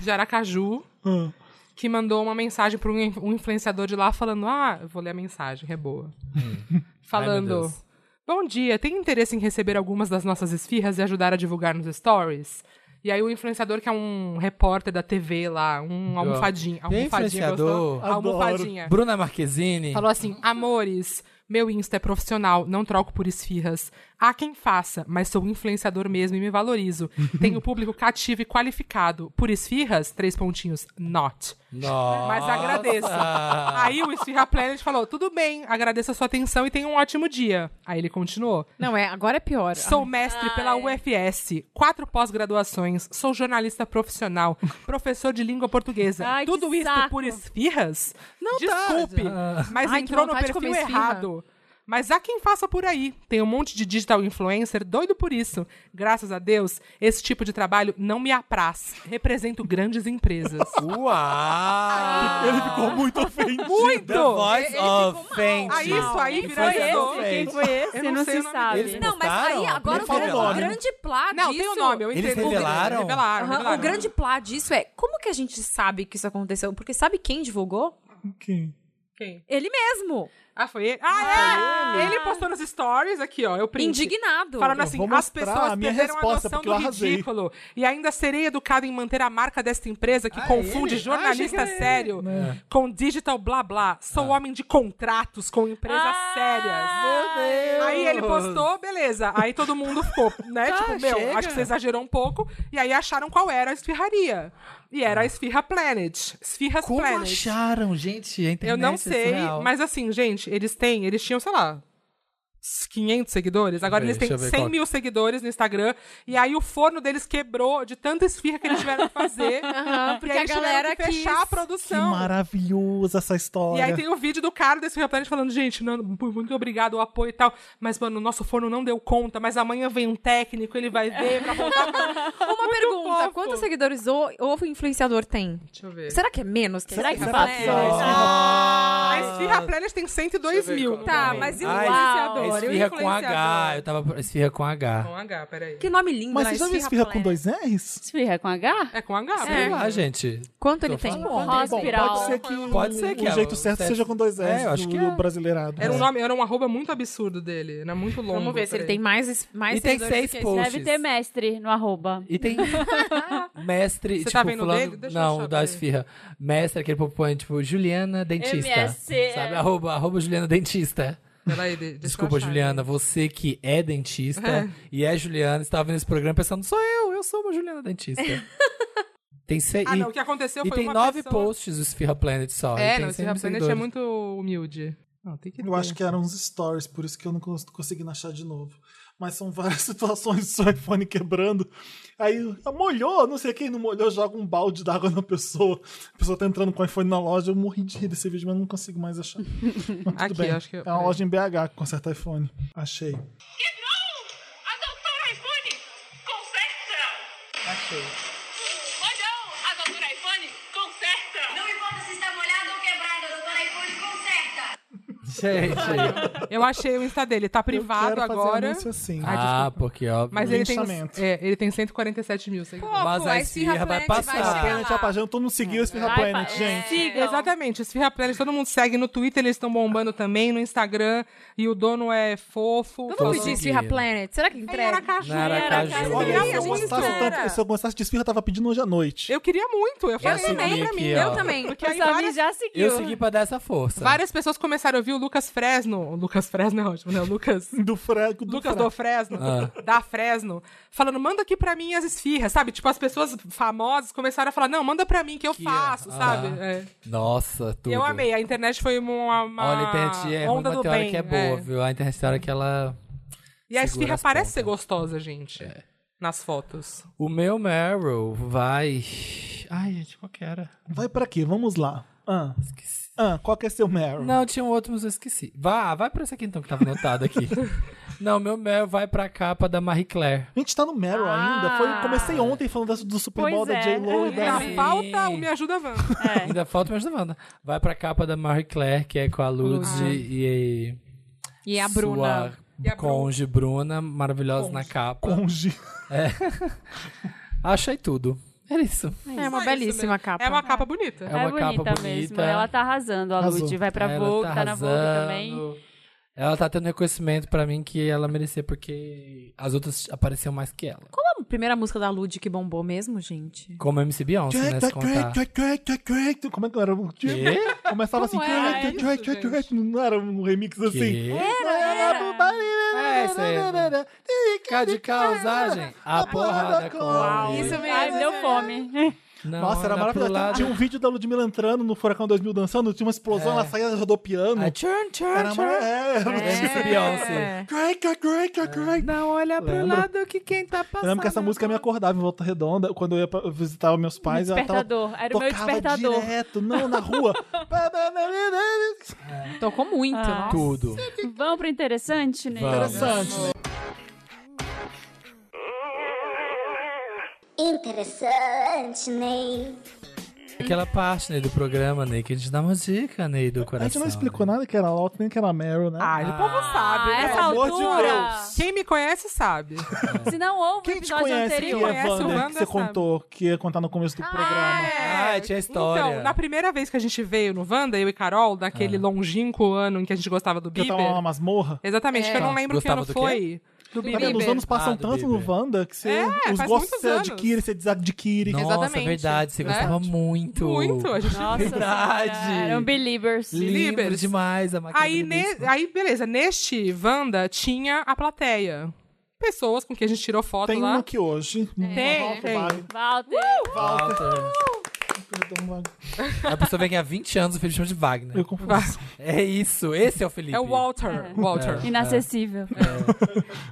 Speaker 4: de Aracaju
Speaker 3: Ah.
Speaker 1: Hum.
Speaker 4: que mandou uma mensagem pra um, in- um influenciador de lá falando: Ah, eu vou ler a mensagem, é boa.
Speaker 3: Hum. Ai, meu
Speaker 4: falando:
Speaker 3: Deus.
Speaker 4: Bom dia, tem interesse em receber algumas das nossas esfirras e ajudar a divulgar nos stories? E aí o influenciador, que é um repórter da TV lá, um almofadinho. Almofadinha,
Speaker 3: influenciador?
Speaker 4: gostou? Almofadinha.
Speaker 3: Bruna Marquezine.
Speaker 4: Falou assim: Amores, meu Insta é profissional, não troco por esfirras. Há quem faça, mas sou influenciador mesmo e me valorizo. Tenho público cativo e qualificado. Por esfirras, três pontinhos, not.
Speaker 3: Nossa.
Speaker 4: Mas agradeço. Aí o Esfirra Planet falou: tudo bem, agradeço a sua atenção e tenha um ótimo dia. Aí ele continuou.
Speaker 5: Não, é, agora é pior.
Speaker 4: Sou mestre pela UFS, quatro pós-graduações, sou jornalista profissional, professor de língua portuguesa.
Speaker 2: Ai, que
Speaker 4: Tudo isso
Speaker 2: saco.
Speaker 4: por esfirras? Não Desculpe,
Speaker 3: tá.
Speaker 4: mas
Speaker 5: Ai, que
Speaker 4: entrou no
Speaker 5: vontade de
Speaker 4: perfil
Speaker 5: comer esfirra.
Speaker 4: errado. Mas há quem faça por aí. Tem um monte de digital influencer doido por isso. Graças a Deus, esse tipo de trabalho não me apraz. Represento grandes empresas.
Speaker 3: Uau!
Speaker 1: Ele ficou
Speaker 5: Ah.
Speaker 1: muito ofendido.
Speaker 3: The Voice of Fame.
Speaker 4: Ah, isso aí
Speaker 2: Quem foi
Speaker 4: viralizou.
Speaker 2: esse? Quem foi esse?
Speaker 4: Eu
Speaker 2: Não,
Speaker 4: não sei
Speaker 2: se
Speaker 4: o nome
Speaker 2: sabe.
Speaker 3: deles.
Speaker 5: Não, mas aí
Speaker 3: Botaram?
Speaker 5: agora
Speaker 1: Nem
Speaker 5: o
Speaker 1: fala o
Speaker 5: grande,
Speaker 1: nome.
Speaker 5: o grande plá
Speaker 4: Não,
Speaker 5: disso...
Speaker 4: tem o nome, eu
Speaker 3: Eles
Speaker 4: entendo.
Speaker 3: revelaram?
Speaker 4: Revelaram,
Speaker 5: Aham,
Speaker 4: revelaram.
Speaker 5: O grande plá disso é como que a gente sabe que isso aconteceu? Porque sabe quem divulgou?
Speaker 1: Quem?
Speaker 4: Quem?
Speaker 5: Ele mesmo.
Speaker 4: Ah, foi ele? Ah, é! Ele postou nos stories aqui, ó. Eu print.
Speaker 5: Indignado.
Speaker 4: Falando assim,
Speaker 1: vou
Speaker 4: as
Speaker 1: mostrar
Speaker 4: pessoas
Speaker 1: a minha
Speaker 4: perderam
Speaker 1: resposta,
Speaker 4: a noção
Speaker 1: porque
Speaker 4: do
Speaker 1: eu arrasei."
Speaker 4: ridículo e ainda serei educado em manter a marca desta empresa que
Speaker 3: Ah,
Speaker 4: confunde
Speaker 3: ele?
Speaker 4: jornalista
Speaker 3: Ah, achei que era Ah.
Speaker 4: sério com digital blá blá. Sou homem de contratos com empresas sérias.
Speaker 3: Meu Deus! Tá,
Speaker 4: Aí ele postou, beleza. Aí todo mundo ficou, né? tipo, meu,
Speaker 3: chega.
Speaker 4: acho que você exagerou um pouco. E aí acharam qual era a esfirraria. E era a Esfirra Planet. Esfirras
Speaker 3: Ah. Como
Speaker 4: Planet.
Speaker 3: acharam, gente? A internet
Speaker 4: Eu
Speaker 3: é
Speaker 4: não sei,
Speaker 3: surreal.
Speaker 4: mas assim, gente, eles têm, eles tinham, sei lá, 500 seguidores, agora
Speaker 3: ver,
Speaker 4: eles
Speaker 3: deixa
Speaker 4: têm
Speaker 3: eu ver
Speaker 4: 100
Speaker 3: qual-
Speaker 4: mil seguidores no Instagram, e aí o forno deles quebrou de tanta esfirra que eles tiveram que fazer, e
Speaker 5: porque
Speaker 4: aí eles
Speaker 5: a
Speaker 4: tiveram
Speaker 5: galera
Speaker 4: que fechar
Speaker 5: quis.
Speaker 4: a
Speaker 1: Que
Speaker 4: produção.
Speaker 1: maravilhosa essa
Speaker 4: E
Speaker 1: história.
Speaker 4: aí tem o vídeo do cara desse repórter falando, gente, não, muito obrigado o apoio e tal, mas mano, o nosso forno não deu conta, mas amanhã vem um técnico, ele vai ver pra voltar. pra-"
Speaker 5: Uma pergunta,
Speaker 4: fofo.
Speaker 5: quantos seguidores o, o influenciador tem?
Speaker 4: Deixa eu ver.
Speaker 5: Será que é menos? que
Speaker 2: Será
Speaker 5: esse
Speaker 2: que assim?
Speaker 5: cara?
Speaker 4: A esfirra Planet tem 102 mil.
Speaker 3: é.
Speaker 5: Tá, mas e o
Speaker 3: Ai,
Speaker 5: influenciador?
Speaker 4: adoro,
Speaker 3: É
Speaker 4: eu
Speaker 3: esfirra com H.
Speaker 4: influenciador.
Speaker 3: Eu tava esfirra com H.
Speaker 4: É Com H, peraí.
Speaker 5: Que nome lindo,
Speaker 1: Mas
Speaker 5: né?
Speaker 1: você já viu esfirra com dois R's?
Speaker 2: Esfirra com H?
Speaker 4: É com H,
Speaker 3: Sei
Speaker 4: peraí.
Speaker 3: lá, gente.
Speaker 5: Quanto ele
Speaker 3: Tô
Speaker 5: tem?
Speaker 3: falando.
Speaker 1: Bom,
Speaker 2: Hospiral.
Speaker 1: pode ser que,
Speaker 3: Pode ser que
Speaker 1: o
Speaker 3: é,
Speaker 1: jeito
Speaker 3: o
Speaker 1: certo
Speaker 3: certo.
Speaker 1: seja com dois S
Speaker 3: É, eu acho
Speaker 1: do,
Speaker 3: que
Speaker 1: do
Speaker 3: é.
Speaker 1: brasileirado.
Speaker 4: Era um, nome, era um arroba muito absurdo dele. Era muito longo.
Speaker 5: Vamos ver se ele
Speaker 4: peraí.
Speaker 5: tem mais, mais
Speaker 3: E tem
Speaker 5: seguidores
Speaker 3: seis
Speaker 5: que esse.
Speaker 3: posts.
Speaker 2: Deve ter mestre no arroba.
Speaker 3: E tem
Speaker 4: Você
Speaker 3: mestre, tipo,
Speaker 4: tá vendo
Speaker 3: fulano-
Speaker 4: dele? Deixa eu
Speaker 3: não,
Speaker 4: achar,
Speaker 3: da
Speaker 4: peraí.
Speaker 3: esfirra. Mestre, aquele popõe, tipo, Juliana Dentista.
Speaker 2: MSC.
Speaker 3: Sabe? Arroba, arroba Juliana Dentista.
Speaker 4: Peraí, de- deixa eu
Speaker 3: Desculpa,
Speaker 4: achar
Speaker 3: Juliana, você que é dentista e é Juliana, estava vendo esse programa pensando, sou eu, eu sou uma Juliana dentista. tem seis.
Speaker 4: aqui. Ah,
Speaker 3: e
Speaker 4: não, o que aconteceu
Speaker 3: e
Speaker 4: foi
Speaker 3: tem
Speaker 4: uma
Speaker 3: nove
Speaker 4: pessoa...
Speaker 3: posts do Esfirra Planet só. e
Speaker 4: É,
Speaker 3: tem
Speaker 4: não,
Speaker 3: 100
Speaker 4: esse Rapanet é
Speaker 3: seguidores.
Speaker 4: muito humilde. Não, tem que
Speaker 1: Eu acho que eram uns stories, por isso que eu não cons- consegui achar de novo. Mas são várias situações do seu iPhone quebrando. Aí "Ah, molhou, não sei quem não molhou, joga um balde d'água na pessoa. A pessoa tá entrando com o iPhone na loja. Eu morri de rir desse vídeo, mas não consigo mais achar. Mas tudo
Speaker 4: Aqui,
Speaker 1: bem.
Speaker 4: acho que eu-
Speaker 1: É uma loja em BH que conserta iPhone. Achei.
Speaker 7: Quebrou! A doutora iPhone conserta!
Speaker 4: Achei.
Speaker 7: Olha, a doutora iPhone conserta! Não importa se está molhado ou quebrado, a doutora iPhone conserta!
Speaker 3: Gente.
Speaker 4: Eu achei o Insta dele. Tá privado
Speaker 1: eu quero fazer
Speaker 4: agora.
Speaker 1: anúncio assim.
Speaker 3: ah, porque, ó.
Speaker 4: Mas ele tem,
Speaker 1: linchamento.
Speaker 4: é, ele tem 147 mil seguidores.
Speaker 3: Mas
Speaker 5: Pô,
Speaker 3: a
Speaker 5: a Esfirra
Speaker 3: esfirra vai
Speaker 5: Planet vai
Speaker 1: Esfirra
Speaker 3: passar.
Speaker 5: chegar.
Speaker 1: Planet,
Speaker 5: lá.
Speaker 1: a página, todo mundo
Speaker 4: Ah.
Speaker 1: seguiu o Esfirra
Speaker 2: Vai,
Speaker 1: Planet,
Speaker 2: vai.
Speaker 1: gente.
Speaker 2: Sigam.
Speaker 4: Exatamente, o Esfirra Planet, todo mundo segue no Twitter, eles estão bombando também, no Instagram, e o dono é fofo.
Speaker 5: Vamos
Speaker 3: Conseguiu.
Speaker 5: pedir Esfirra Planet. Será que
Speaker 4: Era
Speaker 5: entrega?
Speaker 4: Aracaju.
Speaker 3: Na Aracaju.
Speaker 1: Olha,
Speaker 4: Olha,
Speaker 1: se eu,
Speaker 4: gente,
Speaker 1: gostasse
Speaker 4: espera.
Speaker 1: tanto, se eu gostasse de Esfirra, eu tava pedindo hoje à noite.
Speaker 4: Eu queria muito, eu falei né?
Speaker 3: segui
Speaker 4: também pra mim.
Speaker 3: aqui, ó.
Speaker 5: Eu também.
Speaker 4: Porque
Speaker 2: O
Speaker 4: aí
Speaker 2: Samir
Speaker 4: várias,
Speaker 2: já seguiu.
Speaker 3: Eu segui pra dar essa força.
Speaker 4: várias pessoas começaram, eu vi o Lucas Fresno. Lucas Fresno é ótimo, né? O Lucas.
Speaker 1: Do Franco, do
Speaker 4: Lucas
Speaker 1: Franco.
Speaker 4: do Fresno,
Speaker 3: Ah.
Speaker 4: da Fresno, falando, manda aqui pra mim as esfirras, sabe? Tipo, as pessoas famosas começaram a falar, não, manda pra mim que eu faço,
Speaker 3: ah.
Speaker 4: sabe? É.
Speaker 3: Nossa, tudo.
Speaker 4: Eu amei, a internet foi uma, uma
Speaker 3: Olha, a internet é ruim,
Speaker 4: onda
Speaker 3: mas
Speaker 4: do
Speaker 3: tem hora
Speaker 4: bem.
Speaker 3: que é boa,
Speaker 4: é.
Speaker 3: viu? A internet tem hora que ela.
Speaker 4: E a
Speaker 3: Segura
Speaker 4: esfirra
Speaker 3: as
Speaker 4: parece
Speaker 3: pontas. É.
Speaker 4: ser gostosa, gente, nas fotos.
Speaker 3: O meu Meryl vai. Ai, gente, qual que era?
Speaker 1: Vai pra quê? Vamos lá. Ah,
Speaker 3: Esqueci.
Speaker 1: ah, qual que é seu Meryl?
Speaker 3: Não, tinha um outro, mas eu esqueci. Vá, vai pra esse aqui então, que tava anotado aqui. Não, meu Meryl vai pra capa da Marie Claire.
Speaker 1: A gente tá no Meryl
Speaker 2: Ah.
Speaker 1: ainda. Foi, comecei ontem falando das- do Super
Speaker 2: Pois
Speaker 1: Bowl da
Speaker 2: é.
Speaker 1: J-Lo e da...
Speaker 4: Na
Speaker 3: Sim.
Speaker 4: falta, o Me Ajuda Van.
Speaker 2: É.
Speaker 3: Ainda falta mais da Wanda. Vai pra capa da Marie Claire, que é com a Lud e,
Speaker 5: E a Bruna.
Speaker 3: Sua
Speaker 4: E a Bru-
Speaker 3: conge Bruna, maravilhosa na capa.
Speaker 1: Conge.
Speaker 3: Achei tudo. Era isso.
Speaker 5: É uma
Speaker 4: Só isso
Speaker 5: belíssima
Speaker 4: mesmo.
Speaker 5: capa.
Speaker 4: É uma capa bonita.
Speaker 3: É uma capa
Speaker 2: bonita
Speaker 3: bonita.
Speaker 2: mesmo. Ela tá arrasando, a
Speaker 1: Arrasou.
Speaker 2: Lud. Vai pra
Speaker 3: Ela
Speaker 2: Vogue, tá, na Vogue
Speaker 3: arrasando.
Speaker 2: também.
Speaker 3: Ela tá tendo reconhecimento pra mim que ela merecia, porque as outras apareciam mais que ela. Como,
Speaker 5: A primeira música da Lud que bombou mesmo, gente.
Speaker 3: MC Beyoncé, né? Se contar.
Speaker 1: Como é que era?
Speaker 3: Quê?
Speaker 1: Começava assim.
Speaker 5: Como era
Speaker 1: track,
Speaker 4: isso,
Speaker 1: track, track,
Speaker 4: gente?
Speaker 1: track. Não era um remix assim.
Speaker 3: Quê?
Speaker 1: É,
Speaker 3: É, isso aí. Cá de causagem. A porrada com
Speaker 1: Uau.
Speaker 2: Isso
Speaker 3: isso.
Speaker 2: mesmo. Ai, me deu fome.
Speaker 3: Não,
Speaker 1: Nossa, era
Speaker 3: anda pro
Speaker 1: maravilhoso.
Speaker 3: lado.
Speaker 1: Tinha um vídeo da Ludmilla entrando no Furacão 2000 dançando, tinha uma explosão, ela saía rodopiando.
Speaker 3: Ai, tchurn, tchurn,
Speaker 1: Era
Speaker 3: tchurn.
Speaker 1: maravilhoso.
Speaker 4: É.
Speaker 3: MC
Speaker 1: assim.
Speaker 3: Beyoncé. Não olha pro
Speaker 1: Lembra?
Speaker 3: lado que quem tá passando.
Speaker 1: Eu lembro que essa música me acordava em Volta Redonda, quando eu ia pra- visitar meus pais. ela tava-
Speaker 2: Despertador. Era o meu
Speaker 1: tocava
Speaker 2: despertador.
Speaker 1: direto, não, na rua.
Speaker 5: Tocou muito.
Speaker 2: Ah.
Speaker 5: nossa.
Speaker 3: Tudo.
Speaker 2: Vamos pro interessante, né?
Speaker 3: Vamos.
Speaker 1: Interessante, né?
Speaker 6: Interessante, Ney.
Speaker 3: Aquela parte, né, do programa, né, que a gente dá uma dica, né, do
Speaker 1: A
Speaker 3: coração.
Speaker 1: gente não explicou
Speaker 3: né?
Speaker 1: nada que era Lotus, nem que era Meryl, né?
Speaker 4: Ah, o povo sabe,
Speaker 2: Ah,
Speaker 4: né?
Speaker 2: essa
Speaker 1: Pelo amor de
Speaker 2: altura.
Speaker 4: Quem me conhece sabe.
Speaker 2: Se não houve o
Speaker 1: Quem te
Speaker 2: episódio
Speaker 1: conhece
Speaker 2: anterior.
Speaker 1: que é
Speaker 4: Conhece o
Speaker 1: Wanda, que
Speaker 4: Wanda,
Speaker 1: você
Speaker 4: sabe.
Speaker 1: contou, que ia contar no começo do programa?
Speaker 3: Ah, tinha história.
Speaker 4: É.
Speaker 3: Ah.
Speaker 4: Então, na primeira vez que a gente veio no Wanda, eu e Carol, naquele longínquo ano em que a gente gostava do
Speaker 1: Que eu
Speaker 4: Bieber.
Speaker 1: tava lá na masmorra?
Speaker 4: Exatamente, que eu não lembro
Speaker 3: É. Gostava
Speaker 4: que
Speaker 3: do
Speaker 4: ano
Speaker 3: quê?
Speaker 4: foi. Do
Speaker 1: Tá vendo? Os
Speaker 4: Bieber.
Speaker 1: anos passam
Speaker 3: Ah, do
Speaker 1: tanto
Speaker 3: Bieber.
Speaker 1: no Wanda que você,
Speaker 4: É,
Speaker 1: os
Speaker 4: faz
Speaker 1: gostos
Speaker 4: muitos
Speaker 1: você
Speaker 4: anos.
Speaker 1: adquire, você desadquire.
Speaker 3: Nossa,
Speaker 4: Exatamente.
Speaker 3: verdade, você
Speaker 4: Né?
Speaker 3: gostava muito.
Speaker 4: Muito, a gente
Speaker 2: Nossa,
Speaker 3: Verdade.
Speaker 2: senhora, eram believers.
Speaker 3: Lindo
Speaker 4: Libers.
Speaker 3: demais a máquina
Speaker 4: Aí,
Speaker 3: do
Speaker 4: ne-
Speaker 3: Bispo.
Speaker 4: aí, beleza, neste Wanda tinha a plateia. Pessoas com que a gente tirou foto
Speaker 1: Tem
Speaker 4: lá.
Speaker 1: uma aqui hoje.
Speaker 4: Tem, tem.
Speaker 1: Vale.
Speaker 2: Walter.
Speaker 1: Walter.
Speaker 3: Walter.
Speaker 1: Perdão, Wagner.
Speaker 3: A pessoa vem aqui há 20 anos, o Felipe chama de Wagner.
Speaker 1: Eu confuso.
Speaker 3: É isso, esse é o Felipe.
Speaker 4: É o Walter.
Speaker 3: É.
Speaker 4: Walter.
Speaker 2: Inacessível.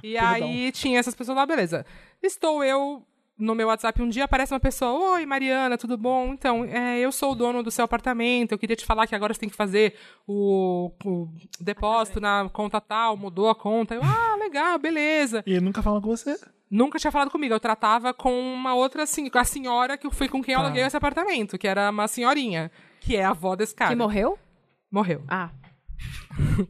Speaker 4: E aí tinha essas pessoas lá, beleza. Estou eu no meu WhatsApp um dia, aparece uma pessoa, oi Mariana, tudo bom? Então, é, eu sou o dono do seu apartamento, eu queria te falar que agora você tem que fazer o, o depósito na conta tal, mudou a conta. Eu, ah, legal, beleza.
Speaker 1: E ele nunca fala com você.
Speaker 4: Nunca tinha falado comigo, eu tratava com uma outra, assim, com a senhora que foi com quem eu
Speaker 3: Tá.
Speaker 4: aluguei esse apartamento, que era uma senhorinha, que é a avó desse cara.
Speaker 5: Que morreu?
Speaker 4: Morreu.
Speaker 5: Ah.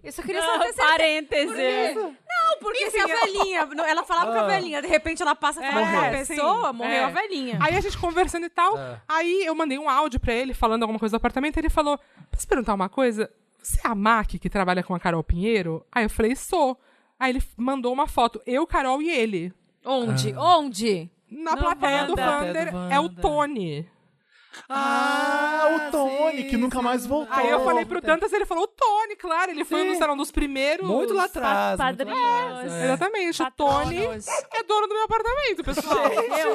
Speaker 5: Eu só queria
Speaker 2: Ah,
Speaker 5: saber se
Speaker 2: Parênteses.
Speaker 5: Não, porque assim, a velhinha. não, Ela falava com a velhinha, de repente ela passa a falar
Speaker 4: É,
Speaker 5: com a
Speaker 4: sim,
Speaker 5: pessoa, morreu
Speaker 4: é.
Speaker 5: a velhinha.
Speaker 4: Aí a gente conversando e tal. Aí eu mandei um áudio pra ele falando alguma coisa do apartamento. Ele falou: Posso perguntar uma coisa? Você é a Mac que trabalha com a Carol Pinheiro? Aí eu falei: Sou. Aí ele mandou uma foto, eu, Carol e ele.
Speaker 5: Onde? Onde?
Speaker 4: Na
Speaker 2: Não,
Speaker 4: plateia do
Speaker 2: Wanda.
Speaker 4: Wander
Speaker 3: Plateia do
Speaker 4: é o
Speaker 3: Wanda.
Speaker 4: Tony.
Speaker 1: Ah, o Tony, que nunca mais voltou.
Speaker 4: Aí eu falei pro Dantas, ele falou: O Tony, claro. Ele foi um, sei lá, um dos primeiros.
Speaker 3: Muito lá atrás. muito lá
Speaker 2: Padrinhos.
Speaker 3: atrás, é.
Speaker 4: Exatamente.
Speaker 2: Tá
Speaker 4: O Tipo Tony
Speaker 2: Patronos.
Speaker 4: é dono do meu apartamento, pessoal.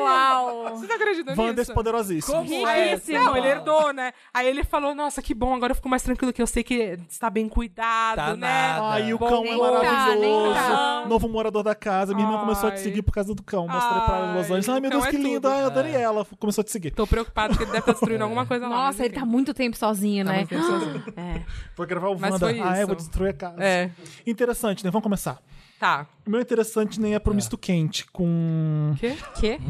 Speaker 2: Uau.
Speaker 4: Vocês acreditam
Speaker 1: Wanda é
Speaker 4: nisso?
Speaker 1: poderosíssimo.
Speaker 3: Como é?
Speaker 2: Riquíssimo.
Speaker 4: Não, ele herdou, né? Aí ele falou, nossa, que bom, agora eu fico mais tranquilo que eu sei que está bem cuidado, né?
Speaker 3: Tá nada.
Speaker 1: Aí o
Speaker 3: Bom,
Speaker 1: cão é
Speaker 5: nem tá,
Speaker 1: maravilhoso.
Speaker 5: nem tá.
Speaker 1: Novo morador da casa. Minha irmã
Speaker 4: Ai.
Speaker 1: começou a te seguir por causa do cão. Mostrei pra ela em Los
Speaker 4: Ai,
Speaker 1: Angeles. Ai, meu
Speaker 4: o cão
Speaker 1: Deus, que
Speaker 4: é tudo.
Speaker 1: linda. Ai, eu adorei ela. Começou a te seguir.
Speaker 4: Tô preocupado que ele deve estar destruindo alguma coisa lá. né? mas
Speaker 5: Nossa, ele
Speaker 4: enfim.
Speaker 5: tá muito tempo sozinho,
Speaker 4: Tá
Speaker 5: né?
Speaker 4: muito tempo sozinho.
Speaker 5: É.
Speaker 1: Vou gravar o
Speaker 4: Mas
Speaker 1: Wanda.
Speaker 4: foi
Speaker 1: Ah, é,
Speaker 4: isso.
Speaker 1: vou destruir a casa.
Speaker 4: É,
Speaker 1: Interessante, né? Vamos começar.
Speaker 4: tá.
Speaker 1: O meu interessante nem é pro misto quente com...
Speaker 4: Quê? É um
Speaker 5: Quê?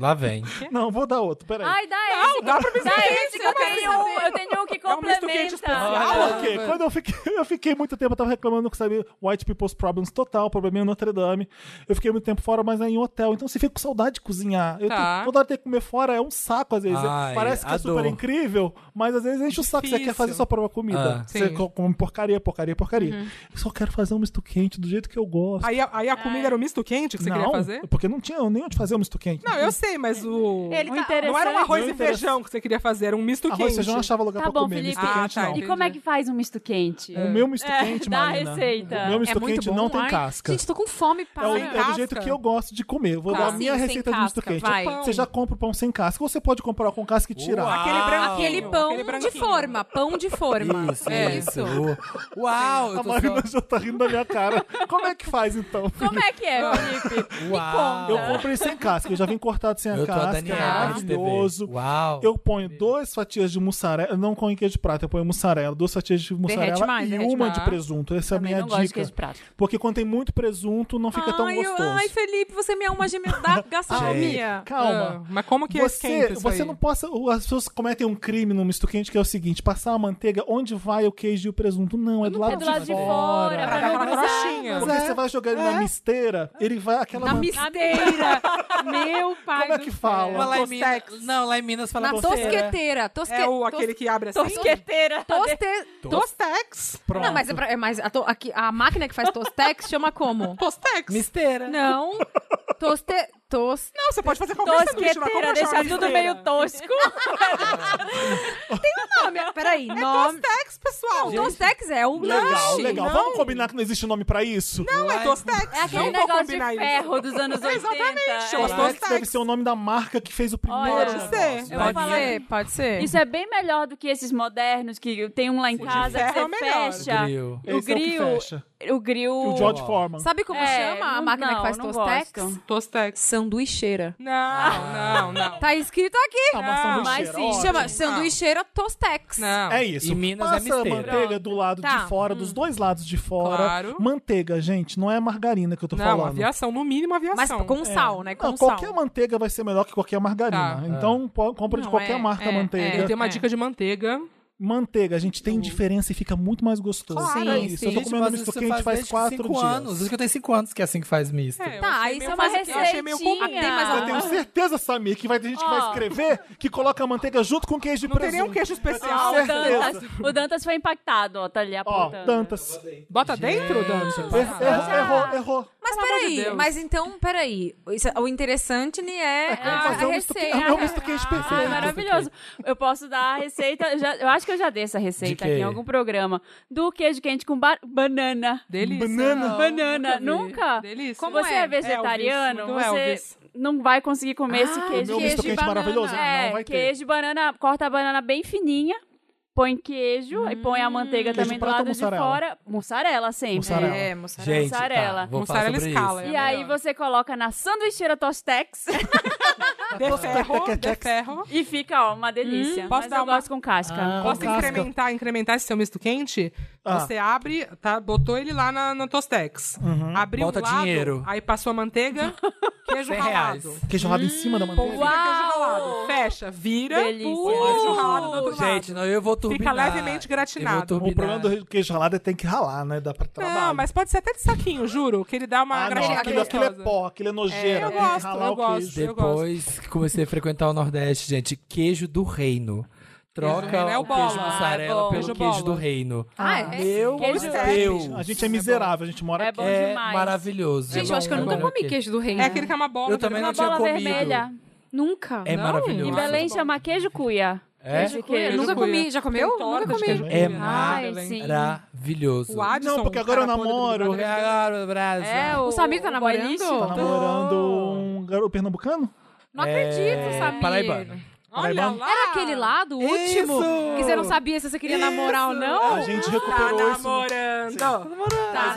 Speaker 3: Lá vem.
Speaker 1: Não, vou dar outro, peraí.
Speaker 2: Ai, dá Tá, esse.
Speaker 4: dá pra
Speaker 2: Dá esse
Speaker 5: tá
Speaker 2: que eu
Speaker 5: assim?
Speaker 2: tenho um. Eu tenho um que
Speaker 4: É um misto quente
Speaker 2: complementa.
Speaker 1: Ah, por quê? Quando eu fiquei, eu fiquei muito tempo, eu tava reclamando que sabia White People's Problems total, probleminha em Notre Dame. Eu fiquei muito tempo fora, mas aí em hotel. Então você fica com saudade de cozinhar. Eu
Speaker 4: Tá.
Speaker 1: tenho saudade de comer fora, é um saco às vezes.
Speaker 3: Ai,
Speaker 1: Parece que
Speaker 3: a
Speaker 1: é super
Speaker 3: dor.
Speaker 1: incrível, mas às vezes enche o saco. Você
Speaker 4: Difícil.
Speaker 1: quer fazer sua própria comida.
Speaker 3: Ah.
Speaker 1: você
Speaker 4: Sim.
Speaker 1: co- come porcaria, porcaria, porcaria. Eu só quero fazer um misto quente do jeito que eu gosto.
Speaker 4: Aí, a- aí a comida era o misto quente que você
Speaker 1: não,
Speaker 4: queria fazer?
Speaker 1: porque não tinha nem onde fazer um misto quente.
Speaker 4: Não, eu sei, mas o.
Speaker 5: Ele
Speaker 2: O
Speaker 5: tá-
Speaker 2: interesse-
Speaker 4: Não era um arroz
Speaker 1: Não
Speaker 4: e
Speaker 1: interessa.
Speaker 4: feijão que você queria fazer, era um misto
Speaker 1: Arroz e
Speaker 4: quente.
Speaker 1: feijão eu achava lugar
Speaker 2: Tá
Speaker 1: pra
Speaker 2: bom,
Speaker 1: comer, misto
Speaker 2: Felipe.
Speaker 1: quente
Speaker 4: Ah, tá,
Speaker 1: não.
Speaker 2: E como é que faz um misto quente?
Speaker 1: O meu misto quente,
Speaker 2: dá a
Speaker 1: Marina,
Speaker 2: receita.
Speaker 1: O meu misto
Speaker 5: é muito
Speaker 1: quente
Speaker 5: bom.
Speaker 1: não tem
Speaker 5: Ai,
Speaker 1: casca.
Speaker 5: Gente, tô com fome,
Speaker 1: É,
Speaker 5: para.
Speaker 1: o,
Speaker 4: sem
Speaker 1: é do
Speaker 4: casca?
Speaker 1: jeito que eu gosto de comer. Eu vou
Speaker 5: Tá.
Speaker 1: dar a minha
Speaker 5: Sim, sem
Speaker 1: receita de misto
Speaker 5: casca,
Speaker 1: quente.
Speaker 5: vai.
Speaker 1: Você já compra o pão sem casca. Ou você pode comprar o com casca e tirar.
Speaker 3: Uau.
Speaker 4: Aquele branquinho.
Speaker 5: Aquele pão
Speaker 4: aquele branquinho.
Speaker 5: de forma, pão de forma.
Speaker 3: Isso,
Speaker 5: é
Speaker 3: isso. Uau, eu
Speaker 1: A
Speaker 3: tô só...
Speaker 1: Marina já tá rindo da minha cara. Como é que faz então?
Speaker 2: Como é que é, Felipe?
Speaker 3: Uau.
Speaker 1: Eu comprei sem casca, eu já vim cortado sem a
Speaker 3: Eu tô a
Speaker 1: casca.
Speaker 3: Daniela
Speaker 1: é
Speaker 3: de TV.
Speaker 1: maravilhoso.
Speaker 3: Uau.
Speaker 1: Eu ponho duas fatias de mussarela, eu não com queijo de prata, eu ponho mussarela, duas fatias de mussarela
Speaker 5: mais,
Speaker 1: e
Speaker 5: derrete
Speaker 1: uma
Speaker 5: mais.
Speaker 1: de presunto. Essa é a
Speaker 2: Também
Speaker 1: minha
Speaker 2: não gosto de
Speaker 1: dica.
Speaker 2: queijo de prato.
Speaker 1: Porque quando tem muito presunto, não fica tão
Speaker 5: ai, eu-
Speaker 1: gostoso.
Speaker 5: ai, Felipe, você me é uma gêmea da gastronomia.
Speaker 1: Calma.
Speaker 4: Ah, mas como que
Speaker 1: Você,
Speaker 4: esquenta isso
Speaker 1: você
Speaker 4: aí?
Speaker 1: não possa. o- As pessoas cometem um crime no misto quente que é o seguinte: passar a manteiga onde vai o queijo e o presunto. Não, é do lado,
Speaker 2: É do lado de fora,
Speaker 4: Pra dar
Speaker 2: pra não
Speaker 4: aquela
Speaker 2: grudar.
Speaker 4: crostinha.
Speaker 1: Porque você vai jogar ele na misteira, ele vai. Aquela
Speaker 5: Na
Speaker 1: man-
Speaker 5: misteira. Meu pai
Speaker 1: Como é
Speaker 5: do
Speaker 1: que
Speaker 5: céu.
Speaker 1: fala?
Speaker 3: Mas lá em
Speaker 4: Tossex.
Speaker 3: Minas- Não, lá em Minas fala
Speaker 5: Na
Speaker 3: tosqueira.
Speaker 5: tosqueteira. Tosque...
Speaker 4: É o, aquele
Speaker 5: tos-
Speaker 4: que abre assim?
Speaker 2: Tosqueteira.
Speaker 5: Toste... tos-
Speaker 4: Tostex.
Speaker 1: Pronto.
Speaker 5: Não, mas, é pra- é mais a, to- aqui, a máquina que faz tostex chama como?
Speaker 4: Tostex.
Speaker 3: Misteira.
Speaker 5: Não. Toste... Tos...
Speaker 4: Não, você pode fazer qualquer
Speaker 5: é
Speaker 4: sanduíche. mas como
Speaker 2: Tosqueteira,
Speaker 4: que chama
Speaker 2: deixar
Speaker 4: isso?
Speaker 2: tudo meio tosco.
Speaker 5: um Nome, peraí. Nome...
Speaker 4: Tostex, pessoal.
Speaker 5: Tostex é o
Speaker 1: Legal,
Speaker 5: lanche.
Speaker 1: legal. Vamos combinar que não existe nome pra isso?
Speaker 4: Não, é Tostex.
Speaker 2: É aquele
Speaker 4: Não vou
Speaker 2: negócio de
Speaker 4: combinar isso.
Speaker 2: ferro dos anos 80.
Speaker 4: Exatamente,
Speaker 2: É.
Speaker 4: eu
Speaker 1: Tostex
Speaker 4: Tostex.
Speaker 1: deve ser o nome da marca que fez o primeiro.
Speaker 2: Olha.
Speaker 1: negócio.
Speaker 4: Pode ser.
Speaker 5: Pode ser, pode ser.
Speaker 2: Isso é bem melhor do que esses modernos que tem um lá em casa que
Speaker 4: ferro é o
Speaker 2: você
Speaker 4: melhor.
Speaker 2: fecha.
Speaker 3: Grill.
Speaker 2: O
Speaker 1: Esse é o que
Speaker 2: grill.
Speaker 1: fecha.
Speaker 2: O grill.
Speaker 1: O George Foreman.
Speaker 5: Sabe como
Speaker 2: É,
Speaker 5: chama a
Speaker 2: não-
Speaker 5: máquina que
Speaker 2: não,
Speaker 5: faz
Speaker 2: não
Speaker 5: tostex?
Speaker 2: gosto.
Speaker 4: Tostex.
Speaker 5: Sanduicheira.
Speaker 4: Não, não, não.
Speaker 5: Tá escrito
Speaker 1: Tá
Speaker 5: aqui.
Speaker 1: uma
Speaker 2: mas
Speaker 1: sanduicheira,
Speaker 2: sim,
Speaker 1: ótimo.
Speaker 5: Chama sanduicheira tostex.
Speaker 4: Não.
Speaker 1: É isso.
Speaker 3: Em Minas
Speaker 1: Passa
Speaker 3: é
Speaker 1: a
Speaker 3: misteira.
Speaker 1: manteiga do lado
Speaker 5: Tá.
Speaker 1: de fora, dos dois lados de fora.
Speaker 4: Claro.
Speaker 1: Manteiga, gente, não é margarina que eu tô
Speaker 4: Não,
Speaker 1: falando.
Speaker 4: aviação. No mínimo,
Speaker 5: Mas
Speaker 4: aviação.
Speaker 5: com sal, né? Com
Speaker 1: Não,
Speaker 5: sal.
Speaker 1: qualquer manteiga vai ser melhor que qualquer margarina.
Speaker 4: Tá.
Speaker 1: Então, po- compra de
Speaker 5: Não,
Speaker 1: qualquer
Speaker 5: é,
Speaker 1: marca
Speaker 5: é,
Speaker 1: manteiga.
Speaker 4: Eu tenho uma
Speaker 5: É.
Speaker 4: dica de manteiga.
Speaker 1: Manteiga, gente, tem diferença e fica muito mais gostoso.
Speaker 5: Claro,
Speaker 1: é
Speaker 5: sim,
Speaker 1: isso.
Speaker 5: sim.
Speaker 1: Eu tô
Speaker 3: Gente,
Speaker 1: comendo
Speaker 3: mas
Speaker 1: misto
Speaker 3: isso
Speaker 1: quente faz quatro
Speaker 3: cinco
Speaker 1: dias.
Speaker 3: anos. Isso que eu tenho cinco anos que é assim que faz misto.
Speaker 4: É, eu
Speaker 5: Tá,
Speaker 4: achei
Speaker 5: isso
Speaker 4: meio
Speaker 5: é uma
Speaker 4: confuso. Eu achei meio confuso.
Speaker 2: receitinha.
Speaker 5: Tem mais
Speaker 1: Eu tenho certeza, Samir, que vai ter gente que vai
Speaker 2: Ó.
Speaker 1: escrever que coloca a manteiga junto com queijo e
Speaker 4: Não tem nenhum
Speaker 1: presunto.
Speaker 4: queijo
Speaker 2: Ah,
Speaker 4: especial.
Speaker 2: o,
Speaker 1: certeza.
Speaker 2: Dantas, o Dantas foi impactado, ó, tá ali
Speaker 1: Ó,
Speaker 2: apontando.
Speaker 1: Dantas. Er-
Speaker 4: Bota dentro, Dante.
Speaker 1: Errou, errou, errou.
Speaker 5: Mas
Speaker 4: Pelo amor de
Speaker 5: peraí,
Speaker 4: Deus.
Speaker 5: mas então, peraí. Isso- o interessante né, é,
Speaker 1: É como
Speaker 5: a,
Speaker 1: fazer
Speaker 5: a
Speaker 1: um misto quente.
Speaker 5: receita.
Speaker 1: É um misto quente perfeito.
Speaker 2: Ai, Ah, maravilhoso.
Speaker 1: é.
Speaker 2: Eu posso dar a receita. eu já- eu acho que eu já dei essa
Speaker 3: De
Speaker 2: receita
Speaker 3: quê?
Speaker 2: aqui em algum programa. Do queijo quente com ba- banana.
Speaker 4: Delícia.
Speaker 1: Banana.
Speaker 4: Não,
Speaker 2: Banana.
Speaker 4: vi.
Speaker 2: Nunca?
Speaker 4: Delícia.
Speaker 2: Como
Speaker 5: Não
Speaker 2: você
Speaker 5: é.
Speaker 2: é,
Speaker 5: É,
Speaker 2: vegetariano,
Speaker 4: Elvis, muito
Speaker 2: você
Speaker 4: Elvis.
Speaker 2: não vai conseguir comer esse
Speaker 5: Ah,
Speaker 2: queijo.
Speaker 1: Meu misto
Speaker 5: de
Speaker 1: quente
Speaker 5: banana.
Speaker 1: maravilhoso. não
Speaker 2: É,
Speaker 1: vai ter.
Speaker 2: queijo, banana, corta a banana bem fininha, põe queijo e põe
Speaker 4: Hum.
Speaker 2: a manteiga
Speaker 1: Queijo
Speaker 2: também do
Speaker 1: prato ou
Speaker 2: lado de
Speaker 1: mussarela?
Speaker 2: fora. Mussarela sempre.
Speaker 1: Mussarela.
Speaker 5: É, mussarela.
Speaker 3: Gente,
Speaker 2: Mussarela.
Speaker 3: tá, vou falar
Speaker 4: Mussarela
Speaker 3: sobre
Speaker 4: escala.
Speaker 3: isso.
Speaker 2: E aí você coloca na sanduicheira Tostex
Speaker 4: De ferro, de
Speaker 1: Tex.
Speaker 4: ferro.
Speaker 2: e fica, ó, uma delícia.
Speaker 4: Hum, posso
Speaker 2: Mas
Speaker 4: dar
Speaker 2: eu
Speaker 4: uma-
Speaker 2: gosto com casca.
Speaker 1: Ah,
Speaker 4: Posso
Speaker 1: com casca.
Speaker 4: incrementar, incrementar esse seu misto quente?
Speaker 1: Ah.
Speaker 4: Você abre, tá? Botou ele lá na, na Tostex. Abriu
Speaker 3: Bota
Speaker 4: um lado,
Speaker 3: dinheiro.
Speaker 4: aí passou a manteiga, queijo
Speaker 3: 100
Speaker 4: ralado.
Speaker 3: reais.
Speaker 1: Queijo ralado em cima da manteiga.
Speaker 4: Polvilha, queijo ralado. Fecha, vira,
Speaker 2: Delícia.
Speaker 4: põe queijo ralado do outro
Speaker 3: Gente,
Speaker 4: lado.
Speaker 3: não, eu vou
Speaker 4: Fica
Speaker 3: turbinar.
Speaker 4: levemente
Speaker 3: Eu vou
Speaker 4: gratinado.
Speaker 1: O
Speaker 3: turbinar.
Speaker 1: problema do queijo ralado é tem que ralar, né? Dá pra trabalhar.
Speaker 4: Não, mas pode ser até de saquinho, juro, que ele dá uma
Speaker 1: Ah, não.
Speaker 4: gratinada
Speaker 1: Aquilo, aquilo é
Speaker 4: gostosa.
Speaker 1: pó, aquilo é
Speaker 4: É,
Speaker 1: nojeira.
Speaker 4: eu
Speaker 1: tem que
Speaker 4: gosto,
Speaker 1: ralar
Speaker 4: eu
Speaker 1: o
Speaker 4: gosto.
Speaker 1: queijo.
Speaker 4: Eu gosto.
Speaker 3: Depois que comecei a frequentar o Nordeste, gente, queijo do reino. Troca
Speaker 4: reino é o
Speaker 3: o queijo
Speaker 4: bola.
Speaker 2: Ah,
Speaker 3: mussarela
Speaker 2: bom.
Speaker 3: pelo
Speaker 4: Queijo
Speaker 3: queijo do
Speaker 4: bola.
Speaker 3: reino.
Speaker 5: Ah, é?
Speaker 3: Meu
Speaker 2: Queijo
Speaker 3: Deus.
Speaker 1: A gente é miserável, a gente mora
Speaker 2: É
Speaker 1: aqui.
Speaker 2: bom
Speaker 3: É
Speaker 2: demais.
Speaker 3: maravilhoso.
Speaker 5: Gente, eu acho que eu
Speaker 3: É
Speaker 5: nunca
Speaker 3: melhor
Speaker 5: comi queijo do reino.
Speaker 4: É aquele que é uma bola.
Speaker 3: Eu
Speaker 4: entendeu?
Speaker 3: também não
Speaker 2: Uma
Speaker 3: tinha
Speaker 2: bola
Speaker 3: comido.
Speaker 2: vermelha.
Speaker 5: Nunca.
Speaker 3: É
Speaker 4: Não,
Speaker 3: maravilhoso.
Speaker 2: Em
Speaker 4: Nossa,
Speaker 2: Belém
Speaker 4: bom.
Speaker 2: chama queijo cuia.
Speaker 3: É?
Speaker 2: Queijo cuia.
Speaker 5: Eu nunca
Speaker 4: cuia.
Speaker 5: comi. Já comeu?
Speaker 4: Tem torta
Speaker 5: Nunca
Speaker 4: de
Speaker 5: comi.
Speaker 4: queijo
Speaker 3: É
Speaker 4: cuia.
Speaker 2: Ai,
Speaker 4: Belém.
Speaker 2: sim.
Speaker 3: Maravilhoso.
Speaker 4: O Adson,
Speaker 1: Não, porque agora
Speaker 4: cara
Speaker 1: eu
Speaker 4: podre do
Speaker 1: namoro.
Speaker 4: Brasil.
Speaker 3: Agora, Brasil.
Speaker 2: É,
Speaker 5: O Samir tá
Speaker 2: o
Speaker 5: namorando?
Speaker 2: boliche.
Speaker 1: Tá namorando um garoto pernambucano?
Speaker 5: Não acredito, Samir.
Speaker 3: Paraibano.
Speaker 4: Olha lá.
Speaker 5: Era aquele lá do último
Speaker 3: É, Isso!
Speaker 5: que você não sabia se você queria namorar ou não?
Speaker 1: A gente
Speaker 4: Tá
Speaker 1: recuperou isso.
Speaker 4: namorando.
Speaker 5: Tá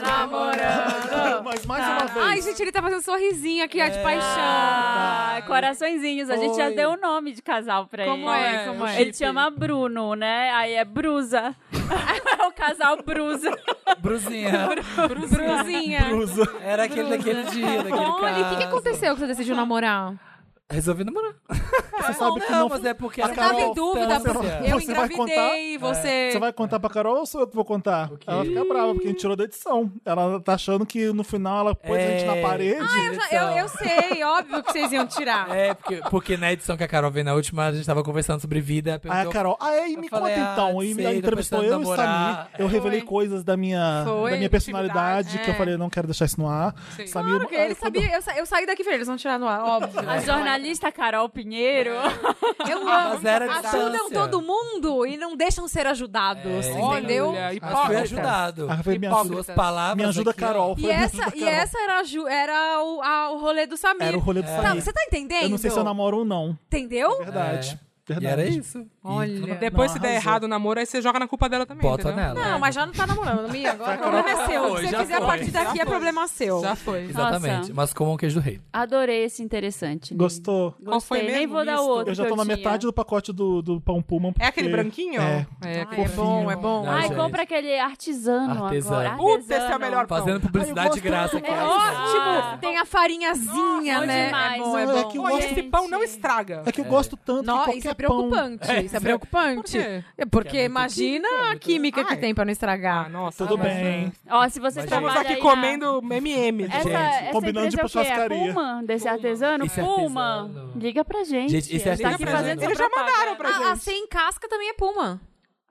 Speaker 5: namorando.
Speaker 1: Mas mais uma vez. É.
Speaker 5: Ai, gente, ele tá fazendo um sorrisinho aqui, ó, de paixão.
Speaker 2: Ah, coraçõezinhos. A gente já
Speaker 3: Oi.
Speaker 2: deu o nome de casal pra ele.
Speaker 5: Como é, como é?
Speaker 2: Ele chama Bruno, né? Aí é Brusa. é o casal Brusa.
Speaker 3: Bruzinha.
Speaker 5: Bruzinha.
Speaker 1: Cruza.
Speaker 3: Era aquele daquele dia, daquele
Speaker 5: Olha, o que, que
Speaker 3: caso.
Speaker 5: aconteceu que você decidiu namorar?
Speaker 3: Resolvi namorar.
Speaker 1: Você sabe que
Speaker 3: Não,
Speaker 1: não.
Speaker 3: mas é porque...
Speaker 1: Você
Speaker 3: era
Speaker 5: Tava assim,
Speaker 1: Carol,
Speaker 5: em dúvida,
Speaker 1: você vai-
Speaker 5: eu
Speaker 1: você vai É.
Speaker 5: engravidei, você...
Speaker 1: Você vai contar pra Carol ou sou eu que vou contar? Ela fica brava, porque a gente tirou da edição. Ela tá achando que no final ela pôs a gente na
Speaker 3: É.
Speaker 1: parede.
Speaker 5: Ah, eu, já- eu- eu sei, óbvio que vocês iam tirar.
Speaker 3: É, porque, porque na edição que a Carol veio na última, a gente tava conversando sobre vida.
Speaker 1: Aí
Speaker 3: perguntou-
Speaker 1: a Carol, ah, é, e me
Speaker 3: Eu falei,
Speaker 1: conta então.
Speaker 3: ah,
Speaker 1: E
Speaker 3: sei,
Speaker 1: ela
Speaker 3: tô
Speaker 1: entrevistou
Speaker 3: pensando
Speaker 1: eu e o
Speaker 3: namorar.
Speaker 1: Samir. Eu revelei coisas da minha,
Speaker 5: Foi,
Speaker 1: da minha personalidade que eu falei, não quero deixar isso no ar. Samir, é,
Speaker 5: Porque ele sabia, eu, sa- eu saí daqui, filho, eles vão tirar no ar, óbvio.
Speaker 2: A jornalista Carol Pinheiro.
Speaker 5: Eu
Speaker 3: Mas
Speaker 5: amo.
Speaker 3: era a
Speaker 5: Ajudam
Speaker 3: distância. É,
Speaker 5: todo mundo e não deixam ser ajudados,
Speaker 1: assim, É.
Speaker 5: entendeu?
Speaker 4: Olha,
Speaker 3: Mas foi
Speaker 4: hipócritas.
Speaker 3: ajudado.
Speaker 1: Ah, foi minha
Speaker 3: Suas
Speaker 4: ajuda.
Speaker 3: palavras
Speaker 1: Me ajuda,
Speaker 3: aqui, ó.
Speaker 1: Carol.
Speaker 5: E
Speaker 1: Foi, me ajuda,
Speaker 5: essa, e
Speaker 1: Carol.
Speaker 5: essa era, a ju- era o, a- o rolê do Samir.
Speaker 1: Era o rolê do
Speaker 5: Tá,
Speaker 1: Samir.
Speaker 5: Você tá entendendo?
Speaker 1: Eu não sei se eu namoro ou não. É.
Speaker 5: Entendeu?
Speaker 1: Verdade.
Speaker 3: E
Speaker 1: Verdade.
Speaker 3: era isso. E
Speaker 5: Olha.
Speaker 3: tudo-
Speaker 4: Depois,
Speaker 1: Não,
Speaker 4: se der
Speaker 1: arrasou.
Speaker 4: errado o namoro, aí você joga na culpa dela também.
Speaker 3: Bota
Speaker 4: entendeu?
Speaker 3: nela.
Speaker 5: Não, mas já não tá namorando, Mia. Agora o problema é seu.
Speaker 3: Né? foi,
Speaker 5: Se você
Speaker 3: já
Speaker 5: quiser
Speaker 3: foi,
Speaker 5: partir daqui, é problema seu.
Speaker 4: Já foi.
Speaker 3: Exatamente.
Speaker 2: Nossa.
Speaker 3: Mas como um queijo do rei.
Speaker 2: Adorei esse interessante. Ney.
Speaker 1: Gostou?
Speaker 2: Gostei.
Speaker 4: Qual foi
Speaker 2: Nem
Speaker 4: mesmo
Speaker 2: vou dar
Speaker 4: misto?
Speaker 2: outro.
Speaker 1: Eu já
Speaker 2: que
Speaker 1: tô na
Speaker 2: tinha.
Speaker 1: metade do pacote do, do pão Pullman.
Speaker 4: É aquele
Speaker 1: porque-
Speaker 4: branquinho?
Speaker 1: É.
Speaker 4: É,
Speaker 5: Ai,
Speaker 4: aquele
Speaker 5: é bom, é bom.
Speaker 3: Não,
Speaker 2: Ai,
Speaker 3: gente.
Speaker 2: compra aquele artesano,
Speaker 3: Artesano.
Speaker 2: agora.
Speaker 4: Puta, esse é o
Speaker 2: Artesano.
Speaker 4: melhor pão.
Speaker 3: Fazendo
Speaker 1: Ah,
Speaker 3: publicidade
Speaker 1: eu gosto
Speaker 3: de graça.
Speaker 1: também.
Speaker 3: cara.
Speaker 2: É
Speaker 5: Ótimo!
Speaker 2: ótimo.
Speaker 5: tipo, Tem a farinhazinha,
Speaker 2: Nossa,
Speaker 5: né?
Speaker 2: demais.
Speaker 5: É bom, é
Speaker 1: Não, é
Speaker 5: bom.
Speaker 1: que eu
Speaker 4: Pô,
Speaker 1: gosto-
Speaker 4: esse pão não estraga.
Speaker 1: É que eu gosto tanto que
Speaker 5: Nossa,
Speaker 1: qualquer
Speaker 5: isso é
Speaker 1: pão...
Speaker 5: preocupante. Isso é
Speaker 4: Por
Speaker 5: preocupante.
Speaker 4: quê?
Speaker 5: É Porque imagina a química que
Speaker 4: Ai.
Speaker 5: tem pra não
Speaker 4: Ah,
Speaker 5: estragar.
Speaker 4: nossa.
Speaker 1: Tudo
Speaker 4: mas-
Speaker 1: bem.
Speaker 2: Ó, se você
Speaker 3: Imagina.
Speaker 2: trabalha
Speaker 4: Estamos aqui
Speaker 2: aí
Speaker 4: comendo MM.
Speaker 2: Na... Essa,
Speaker 3: Gente,
Speaker 2: essa
Speaker 1: combinando de ir
Speaker 2: empresa
Speaker 1: pra
Speaker 2: é o quê? É
Speaker 1: churrascaria.
Speaker 2: Pullman, desse artesano?
Speaker 3: Esse
Speaker 2: Puma.
Speaker 3: artesano.
Speaker 2: Liga pra gente.
Speaker 3: Gente, esse
Speaker 2: A gente tá aqui
Speaker 3: artesano-
Speaker 2: fazendo
Speaker 4: Eles
Speaker 2: sua
Speaker 4: já
Speaker 2: propaganda.
Speaker 4: mandaram pra gente.
Speaker 5: A, a sem Ah, casca também é puma.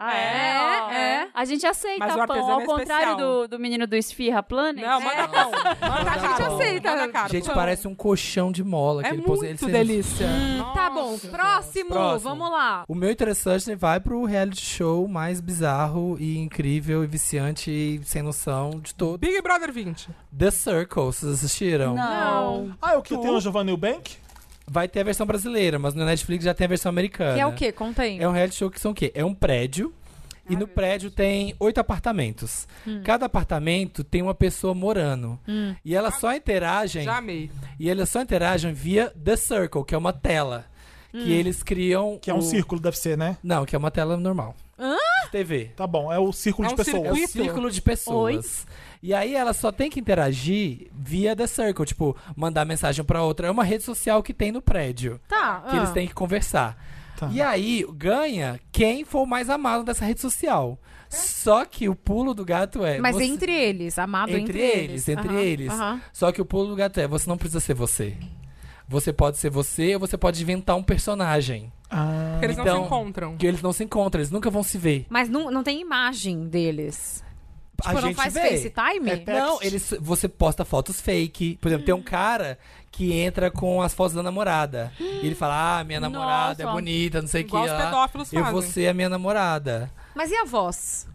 Speaker 2: Ah,
Speaker 5: É,
Speaker 2: é? Ó,
Speaker 5: é.
Speaker 2: A gente aceita
Speaker 4: Mas o
Speaker 2: pão,
Speaker 4: artesano
Speaker 2: ao
Speaker 4: é
Speaker 2: contrário
Speaker 4: especial.
Speaker 2: do, do menino do Esfirra Planet.
Speaker 3: né?
Speaker 4: Não, manda pão. Manda
Speaker 3: Manda
Speaker 4: caro.
Speaker 3: pão.
Speaker 5: Aceita.
Speaker 4: Manda caro.
Speaker 3: Gente, parece um colchão de mola.
Speaker 4: É
Speaker 3: aquele
Speaker 4: muito
Speaker 3: pose- ele sendo-
Speaker 4: delícia.
Speaker 3: assim.
Speaker 5: Tá bom, próximo,
Speaker 3: Próximo.
Speaker 5: vamos lá.
Speaker 3: O meu interessante né, vai pro reality show mais bizarro e incrível e viciante e sem noção de todo.
Speaker 4: Big Brother 20.
Speaker 3: The Circle, vocês assistiram?
Speaker 2: Não.
Speaker 1: Ah, o que tem o Giovanni Bank?
Speaker 3: Vai ter a versão brasileira, mas no Netflix já tem a versão americana.
Speaker 5: Que é o quê? Ah, Conta aí.
Speaker 3: É um reality show que são o quê? É um prédio. E no prédio tem oito apartamentos.
Speaker 5: Hum.
Speaker 3: Cada apartamento tem uma pessoa morando. E elas só interagem.
Speaker 4: Já amei.
Speaker 3: E elas só interagem via The Circle, que é uma tela.
Speaker 5: Hum.
Speaker 3: Que eles criam.
Speaker 1: Que é um
Speaker 3: o-
Speaker 1: círculo, deve ser, né?
Speaker 3: Não, que é uma tela normal. De TV.
Speaker 1: Tá bom, é o círculo
Speaker 4: É
Speaker 1: de
Speaker 4: um
Speaker 1: pessoas.
Speaker 3: É o
Speaker 4: Circuito?
Speaker 3: círculo de pessoas. E aí ela só tem que interagir via The Circle, tipo, mandar mensagem pra outra. É uma rede social que tem no prédio,
Speaker 5: Tá.
Speaker 3: que
Speaker 5: ah.
Speaker 3: eles têm que conversar.
Speaker 1: Tá.
Speaker 3: E aí ganha quem for o mais amado dessa rede social. Só que o pulo do gato é.
Speaker 5: É. Mas
Speaker 3: você-
Speaker 5: entre eles, amado entre,
Speaker 3: entre eles, entre
Speaker 5: Aham,
Speaker 3: eles.
Speaker 5: aham.
Speaker 3: Só que o pulo do gato é, você não precisa ser você. Você pode ser você ou você pode inventar um personagem.
Speaker 1: Ah,
Speaker 4: Porque eles não
Speaker 3: Então,
Speaker 4: se encontram.
Speaker 3: Que eles não se encontram, eles nunca vão se ver.
Speaker 5: Mas não, não tem imagem deles.
Speaker 3: a
Speaker 5: tipo,
Speaker 3: gente
Speaker 5: não faz
Speaker 3: vê.
Speaker 5: FaceTime?
Speaker 1: É
Speaker 3: Não,
Speaker 1: Text.
Speaker 3: eles, você posta fotos fake. Por exemplo, tem
Speaker 5: Hum.
Speaker 3: um cara que entra com as fotos da namorada.
Speaker 5: Hum.
Speaker 3: E ele fala: Ah, minha namorada é
Speaker 2: Nossa.
Speaker 3: bonita, não sei o que.
Speaker 4: Igual os
Speaker 3: lá.
Speaker 4: pedófilos
Speaker 3: Eu
Speaker 4: fazem.
Speaker 3: vou ser a minha namorada.
Speaker 5: Mas e a voz?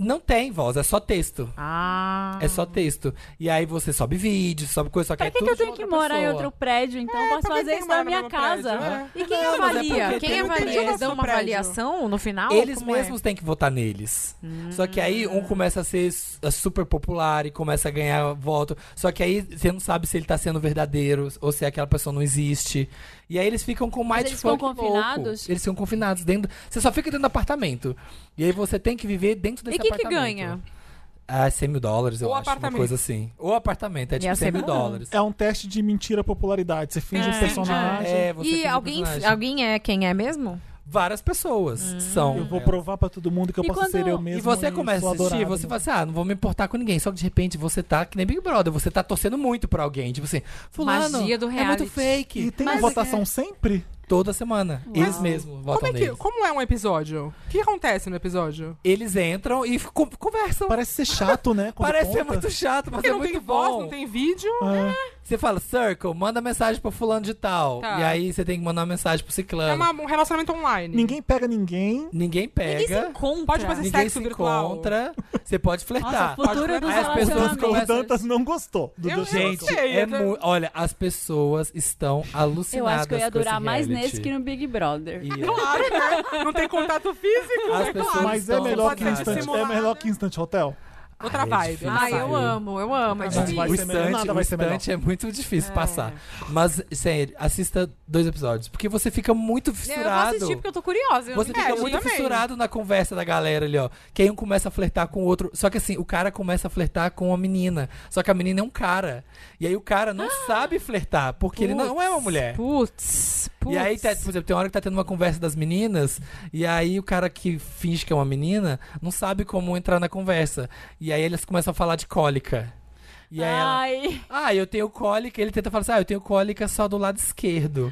Speaker 3: Não tem voz, é só texto.
Speaker 5: Ah.
Speaker 3: É só texto. E aí você sobe vídeo, sobe coisa, só que
Speaker 2: Pra
Speaker 3: é
Speaker 2: que,
Speaker 3: tudo
Speaker 2: que eu
Speaker 3: de
Speaker 2: tenho que
Speaker 3: outra
Speaker 2: morar em
Speaker 3: pessoa.
Speaker 2: outro prédio? Então eu posso
Speaker 4: por que
Speaker 2: fazer
Speaker 4: tem que
Speaker 2: isso na
Speaker 4: morar no
Speaker 2: minha
Speaker 4: meu
Speaker 2: casa.
Speaker 4: prédio? É.
Speaker 5: E quem
Speaker 3: Não, mas é
Speaker 5: avalia?
Speaker 3: porque
Speaker 5: quem
Speaker 3: tem-
Speaker 5: avalia?
Speaker 4: tem
Speaker 5: Eles dão
Speaker 4: nosso
Speaker 5: uma
Speaker 4: prédio.
Speaker 5: avaliação no final?
Speaker 3: Eles
Speaker 5: Como é?
Speaker 3: mesmos têm que votar neles. Só que aí um começa a ser s- super popular e começa a ganhar voto. Só que aí você não sabe se ele tá sendo verdadeiro ou se aquela pessoa não existe. E aí eles ficam com mais
Speaker 2: eles
Speaker 3: de
Speaker 2: ficam
Speaker 3: funk louco.
Speaker 2: confinados?
Speaker 3: Eles ficam confinados dentro. Você só fica dentro do apartamento. E aí você tem é que viver dentro desse
Speaker 5: E que que
Speaker 3: apartamento.
Speaker 5: ganha?
Speaker 3: Ah, 100 mil dólares, eu
Speaker 4: Ou
Speaker 3: acho.
Speaker 4: apartamento.
Speaker 3: Uma coisa assim. Ou apartamento, é tipo
Speaker 5: Ia
Speaker 3: 100
Speaker 5: ser
Speaker 3: mil
Speaker 5: bom.
Speaker 3: dólares.
Speaker 1: é um teste de mentira popularidade. Você finge um personagem.
Speaker 3: É, você
Speaker 5: E
Speaker 3: fica um
Speaker 5: alguém,
Speaker 3: personagem.
Speaker 5: alguém é quem é mesmo?
Speaker 3: Várias pessoas
Speaker 4: Hum.
Speaker 3: são.
Speaker 1: Eu
Speaker 4: É.
Speaker 1: vou
Speaker 3: elas.
Speaker 1: provar pra todo mundo que eu
Speaker 2: E
Speaker 1: posso
Speaker 2: quando-
Speaker 1: ser eu mesmo.
Speaker 3: é.
Speaker 1: é
Speaker 3: E você começa
Speaker 1: sou
Speaker 3: a assistir,
Speaker 1: adorado,
Speaker 3: você
Speaker 1: né?
Speaker 3: fala assim, ah, não vou me importar com ninguém. Só que de repente você tá que nem Big Brother, você tá torcendo muito pra alguém. Tipo assim, fulano,
Speaker 5: Magia do
Speaker 3: é muito
Speaker 5: reality.
Speaker 1: E
Speaker 3: fake.
Speaker 1: tem uma
Speaker 2: Mas-
Speaker 1: votação sempre?
Speaker 3: Toda semana, eles mesmos votam
Speaker 4: Como é, que,
Speaker 3: neles.
Speaker 4: como é um episódio? O que acontece no episódio?
Speaker 3: Eles entram e ficam- conversam.
Speaker 1: Parece ser chato, né? Quando
Speaker 3: Parece ser
Speaker 1: conta.
Speaker 3: muito chato, mas
Speaker 4: Porque
Speaker 3: é
Speaker 4: não tem
Speaker 3: muito
Speaker 4: voz,
Speaker 3: bom.
Speaker 4: não tem vídeo.
Speaker 1: É.
Speaker 3: Você fala, Circle, manda mensagem pra fulano de tal.
Speaker 4: Tá.
Speaker 3: E aí você tem que mandar uma mensagem pro
Speaker 4: É
Speaker 3: ciclano.
Speaker 4: uma- um relacionamento online.
Speaker 1: Ninguém pega ninguém.
Speaker 3: Ninguém pega.
Speaker 5: Ninguém se encontra.
Speaker 4: Pode fazer
Speaker 3: ninguém
Speaker 4: sexo
Speaker 3: se
Speaker 4: virtual.
Speaker 3: encontra. Você pode
Speaker 2: Nossa,
Speaker 3: flertar.
Speaker 2: futuro dos
Speaker 3: Aí as pessoas
Speaker 2: relacionamentos.
Speaker 1: O
Speaker 3: começam-
Speaker 1: Dantas não gostou do
Speaker 4: Eu-
Speaker 1: The
Speaker 4: eu-
Speaker 1: Circle.
Speaker 3: Gente,
Speaker 4: sei,
Speaker 3: é
Speaker 4: eu tô-
Speaker 3: mu- olha, as pessoas estão alucinadas.
Speaker 2: Eu acho que eu ia
Speaker 3: com esse
Speaker 2: durar mais
Speaker 3: reality.
Speaker 2: nesse que no Big Brother.
Speaker 3: E-
Speaker 4: Claro, né? Não tem contato físico,
Speaker 3: As
Speaker 4: né?
Speaker 3: pessoas-
Speaker 4: Claro.
Speaker 1: Mas é
Speaker 3: Você
Speaker 1: melhor,
Speaker 3: pode
Speaker 1: que
Speaker 3: ser
Speaker 1: instant, é
Speaker 4: dissimulada.
Speaker 1: melhor que Instant Hotel?
Speaker 4: Outra
Speaker 3: Ah, é
Speaker 4: vibe.
Speaker 3: difícil.
Speaker 5: Ah, eu
Speaker 3: Saiu.
Speaker 5: amo, eu amo. É
Speaker 1: Não,
Speaker 5: difícil.
Speaker 1: vai
Speaker 3: o
Speaker 1: ser melhor,
Speaker 3: instante,
Speaker 1: nada vai ser
Speaker 3: o
Speaker 1: melhor.
Speaker 3: instante é muito difícil passar. Mas, sério, assista dois episódios. Porque você fica muito
Speaker 5: Eu vou
Speaker 3: fissurado.
Speaker 5: assistir porque eu tô curiosa. eu
Speaker 3: Você fica
Speaker 5: não
Speaker 4: É, eu
Speaker 5: entendi.
Speaker 3: muito
Speaker 4: também.
Speaker 3: fissurado na conversa da galera ali, ó. Que aí um começa a flertar com o outro. Só que assim, o cara começa a flertar com a menina. Só que a menina é um cara. E aí o cara não sabe flertar, porque ele não é uma mulher.
Speaker 5: Putz, putz.
Speaker 3: E aí, tá, por exemplo, tem uma hora que tá tendo uma conversa das meninas, e aí o cara que finge que é uma menina não sabe como entrar na conversa. E aí eles começam a falar de cólica. E aí ela,
Speaker 2: Ai,
Speaker 3: ah, eu tenho cólica. Ele tenta falar assim, ah, eu tenho cólica só do lado esquerdo.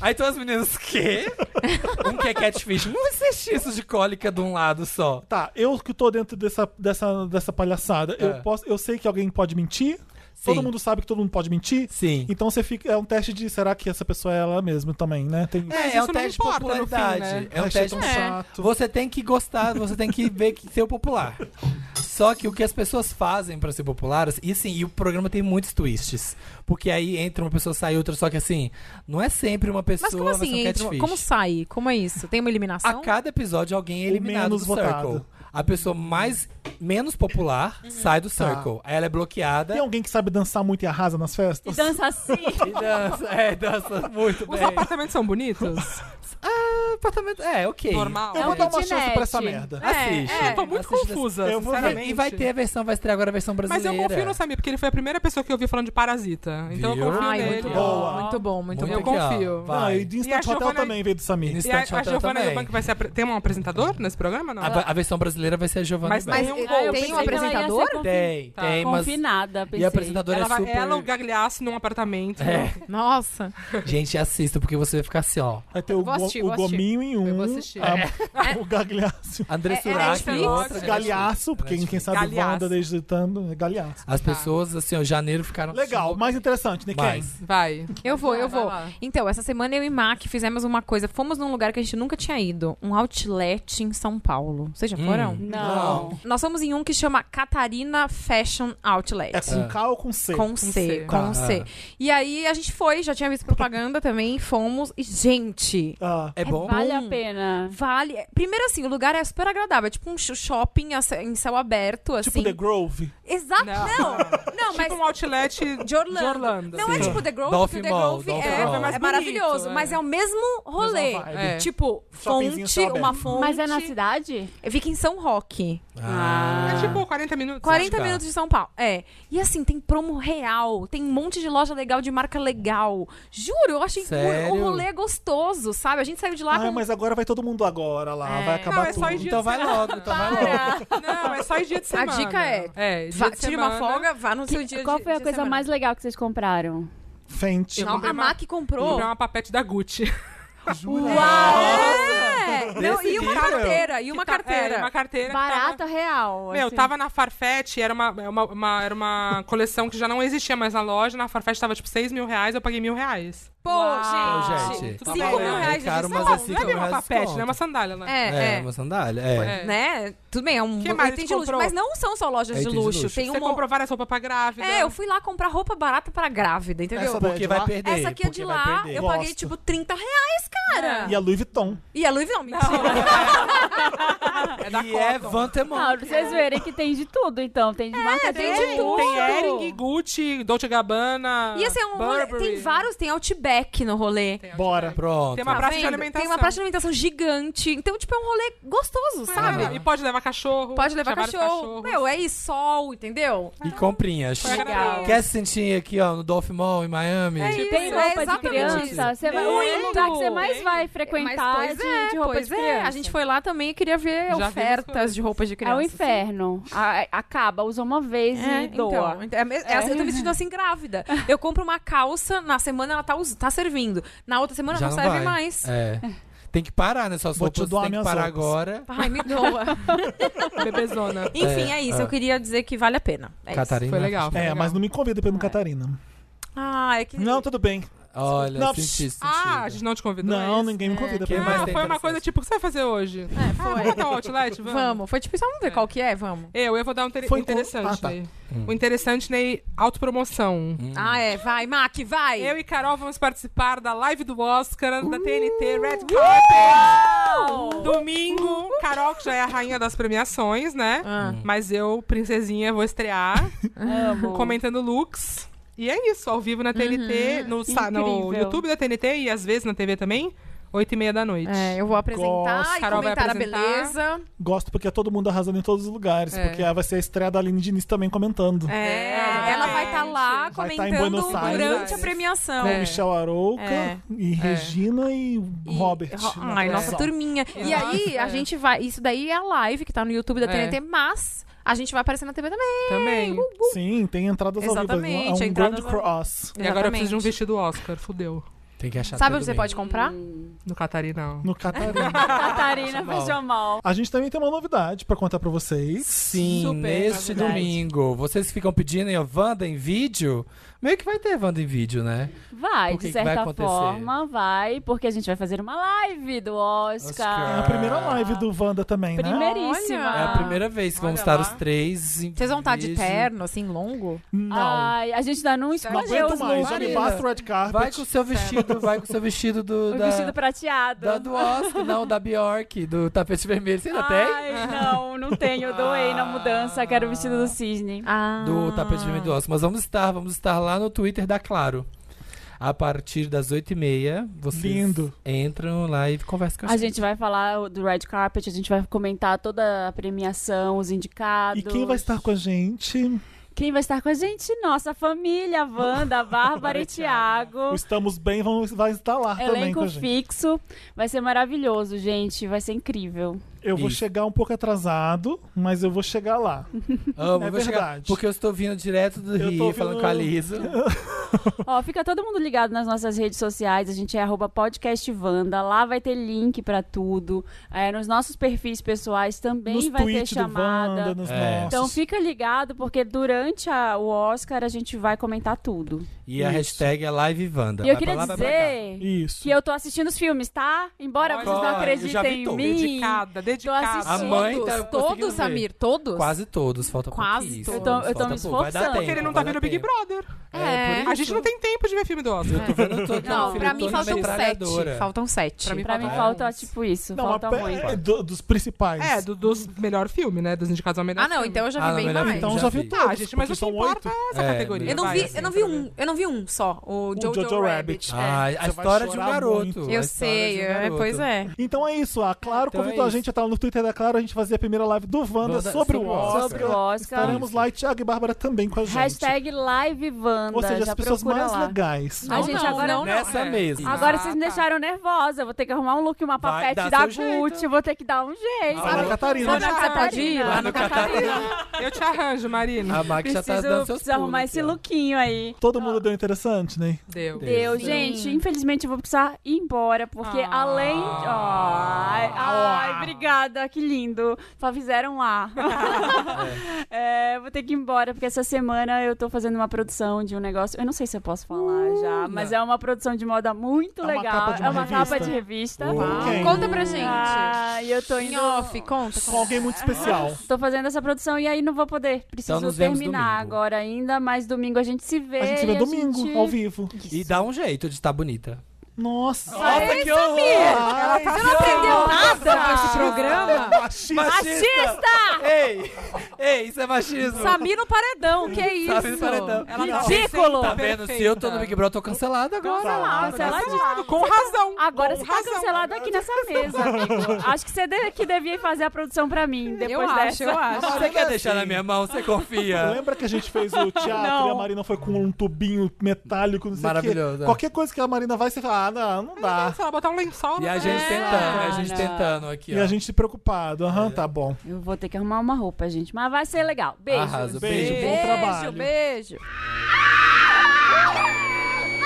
Speaker 3: Aí todas as meninas, quê? um que é catfish. Não existe isso de cólica de um lado só.
Speaker 1: Tá, eu que tô dentro dessa, dessa, dessa palhaçada,
Speaker 3: É.
Speaker 1: eu, posso, eu sei que alguém pode mentir?
Speaker 3: Sim.
Speaker 1: Todo mundo sabe que todo mundo pode mentir.
Speaker 3: Sim.
Speaker 1: Então você fica. É um teste de será que essa pessoa é ela mesma também, né? Tem.
Speaker 4: Mas
Speaker 3: É, é um
Speaker 4: isso não
Speaker 3: teste de
Speaker 4: importa no fim,
Speaker 3: popularidade.
Speaker 4: né?
Speaker 3: É um
Speaker 1: Ai, achei
Speaker 3: teste
Speaker 1: tão
Speaker 3: de-
Speaker 1: chato.
Speaker 3: Você tem que gostar, você tem que ver que ser popular. Só que o que as pessoas fazem pra ser populares, e sim, e o programa tem muitos twists. Porque aí entra uma pessoa, sai outra, só que assim, não é sempre uma pessoa,
Speaker 5: Mas como
Speaker 3: vai ser um
Speaker 5: assim? entra-
Speaker 3: catfish.
Speaker 5: como sai? Como é isso? Tem uma
Speaker 3: A
Speaker 5: eliminação?
Speaker 3: cada episódio alguém é
Speaker 1: O
Speaker 3: eliminado
Speaker 1: menos
Speaker 3: do
Speaker 1: votado.
Speaker 3: Circle. A pessoa mais menos popular
Speaker 5: Uhum.
Speaker 3: sai do
Speaker 1: Tá.
Speaker 3: Circle. Aí ela é bloqueada.
Speaker 1: Tem alguém que sabe dançar muito e arrasa nas
Speaker 2: E
Speaker 1: festas?
Speaker 2: dança assim.
Speaker 4: um
Speaker 3: E dança, é, dança muito
Speaker 4: Os
Speaker 3: bem.
Speaker 4: apartamentos são bonitos?
Speaker 3: Ah, apartamento. É, ok.
Speaker 4: Normal?
Speaker 1: Eu
Speaker 2: É
Speaker 1: vou
Speaker 2: um
Speaker 1: dar uma chance
Speaker 2: kitnet.
Speaker 1: pra essa
Speaker 5: É,
Speaker 1: merda.
Speaker 3: Assiste.
Speaker 4: Eu tô muito
Speaker 3: Assiste,
Speaker 4: confusa,
Speaker 1: Eu vou ver.
Speaker 4: sinceramente.
Speaker 3: E vai ter a versão, vai estrear agora a versão
Speaker 4: Mas
Speaker 3: brasileira.
Speaker 4: eu confio no Samir, porque ele foi a primeira pessoa que eu vi falando de Parasita. Então
Speaker 3: Viu?
Speaker 4: eu confio
Speaker 5: Ai,
Speaker 4: nele.
Speaker 5: muito
Speaker 1: Boa.
Speaker 5: bom, muito bom,
Speaker 3: então
Speaker 4: Muito
Speaker 5: muito, bom.
Speaker 4: bom. eu confio.
Speaker 3: ó,
Speaker 1: Ah, e
Speaker 3: Vai.
Speaker 1: de Instant
Speaker 4: E a
Speaker 1: Hotel
Speaker 4: Giovanna-
Speaker 1: também veio do Samir.
Speaker 3: Isso.
Speaker 4: E a,
Speaker 3: Instante
Speaker 4: a
Speaker 3: Hotel
Speaker 4: Giovanna
Speaker 3: também.
Speaker 4: Eubank vai ser. apre- Tem um apresentador nesse programa? Não? é?
Speaker 3: A, a versão brasileira vai ser a Giovanna.
Speaker 4: Mas-
Speaker 3: Bell.
Speaker 4: mas-
Speaker 5: Tem um,
Speaker 4: Ah, eu
Speaker 5: tem
Speaker 4: pensei que
Speaker 5: um
Speaker 4: ela ia ser
Speaker 5: apresentador?
Speaker 2: confi-
Speaker 3: tem,
Speaker 4: tá.
Speaker 3: tem, mas.
Speaker 2: Confinada, pensei.
Speaker 3: E a apresentadora
Speaker 4: ela,
Speaker 3: é
Speaker 4: vai-
Speaker 3: super.
Speaker 4: ela, o Gagliasso num apartamento.
Speaker 3: É.
Speaker 5: Nossa.
Speaker 3: Gente, assista, porque você vai ficar assim, ó.
Speaker 1: Vai ter o,
Speaker 5: Vou
Speaker 1: go-
Speaker 5: assistir,
Speaker 1: o
Speaker 5: vou assistir.
Speaker 1: gominho em um.
Speaker 4: vou assistir.
Speaker 1: a- o gagliaço.
Speaker 3: André
Speaker 5: É- é
Speaker 3: Surak,
Speaker 5: Netflix?
Speaker 3: outra.
Speaker 1: Galhaço, porque quem sabe
Speaker 4: Galhaço.
Speaker 1: Wanda desde tanto. é Galhaço.
Speaker 3: As pessoas, assim, ó, janeiro ficaram.
Speaker 1: Legal, mais interessante, né? Ken?
Speaker 3: Mas,
Speaker 4: Vai.
Speaker 5: Eu vou, eu
Speaker 4: Vai
Speaker 5: vou.
Speaker 4: lá.
Speaker 5: Então, essa semana eu e Mac fizemos uma coisa. Fomos num lugar que a gente nunca tinha ido. Um outlet em São Paulo. Vocês já foram?
Speaker 2: Não.
Speaker 5: Nós fomos em um que chama Catarina Fashion Outlet.
Speaker 1: É com K ou com C?
Speaker 5: ah. Com
Speaker 4: C.
Speaker 5: C, com
Speaker 3: Ah.
Speaker 5: C. E aí a gente foi, já tinha visto propaganda também, fomos. E, gente,
Speaker 1: Ah,
Speaker 3: é bom?
Speaker 2: Vale a pena.
Speaker 5: vale. Primeiro, assim, o lugar é super agradável. É tipo um sh- shopping a ce- em céu aberto, assim.
Speaker 1: tipo The Grove.
Speaker 3: Ah,
Speaker 5: Exato.
Speaker 4: Não.
Speaker 5: Não, não, mas.
Speaker 4: Tipo um outlet de
Speaker 5: De Orlando.
Speaker 4: Orlando.
Speaker 5: Não é
Speaker 3: Sim.
Speaker 5: tipo The Grove,
Speaker 3: Dolphin
Speaker 5: porque o The
Speaker 3: Mall,
Speaker 5: Grove
Speaker 3: Dolphin
Speaker 5: é,
Speaker 3: Mall.
Speaker 5: é
Speaker 3: Mas
Speaker 4: bonito,
Speaker 5: maravilhoso,
Speaker 4: é.
Speaker 5: mas é o mesmo rolê.
Speaker 1: Mesma vibe.
Speaker 4: É.
Speaker 5: Tipo,
Speaker 1: Shoppingzinho
Speaker 5: fonte,
Speaker 1: céu aberto.
Speaker 5: uma fonte.
Speaker 2: Mas é na cidade?
Speaker 5: Fica em São Roque.
Speaker 3: Ah.
Speaker 4: É tipo 40 minutos.
Speaker 5: 40
Speaker 3: Tá.
Speaker 5: minutos de São Paulo. É. E assim, tem promo real, tem um monte de loja legal, de marca legal. Juro, eu achei
Speaker 3: Sério?
Speaker 5: o, o rolê é gostoso, sabe? A gente saiu de lá
Speaker 1: Ah,
Speaker 5: com.
Speaker 1: mas agora vai todo mundo agora lá. Vai acabar
Speaker 4: Não, é
Speaker 1: tudo.
Speaker 4: só ir de-
Speaker 3: Então vai logo, então vai logo.
Speaker 5: Para!
Speaker 4: Não, é só em dia de
Speaker 5: A
Speaker 4: semana.
Speaker 5: dica é,
Speaker 4: É, dia
Speaker 5: Vá,
Speaker 4: de
Speaker 5: tire
Speaker 4: semana.
Speaker 5: uma folga, vá no seu dia
Speaker 2: Qual
Speaker 5: de-
Speaker 2: foi a
Speaker 5: de
Speaker 2: coisa
Speaker 5: semana.
Speaker 2: mais legal que vocês compraram?
Speaker 1: Fente.
Speaker 4: Eu
Speaker 5: Não,
Speaker 4: comprei
Speaker 5: a
Speaker 4: uma-
Speaker 5: Mac comprou.
Speaker 4: Comprar uma papete da Gucci.
Speaker 5: É! Não, e uma
Speaker 3: Decidiram.
Speaker 5: carteira, e uma
Speaker 4: Que tá-
Speaker 5: carteira.
Speaker 4: É, uma carteira. que tava-
Speaker 2: Barata real.
Speaker 4: Meu, tá
Speaker 2: assim.
Speaker 4: tava na Farfetch, era uma, é uma- uma- era uma coleção que já não existia mais na loja. Na Farfetch tava tipo 6 mil reais, eu paguei mil reais.
Speaker 5: Pô,
Speaker 3: Pô,
Speaker 5: gente.
Speaker 3: então, gente.
Speaker 5: 5
Speaker 4: Tudo bem,
Speaker 5: mil
Speaker 4: né?
Speaker 5: reais de
Speaker 3: É caro,
Speaker 5: desconto.
Speaker 3: mas assim,
Speaker 4: não é
Speaker 3: cinco mil
Speaker 4: bem uma
Speaker 3: reais
Speaker 4: papete,
Speaker 3: desconto.
Speaker 4: né? É uma sandália, né?
Speaker 5: É,
Speaker 3: É,
Speaker 5: é.
Speaker 3: uma sandália. É.
Speaker 4: É.
Speaker 5: Né? Tudo bem, é um
Speaker 4: Que mais
Speaker 5: item de
Speaker 4: você
Speaker 5: luxo.
Speaker 4: comprou?
Speaker 5: Mas não são só lojas
Speaker 3: É
Speaker 5: de
Speaker 3: item de
Speaker 5: luxo.
Speaker 3: luxo.
Speaker 5: Tem
Speaker 4: Você
Speaker 5: uma.
Speaker 4: comprou várias roupas pra grávida.
Speaker 5: É, eu fui lá comprar roupa barata pra grávida, entendeu?
Speaker 1: Essa daí é
Speaker 3: Porque
Speaker 1: de
Speaker 3: vai
Speaker 1: lá?
Speaker 3: perder.
Speaker 5: Essa aqui é
Speaker 3: porque
Speaker 5: de
Speaker 3: vai
Speaker 5: lá,
Speaker 3: perder.
Speaker 5: eu
Speaker 1: Gosto. É.
Speaker 5: paguei tipo 30 reais, cara.
Speaker 1: E a Louis Vuitton.
Speaker 5: E a Louis Vuitton, mentira.
Speaker 4: É da
Speaker 3: E é
Speaker 4: Cotton.
Speaker 3: Vantemon.
Speaker 2: Não, pra vocês verem que tem de tudo, então. Tem de marca
Speaker 5: é. tem
Speaker 2: de
Speaker 5: de
Speaker 2: tudo.
Speaker 4: Tem Ering, Gucci, Dolce Gabbana.
Speaker 5: E assim, é um rolê,
Speaker 4: Burberry.
Speaker 5: tem vários, tem Outback no rolê. Tem
Speaker 1: Bora.
Speaker 3: Pronto.
Speaker 4: Tem uma praça de alimentação.
Speaker 5: Tem uma praça de alimentação gigante. Então, tipo, é um rolê gostoso, sabe?
Speaker 4: É, E pode levar cachorro.
Speaker 5: Pode levar
Speaker 4: tinha vários
Speaker 5: cachorro.
Speaker 4: cachorros.
Speaker 5: Meu, é isso, sol, entendeu?
Speaker 3: E comprinhas.
Speaker 4: Foi agradável.
Speaker 3: Quer se sentir aqui, ó, no Dolph Mall, em Miami?
Speaker 5: isso.
Speaker 2: Tem
Speaker 5: É
Speaker 2: roupa de
Speaker 5: exatamente
Speaker 2: criança.
Speaker 5: isso.
Speaker 2: Você vai, é o
Speaker 5: Muito.
Speaker 2: lugar que você mais vai
Speaker 5: Mas,
Speaker 2: frequentar
Speaker 5: pois
Speaker 2: de,
Speaker 5: é,
Speaker 2: de roupa
Speaker 5: pois
Speaker 2: de
Speaker 5: é.
Speaker 2: criança.
Speaker 5: A gente foi lá também e queria ver
Speaker 4: Já vi as
Speaker 5: ofertas
Speaker 4: coisas.
Speaker 5: de roupas de criança.
Speaker 2: É o inferno. A- acaba, usa uma vez
Speaker 5: É,
Speaker 2: e doa.
Speaker 5: então, é, mes- é assim, eu tô me sentindo assim grávida. Eu compro uma calça, na semana ela tá, us- tá servindo. Na outra semana
Speaker 3: Já
Speaker 5: não,
Speaker 3: não
Speaker 5: serve
Speaker 3: vai.
Speaker 5: mais.
Speaker 3: É. Tem que parar, né? Suas
Speaker 1: Vou te
Speaker 3: roupas
Speaker 1: doar
Speaker 3: tem que
Speaker 1: minhas
Speaker 3: parar
Speaker 1: roupas.
Speaker 3: agora.
Speaker 5: Ai, me doa.
Speaker 4: Bebezona.
Speaker 5: Enfim, é, isso. Eu queria dizer que vale a pena. É
Speaker 3: Catarina.
Speaker 4: Foi legal. foi
Speaker 1: É,
Speaker 4: legal.
Speaker 1: mas não me convida pra ir no Catarina.
Speaker 5: Isso. Ah, é que.
Speaker 1: Não, tudo bem.
Speaker 3: Olha,
Speaker 1: Não,
Speaker 3: senti, senti.
Speaker 4: Ah, a gente não te convidou. é
Speaker 1: é Não,
Speaker 4: isso?
Speaker 1: ninguém me convida pra
Speaker 3: quem
Speaker 1: ir.
Speaker 3: mais
Speaker 4: Não,
Speaker 3: tem
Speaker 4: foi uma
Speaker 3: interessante?
Speaker 4: coisa tipo, o que você vai fazer hoje?
Speaker 5: É, foi.
Speaker 4: Vamos dar um outlet? Vamos.
Speaker 5: Vamos. Foi tipo, só vamos ver qual que é, vamos.
Speaker 4: Eu, eu vou dar um inter-
Speaker 1: Foi com-
Speaker 4: interessante,
Speaker 1: Ah, tá. Hum.
Speaker 4: Ney. O interessante, Ney, autopromoção.
Speaker 5: Ah, é. Vai, Mac, vai.
Speaker 4: Eu e Carol vamos participar da live do Oscar,
Speaker 1: Uh!
Speaker 4: da TNT Red Carpet. Domingo, Carol, que já é a rainha das premiações, né?
Speaker 5: Ah.
Speaker 1: Hum.
Speaker 4: Mas eu, princesinha, vou estrear
Speaker 2: Amo.
Speaker 4: comentando looks. E é isso, ao vivo
Speaker 5: Uhum.
Speaker 4: na TNT, no, sa- no
Speaker 2: Incrível.
Speaker 4: YouTube da TNT e às vezes na TV também, oito e meia da noite.
Speaker 5: É, eu vou apresentar
Speaker 1: Gosto.
Speaker 5: e
Speaker 4: Carol vai
Speaker 5: comentar a
Speaker 4: apresentar.
Speaker 5: beleza.
Speaker 1: Gosto porque é todo mundo arrasando em todos os lugares.
Speaker 4: É.
Speaker 1: Porque vai ser a estreia da Aline Diniz também comentando.
Speaker 5: É, ela vai estar lá
Speaker 1: Vai tá em
Speaker 5: comentando
Speaker 1: Buenos Aires.
Speaker 5: durante a premiação.
Speaker 1: Com
Speaker 4: É.
Speaker 1: Michel Arouca
Speaker 5: É.
Speaker 1: e Regina e,
Speaker 5: E-
Speaker 1: Robert.
Speaker 5: Ro-
Speaker 1: na
Speaker 5: Ai, nossa
Speaker 1: produção.
Speaker 5: turminha. E
Speaker 4: Nossa,
Speaker 5: aí,
Speaker 4: é.
Speaker 5: a gente vai. Isso daí é a live que tá no YouTube da
Speaker 4: É.
Speaker 5: TNT, mas a gente vai aparecer na TV também.
Speaker 4: Também.
Speaker 1: Sim, tem entradas ao vivo. É um-
Speaker 5: Exatamente,
Speaker 1: É um
Speaker 5: entradas
Speaker 1: grande
Speaker 5: ao-
Speaker 1: cross.
Speaker 4: E agora eu preciso de um
Speaker 5: Exatamente.
Speaker 4: vestido Oscar, fudeu.
Speaker 3: Tem que achar
Speaker 5: Sabe
Speaker 3: até
Speaker 5: onde você
Speaker 3: domingo.
Speaker 5: pode comprar?
Speaker 4: No Catari, não.
Speaker 1: No Catarina.
Speaker 2: Catarina fechou mal.
Speaker 1: A gente também tem uma novidade pra contar pra vocês.
Speaker 3: Sim,
Speaker 2: Super
Speaker 3: neste
Speaker 2: novidade.
Speaker 3: domingo. Vocês que ficam pedindo em Wanda em vídeo, meio que vai ter Wanda em vídeo, né?
Speaker 2: Vai,
Speaker 3: O que
Speaker 2: de
Speaker 3: que vai
Speaker 2: certa
Speaker 3: acontecer?
Speaker 2: forma, vai, porque a gente vai fazer uma live do Oscar.
Speaker 3: Oscar.
Speaker 1: É a primeira live do Wanda também, né?
Speaker 2: Primeiríssima.
Speaker 5: Ah, Olha.
Speaker 3: é a primeira vez que vamos
Speaker 4: olha
Speaker 3: estar
Speaker 4: lá.
Speaker 3: os três. em
Speaker 5: Vocês vão estar de
Speaker 3: vídeo.
Speaker 5: terno, assim, longo?
Speaker 1: Não.
Speaker 2: Ai, a gente ainda não
Speaker 1: não
Speaker 2: escolheu
Speaker 1: aguento
Speaker 2: Ah, é os
Speaker 1: mais. Já
Speaker 2: looks.
Speaker 1: me
Speaker 3: Marina.
Speaker 1: basta o red carpet.
Speaker 3: Vai com o seu vestido, vai com o seu vestido do.
Speaker 2: O
Speaker 3: da,
Speaker 2: vestido prateado.
Speaker 3: da- do Oscar, não, da Bjork, do tapete vermelho.
Speaker 5: Ah,
Speaker 3: Você ainda tem?
Speaker 2: Ai, não, não tenho. Eu doei na mudança. Quero o vestido do cisne.
Speaker 5: Ah.
Speaker 3: Do tapete vermelho do Oscar. Mas vamos estar, vamos estar lá no Twitter da Claro. A partir das 8h30, vocês
Speaker 1: Lindo.
Speaker 3: entram lá e conversam com a
Speaker 2: A gente vai falar o- do red carpet, a gente vai comentar toda a premiação, os indicados.
Speaker 1: E quem vai estar com a gente?
Speaker 2: Quem vai estar com a gente? Nossa família, Wanda, Bárbara e Thiago.
Speaker 1: O Estamos Bem vão, vai estar lá também com
Speaker 2: Elenco
Speaker 1: a gente.
Speaker 2: fixo. Vai ser maravilhoso, gente. Vai ser incrível.
Speaker 1: Eu vou
Speaker 3: Isso.
Speaker 1: chegar um pouco atrasado, mas eu vou chegar lá.
Speaker 3: Amo,
Speaker 1: É
Speaker 3: vou chegar-
Speaker 1: verdade.
Speaker 3: porque eu estou vindo direto do
Speaker 1: Eu tô
Speaker 3: Rio, falando com a Liso.
Speaker 2: Ó, fica todo mundo ligado nas nossas redes sociais. A gente é arroba podcastvanda. Lá vai ter link pra tudo. É, nos nossos perfis pessoais também
Speaker 1: nos
Speaker 2: vai ter
Speaker 1: tweets do
Speaker 2: chamada.
Speaker 1: Wanda, nos
Speaker 3: É.
Speaker 1: nossos.
Speaker 2: Então fica ligado, porque durante a- o Oscar a gente vai comentar tudo.
Speaker 3: E a
Speaker 1: Isso.
Speaker 3: hashtag é LiveWanda.
Speaker 2: E eu
Speaker 3: Vai pra
Speaker 2: queria
Speaker 3: lá, vai pra cá.
Speaker 2: dizer
Speaker 1: Isso.
Speaker 2: que eu tô assistindo os filmes, tá? Embora
Speaker 4: Olha,
Speaker 2: vocês não
Speaker 3: eu já vi
Speaker 2: acreditem em
Speaker 3: tudo.
Speaker 2: mim.
Speaker 4: Dedicada, dedicada.
Speaker 3: A
Speaker 2: assistindo.
Speaker 3: mãe tá
Speaker 5: Todos,
Speaker 3: conseguindo
Speaker 5: todos
Speaker 3: ver.
Speaker 5: Samir, todos?
Speaker 3: Quase todos, falta
Speaker 5: Quase
Speaker 3: pouquíssimo.
Speaker 5: todos. Então, Eu tô-
Speaker 2: eu tô
Speaker 3: Falta
Speaker 2: me
Speaker 3: pouco. Vai dar
Speaker 2: esforçando.
Speaker 3: tempo,
Speaker 4: Porque ele não tá
Speaker 3: vai
Speaker 4: vendo
Speaker 3: dar
Speaker 4: Big
Speaker 3: tempo.
Speaker 4: Brother.
Speaker 5: É,
Speaker 3: É,
Speaker 4: A gente não tem tempo de ver filme do Oscar.
Speaker 3: Eu tô vendo todo
Speaker 5: Não,
Speaker 3: filme,
Speaker 5: pra
Speaker 3: tô
Speaker 5: mim
Speaker 3: na
Speaker 5: faltam
Speaker 3: metralhadora.
Speaker 5: sete. Faltam sete.
Speaker 4: Pra mim,
Speaker 2: Pra mim
Speaker 4: É.
Speaker 2: falta, tipo, isso.
Speaker 1: Tá Não,
Speaker 2: falta
Speaker 1: mas
Speaker 2: muito.
Speaker 1: é do- dos principais.
Speaker 4: É, do- dos melhor filme, né? Dos indicados ao melhor
Speaker 5: Ah, não,
Speaker 4: filme.
Speaker 5: então eu já vi
Speaker 3: Ah, não,
Speaker 5: bem
Speaker 3: melhor
Speaker 5: mais.
Speaker 1: Então
Speaker 3: já
Speaker 1: já vi
Speaker 3: vi.
Speaker 1: todos.
Speaker 4: Ah, gente, mas
Speaker 1: porque
Speaker 4: o que
Speaker 1: são
Speaker 4: importa é essa
Speaker 3: É,
Speaker 4: categoria.
Speaker 5: Eu não
Speaker 4: vai,
Speaker 5: vi,
Speaker 4: assim,
Speaker 5: eu não vi
Speaker 4: pra ver.
Speaker 5: um, eu não vi um só, o Jojo,
Speaker 1: Jojo
Speaker 5: Rabbit.
Speaker 1: Rabbit.
Speaker 3: Ah, a
Speaker 1: Você vai
Speaker 3: história de um
Speaker 1: chorar muito.
Speaker 3: garoto. a
Speaker 5: um Eu
Speaker 3: história
Speaker 5: sei,
Speaker 3: de um
Speaker 5: é,
Speaker 3: garoto.
Speaker 5: pois é.
Speaker 1: Então é isso. A Claro
Speaker 3: Então é
Speaker 1: convidou a
Speaker 3: isso.
Speaker 1: gente a estar no Twitter da Claro. A gente fazia a primeira live do Wanda
Speaker 3: Wanda-
Speaker 1: sobre, o
Speaker 3: sobre o
Speaker 1: Oscar.
Speaker 3: Oscar.
Speaker 2: Sobre o Oscar.
Speaker 1: Estaremos lá e Thiago e Bárbara também com a gente.
Speaker 2: Hashtag LiveWanda.
Speaker 1: Ou seja,
Speaker 2: já
Speaker 1: as pessoas
Speaker 2: procura
Speaker 1: mais
Speaker 2: lá.
Speaker 1: legais.
Speaker 2: A gente agora-
Speaker 5: não,
Speaker 3: Nessa
Speaker 5: é.
Speaker 3: mesma.
Speaker 2: Agora
Speaker 5: Ah,
Speaker 2: vocês me
Speaker 5: tá.
Speaker 2: deixaram nervosa. Vou ter que arrumar um look, uma
Speaker 3: Vai
Speaker 2: papete
Speaker 3: dar
Speaker 2: da
Speaker 3: seu
Speaker 2: Gucci.
Speaker 3: jeito.
Speaker 2: Vou ter que dar um jeito.
Speaker 1: Fala na é Catarina.
Speaker 2: Sabe onde você pode ir?
Speaker 3: Lá no Catarina.
Speaker 5: um.
Speaker 4: Eu te arranjo, Marina.
Speaker 3: A Max já tá
Speaker 2: Preciso,
Speaker 3: dando seus
Speaker 2: preciso arrumar
Speaker 3: pulos
Speaker 2: esse
Speaker 3: aqui, ó.
Speaker 2: lookinho aí.
Speaker 1: Todo mundo deu interessante, né?
Speaker 3: Ah,
Speaker 4: Deu.
Speaker 2: Deu,
Speaker 5: Sim.
Speaker 2: gente. Infelizmente eu vou precisar ir embora, porque
Speaker 4: Ah.
Speaker 2: além. Ai,
Speaker 3: Ah,
Speaker 2: ai, obrigada, que lindo. Só fizeram lá. É, vou ter que ir embora, porque essa semana eu tô fazendo uma produção de um negócio. Eu não sei se eu posso falar já, mas é uma produção de moda muito
Speaker 1: É uma
Speaker 2: legal.
Speaker 1: capa de uma
Speaker 2: é uma
Speaker 1: revista.
Speaker 2: capa de revista.
Speaker 3: Uau.
Speaker 1: Quem?
Speaker 5: Conta pra gente.
Speaker 2: Ah, e eu tô
Speaker 5: Em
Speaker 2: indo.
Speaker 5: off, conta.
Speaker 1: Com alguém muito especial.
Speaker 2: Tô fazendo essa produção e aí não vou
Speaker 1: Então,
Speaker 2: poder. Preciso
Speaker 3: nos vemos
Speaker 2: terminar
Speaker 3: domingo.
Speaker 2: agora ainda, mas domingo a gente se vê.
Speaker 1: A gente se
Speaker 2: e
Speaker 1: vê domingo,
Speaker 2: gente-
Speaker 1: ao vivo.
Speaker 3: E dá um jeito de estar bonita.
Speaker 1: Nossa.
Speaker 3: Nossa, que horror!
Speaker 1: Ela tá
Speaker 5: Você não aprendeu nada com esse programa?
Speaker 3: Machista! Ei! Ei, isso é machismo!
Speaker 5: Samir no paredão, que é isso?
Speaker 3: Sabe, paredão.
Speaker 4: Ela tá
Speaker 2: Ridículo!
Speaker 3: Tá vendo? Se eu tô no Big Brother, eu tô cancelada agora.
Speaker 2: Cancelado, cancelado.
Speaker 4: Com razão.
Speaker 2: Agora
Speaker 4: com
Speaker 2: você tá cancelado aqui nessa mesa, amigo. Acho que você deve, que devia fazer a produção pra mim depois
Speaker 5: Eu acho,
Speaker 2: dessa.
Speaker 5: eu acho.
Speaker 3: Você quer deixar na minha mão? Você confia?
Speaker 1: Lembra que a gente fez o teatro
Speaker 2: Não.
Speaker 1: e a Marina foi com um tubinho metálico, não sei o
Speaker 3: Maravilhoso,
Speaker 1: quê?
Speaker 3: é.
Speaker 1: Qualquer coisa que a Marina vai, você fala, ah, não, não dá.
Speaker 4: Se ela botar um lençol
Speaker 3: E
Speaker 4: na
Speaker 3: a gente
Speaker 4: frente.
Speaker 3: tentando, a gente
Speaker 2: não.
Speaker 3: tentando aqui, ó.
Speaker 1: E a gente se preocupado. Aham, tá bom.
Speaker 2: Eu vou ter que arrumar uma roupa, gente. Mas vai ser legal. Beijo.
Speaker 3: Arrasa,
Speaker 1: Beijo,
Speaker 3: beijo.
Speaker 1: bom trabalho.
Speaker 5: beijo.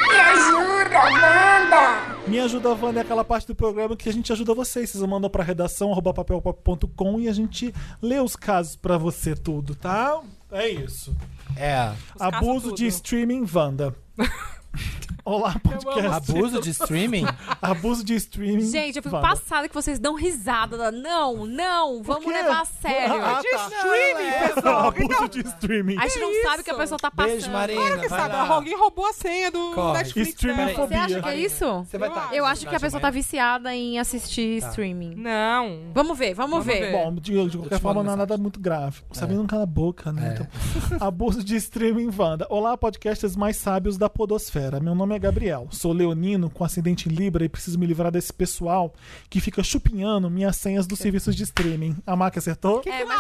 Speaker 6: Me ajuda, Wanda!
Speaker 1: Me ajuda, Wanda, é aquela parte do programa que a gente ajuda vocês. Vocês mandam pra redação, arroba papelpop.com e a gente lê os casos pra você tudo, tá? É isso.
Speaker 3: É.
Speaker 1: Abuso
Speaker 4: tudo.
Speaker 1: de streaming, Wanda. Olá, podcast.
Speaker 3: Abuso de streaming?
Speaker 1: Abuso de streaming.
Speaker 5: Gente, eu fico
Speaker 1: Wanda.
Speaker 5: passada que vocês dão risada. da- Não, não, vamos
Speaker 1: quê?
Speaker 5: levar a sério.
Speaker 1: Ah,
Speaker 4: De streaming, pessoal.
Speaker 1: Abuso de streaming.
Speaker 5: A gente não sabe o que a pessoa tá passando.
Speaker 3: Beijo, Marina.
Speaker 4: Claro que
Speaker 3: vai
Speaker 4: sabe.
Speaker 3: lá.
Speaker 4: Alguém roubou a senha do
Speaker 3: Corre.
Speaker 4: Netflix. né?
Speaker 1: Streaming
Speaker 4: dela.
Speaker 1: fobia.
Speaker 5: Você acha que é isso?
Speaker 3: Você vai
Speaker 4: Eu
Speaker 3: tá-
Speaker 4: acho.
Speaker 5: Eu acho que a
Speaker 3: Acha
Speaker 5: pessoa tá
Speaker 3: mesmo?
Speaker 5: viciada em assistir streaming.
Speaker 4: Não.
Speaker 5: Vamos ver, vamos,
Speaker 4: Vamos
Speaker 5: ver.
Speaker 4: ver.
Speaker 1: Bom, de, de
Speaker 3: Eu
Speaker 1: qualquer
Speaker 3: te mando
Speaker 1: forma, não é
Speaker 3: mensagem.
Speaker 1: nada muito grave. O Sabino não cala a boca, né?
Speaker 3: É.
Speaker 1: Então, abuso de streaming, Wanda. Olá, podcasters mais sábios da podosfera. Meu nome é Gabriel. Sou leonino, com ascendente em Libra e preciso me livrar desse pessoal que fica chupinhando minhas senhas dos serviços de streaming. A Mac acertou?
Speaker 5: É, mas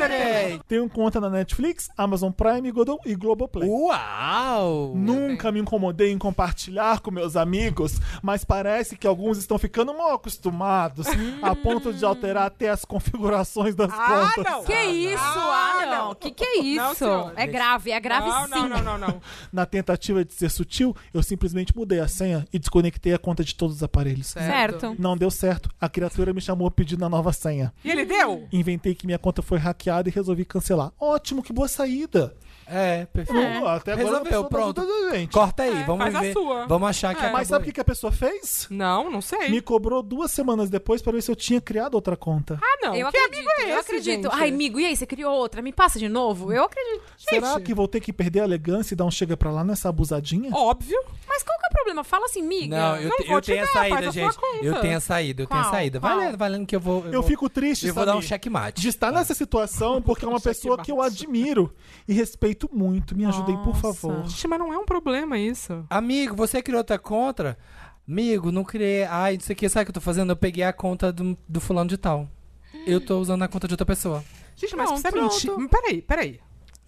Speaker 5: né?
Speaker 1: Tenho conta na Netflix, Amazon Prime Godot e
Speaker 3: Uh,
Speaker 1: Globoplay.
Speaker 3: Uau!
Speaker 1: Nunca me incomodei em compartilhar com meus amigos, mas parece que alguns estão ficando mal acostumados,
Speaker 5: Hum.
Speaker 1: a ponto de alterar até as configurações das
Speaker 4: Ah,
Speaker 1: contas.
Speaker 4: não.
Speaker 5: que é isso? Ah, não. Que que é
Speaker 4: Não,
Speaker 5: isso?
Speaker 4: senhor.
Speaker 5: é grave, é grave
Speaker 4: não,
Speaker 5: sim.
Speaker 4: não, não, não, não.
Speaker 1: Na tentativa de ser sutil, eu simplesmente mudei a senha e desconectei a conta de todos os aparelhos.
Speaker 5: Certo.
Speaker 1: Não deu certo. A criatura me chamou pedindo a nova senha.
Speaker 4: E ele deu?
Speaker 1: Inventei que minha conta foi hackeada e resolvi cancelar. Ótimo, que boa saída.
Speaker 3: É, perfeito.
Speaker 1: Não, Até agora a
Speaker 3: Resolveu,
Speaker 1: pessoa tá
Speaker 3: pronto.
Speaker 1: ajudando a gente.
Speaker 3: Corta aí,
Speaker 4: É,
Speaker 3: vamos
Speaker 4: faz a
Speaker 3: ver.
Speaker 4: sua.
Speaker 3: Vamos achar que
Speaker 4: É.
Speaker 3: acabou
Speaker 1: Mas sabe o
Speaker 3: aí.
Speaker 1: que, que a pessoa fez?
Speaker 4: Não, não sei.
Speaker 1: Me cobrou duas semanas depois para ver se eu tinha criado outra conta.
Speaker 4: Ah, não.
Speaker 5: Eu
Speaker 4: que
Speaker 5: acredito,
Speaker 4: amigo é esse,
Speaker 5: eu acredito.
Speaker 4: gente?
Speaker 5: Ai, amigo, e aí, você criou outra? Me passa de novo? Eu acredito.
Speaker 1: Será que vou ter que perder a elegância e dar um chega pra lá nessa abusadinha?
Speaker 4: Óbvio.
Speaker 5: Mas qual que é o problema? Fala assim, miga.
Speaker 3: Não, eu,
Speaker 4: Não
Speaker 3: te-
Speaker 4: vou
Speaker 3: eu
Speaker 4: te
Speaker 3: tenho a
Speaker 4: dar, faz
Speaker 3: saída,
Speaker 4: a sua
Speaker 3: gente. Eu
Speaker 4: conta.
Speaker 3: tenho a saída, eu tenho a
Speaker 5: Qual?
Speaker 3: saída. Vai
Speaker 5: Qual?
Speaker 3: lendo, vai lendo que eu vou. Eu,
Speaker 1: Eu
Speaker 3: vou-
Speaker 1: fico triste,
Speaker 3: Eu vou
Speaker 1: Samir,
Speaker 3: dar um checkmate.
Speaker 1: de
Speaker 4: É.
Speaker 1: estar nessa situação, porque é uma pessoa que eu admiro e respeito muito. Me ajudem, por
Speaker 5: Nossa.
Speaker 1: favor.
Speaker 4: Gente, mas não é um problema isso.
Speaker 3: Amigo, você criou outra conta? Amigo, não criei. Ai, não sei o que, sabe o que eu tô fazendo? Eu peguei a conta do, do fulano de tal. Eu tô usando a conta de outra pessoa.
Speaker 4: Gente, mas
Speaker 5: Não,
Speaker 4: precisa
Speaker 5: pronto.
Speaker 4: mentir. Hum, Peraí, peraí.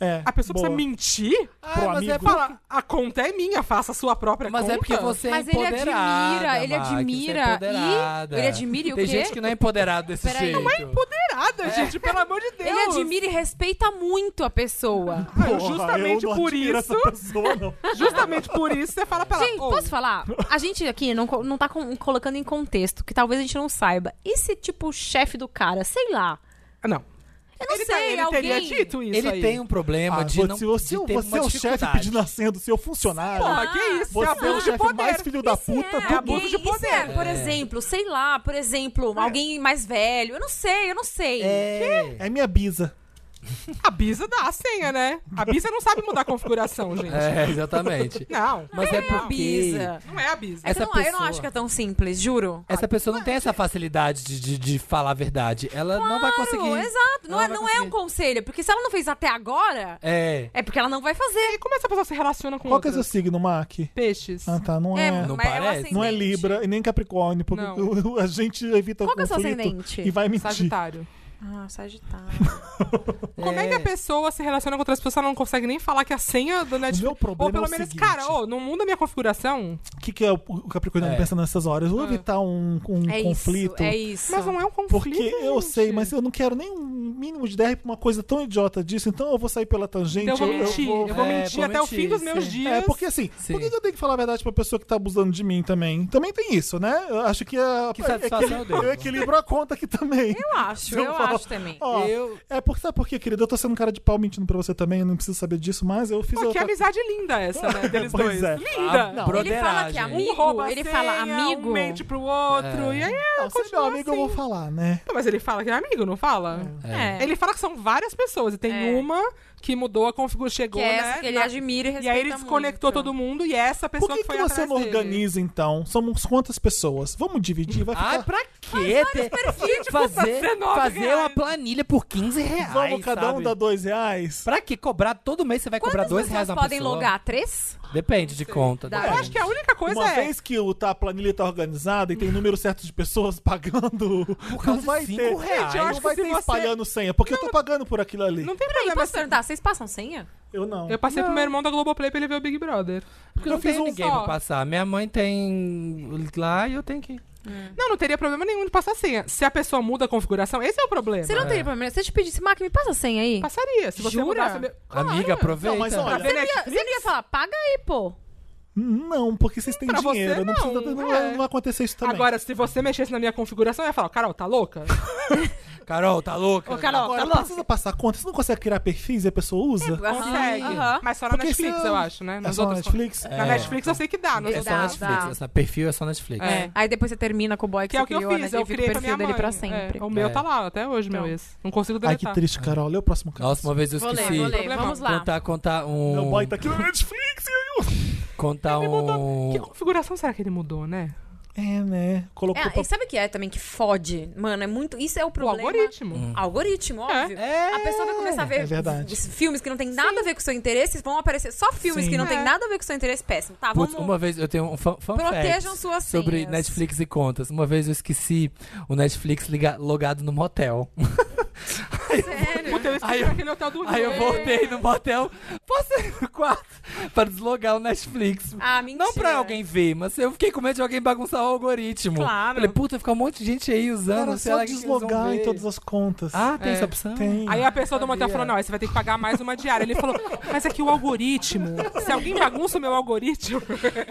Speaker 1: É,
Speaker 4: A pessoa
Speaker 1: boa.
Speaker 4: precisa mentir?
Speaker 1: Pro
Speaker 3: mas
Speaker 1: amigo.
Speaker 3: é porque-
Speaker 4: Fala, a conta é minha, faça a sua própria
Speaker 3: Mas
Speaker 4: conta.
Speaker 3: é porque você é
Speaker 5: Mas ele
Speaker 3: empoderada.
Speaker 5: admira, ele
Speaker 3: Maqui, você é
Speaker 5: admira.
Speaker 3: empoderada.
Speaker 5: E- ele admira e o
Speaker 3: Tem
Speaker 5: quê?
Speaker 3: gente que não é empoderado desse
Speaker 5: Peraí.
Speaker 3: jeito.
Speaker 5: Não
Speaker 3: é
Speaker 4: Empoderada, gente, pelo amor de Deus.
Speaker 5: Ele admira e respeita muito a pessoa.
Speaker 4: Ah,
Speaker 1: Porra,
Speaker 4: justamente
Speaker 1: eu não
Speaker 4: por
Speaker 1: admiro
Speaker 4: isso,
Speaker 1: Essa pessoa, não.
Speaker 4: justamente por isso, você fala pra ela.
Speaker 5: Gente,
Speaker 4: "Ô,
Speaker 5: posso falar? A gente aqui não, co- não tá com- colocando em contexto, que talvez a gente não saiba. E se, tipo, o chefe do cara, sei lá.
Speaker 4: Ah, Não.
Speaker 5: Eu não
Speaker 4: ele tá-
Speaker 5: sei,
Speaker 4: ele
Speaker 5: alguém...
Speaker 4: teria dito isso
Speaker 3: Ele
Speaker 4: aí.
Speaker 3: tem um problema
Speaker 1: Ah,
Speaker 3: de
Speaker 1: você-
Speaker 3: não.
Speaker 1: você
Speaker 3: de ter
Speaker 1: você
Speaker 3: uma
Speaker 1: é o chefe
Speaker 3: dificuldade.
Speaker 1: pedindo a senha do seu funcionário.
Speaker 4: Porra, que isso?
Speaker 1: você é o
Speaker 4: abuso de
Speaker 1: chefe mais
Speaker 4: poder.
Speaker 1: filho da
Speaker 5: E se
Speaker 1: puta
Speaker 5: é
Speaker 1: do mundo.
Speaker 5: alguém-
Speaker 4: abuso de
Speaker 5: e se
Speaker 4: poder.
Speaker 5: é, por exemplo, sei lá, por exemplo, alguém mais velho. Eu não sei, eu não sei.
Speaker 3: É.
Speaker 1: É minha bisa.
Speaker 4: A Bisa dá a senha, né? A Bisa não sabe mudar a configuração, gente.
Speaker 3: É, exatamente.
Speaker 4: Não.
Speaker 3: Mas é
Speaker 5: É a
Speaker 3: porque
Speaker 5: Bisa.
Speaker 4: Não é a Bisa.
Speaker 5: É
Speaker 3: Essa
Speaker 5: que eu, não, eu não
Speaker 3: pessoa-
Speaker 5: acho que é tão simples, juro.
Speaker 3: essa pessoa não tem essa facilidade de, de, de falar a verdade. Ela não vai
Speaker 5: Claro,
Speaker 3: conseguir.
Speaker 5: Exato. Não,
Speaker 3: Ela
Speaker 5: é,
Speaker 3: vai
Speaker 5: não é um
Speaker 3: conseguir.
Speaker 5: conselho, porque se ela não fez até agora,
Speaker 3: É.
Speaker 5: é porque ela não vai fazer.
Speaker 4: E como essa pessoa se relaciona com
Speaker 1: Qual que é o seu
Speaker 4: outras?
Speaker 1: signo, Mac?
Speaker 4: Peixes.
Speaker 1: Ah, tá. Não é.
Speaker 3: Não
Speaker 5: mas é o
Speaker 3: parece?
Speaker 1: Não é
Speaker 5: ascendente.
Speaker 1: Libra e nem Capricórnio, porque
Speaker 4: Não.
Speaker 1: o- a gente evita
Speaker 5: Qual
Speaker 1: o
Speaker 5: que é o seu
Speaker 1: conflito
Speaker 5: ascendente?
Speaker 1: e vai mentir.
Speaker 4: Sagitário.
Speaker 5: Ah, Sagitário.
Speaker 4: Como é que a pessoa se relaciona com outras pessoas? Ela não consegue nem falar que a senha do Netflix.
Speaker 1: meu problema
Speaker 4: Ou pelo
Speaker 1: é o
Speaker 4: menos,
Speaker 1: seguinte.
Speaker 4: cara, ô, não muda minha configuração.
Speaker 1: O que, que é o o Capricorniano
Speaker 3: É.
Speaker 1: pensa nessas horas?
Speaker 4: Ah.
Speaker 1: Vou evitar um, um
Speaker 5: É
Speaker 1: conflito.
Speaker 5: isso, é isso.
Speaker 4: Mas não é um conflito.
Speaker 1: Porque eu sei,
Speaker 4: gente.
Speaker 1: mas eu não quero nem um mínimo de DR pra uma coisa tão idiota disso, então eu vou sair pela tangente.
Speaker 4: Então eu vou mentir. Eu vou,
Speaker 3: É,
Speaker 4: mentir
Speaker 3: vou
Speaker 4: até o fim
Speaker 3: mentir,
Speaker 4: dos meus
Speaker 3: sim.
Speaker 4: dias.
Speaker 1: É, porque assim,
Speaker 3: Sim.
Speaker 1: por que que eu tenho que falar a verdade pra pessoa que tá abusando de mim também? Também tem isso, né? Eu acho que a.
Speaker 3: Que satisfação eu devo.
Speaker 1: eu equilibro a conta aqui também.
Speaker 5: Eu acho,
Speaker 1: Se eu
Speaker 5: eu
Speaker 1: falar-
Speaker 5: acho também.
Speaker 1: Ó,
Speaker 3: Eu-
Speaker 1: É porque, sabe por quê, querida? Eu tô sendo um cara de pau mentindo pra você também, eu não preciso saber disso, mas eu fiz
Speaker 4: Pô, que
Speaker 1: outra-
Speaker 4: amizade linda essa, né? Deles
Speaker 1: Pois
Speaker 4: dois.
Speaker 1: é.
Speaker 4: Linda!
Speaker 3: A
Speaker 5: Ele fala que
Speaker 3: broderagem.
Speaker 5: amigo,
Speaker 4: Um rouba a
Speaker 5: ele
Speaker 4: senha,
Speaker 5: fala amigo.
Speaker 4: Um mente pro outro.
Speaker 3: É.
Speaker 4: E
Speaker 1: Não,
Speaker 4: aí,
Speaker 1: se é meu
Speaker 4: continua
Speaker 1: amigo, eu vou
Speaker 4: assim.
Speaker 1: falar, né?
Speaker 4: Mas ele fala que é amigo, não fala?
Speaker 5: É.
Speaker 4: Ele fala que são várias pessoas. E tem
Speaker 5: É.
Speaker 4: uma que mudou a configuração,
Speaker 5: Que
Speaker 4: chegou,
Speaker 5: é
Speaker 4: né?
Speaker 5: essa que ele
Speaker 4: na-
Speaker 5: admira e respeita
Speaker 4: E aí ele desconectou
Speaker 5: muito.
Speaker 4: todo mundo e essa pessoa
Speaker 1: Por que,
Speaker 4: foi
Speaker 1: que você
Speaker 4: atrás
Speaker 1: não
Speaker 4: dele.
Speaker 1: organiza, então? Somos quantas pessoas? Vamos dividir, vai ficar...
Speaker 3: Ai, pra quê? Ter... Fazer,
Speaker 4: 19
Speaker 3: fazer
Speaker 4: reais.
Speaker 3: uma planilha por 15 reais.
Speaker 1: Vamos cada um
Speaker 3: sabe?
Speaker 1: dar dois reais?
Speaker 3: Pra que cobrar? Todo mês você vai cobrar
Speaker 5: Quantas
Speaker 3: dois
Speaker 5: pessoas
Speaker 3: reais na
Speaker 5: podem
Speaker 3: pessoa?
Speaker 5: logar? Três?
Speaker 3: Depende de conta.
Speaker 5: Dá.
Speaker 4: Eu
Speaker 3: depende.
Speaker 4: acho que a única coisa
Speaker 1: Uma
Speaker 4: é.
Speaker 1: vez que o, tá, a planilha tá organizada e tem número certo de pessoas pagando,
Speaker 3: causa
Speaker 1: não vai
Speaker 3: de cinco
Speaker 1: ter,
Speaker 3: reais.
Speaker 1: não
Speaker 4: Eu acho
Speaker 1: vai
Speaker 4: que
Speaker 1: ter
Speaker 4: se você-
Speaker 1: espalhando senha, porque eu tô pagando por aquilo ali.
Speaker 4: Não tem
Speaker 5: Peraí,
Speaker 4: problema.
Speaker 5: posso perguntar? Vocês passam senha?
Speaker 4: É
Speaker 1: Eu não.
Speaker 4: Eu passei pro meu irmão da Globoplay pra ele ver o Big Brother.
Speaker 3: Porque eu
Speaker 1: eu
Speaker 3: não
Speaker 1: fiz
Speaker 3: tenho
Speaker 1: um
Speaker 3: ninguém
Speaker 4: só.
Speaker 3: pra passar. Minha mãe tem lá e eu tenho que ir.
Speaker 4: Não, não teria problema nenhum de passar a senha. Se a pessoa muda a configuração, esse é o problema.
Speaker 5: Você não teria problema. né? Se eu te pedisse, Mac, me passa a senha aí.
Speaker 4: Passaria. Se você
Speaker 5: Jura?
Speaker 4: mudasse... a me-
Speaker 3: Amiga, aproveita.
Speaker 1: Não, mas
Speaker 4: Pra
Speaker 1: olha,
Speaker 4: ver
Speaker 5: Você não ia-
Speaker 4: Netflix?
Speaker 5: Você não ia falar, paga aí, pô.
Speaker 1: não, porque vocês têm
Speaker 4: Pra você,
Speaker 1: dinheiro, não,
Speaker 4: não,
Speaker 1: precisa, não, vai-
Speaker 4: é.
Speaker 1: não vai acontecer isso também.
Speaker 4: Agora, se você mexesse na minha configuração, eu ia falar, Carol, tá louca?
Speaker 3: Carol, tá louca?
Speaker 4: Ô, Carol,
Speaker 1: Agora,
Speaker 4: tá
Speaker 1: não
Speaker 4: louca?
Speaker 1: precisa passar conta, você não consegue criar perfis e a pessoa usa?
Speaker 4: Consegue.
Speaker 5: Aham.
Speaker 4: Mas só na
Speaker 1: Porque
Speaker 4: Netflix,
Speaker 1: se-
Speaker 4: eu acho, né?
Speaker 1: É então.
Speaker 4: Nas
Speaker 1: só
Speaker 4: outras
Speaker 1: Netflix?
Speaker 4: Na Netflix eu sei que dá. Nos
Speaker 3: É
Speaker 5: Exato.
Speaker 3: só
Speaker 5: Dá,
Speaker 3: Netflix.
Speaker 5: dá.
Speaker 3: Essa perfil é só Netflix.
Speaker 4: É.
Speaker 5: Aí depois você termina com o boy
Speaker 4: Que
Speaker 5: que,
Speaker 4: é
Speaker 5: você
Speaker 4: o que eu
Speaker 5: criou,
Speaker 4: fiz,
Speaker 5: né?
Speaker 4: eu
Speaker 5: fica
Speaker 4: criei
Speaker 5: o
Speaker 4: pra
Speaker 5: perfil
Speaker 4: minha mãe.
Speaker 5: dele pra
Speaker 4: É,
Speaker 5: sempre.
Speaker 4: o meu
Speaker 3: É.
Speaker 4: tá lá até hoje, meu
Speaker 5: Então.
Speaker 4: ex. Não consigo
Speaker 1: Ai, que
Speaker 4: deletar.
Speaker 1: triste, Carol. Lê o próximo caso.
Speaker 3: Nossa, uma vez eu
Speaker 5: Vou ler,
Speaker 3: esqueci.
Speaker 5: vou ler.
Speaker 4: Problemão.
Speaker 5: Vamos lá.
Speaker 3: Contar, contar um.
Speaker 1: Meu boy tá aqui na Netflix.
Speaker 3: Contar
Speaker 4: Ele
Speaker 3: um.
Speaker 4: mudou. Que configuração será que ele mudou, né?
Speaker 1: É, né? Colocou
Speaker 5: É,
Speaker 1: pra...
Speaker 5: e sabe o que é também que fode? Mano, é muito. Isso é o
Speaker 4: O
Speaker 5: problema.
Speaker 4: algoritmo.
Speaker 3: Hum.
Speaker 5: Algoritmo, óbvio.
Speaker 3: É.
Speaker 5: A pessoa vai começar a ver
Speaker 1: É verdade.
Speaker 5: os filmes que não tem nada a ver com o seu interesse, vão aparecer só filmes
Speaker 1: Sim.
Speaker 5: que não
Speaker 4: É.
Speaker 5: tem nada a ver com o seu interesse. Péssimo. Tá,
Speaker 3: Putz,
Speaker 5: vamos.
Speaker 3: uma vez eu tenho um fan fan
Speaker 5: Protejam
Speaker 3: fact
Speaker 5: suas
Speaker 3: sobre
Speaker 5: senhas.
Speaker 3: Netflix e contas. Uma vez eu esqueci o Netflix liga- logado no motel.
Speaker 5: Sério.
Speaker 4: Puta, eu esqueci
Speaker 3: Aí eu-
Speaker 4: naquele hotel do Rio.
Speaker 3: Aí eu voltei no motel, passei no quarto pra deslogar o Netflix.
Speaker 5: Ah, mentira.
Speaker 3: Não pra alguém ver, mas eu fiquei com medo de alguém bagunçar o algoritmo.
Speaker 5: Claro.
Speaker 3: Falei, puta, fica um monte de gente aí usando.
Speaker 1: Era
Speaker 3: sei
Speaker 1: só
Speaker 3: lá o que que eles vão
Speaker 1: deslogar em
Speaker 3: ver.
Speaker 1: todas as contas.
Speaker 3: Ah, tem
Speaker 4: É.
Speaker 3: essa opção?
Speaker 1: Tem.
Speaker 4: Aí a pessoa do motel
Speaker 3: Sabia.
Speaker 4: falou: não, aí você vai ter que pagar mais uma diária. Ele falou: mas é que o algoritmo. Se alguém bagunça o meu algoritmo.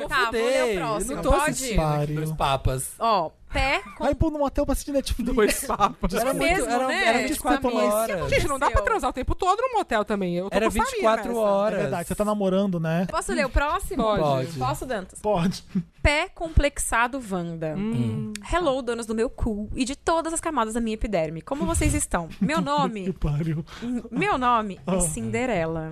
Speaker 5: Tá, vou ler o
Speaker 3: Fudei,
Speaker 5: próximo.
Speaker 3: eu não tô
Speaker 5: Pode?
Speaker 3: assistindo aqui, dois papas.
Speaker 5: Ó, pé com...
Speaker 1: Vai pôr no motel pra assistir Netflix. Dois papas.
Speaker 5: Era mesmo,
Speaker 3: era,
Speaker 5: né?
Speaker 3: era
Speaker 4: Tipo
Speaker 3: 24
Speaker 1: Desculpa, mas-
Speaker 3: horas.
Speaker 4: Gente, não dá pra transar o tempo todo no motel também. Eu tô
Speaker 3: Era
Speaker 4: passarinha
Speaker 3: 24
Speaker 4: nessa.
Speaker 1: É
Speaker 3: horas.
Speaker 1: verdade, você tá namorando, né?
Speaker 5: Posso ler o próximo?
Speaker 4: Pode.
Speaker 3: Pode.
Speaker 5: Posso, Dantas?
Speaker 1: Pode.
Speaker 5: Pé complexado Wanda.
Speaker 3: Hum.
Speaker 1: um.
Speaker 5: Hello, donos do meu cu e de todas as camadas da minha epiderme. Como vocês estão? Meu
Speaker 1: Que
Speaker 5: nome,
Speaker 1: pariu.
Speaker 5: meu nome
Speaker 4: Oh.
Speaker 5: é Cinderela.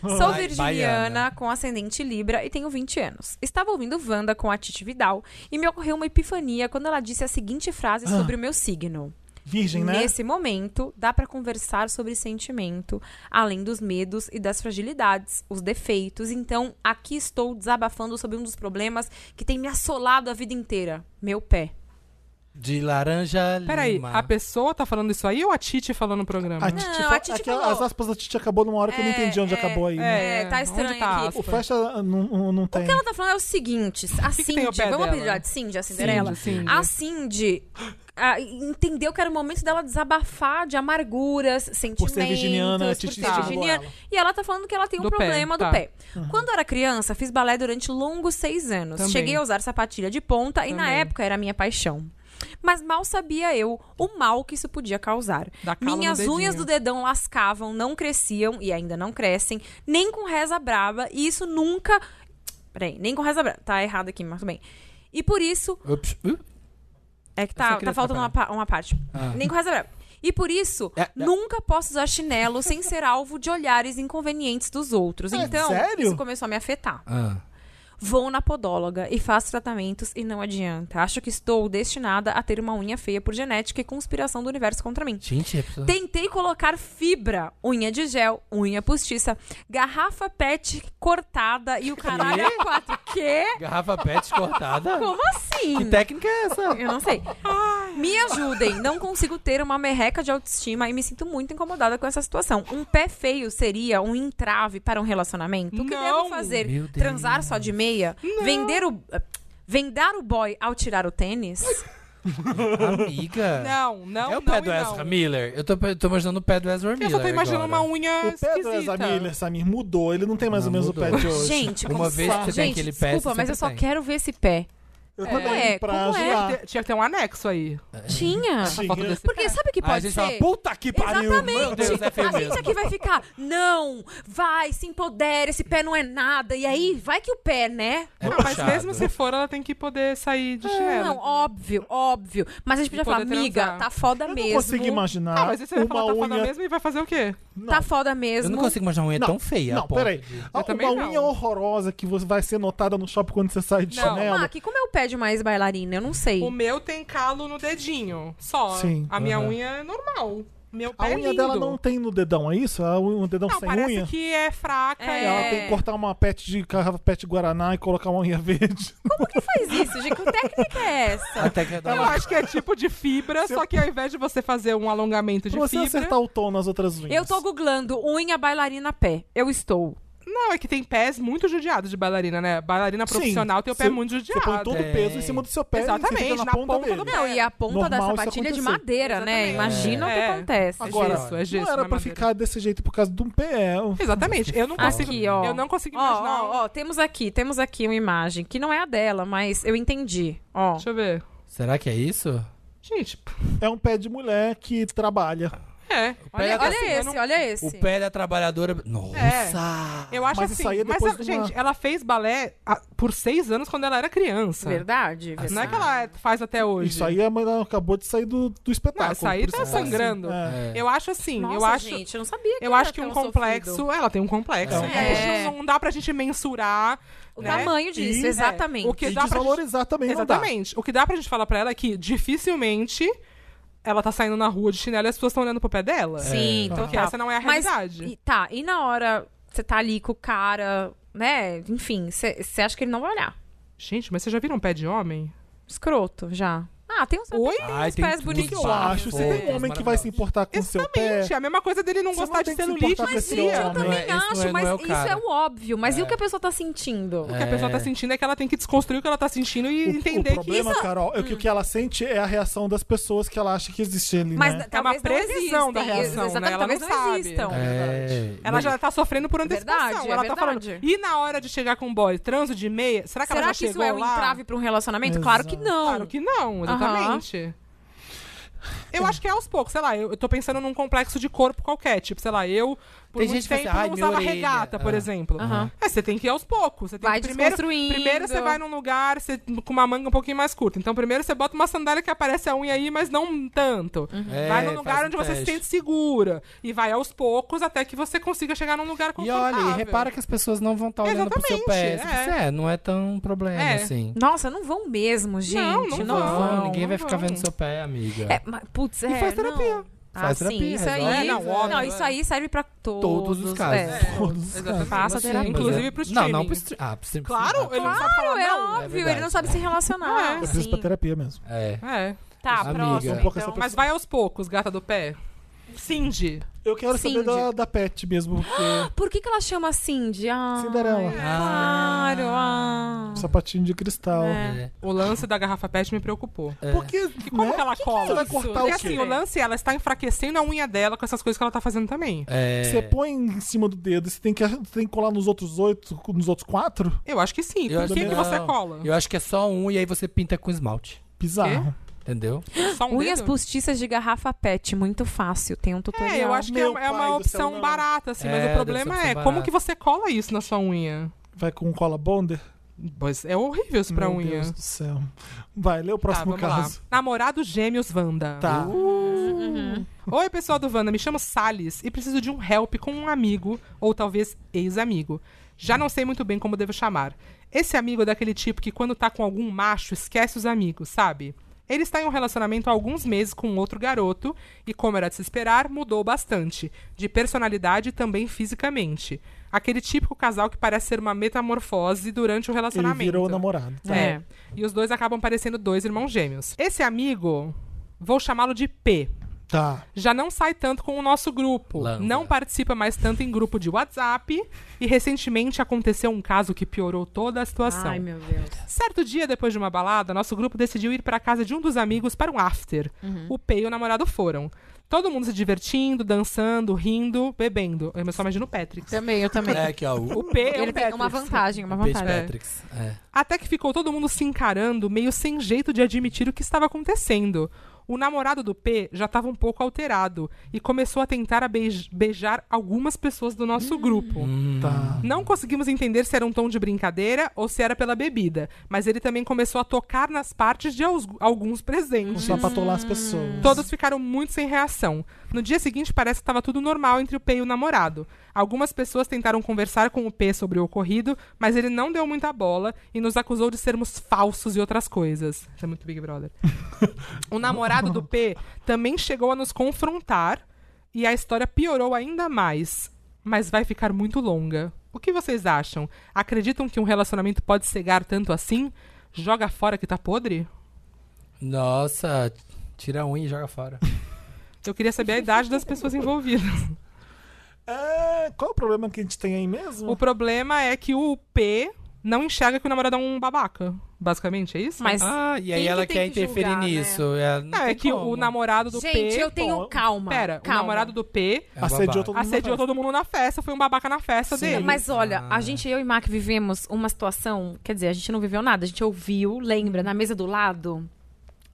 Speaker 5: Sou
Speaker 3: Vai-
Speaker 5: virginiana,
Speaker 3: baiana.
Speaker 5: com ascendente Libra e tenho 20 anos. Estava ouvindo Wanda com a Titi Vidal e me ocorreu uma epifania quando ela disse a seguinte
Speaker 4: Ah.
Speaker 5: frase sobre o meu signo.
Speaker 1: Virgem, né?
Speaker 5: Nesse momento, dá pra conversar sobre sentimento, além dos medos e das fragilidades, os defeitos. Então, aqui estou desabafando sobre um dos problemas que tem me assolado a vida inteira: meu pé.
Speaker 3: De laranja
Speaker 4: Peraí,
Speaker 3: lima.
Speaker 4: a pessoa tá falando isso aí ou a Titi falando no programa?
Speaker 1: A Titi,
Speaker 5: Não,
Speaker 1: fa-
Speaker 5: a Titi
Speaker 1: aquela-
Speaker 5: falou.
Speaker 1: As aspas da Titi acabou numa hora que eu não
Speaker 5: É,
Speaker 1: entendi onde
Speaker 5: é,
Speaker 1: acabou aí. né?
Speaker 5: É, tá
Speaker 4: onde
Speaker 5: estranho
Speaker 4: tá a
Speaker 5: aqui.
Speaker 1: O
Speaker 4: aspa?
Speaker 1: faixa ah, não, não tem.
Speaker 5: O que ela tá falando é o seguinte: a
Speaker 4: que que
Speaker 5: Cindy,
Speaker 4: tem o pé
Speaker 5: vamos
Speaker 4: dela?
Speaker 5: apelidar de Cindy, a Cinderela?
Speaker 4: Cindy, Cindy.
Speaker 5: A Cindy Assim, ah, entendeu que era o momento dela desabafar de amarguras, sentimentos.
Speaker 1: virginiana, a
Speaker 5: por
Speaker 1: Titi
Speaker 5: ser
Speaker 1: chamou
Speaker 5: virginiana.
Speaker 1: ela.
Speaker 5: E ela tá falando que ela tem um
Speaker 4: Do pé,
Speaker 5: problema
Speaker 4: tá.
Speaker 5: do pé. Quando eu era criança, fiz balé durante longos seis anos.
Speaker 4: Também.
Speaker 5: Cheguei a usar sapatilha de ponta e na
Speaker 4: Também.
Speaker 5: época era a minha paixão. Mas mal sabia eu o mal que isso podia causar.
Speaker 4: Dá calo
Speaker 5: Minhas
Speaker 4: no
Speaker 5: unhas
Speaker 4: dedinho.
Speaker 5: do dedão lascavam, não cresciam e ainda não crescem, nem com reza braba, e isso nunca. Peraí, nem com reza braba. Tá errado aqui, mas tudo bem. E por isso,
Speaker 3: Ups, uh,
Speaker 5: é que
Speaker 3: Eu
Speaker 5: tá,
Speaker 3: só queria Ah.
Speaker 5: tá faltando uma, pa- uma parte. Nem com reza braba. E por isso,
Speaker 3: É, é.
Speaker 5: nunca posso usar chinelo sem ser alvo de olhares inconvenientes dos outros.
Speaker 3: é
Speaker 5: Então,
Speaker 1: sério?
Speaker 5: isso começou a me afetar.
Speaker 3: ah.
Speaker 5: Vou na podóloga e faço tratamentos e não adianta. Acho que estou destinada a ter uma unha feia por genética e conspiração do universo contra mim.
Speaker 3: Gente, é pessoa...
Speaker 5: Tentei colocar fibra, unha de gel, unha postiça, garrafa pet cortada e o caralho é quatro. Quê?
Speaker 3: Garrafa pet cortada?
Speaker 5: Como assim?
Speaker 3: Que técnica é essa?
Speaker 5: Eu não sei. Me ajudem. Não consigo ter uma merreca de autoestima e me sinto muito incomodada com essa situação. Um pé feio seria um entrave para um relacionamento? O que
Speaker 4: Não.
Speaker 5: devo fazer?
Speaker 3: Meu Deus.
Speaker 5: Transar só de meia? Vender o. eh, Vendar o boy ao tirar o tênis?
Speaker 3: Amiga.
Speaker 4: Não, não,
Speaker 3: é o
Speaker 4: não
Speaker 3: pé
Speaker 4: e
Speaker 3: do Ezra
Speaker 4: não.
Speaker 3: Miller? Eu tô, eu tô imaginando o pé do Ezra
Speaker 4: Eu
Speaker 3: Miller.
Speaker 4: só tô imaginando
Speaker 3: agora.
Speaker 4: uma unha
Speaker 5: tá
Speaker 1: O pé do
Speaker 4: esquisita.
Speaker 1: Ezra Miller, é Samir, mudou. Ele não tem mais
Speaker 3: Não,
Speaker 1: o mesmo
Speaker 3: mudou.
Speaker 1: pé de hoje.
Speaker 5: Gente,
Speaker 3: Uma
Speaker 5: como
Speaker 3: vez que
Speaker 5: sa-
Speaker 3: você tem
Speaker 5: gente,
Speaker 3: aquele pé,
Speaker 5: desculpa,
Speaker 3: você
Speaker 5: mas eu
Speaker 3: sempre
Speaker 5: só
Speaker 3: tem.
Speaker 5: quero ver esse pé.
Speaker 1: eu
Speaker 5: como
Speaker 1: também,
Speaker 5: é?
Speaker 1: pra
Speaker 5: Como é?
Speaker 1: ajudar.
Speaker 4: Tinha- Tinha que ter um anexo aí.
Speaker 5: Tinha.
Speaker 1: Tinha.
Speaker 4: Foto desse
Speaker 5: Porque
Speaker 4: pé.
Speaker 5: sabe o que
Speaker 3: Aí a
Speaker 5: pode
Speaker 3: gente
Speaker 5: ser?
Speaker 3: fala, puta que pariu.
Speaker 5: Exatamente.
Speaker 3: Meu Deus, é feio
Speaker 5: a gente
Speaker 3: mesmo.
Speaker 5: aqui vai ficar, não, vai, se empodere, esse pé não é nada. E aí, vai que o pé, né?
Speaker 3: É
Speaker 4: não, mas
Speaker 3: puxado.
Speaker 4: mesmo se for, ela tem que poder sair de
Speaker 5: Não,
Speaker 4: chinelo.
Speaker 5: óbvio, óbvio. Mas a gente podia falar,
Speaker 4: poder
Speaker 5: amiga,
Speaker 4: transar.
Speaker 5: tá foda
Speaker 1: Eu
Speaker 5: mesmo.
Speaker 1: não consigo imaginar
Speaker 4: Ah, mas aí você vai
Speaker 1: uma
Speaker 4: falar, tá foda
Speaker 1: unha...
Speaker 4: mesmo e vai fazer o quê?
Speaker 5: Tá foda mesmo.
Speaker 3: Eu não consigo imaginar uma unha
Speaker 1: Não,
Speaker 3: tão feia. a
Speaker 1: Não,
Speaker 3: ponto
Speaker 1: peraí.
Speaker 3: de-
Speaker 1: Ah,
Speaker 4: também
Speaker 1: Uma
Speaker 4: não.
Speaker 1: unha horrorosa que você vai ser notada no shopping quando você sai de
Speaker 4: Não,
Speaker 1: chinelo.
Speaker 5: Mac, como é o pé de mais bailarina? Eu não sei.
Speaker 4: O meu tem calo no dedinho, só.
Speaker 1: Sim.
Speaker 4: A minha
Speaker 3: Aham.
Speaker 4: unha é normal. Meu
Speaker 1: A
Speaker 4: pé é
Speaker 1: unha
Speaker 4: lindo.
Speaker 1: dela não tem no dedão, é isso? É um dedão
Speaker 4: Não,
Speaker 1: sem
Speaker 4: parece
Speaker 1: unha?
Speaker 4: que é fraca. é-
Speaker 5: É.
Speaker 1: Ela Ah, tem que cortar uma pet de garrafa pet guaraná e colocar uma unha verde.
Speaker 5: Como que faz isso, gente? Que técnica é essa?
Speaker 3: Até que eu
Speaker 4: Eu acho que é tipo de fibra, só que ao invés de você fazer um alongamento de
Speaker 1: Pra você
Speaker 4: fibra.
Speaker 1: acertar o tom nas outras unhas.
Speaker 5: Eu tô googlando unha bailarina pé. Eu estou.
Speaker 4: Não, é que tem pés muito judiados de bailarina, né? Bailarina profissional tem o pé é
Speaker 1: Você-
Speaker 4: muito
Speaker 1: Você
Speaker 4: judiado. É,
Speaker 1: põe todo o peso em cima do seu pé e
Speaker 4: Exatamente,
Speaker 1: você fica na,
Speaker 4: na
Speaker 1: ponta,
Speaker 4: ponta
Speaker 1: dele.
Speaker 4: do pé. é
Speaker 5: Não, e a ponta
Speaker 1: Normal
Speaker 5: da
Speaker 1: isso
Speaker 5: sapatilha é de
Speaker 1: acontecer.
Speaker 5: madeira, né?
Speaker 4: Exatamente.
Speaker 5: Imagina o
Speaker 4: É.
Speaker 5: que acontece.
Speaker 1: Agora,
Speaker 4: gesso, é gesso
Speaker 1: não era
Speaker 4: na
Speaker 1: pra
Speaker 4: madeira.
Speaker 1: ficar desse jeito por causa de um pé.
Speaker 4: Exatamente. Eu não consigo.
Speaker 5: Aqui, ó.
Speaker 4: Eu não consigo
Speaker 5: Ó,
Speaker 4: imaginar.
Speaker 5: ó, ó, temos aqui, temos aqui uma imagem que não é a dela, mas eu entendi. Ó.
Speaker 4: Deixa eu ver.
Speaker 3: Será que é isso?
Speaker 4: Gente, p-
Speaker 1: É um pé de mulher que trabalha.
Speaker 4: é.
Speaker 5: Olha,
Speaker 3: Pega
Speaker 1: tá
Speaker 5: olha
Speaker 4: assim, eu
Speaker 5: esse,
Speaker 4: não-
Speaker 5: olha
Speaker 3: O
Speaker 5: esse.
Speaker 3: pé da trabalhadora...
Speaker 4: É.
Speaker 3: Nossa!
Speaker 4: Eu acho
Speaker 1: Mas
Speaker 4: assim.
Speaker 1: isso aí é
Speaker 4: mas,
Speaker 1: depois
Speaker 4: a-
Speaker 1: de uma-
Speaker 4: gente, ela fez balé ah, por seis anos quando ela era criança.
Speaker 5: Verdade, verdade.
Speaker 4: Não é Ah, que ela faz até hoje.
Speaker 1: Isso aí a mãe acabou de sair do, do espetáculo.
Speaker 4: Não, isso aí
Speaker 1: por
Speaker 4: tá
Speaker 1: isso que
Speaker 4: sangrando.
Speaker 1: É.
Speaker 4: Eu acho assim,
Speaker 5: Nossa,
Speaker 4: eu acho.
Speaker 5: gente, eu não sabia que
Speaker 4: Eu
Speaker 5: era
Speaker 4: acho que
Speaker 5: tão
Speaker 4: um complexo.
Speaker 5: sofrido.
Speaker 4: Ela tem um complexo.
Speaker 1: É.
Speaker 4: Um complexo não, não dá pra gente mensurar.
Speaker 5: O
Speaker 4: né?
Speaker 5: tamanho disso,
Speaker 1: E-
Speaker 5: exatamente.
Speaker 4: É, o que
Speaker 1: E
Speaker 4: dá pra
Speaker 1: desvalorizar também não
Speaker 4: Exatamente. O que dá pra gente falar pra ela é que dificilmente ela tá saindo na rua de chinelo e as pessoas estão olhando pro pé dela.
Speaker 5: Sim, então
Speaker 4: Porque essa não é a
Speaker 5: Mas,
Speaker 4: realidade.
Speaker 5: e- tá, e na hora você tá ali com o cara, né? Enfim, você acha que ele não vai olhar.
Speaker 4: Gente, mas vocês já viram um pé de homem?
Speaker 5: Escroto, já. Ah, tem uns,
Speaker 4: Oi?
Speaker 5: tem
Speaker 3: Ai,
Speaker 5: uns
Speaker 3: tem
Speaker 5: pés
Speaker 3: tudo.
Speaker 1: O que
Speaker 5: bonitinhos.
Speaker 1: eu acho? Se tem
Speaker 3: Fotos
Speaker 1: um homem que vai se
Speaker 4: É
Speaker 1: importar com o seu pé.
Speaker 4: Exatamente. É a mesma coisa dele não
Speaker 1: Você
Speaker 4: gostar
Speaker 1: não
Speaker 4: de
Speaker 1: tem que se
Speaker 4: celulite,
Speaker 1: importar com
Speaker 4: mas
Speaker 1: esse
Speaker 4: cria.
Speaker 1: homem.
Speaker 5: Eu também
Speaker 3: Não é- isso
Speaker 5: acho,
Speaker 3: não é-
Speaker 5: mas
Speaker 3: não é o
Speaker 5: isso
Speaker 3: cara.
Speaker 5: é o óbvio. Mas e o que a pessoa tá sentindo?
Speaker 4: O que a pessoa tá sentindo é que ela tem que desconstruir o que ela tá sentindo e
Speaker 1: O, o
Speaker 4: entender que Hum.
Speaker 1: problema,
Speaker 5: tá-
Speaker 1: Carol, é que o que ela sente é a reação das pessoas que ela acha que existe ali,
Speaker 5: Mas
Speaker 1: né?
Speaker 5: talvez não
Speaker 4: previsão É da
Speaker 5: existem.
Speaker 4: reação, né?
Speaker 5: Exatamente,
Speaker 4: Ela
Speaker 5: talvez
Speaker 4: não
Speaker 5: não
Speaker 4: sabe.
Speaker 5: existam.
Speaker 3: É,
Speaker 4: Ela já tá sofrendo por antecipação.
Speaker 5: verdade, é
Speaker 4: ela tá
Speaker 5: verdade.
Speaker 4: falando. E na hora de chegar com o boy, transo de meia, será que ela
Speaker 5: Será
Speaker 4: já
Speaker 5: que isso
Speaker 4: chegou
Speaker 5: é um
Speaker 4: lá?
Speaker 5: entrave pra um relacionamento? Claro que
Speaker 1: Exato.
Speaker 5: não.
Speaker 4: Claro que não, exatamente. Eu acho que é aos poucos, sei lá, eu, eu tô pensando num complexo de corpo qualquer, tipo, sei lá, eu por
Speaker 3: Tem
Speaker 4: muito
Speaker 3: gente que fala
Speaker 4: tempo
Speaker 3: assim, "Ai,
Speaker 4: não
Speaker 3: minha
Speaker 4: usava
Speaker 3: orelha".
Speaker 4: regata, por
Speaker 3: Ah.
Speaker 4: exemplo.
Speaker 5: Aham.
Speaker 4: É, você tem que ir aos poucos, você tem
Speaker 5: Vai
Speaker 4: que primeiro,
Speaker 5: desconstruindo.
Speaker 4: primeiro você vai num lugar você- com uma manga um pouquinho mais curta. Então primeiro você bota uma sandália que aparece a unha aí, mas não tanto.
Speaker 3: É,
Speaker 4: vai num
Speaker 3: faz
Speaker 4: lugar
Speaker 3: um
Speaker 4: onde você se
Speaker 3: teste.
Speaker 4: sente segura e vai aos poucos até que você consiga chegar num lugar
Speaker 3: E
Speaker 4: confortável.
Speaker 3: olha, e repara que as pessoas não vão estar olhando pro seu
Speaker 4: Exatamente,
Speaker 3: pé. Se
Speaker 4: é.
Speaker 3: você É, não é tão problema
Speaker 4: É.
Speaker 3: assim.
Speaker 5: Nossa, não vão mesmo, gente.
Speaker 4: não
Speaker 3: Não,
Speaker 4: Não,
Speaker 3: ninguém vai
Speaker 4: não
Speaker 3: ficar
Speaker 4: vão.
Speaker 3: vendo seu pé, amiga.
Speaker 5: É, mas, putz, é,
Speaker 3: Tá. faz terapia.
Speaker 5: não.
Speaker 3: Faz
Speaker 5: ah,
Speaker 3: terapia,
Speaker 5: sim, isso aí.
Speaker 3: resolve.
Speaker 4: É, não,
Speaker 5: não,
Speaker 4: óbvio,
Speaker 5: isso aí serve pra todos.
Speaker 3: Todos os casos.
Speaker 5: É.
Speaker 1: Todos os casos.
Speaker 5: Faça
Speaker 3: Sim,
Speaker 5: terapia.
Speaker 3: mas
Speaker 4: Inclusive
Speaker 3: é-
Speaker 4: pro
Speaker 3: Não, não
Speaker 4: streaming.
Speaker 3: pro streaming. Ah, pro streaming.
Speaker 4: Claro,
Speaker 3: sim,
Speaker 4: ele não
Speaker 3: tá.
Speaker 4: sabe falar
Speaker 5: Claro, é
Speaker 4: não.
Speaker 3: É
Speaker 5: óbvio,
Speaker 3: verdade.
Speaker 5: ele não sabe se relacionar.
Speaker 3: Ah,
Speaker 4: É.
Speaker 1: Eu preciso
Speaker 5: sim.
Speaker 1: pra terapia mesmo.
Speaker 3: É.
Speaker 4: É.
Speaker 5: Tá,
Speaker 3: Amiga.
Speaker 5: próximo.
Speaker 3: Um
Speaker 1: pouco é
Speaker 5: então.
Speaker 1: essa
Speaker 4: Mas vai aos poucos, gata do pé. Cindy.
Speaker 1: Eu quero saber
Speaker 5: Cindy.
Speaker 1: da, da Pet mesmo, porque
Speaker 5: Por que, que ela chama Cindy? Ah,
Speaker 1: Cinderela.
Speaker 5: Claro, ah.
Speaker 1: sapatinho de cristal.
Speaker 3: É.
Speaker 4: O lance da garrafa pet me preocupou.
Speaker 1: Porque
Speaker 4: É. E como
Speaker 1: né?
Speaker 4: que ela cola?
Speaker 1: você vai
Speaker 4: isso?
Speaker 1: cortar
Speaker 4: Porque
Speaker 1: o
Speaker 4: assim,
Speaker 1: quê?
Speaker 4: o lance, ela está enfraquecendo a unha dela com essas coisas que ela tá fazendo também.
Speaker 3: É.
Speaker 1: Você põe em cima do dedo, você tem que, tem que colar nos outros oito, nos outros quatro?
Speaker 4: Eu acho que sim.
Speaker 3: Eu
Speaker 4: Por
Speaker 3: acho
Speaker 4: que, que
Speaker 3: não.
Speaker 4: você cola?
Speaker 3: Eu acho que é só um e aí você pinta com esmalte.
Speaker 1: Bizarro.
Speaker 3: Entendeu?
Speaker 4: Só um
Speaker 5: Unhas
Speaker 4: dedo?
Speaker 5: postiças de garrafa pet, muito fácil. Tem um tutorial.
Speaker 4: É, eu acho que é,
Speaker 1: Meu
Speaker 4: uma- é
Speaker 1: pai
Speaker 4: uma
Speaker 1: do céu,
Speaker 4: opção
Speaker 1: não.
Speaker 4: barata, assim.
Speaker 3: É,
Speaker 4: mas o
Speaker 3: deve
Speaker 4: problema
Speaker 3: ser
Speaker 4: é,
Speaker 3: opção
Speaker 4: como
Speaker 3: barata.
Speaker 4: que você cola isso na sua unha?
Speaker 1: Vai com cola bonder?
Speaker 4: Pois é horrível isso pra
Speaker 1: Meu
Speaker 4: unha.
Speaker 1: Deus do céu. Vai, lê o
Speaker 4: Tá,
Speaker 1: próximo
Speaker 4: vamos
Speaker 1: caso.
Speaker 4: lá. Namorado gêmeos Wanda.
Speaker 1: Tá.
Speaker 4: Oi, pessoal do Wanda, me chamo Salles e preciso de um help com um amigo, ou talvez ex-amigo. Já não sei muito bem como devo chamar. Esse amigo é daquele tipo que, quando tá com algum macho, esquece os amigos, sabe? Ele está em um relacionamento há alguns meses com outro garoto e, como era de se esperar, mudou bastante, de personalidade e também fisicamente. Aquele típico casal que parece ser uma metamorfose durante o
Speaker 1: Ele
Speaker 4: relacionamento.
Speaker 1: virou o namorado. Tá.
Speaker 4: É. E os dois acabam parecendo dois irmãos gêmeos. Esse amigo, vou chamá-lo de P.
Speaker 1: Tá.
Speaker 4: Já não sai tanto com o nosso grupo.
Speaker 3: Lambda.
Speaker 4: Não participa mais tanto em grupo de WhatsApp. E recentemente aconteceu um caso que piorou toda a situação.
Speaker 5: Ai, meu Deus.
Speaker 4: Certo dia, depois de uma balada, nosso grupo decidiu ir para casa de um dos amigos para um after.
Speaker 5: Uhum.
Speaker 4: O P e o namorado foram. Todo mundo se divertindo, dançando, rindo, bebendo. Eu só imagino o Patrick.
Speaker 5: Também, eu também.
Speaker 3: É, que é o.
Speaker 4: O P é
Speaker 5: Ele
Speaker 4: o
Speaker 5: tem uma
Speaker 4: Patrick.
Speaker 5: vantagem, uma
Speaker 3: Peixe
Speaker 5: vantagem.
Speaker 3: Patricks. É.
Speaker 4: Até que ficou todo mundo se encarando, meio sem jeito de admitir o que estava acontecendo. O namorado do P já estava um pouco alterado e começou a tentar a beij- beijar algumas pessoas do nosso grupo.
Speaker 1: Tá.
Speaker 4: Não conseguimos entender se era um tom de brincadeira ou se era pela bebida, mas ele também começou a tocar nas partes de aos- alguns
Speaker 1: Hum.
Speaker 4: presentes.
Speaker 1: Só pra atolar as pessoas.
Speaker 4: Todos ficaram muito sem reação. No dia seguinte, parece que estava tudo normal entre o P e o namorado. Algumas pessoas tentaram conversar com o P sobre o ocorrido, mas ele não deu muita bola e nos acusou de sermos falsos e outras coisas. Isso é muito Big Brother. o namorado do P também chegou a nos confrontar e a história piorou ainda mais. Mas vai ficar muito longa. O que vocês acham? Acreditam que um relacionamento pode cegar tanto assim? Joga fora que tá podre?
Speaker 3: Nossa, tira a unha e joga fora.
Speaker 4: Eu queria saber a idade das pessoas envolvidas.
Speaker 1: É, qual é o problema que a gente tem aí mesmo?
Speaker 4: O problema é que o P não enxerga que o namorado é um babaca. Basicamente, é isso?
Speaker 5: Mas,
Speaker 3: Ah, e
Speaker 5: Quem
Speaker 3: aí
Speaker 5: que
Speaker 3: ela
Speaker 5: tem
Speaker 3: quer
Speaker 5: que
Speaker 3: interferir
Speaker 5: julgar, né?
Speaker 3: nisso. É, não
Speaker 4: Não, é
Speaker 3: tem
Speaker 4: que
Speaker 3: como.
Speaker 4: o namorado do P.
Speaker 5: gente, eu tenho calma.
Speaker 4: Pera,
Speaker 5: calma.
Speaker 4: o namorado do P
Speaker 3: É um
Speaker 1: Assediou
Speaker 3: babaca.
Speaker 1: todo mundo.
Speaker 4: assediou todo mundo na festa, foi um babaca na festa
Speaker 1: Sim.
Speaker 4: dele.
Speaker 5: É, Mas olha, a gente, eu e Mac, vivemos uma situação. Quer dizer, a gente não viveu nada, a gente ouviu, lembra, na mesa do lado,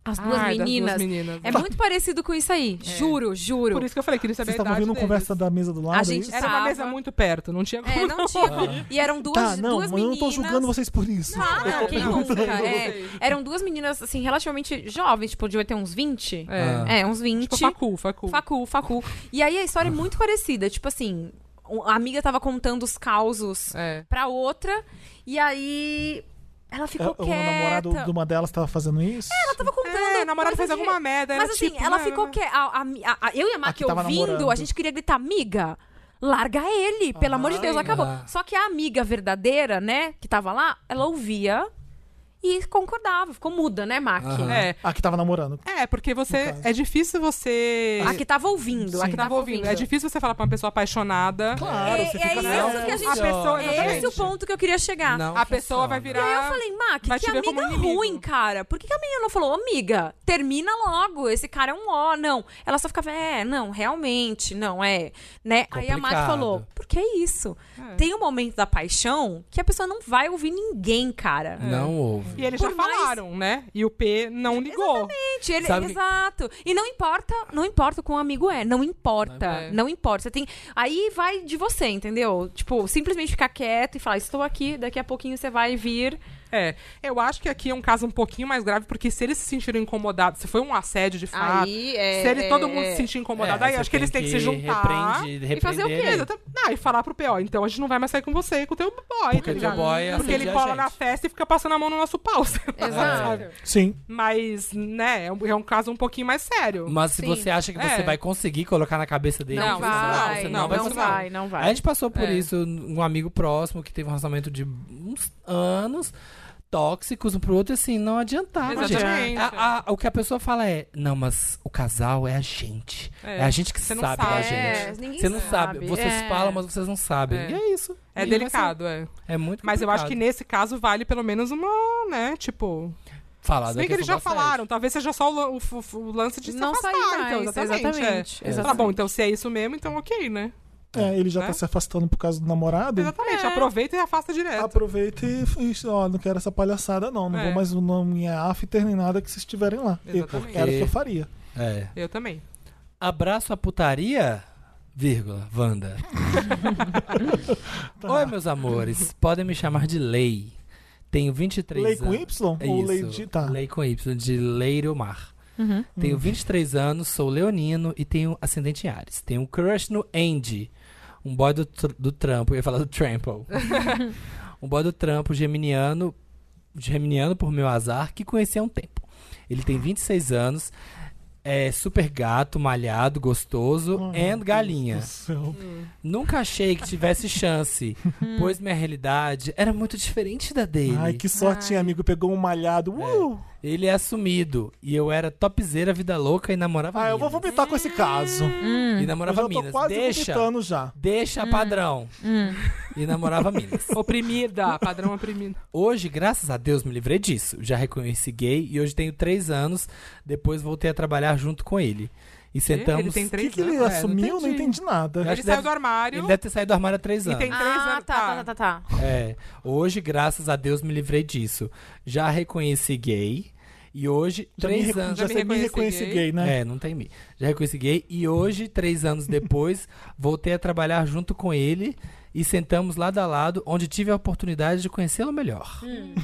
Speaker 5: as duas
Speaker 4: Ai, Ah, das
Speaker 5: meninas.
Speaker 4: duas meninas. É.
Speaker 5: É muito parecido com isso aí. Juro, juro.
Speaker 4: Por isso que eu falei, queria saber
Speaker 1: Vocês
Speaker 4: a
Speaker 1: estavam
Speaker 4: idade
Speaker 1: ouvindo
Speaker 4: é deles.
Speaker 1: conversa da mesa do lado? é
Speaker 5: gente
Speaker 1: isso?
Speaker 5: tá-
Speaker 4: Era uma
Speaker 5: Tava.
Speaker 4: mesa muito perto, não tinha como.
Speaker 5: É, não tinha. E eram duas,
Speaker 1: Tá, não, mas
Speaker 5: duas
Speaker 1: eu não
Speaker 5: meninas.
Speaker 1: tô julgando vocês por isso.
Speaker 5: Ah,
Speaker 4: tô
Speaker 5: quem
Speaker 4: perguntando.
Speaker 5: nunca? É, eram duas meninas, assim, relativamente jovens, tipo, devia ter uns 20.
Speaker 4: É.
Speaker 3: Ah.
Speaker 5: É, uns 20.
Speaker 4: Tipo, facu, facu.
Speaker 5: Facu, facu. E aí a história é muito parecida. Tipo assim, um- a amiga tava contando os causos
Speaker 4: É.
Speaker 5: pra outra, e aí ela
Speaker 1: É,
Speaker 5: ficou
Speaker 1: o
Speaker 5: quieta.
Speaker 1: namorado de uma delas tava fazendo isso?
Speaker 5: Ela tava contando.
Speaker 4: É, o namorado
Speaker 5: coisas
Speaker 4: fez alguma
Speaker 5: de-
Speaker 4: merda.
Speaker 5: Mas
Speaker 4: era
Speaker 5: assim,
Speaker 4: tipo,
Speaker 5: ela
Speaker 4: né,
Speaker 5: ficou
Speaker 4: né?
Speaker 5: quieta. A, a- a- eu e a
Speaker 1: Ah, que
Speaker 5: Maqui
Speaker 1: tava
Speaker 5: ouvindo, a
Speaker 1: namorando.
Speaker 5: gente queria gritar, amiga. Larga ele, pelo amor de Deus,
Speaker 3: Ah.
Speaker 5: acabou. Só que a amiga verdadeira, né, que tava lá, ela ouvia e concordava. Ficou muda, né, Mac?
Speaker 3: Aham.
Speaker 4: É,
Speaker 1: Ah, que tava namorando.
Speaker 4: é, porque você.
Speaker 1: No caso.
Speaker 4: É difícil você.
Speaker 5: A que tava ouvindo. a
Speaker 4: Sim.
Speaker 5: que
Speaker 4: Tava ouvindo. É difícil você falar pra uma pessoa apaixonada.
Speaker 1: Claro,
Speaker 5: É-
Speaker 1: você
Speaker 5: é
Speaker 1: fica
Speaker 5: isso
Speaker 1: nessa.
Speaker 5: que a gente-
Speaker 4: pessoa-
Speaker 5: É esse o
Speaker 4: Exatamente.
Speaker 5: ponto que eu queria chegar.
Speaker 3: Não
Speaker 4: a pessoa
Speaker 3: funciona.
Speaker 4: vai
Speaker 5: E
Speaker 4: virar.
Speaker 5: aí eu falei, Mac,
Speaker 4: Tá. Vai
Speaker 5: que
Speaker 4: te ver como
Speaker 5: amiga
Speaker 4: inimigo.
Speaker 5: ruim, cara. Por que, que a menina não falou, amiga, termina logo, esse cara é um ó, não. Ela só ficava, é, não, realmente, não, é. Né? Aí a Mac
Speaker 3: Complicado.
Speaker 5: falou, por que isso?
Speaker 4: É.
Speaker 5: Tem um momento da paixão que a pessoa não vai ouvir ninguém, cara.
Speaker 4: É.
Speaker 3: Não houve.
Speaker 4: E eles
Speaker 5: Por
Speaker 4: já
Speaker 5: mais-
Speaker 4: falaram, né? E o P não ligou.
Speaker 5: Gente, ele-
Speaker 3: Sabe-
Speaker 5: exato. E não importa, não importa o quão amigo é, não importa,
Speaker 4: É.
Speaker 5: não importa. Você tem, aí vai de você, entendeu? Tipo, simplesmente ficar quieto e falar, estou aqui, daqui a pouquinho você vai vir.
Speaker 4: É. Eu acho que aqui é um caso um pouquinho mais grave, porque se eles se sentiram incomodados, se foi um assédio de fato.
Speaker 5: Aí é,
Speaker 4: se ele,
Speaker 5: é,
Speaker 4: todo mundo
Speaker 5: é.
Speaker 4: se sentir incomodado,
Speaker 3: É,
Speaker 4: aí
Speaker 3: você
Speaker 4: acho que eles têm que, se juntar.
Speaker 3: Repreende,
Speaker 5: e fazer o quê?
Speaker 3: repreender.
Speaker 4: Exata- Ah, e falar pro P.O. Então a gente não vai mais sair com você e com o teu boy,
Speaker 3: Porque
Speaker 4: tá
Speaker 3: o
Speaker 4: ligado?
Speaker 3: teu boy é
Speaker 4: Porque ele
Speaker 3: assediar a
Speaker 4: cola
Speaker 3: gente.
Speaker 4: na festa e fica passando a mão no nosso pau. sei lá,
Speaker 5: é, Exato.
Speaker 4: sabe?
Speaker 1: Sim.
Speaker 4: Mas, né, é um, é um caso um pouquinho mais sério.
Speaker 3: Mas se
Speaker 5: Sim.
Speaker 3: você acha que
Speaker 4: É.
Speaker 3: você vai conseguir colocar na cabeça dele,
Speaker 4: Não
Speaker 3: você
Speaker 4: vai,
Speaker 3: você
Speaker 4: não,
Speaker 3: vai
Speaker 4: não
Speaker 3: conseguir.
Speaker 4: vai,
Speaker 5: não
Speaker 3: A gente passou por
Speaker 4: É.
Speaker 3: isso, um amigo próximo que teve um relacionamento de uns anos, tóxicos um pro outro, e assim, não adiantava. gente.
Speaker 4: Exatamente.
Speaker 3: A- a- o que a pessoa fala é, não, mas o casal é a gente. É,
Speaker 4: É.
Speaker 3: a gente que
Speaker 4: Você
Speaker 3: sabe,
Speaker 4: não
Speaker 3: da
Speaker 4: sabe.
Speaker 3: gente.
Speaker 5: ninguém
Speaker 3: Você não sabe. Vocês
Speaker 5: É.
Speaker 3: falam, mas vocês não sabem.
Speaker 4: É.
Speaker 3: E é isso.
Speaker 4: É
Speaker 3: E
Speaker 4: delicado, é.
Speaker 3: vai ser- É muito
Speaker 4: Mas eu acho que
Speaker 3: complicado.
Speaker 4: nesse caso vale pelo menos uma, né, tipo...
Speaker 3: Falar
Speaker 4: Se
Speaker 3: da
Speaker 4: bem que eles já
Speaker 3: questão do assédio.
Speaker 4: falaram, talvez seja só o, lan- o f- f- o lance de se
Speaker 5: Não
Speaker 4: afastar,
Speaker 5: sair mais,
Speaker 4: então, exatamente.
Speaker 5: exatamente,
Speaker 4: é.
Speaker 5: exatamente.
Speaker 4: Fala, bom, então se é isso mesmo, então ok, né?
Speaker 1: É, ele já
Speaker 4: Né?
Speaker 1: tá se afastando por causa do namorado.
Speaker 3: Hum.
Speaker 5: É.
Speaker 4: Exatamente, aproveita e afasta direto.
Speaker 1: Aproveita e, e ó, não quero essa palhaçada, não. Não
Speaker 4: É.
Speaker 1: vou mais na minha after nem nada que vocês estiverem lá. Eu,
Speaker 4: Exatamente.
Speaker 1: era o que eu faria.
Speaker 3: É.
Speaker 4: Eu também.
Speaker 3: Abraço a putaria, vírgula, Wanda. Oi, meus amores. Podem me chamar de Lei. Tenho 23
Speaker 1: Lei
Speaker 3: anos.
Speaker 1: com Y?
Speaker 3: É
Speaker 1: Ou
Speaker 3: isso.
Speaker 1: lei de. Tá. Hum.
Speaker 3: Lei com Y, de Leiromar. Tenho 23 anos, sou leonino e tenho ascendente em Ares. Tenho um crush no Andy, um boy do, tr- do trampo. Eu ia falar do trample. um boy do trampo geminiano, geminiano por meu azar, que conheci há um tempo. Ele tem 26 anos, é super gato, malhado, gostoso
Speaker 1: Ai, meu
Speaker 3: and galinha.
Speaker 1: Do céu.
Speaker 3: Nunca achei que tivesse chance, pois minha realidade era muito diferente da dele.
Speaker 1: Ai, que sorte, hein, amigo. Pegou um malhado. Uh!
Speaker 3: Ele é assumido. E eu era topzeira, vida louca e namorava
Speaker 1: Ah, eu vou
Speaker 3: minas.
Speaker 1: vomitar com esse caso.
Speaker 3: E
Speaker 1: Eu já
Speaker 3: namorava
Speaker 1: tô
Speaker 3: Minas.
Speaker 1: quase
Speaker 3: Deixa,
Speaker 1: vomitando já.
Speaker 4: Hum.
Speaker 3: deixa padrão. E namorava Minas.
Speaker 4: Oprimida, padrão oprimido.
Speaker 3: Hoje, graças a Deus, me livrei disso. Já reconheci gay e hoje tenho três anos. Depois voltei a trabalhar junto com ele. E sentamos...
Speaker 4: Ele tem
Speaker 1: O que,
Speaker 4: três
Speaker 1: que ele
Speaker 4: anos. É,
Speaker 1: assumiu? Não entendi nada.
Speaker 3: acho
Speaker 4: Ele
Speaker 3: que
Speaker 4: saiu
Speaker 3: deve-
Speaker 4: do armário.
Speaker 3: Ele deve ter saído do armário há três
Speaker 4: E
Speaker 3: anos.
Speaker 4: tem três
Speaker 5: Ah,
Speaker 4: anos.
Speaker 5: tá, tá, tá, tá. tá.
Speaker 3: É. Hoje, graças a Deus, me livrei disso. Já reconheci gay e hoje,
Speaker 1: Já Então me,
Speaker 3: três
Speaker 1: recon-
Speaker 3: anos...
Speaker 1: já
Speaker 4: me
Speaker 1: sei- me
Speaker 4: reconheci
Speaker 1: reconheci gay, né?
Speaker 3: É, não tem mim. Já reconheci gay e hoje, três anos depois, voltei a trabalhar junto com ele e sentamos lado a lado, onde tive a oportunidade de conhecê-lo melhor.
Speaker 4: Hum.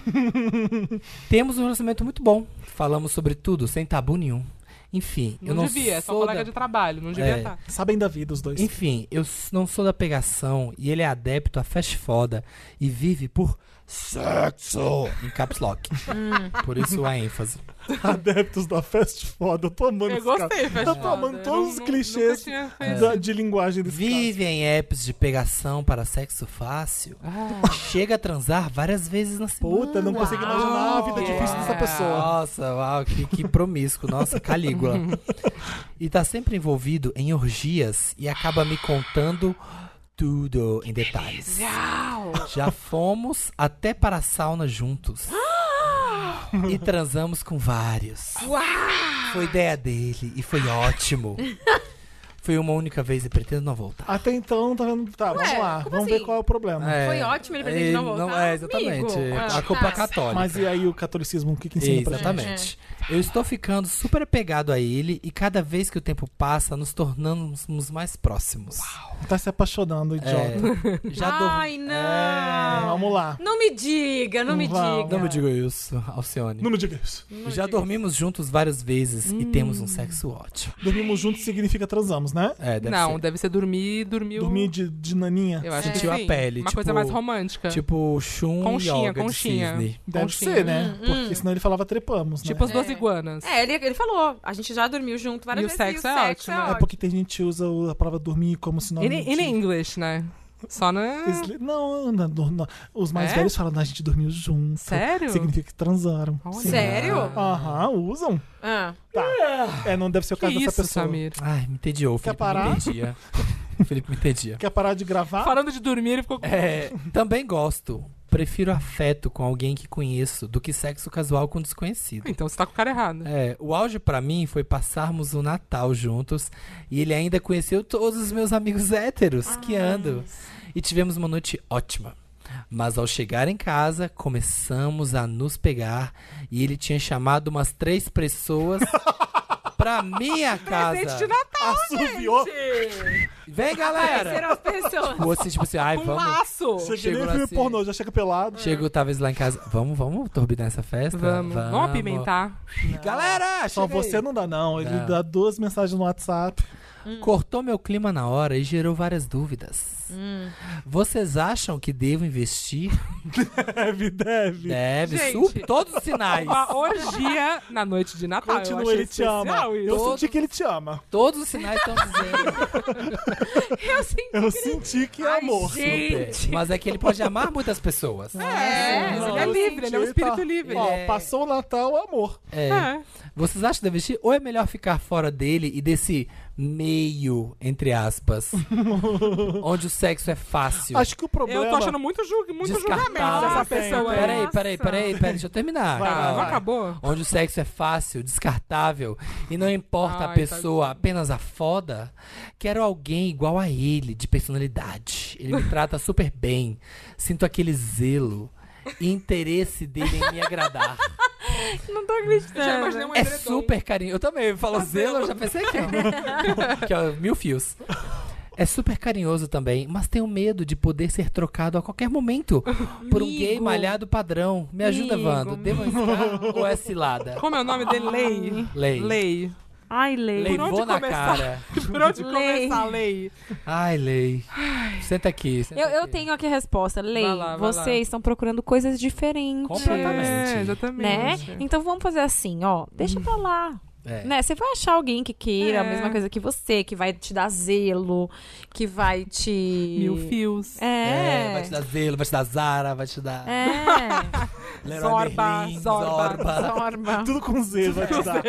Speaker 3: Temos um relacionamento muito bom. Falamos sobre tudo, sem tabu nenhum. Enfim,
Speaker 4: Não,
Speaker 3: eu não
Speaker 4: devia, é só
Speaker 3: sou
Speaker 4: colega
Speaker 3: da...
Speaker 4: de trabalho, não devia tá.
Speaker 3: É.
Speaker 4: estar.
Speaker 1: Sabem da vida os dois.
Speaker 3: Enfim, eu s- não sou da pegação e ele é adepto a fast foda e vive por sexo em caps lock.
Speaker 4: Hum.
Speaker 3: por isso a ênfase.
Speaker 1: Adeptos da fest foda. Eu tô amando
Speaker 4: Eu
Speaker 1: esse cara.
Speaker 4: gostei, festa.
Speaker 1: Eu tô amando todos os clichês
Speaker 4: Tinha...
Speaker 1: da- de linguagem desse cara.
Speaker 3: Vivem apps de pegação para sexo fácil. Chega a transar várias vezes na semana.
Speaker 1: Puta, não consigo imaginar a vida difícil dessa pessoa.
Speaker 3: Nossa, uau, que, que promíscuo. Nossa, Calígula. e tá sempre envolvido em orgias e acaba me contando tudo em detalhes. Já fomos até para a sauna juntos. e transamos com vários. Foi ideia dele e foi ótimo. Foi uma única vez e pretendo não voltar.
Speaker 1: Até então, tá vendo? Tá, vamos lá.
Speaker 5: como
Speaker 1: Vamos ver
Speaker 5: assim?
Speaker 1: qual é o problema.
Speaker 3: É,
Speaker 5: Foi ótimo, ele pretende não voltar?
Speaker 3: é, exatamente.
Speaker 5: Amigo,
Speaker 3: a
Speaker 5: ah,
Speaker 3: culpa é
Speaker 5: tá.
Speaker 3: católica.
Speaker 1: Mas e aí o catolicismo, o que, que ensina pra gente?
Speaker 3: Exatamente. Eu estou ficando super apegado a ele e cada vez que o tempo passa, nos tornamos mais próximos.
Speaker 1: Tá se apaixonando, idiota.
Speaker 3: É, já dou-
Speaker 5: Ai, não.
Speaker 1: Vamos lá.
Speaker 5: Não me diga, não me
Speaker 1: Não.
Speaker 5: diga.
Speaker 3: Não me diga isso, Alcione.
Speaker 1: Não me diga isso.
Speaker 3: já dormimos juntos várias vezes
Speaker 5: Hum.
Speaker 3: e temos um sexo ótimo.
Speaker 1: Dormimos juntos significa transamos, né?
Speaker 3: É, deve
Speaker 4: Não,
Speaker 3: ser.
Speaker 4: deve ser dormir, dormiu.
Speaker 1: Dormir de, de naninha.
Speaker 4: Eu acho
Speaker 3: Sentiu
Speaker 4: que
Speaker 3: a
Speaker 4: sim.
Speaker 3: pele,
Speaker 4: Uma
Speaker 3: tipo-
Speaker 4: coisa mais romântica. Tipo,
Speaker 3: Tipo chum e
Speaker 4: Conchinha,
Speaker 3: yoga
Speaker 4: conchinha.
Speaker 3: de cisne.
Speaker 1: Deve
Speaker 4: conchinha.
Speaker 1: ser, né? Porque senão ele falava trepamos, né?
Speaker 4: tipo as duas iguanas.
Speaker 5: É, ele, ele falou. A gente já dormiu junto várias
Speaker 4: E o
Speaker 5: vezes.
Speaker 4: sexo é ótimo, né?
Speaker 1: É porque tem gente que usa o- a palavra dormir como sinônimo
Speaker 4: In,
Speaker 1: de...
Speaker 4: in English, né? Só na.
Speaker 1: Sli- Não, não, não, não. os mais
Speaker 4: É?
Speaker 1: velhos falam, "Não, a gente dormiu junto.
Speaker 4: Sério?
Speaker 1: Significa que transaram.
Speaker 4: Olha.
Speaker 1: Sim.
Speaker 5: Sério?
Speaker 1: Aham, usam.
Speaker 5: Ah.
Speaker 1: Tá. É, não deve ser o
Speaker 4: Que
Speaker 1: caso
Speaker 4: isso,
Speaker 1: dessa pessoa.
Speaker 4: Samir?
Speaker 3: Ai, me entediou. O
Speaker 1: Quer
Speaker 3: Felipe me
Speaker 1: parar?
Speaker 3: entedia. O Felipe me entedia.
Speaker 1: Quer parar de gravar?
Speaker 4: Falando de dormir, ele ficou com.
Speaker 3: É, também gosto. Prefiro afeto com alguém que conheço do que sexo casual com desconhecido.
Speaker 4: Então você tá com o cara errado.
Speaker 3: É, o auge pra mim foi passarmos o Natal juntos e ele ainda conheceu todos os meus amigos héteros que
Speaker 4: Ah,
Speaker 3: ando. E tivemos uma noite ótima. Mas ao chegar em casa, começamos a nos pegar e ele tinha chamado umas três pessoas pra minha
Speaker 4: Presente de
Speaker 3: casa.
Speaker 4: Natal,
Speaker 1: Assoviou.
Speaker 4: gente!
Speaker 3: Vem, galera!
Speaker 5: Serão as pessoas.
Speaker 3: Ou assim, tipo assim, ai,
Speaker 4: Um
Speaker 3: vamos.
Speaker 4: laço!
Speaker 1: Chega
Speaker 3: Chegou
Speaker 1: nem
Speaker 3: lá
Speaker 1: filme
Speaker 3: assim.
Speaker 1: pornô, já chega pelado.
Speaker 3: Chego, talvez lá em casa. Vamos, vamos turbinar essa festa?
Speaker 4: Vamos, vamos apimentar.
Speaker 3: Galera,
Speaker 1: Só
Speaker 3: chega aí.
Speaker 1: você não dá, não. Ele
Speaker 3: Não.
Speaker 1: dá duas mensagens no WhatsApp.
Speaker 4: Hum.
Speaker 3: Cortou meu clima na hora e gerou várias dúvidas.
Speaker 4: Hum.
Speaker 3: Vocês acham que devo investir?
Speaker 1: Deve, deve.
Speaker 3: Deve,
Speaker 4: Gente.
Speaker 3: sup, todos os sinais.
Speaker 4: Uma orgia é na noite de Natal. Ah, Eu
Speaker 1: Continua,
Speaker 4: achei
Speaker 1: ele te ama.
Speaker 4: especial isso.
Speaker 1: Eu
Speaker 3: Todos-
Speaker 1: senti que ele te ama.
Speaker 3: Todos os sinais estão dizendo.
Speaker 5: Eu senti.
Speaker 1: Eu senti que é amor.
Speaker 3: Gente. Mas é que ele pode amar muitas pessoas.
Speaker 4: É,
Speaker 1: Não,
Speaker 4: ele é
Speaker 1: eu
Speaker 4: livre, ele é um
Speaker 1: senti, tá.
Speaker 4: espírito livre.
Speaker 1: Ó,
Speaker 3: É.
Speaker 1: passou o Natal, amor.
Speaker 3: É.
Speaker 4: É.
Speaker 3: Vocês acham que devo investir? Ou é melhor ficar fora dele e desse meio, entre aspas, onde o sexo é fácil?
Speaker 1: Acho que o problema...
Speaker 4: Eu tô achando muito, julg... muito julgamento
Speaker 3: Descartável.
Speaker 4: dessa pessoa aí.
Speaker 3: Peraí, peraí, peraí, peraí, deixa eu terminar.
Speaker 1: Vai,
Speaker 4: Tá,
Speaker 1: vai,
Speaker 4: não
Speaker 1: vai.
Speaker 4: acabou?
Speaker 3: onde o sexo é fácil, descartável e não importa a
Speaker 4: Ai,
Speaker 3: pessoa, apenas a foda, quero alguém igual a ele, de personalidade. Ele me trata super bem, sinto aquele zelo e interesse dele em me agradar.
Speaker 5: Não tô
Speaker 4: Eu já imaginei
Speaker 5: acreditando.
Speaker 4: um
Speaker 3: é
Speaker 4: edredom.
Speaker 3: super carinhoso. Eu também, falou zelo, eu já pensei que ó, que ó, mil fios. É super carinhoso também, mas tenho medo de poder ser trocado a qualquer momento por um gay
Speaker 5: Amigo.
Speaker 3: malhado padrão. Me ajuda,
Speaker 5: Amigo,
Speaker 3: Wando. Devo arriscar ou é cilada?
Speaker 4: Como é o nome dele? Lei.
Speaker 3: Lei.
Speaker 4: Lei.
Speaker 5: Ai, Lei.
Speaker 3: Levou
Speaker 4: onde
Speaker 3: na
Speaker 4: começar?
Speaker 3: cara.
Speaker 4: Por onde
Speaker 5: Lei.
Speaker 4: começar a lei?
Speaker 3: Ai, Lei. Senta aqui. senta
Speaker 5: Eu, eu
Speaker 3: aqui.
Speaker 5: tenho aqui a resposta. Lei,
Speaker 4: Vai lá, vai lá.
Speaker 5: vocês estão procurando coisas diferentes.
Speaker 3: Completamente.
Speaker 4: É,
Speaker 5: Né?
Speaker 4: exatamente.
Speaker 5: Então vamos fazer assim, ó. Deixa pra lá.
Speaker 3: É.
Speaker 5: Né? Você vai achar alguém que queira a
Speaker 4: É.
Speaker 5: mesma coisa que você, que vai te dar zelo, que vai te.
Speaker 4: Mil fios.
Speaker 5: É.
Speaker 3: É, vai te dar zelo, vai te dar Zara, vai te dar.
Speaker 5: É.
Speaker 3: Leroy
Speaker 4: Zorba,
Speaker 3: Merlin,
Speaker 4: Zorba,
Speaker 5: Zorba.
Speaker 1: Tudo com Z vai te dar.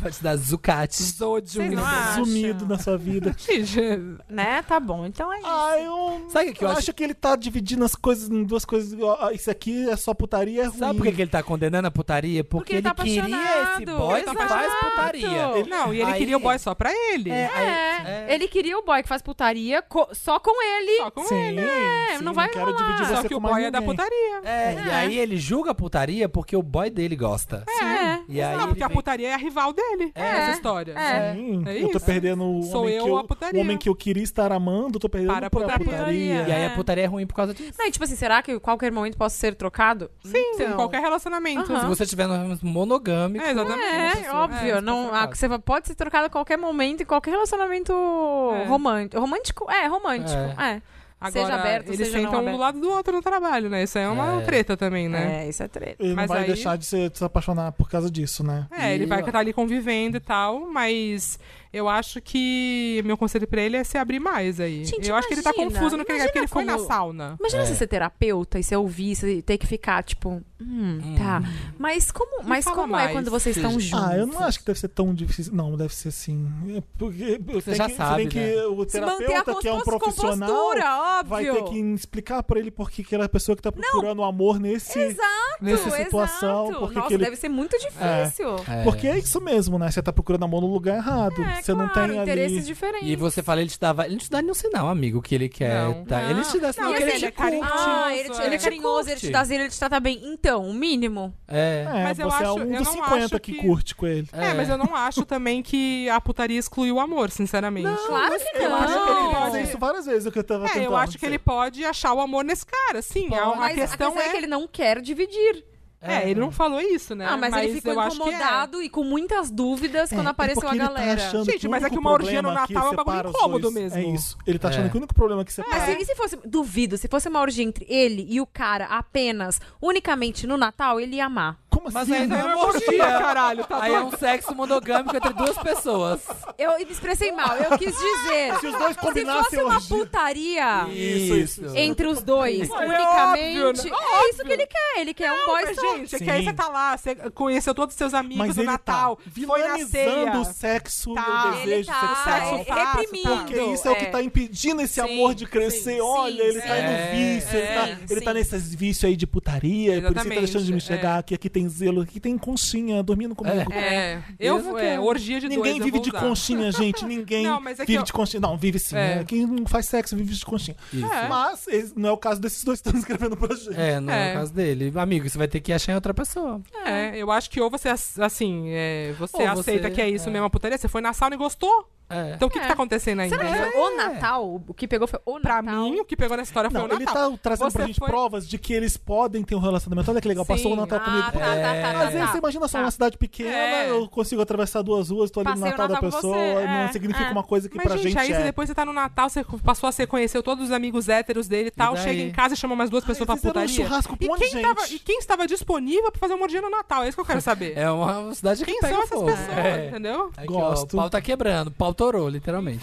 Speaker 3: Vai te dar Zucati.
Speaker 4: Zódio.
Speaker 5: Vocês não acham?
Speaker 1: Sumido na sua vida.
Speaker 5: Né? Tá bom. Então é isso.
Speaker 1: Ai, eu...
Speaker 3: Sabe o que eu
Speaker 1: eu
Speaker 3: acho?
Speaker 1: acho que ele tá dividindo as coisas em duas coisas. Ó, Isso aqui é só putaria, é ruim.
Speaker 3: Sabe por que que ele tá condenando a putaria? Porque,
Speaker 5: Porque ele
Speaker 3: ele,
Speaker 5: tá
Speaker 3: queria esse
Speaker 5: apaixonado.
Speaker 3: boy que
Speaker 5: Exato.
Speaker 3: faz putaria.
Speaker 4: Ele- Não, e ele
Speaker 3: Aí-
Speaker 4: queria o boy só pra ele.
Speaker 3: É, aí-
Speaker 5: É, Ele queria o boy que faz putaria co- só com ele.
Speaker 4: Só com
Speaker 1: Sim,
Speaker 4: ele.
Speaker 5: É,
Speaker 1: sim,
Speaker 5: não vai
Speaker 1: quero
Speaker 5: rolar.
Speaker 1: dividir
Speaker 4: Só
Speaker 1: você
Speaker 4: que
Speaker 1: com
Speaker 4: o
Speaker 1: mais
Speaker 4: boy é da
Speaker 1: ninguém.
Speaker 4: putaria.
Speaker 3: é, E aí ele julga a putaria porque o boy dele gosta.
Speaker 5: É.
Speaker 3: E aí
Speaker 4: não,
Speaker 3: ele
Speaker 4: porque a
Speaker 3: vem-
Speaker 4: putaria é a rival dele. É. Essa história.
Speaker 5: É.
Speaker 1: Sim,
Speaker 4: É
Speaker 1: eu tô
Speaker 4: isso.
Speaker 1: perdendo o
Speaker 4: Sou
Speaker 1: homem,
Speaker 4: eu
Speaker 1: que
Speaker 4: a putaria.
Speaker 1: o homem que eu queria estar amando, eu tô perdendo
Speaker 4: Para a
Speaker 1: pra
Speaker 4: putaria.
Speaker 1: putaria.
Speaker 3: E aí
Speaker 5: É.
Speaker 3: a putaria é ruim por causa disso.
Speaker 5: Não, e tipo assim, será que em qualquer momento posso ser trocado? Sim.
Speaker 3: Então.
Speaker 4: Em qualquer relacionamento.
Speaker 5: Aham.
Speaker 3: Se você tiver um monogâmico,
Speaker 4: É, exatamente.
Speaker 5: É, óbvio.
Speaker 3: É, você
Speaker 5: não,
Speaker 3: pode ser
Speaker 5: a- você pode ser trocado a qualquer momento, em qualquer relacionamento É. romântico. Romântico? É, romântico. É.
Speaker 4: Agora,
Speaker 5: Seja aberto,
Speaker 4: eles
Speaker 5: seja não
Speaker 4: sentam um
Speaker 5: aberto.
Speaker 4: do lado do outro no trabalho, né? Isso aí é uma
Speaker 3: É.
Speaker 4: treta também, né?
Speaker 5: É, isso é treta.
Speaker 1: Ele não
Speaker 4: Mas
Speaker 1: vai
Speaker 4: aí-
Speaker 1: deixar de se, de se apaixonar por causa disso, né?
Speaker 4: É, ele
Speaker 3: E-
Speaker 4: vai estar ali convivendo e tal, mas eu acho que meu conselho pra ele é se abrir mais aí.
Speaker 5: Gente,
Speaker 4: eu acho que ele tá
Speaker 5: imagina,
Speaker 4: confuso no que ele quer, porque ele foi
Speaker 5: imagina
Speaker 4: na
Speaker 5: como-
Speaker 4: sauna.
Speaker 5: Imagina você ser terapeuta e você ouvir, você ter que ficar, tipo, hum, tá. Mas como, mas
Speaker 4: fala
Speaker 5: como
Speaker 4: mais.
Speaker 5: é quando vocês
Speaker 3: Seja-
Speaker 5: estão juntos?
Speaker 1: Ah, eu não acho que deve ser tão difícil. Não, deve ser sim. É Porque você
Speaker 3: já
Speaker 1: que,
Speaker 3: sabe,
Speaker 1: Tem que
Speaker 3: né?
Speaker 1: o
Speaker 5: Se manter a
Speaker 1: terapeuta, que é um
Speaker 5: compostura,
Speaker 1: profissional,
Speaker 5: compostura, óbvio.
Speaker 1: vai ter que explicar pra ele por que que ela é a pessoa que tá procurando amor nesse.
Speaker 5: Exato,
Speaker 1: nessa situação,
Speaker 5: exato.
Speaker 1: porque
Speaker 5: Nossa,
Speaker 1: que ele-
Speaker 5: deve ser muito difícil.
Speaker 3: É.
Speaker 1: Porque é isso mesmo, né? Você tá procurando amor no lugar errado.
Speaker 5: É,
Speaker 1: você não
Speaker 5: claro,
Speaker 1: tem
Speaker 5: interesses
Speaker 1: ali.
Speaker 5: diferentes.
Speaker 3: E você fala, ele te dá. va- Ele não te dá nenhum sinal, amigo, que ele quer.
Speaker 4: Não.
Speaker 3: tá? Ele te dá sinal
Speaker 5: Não,
Speaker 3: que
Speaker 5: e
Speaker 3: ele
Speaker 5: assim,
Speaker 3: te
Speaker 4: ele é cari-
Speaker 3: curte.
Speaker 5: Ah, ele, te-
Speaker 4: É.
Speaker 5: ele é
Speaker 3: Te
Speaker 5: carinhoso, ele
Speaker 3: curte.
Speaker 5: te dá zelo, ele te trata bem. Então, o mínimo.
Speaker 3: É.
Speaker 1: É,
Speaker 4: Mas eu
Speaker 1: você
Speaker 4: acho-
Speaker 1: é um
Speaker 4: eu
Speaker 1: dos
Speaker 4: não
Speaker 1: 50
Speaker 4: acho
Speaker 1: que...
Speaker 4: que-
Speaker 1: curte com ele.
Speaker 4: É, mas eu não acho também que a putaria excluiu o amor, sinceramente.
Speaker 5: claro que
Speaker 1: Eu acho que ele
Speaker 5: não.
Speaker 4: pode-
Speaker 1: faz isso várias vezes, o que eu tava
Speaker 4: É,
Speaker 1: tentando.
Speaker 4: eu acho que ele pode achar o amor nesse cara, sim. A, a
Speaker 5: Mas
Speaker 4: questão, é,
Speaker 5: que ele não quer dividir.
Speaker 4: É, ele não falou isso, né?
Speaker 5: ah, mas, ele ficou
Speaker 4: eu acho que é.
Speaker 5: incomodado e com muitas dúvidas
Speaker 1: É,
Speaker 5: quando
Speaker 1: é
Speaker 5: apareceu a
Speaker 1: porque ele tá
Speaker 5: galera.
Speaker 1: achando
Speaker 4: Gente,
Speaker 1: o
Speaker 4: mas é que
Speaker 1: único
Speaker 4: uma orgia no
Speaker 1: problema que
Speaker 4: Natal é um bagulho
Speaker 1: separa os
Speaker 4: incômodo
Speaker 1: dois
Speaker 4: mesmo.
Speaker 1: É isso. Ele tá achando
Speaker 3: É.
Speaker 1: que o único problema que
Speaker 5: Mas
Speaker 1: separa.
Speaker 5: se, e se fosse, duvido, se fosse uma orgia entre ele e o cara apenas, unicamente no Natal, ele ia amar.
Speaker 1: Com Como
Speaker 3: Mas
Speaker 1: assim?
Speaker 3: aí não é
Speaker 1: né?
Speaker 3: homofobia.
Speaker 4: caralho, tá
Speaker 3: Aí é um sexo monogâmico entre duas pessoas.
Speaker 5: Eu me expressei mal, eu quis dizer.
Speaker 1: Se os dois
Speaker 5: Se
Speaker 1: combinassem
Speaker 5: fosse uma
Speaker 1: hoje.
Speaker 5: putaria
Speaker 1: Isso, isso.
Speaker 5: entre os dois,
Speaker 4: Não, é
Speaker 5: unicamente, é,
Speaker 4: óbvio, né?
Speaker 5: isso que ele quer. Ele quer um boy
Speaker 4: Mas,
Speaker 5: só.
Speaker 4: gente, é que aí
Speaker 1: Sim.
Speaker 4: você tá lá, você conheceu todos os seus amigos
Speaker 1: Mas
Speaker 4: no
Speaker 1: ele
Speaker 4: Natal,
Speaker 1: tá
Speaker 4: foi na ceia.
Speaker 1: vilanizando o sexo
Speaker 4: Tá,
Speaker 1: e o
Speaker 5: ele
Speaker 1: desejo
Speaker 5: tá
Speaker 1: sexual.
Speaker 5: é,
Speaker 4: Sexo fácil,
Speaker 5: reprimindo.
Speaker 1: Porque isso é, o que tá impedindo esse
Speaker 5: Sim,
Speaker 1: amor de crescer.
Speaker 5: sim,
Speaker 1: Olha, ele tá
Speaker 5: sim.
Speaker 1: no vício, ele,
Speaker 5: É,
Speaker 1: tá, ele
Speaker 5: sim.
Speaker 1: tá nesses vícios aí de putaria, por isso ele tá deixando de me
Speaker 4: Exatamente,
Speaker 1: enxergar. Aqui, aqui tem zelo, aqui tem conchinha dormindo comigo.
Speaker 4: É,
Speaker 3: Eu
Speaker 4: eu,
Speaker 3: não
Speaker 4: vou- é,
Speaker 3: quero.
Speaker 4: orgia de dois,
Speaker 1: Ninguém
Speaker 4: eu
Speaker 1: vive
Speaker 4: vou
Speaker 1: de
Speaker 4: usar.
Speaker 1: conchinha, gente. Ninguém
Speaker 4: Não, mas é que
Speaker 1: vive
Speaker 4: eu-
Speaker 1: de conchinha. Não, vive sim.
Speaker 4: É.
Speaker 1: né? Quem não faz sexo vive de conchinha.
Speaker 3: Isso.
Speaker 1: Mas esse não é o caso desses dois que estão escrevendo pra gente.
Speaker 3: É, não é.
Speaker 4: É.
Speaker 3: o caso dele. Amigo, você vai ter que achar em outra pessoa.
Speaker 4: É, eu acho que ou você, ass- assim, é, você
Speaker 3: Ou
Speaker 4: aceita
Speaker 3: você-
Speaker 4: que é isso
Speaker 3: é.
Speaker 4: mesmo, a putaria, você foi na sauna e gostou.
Speaker 3: É.
Speaker 4: Então o que, que tá acontecendo ainda?
Speaker 5: Será que foi o Natal? O que pegou foi o
Speaker 4: Pra
Speaker 5: Natal?
Speaker 4: mim, o que pegou na história
Speaker 1: Não,
Speaker 4: foi o
Speaker 1: ele
Speaker 4: Natal.
Speaker 1: tá trazendo pra
Speaker 4: Você
Speaker 1: gente
Speaker 4: foi-
Speaker 1: provas de que eles podem ter um relacionamento. Olha que legal, passou o
Speaker 4: Sim.
Speaker 1: Natal comigo.
Speaker 5: Ah, tá, tá, tá, tá,
Speaker 1: Mas aí
Speaker 5: tá.
Speaker 1: você imagina só
Speaker 5: Tá.
Speaker 1: uma cidade pequena,
Speaker 4: É.
Speaker 1: eu consigo atravessar duas ruas, tô ali
Speaker 5: Passei o
Speaker 1: no Natal, da
Speaker 5: Natal com
Speaker 1: pessoa,
Speaker 5: você,
Speaker 1: não
Speaker 5: é,
Speaker 1: significa
Speaker 5: é.
Speaker 1: uma coisa que
Speaker 4: Mas,
Speaker 1: pra
Speaker 4: gente,
Speaker 1: gente,
Speaker 4: aí
Speaker 1: é.
Speaker 4: você- depois você tá no Natal, você passou a ser, conheceu todos os amigos héteros dele e tal,
Speaker 3: daí?
Speaker 4: chega em casa e chama mais duas pessoas pra
Speaker 1: vocês fizeram um
Speaker 4: putaria.
Speaker 1: churrasco com um
Speaker 4: e,
Speaker 1: monte de
Speaker 4: quem
Speaker 1: gente.
Speaker 4: tava, e quem estava disponível pra fazer uma orgia no Natal? É isso que eu quero saber.
Speaker 3: É uma cidade que
Speaker 4: Quem
Speaker 3: pega
Speaker 4: são essas
Speaker 3: fogo.
Speaker 4: pessoas,
Speaker 3: É.
Speaker 4: entendeu?
Speaker 3: Aqui,
Speaker 1: Gosto.
Speaker 3: Ó, o pau tá quebrando, o pau torou, literalmente.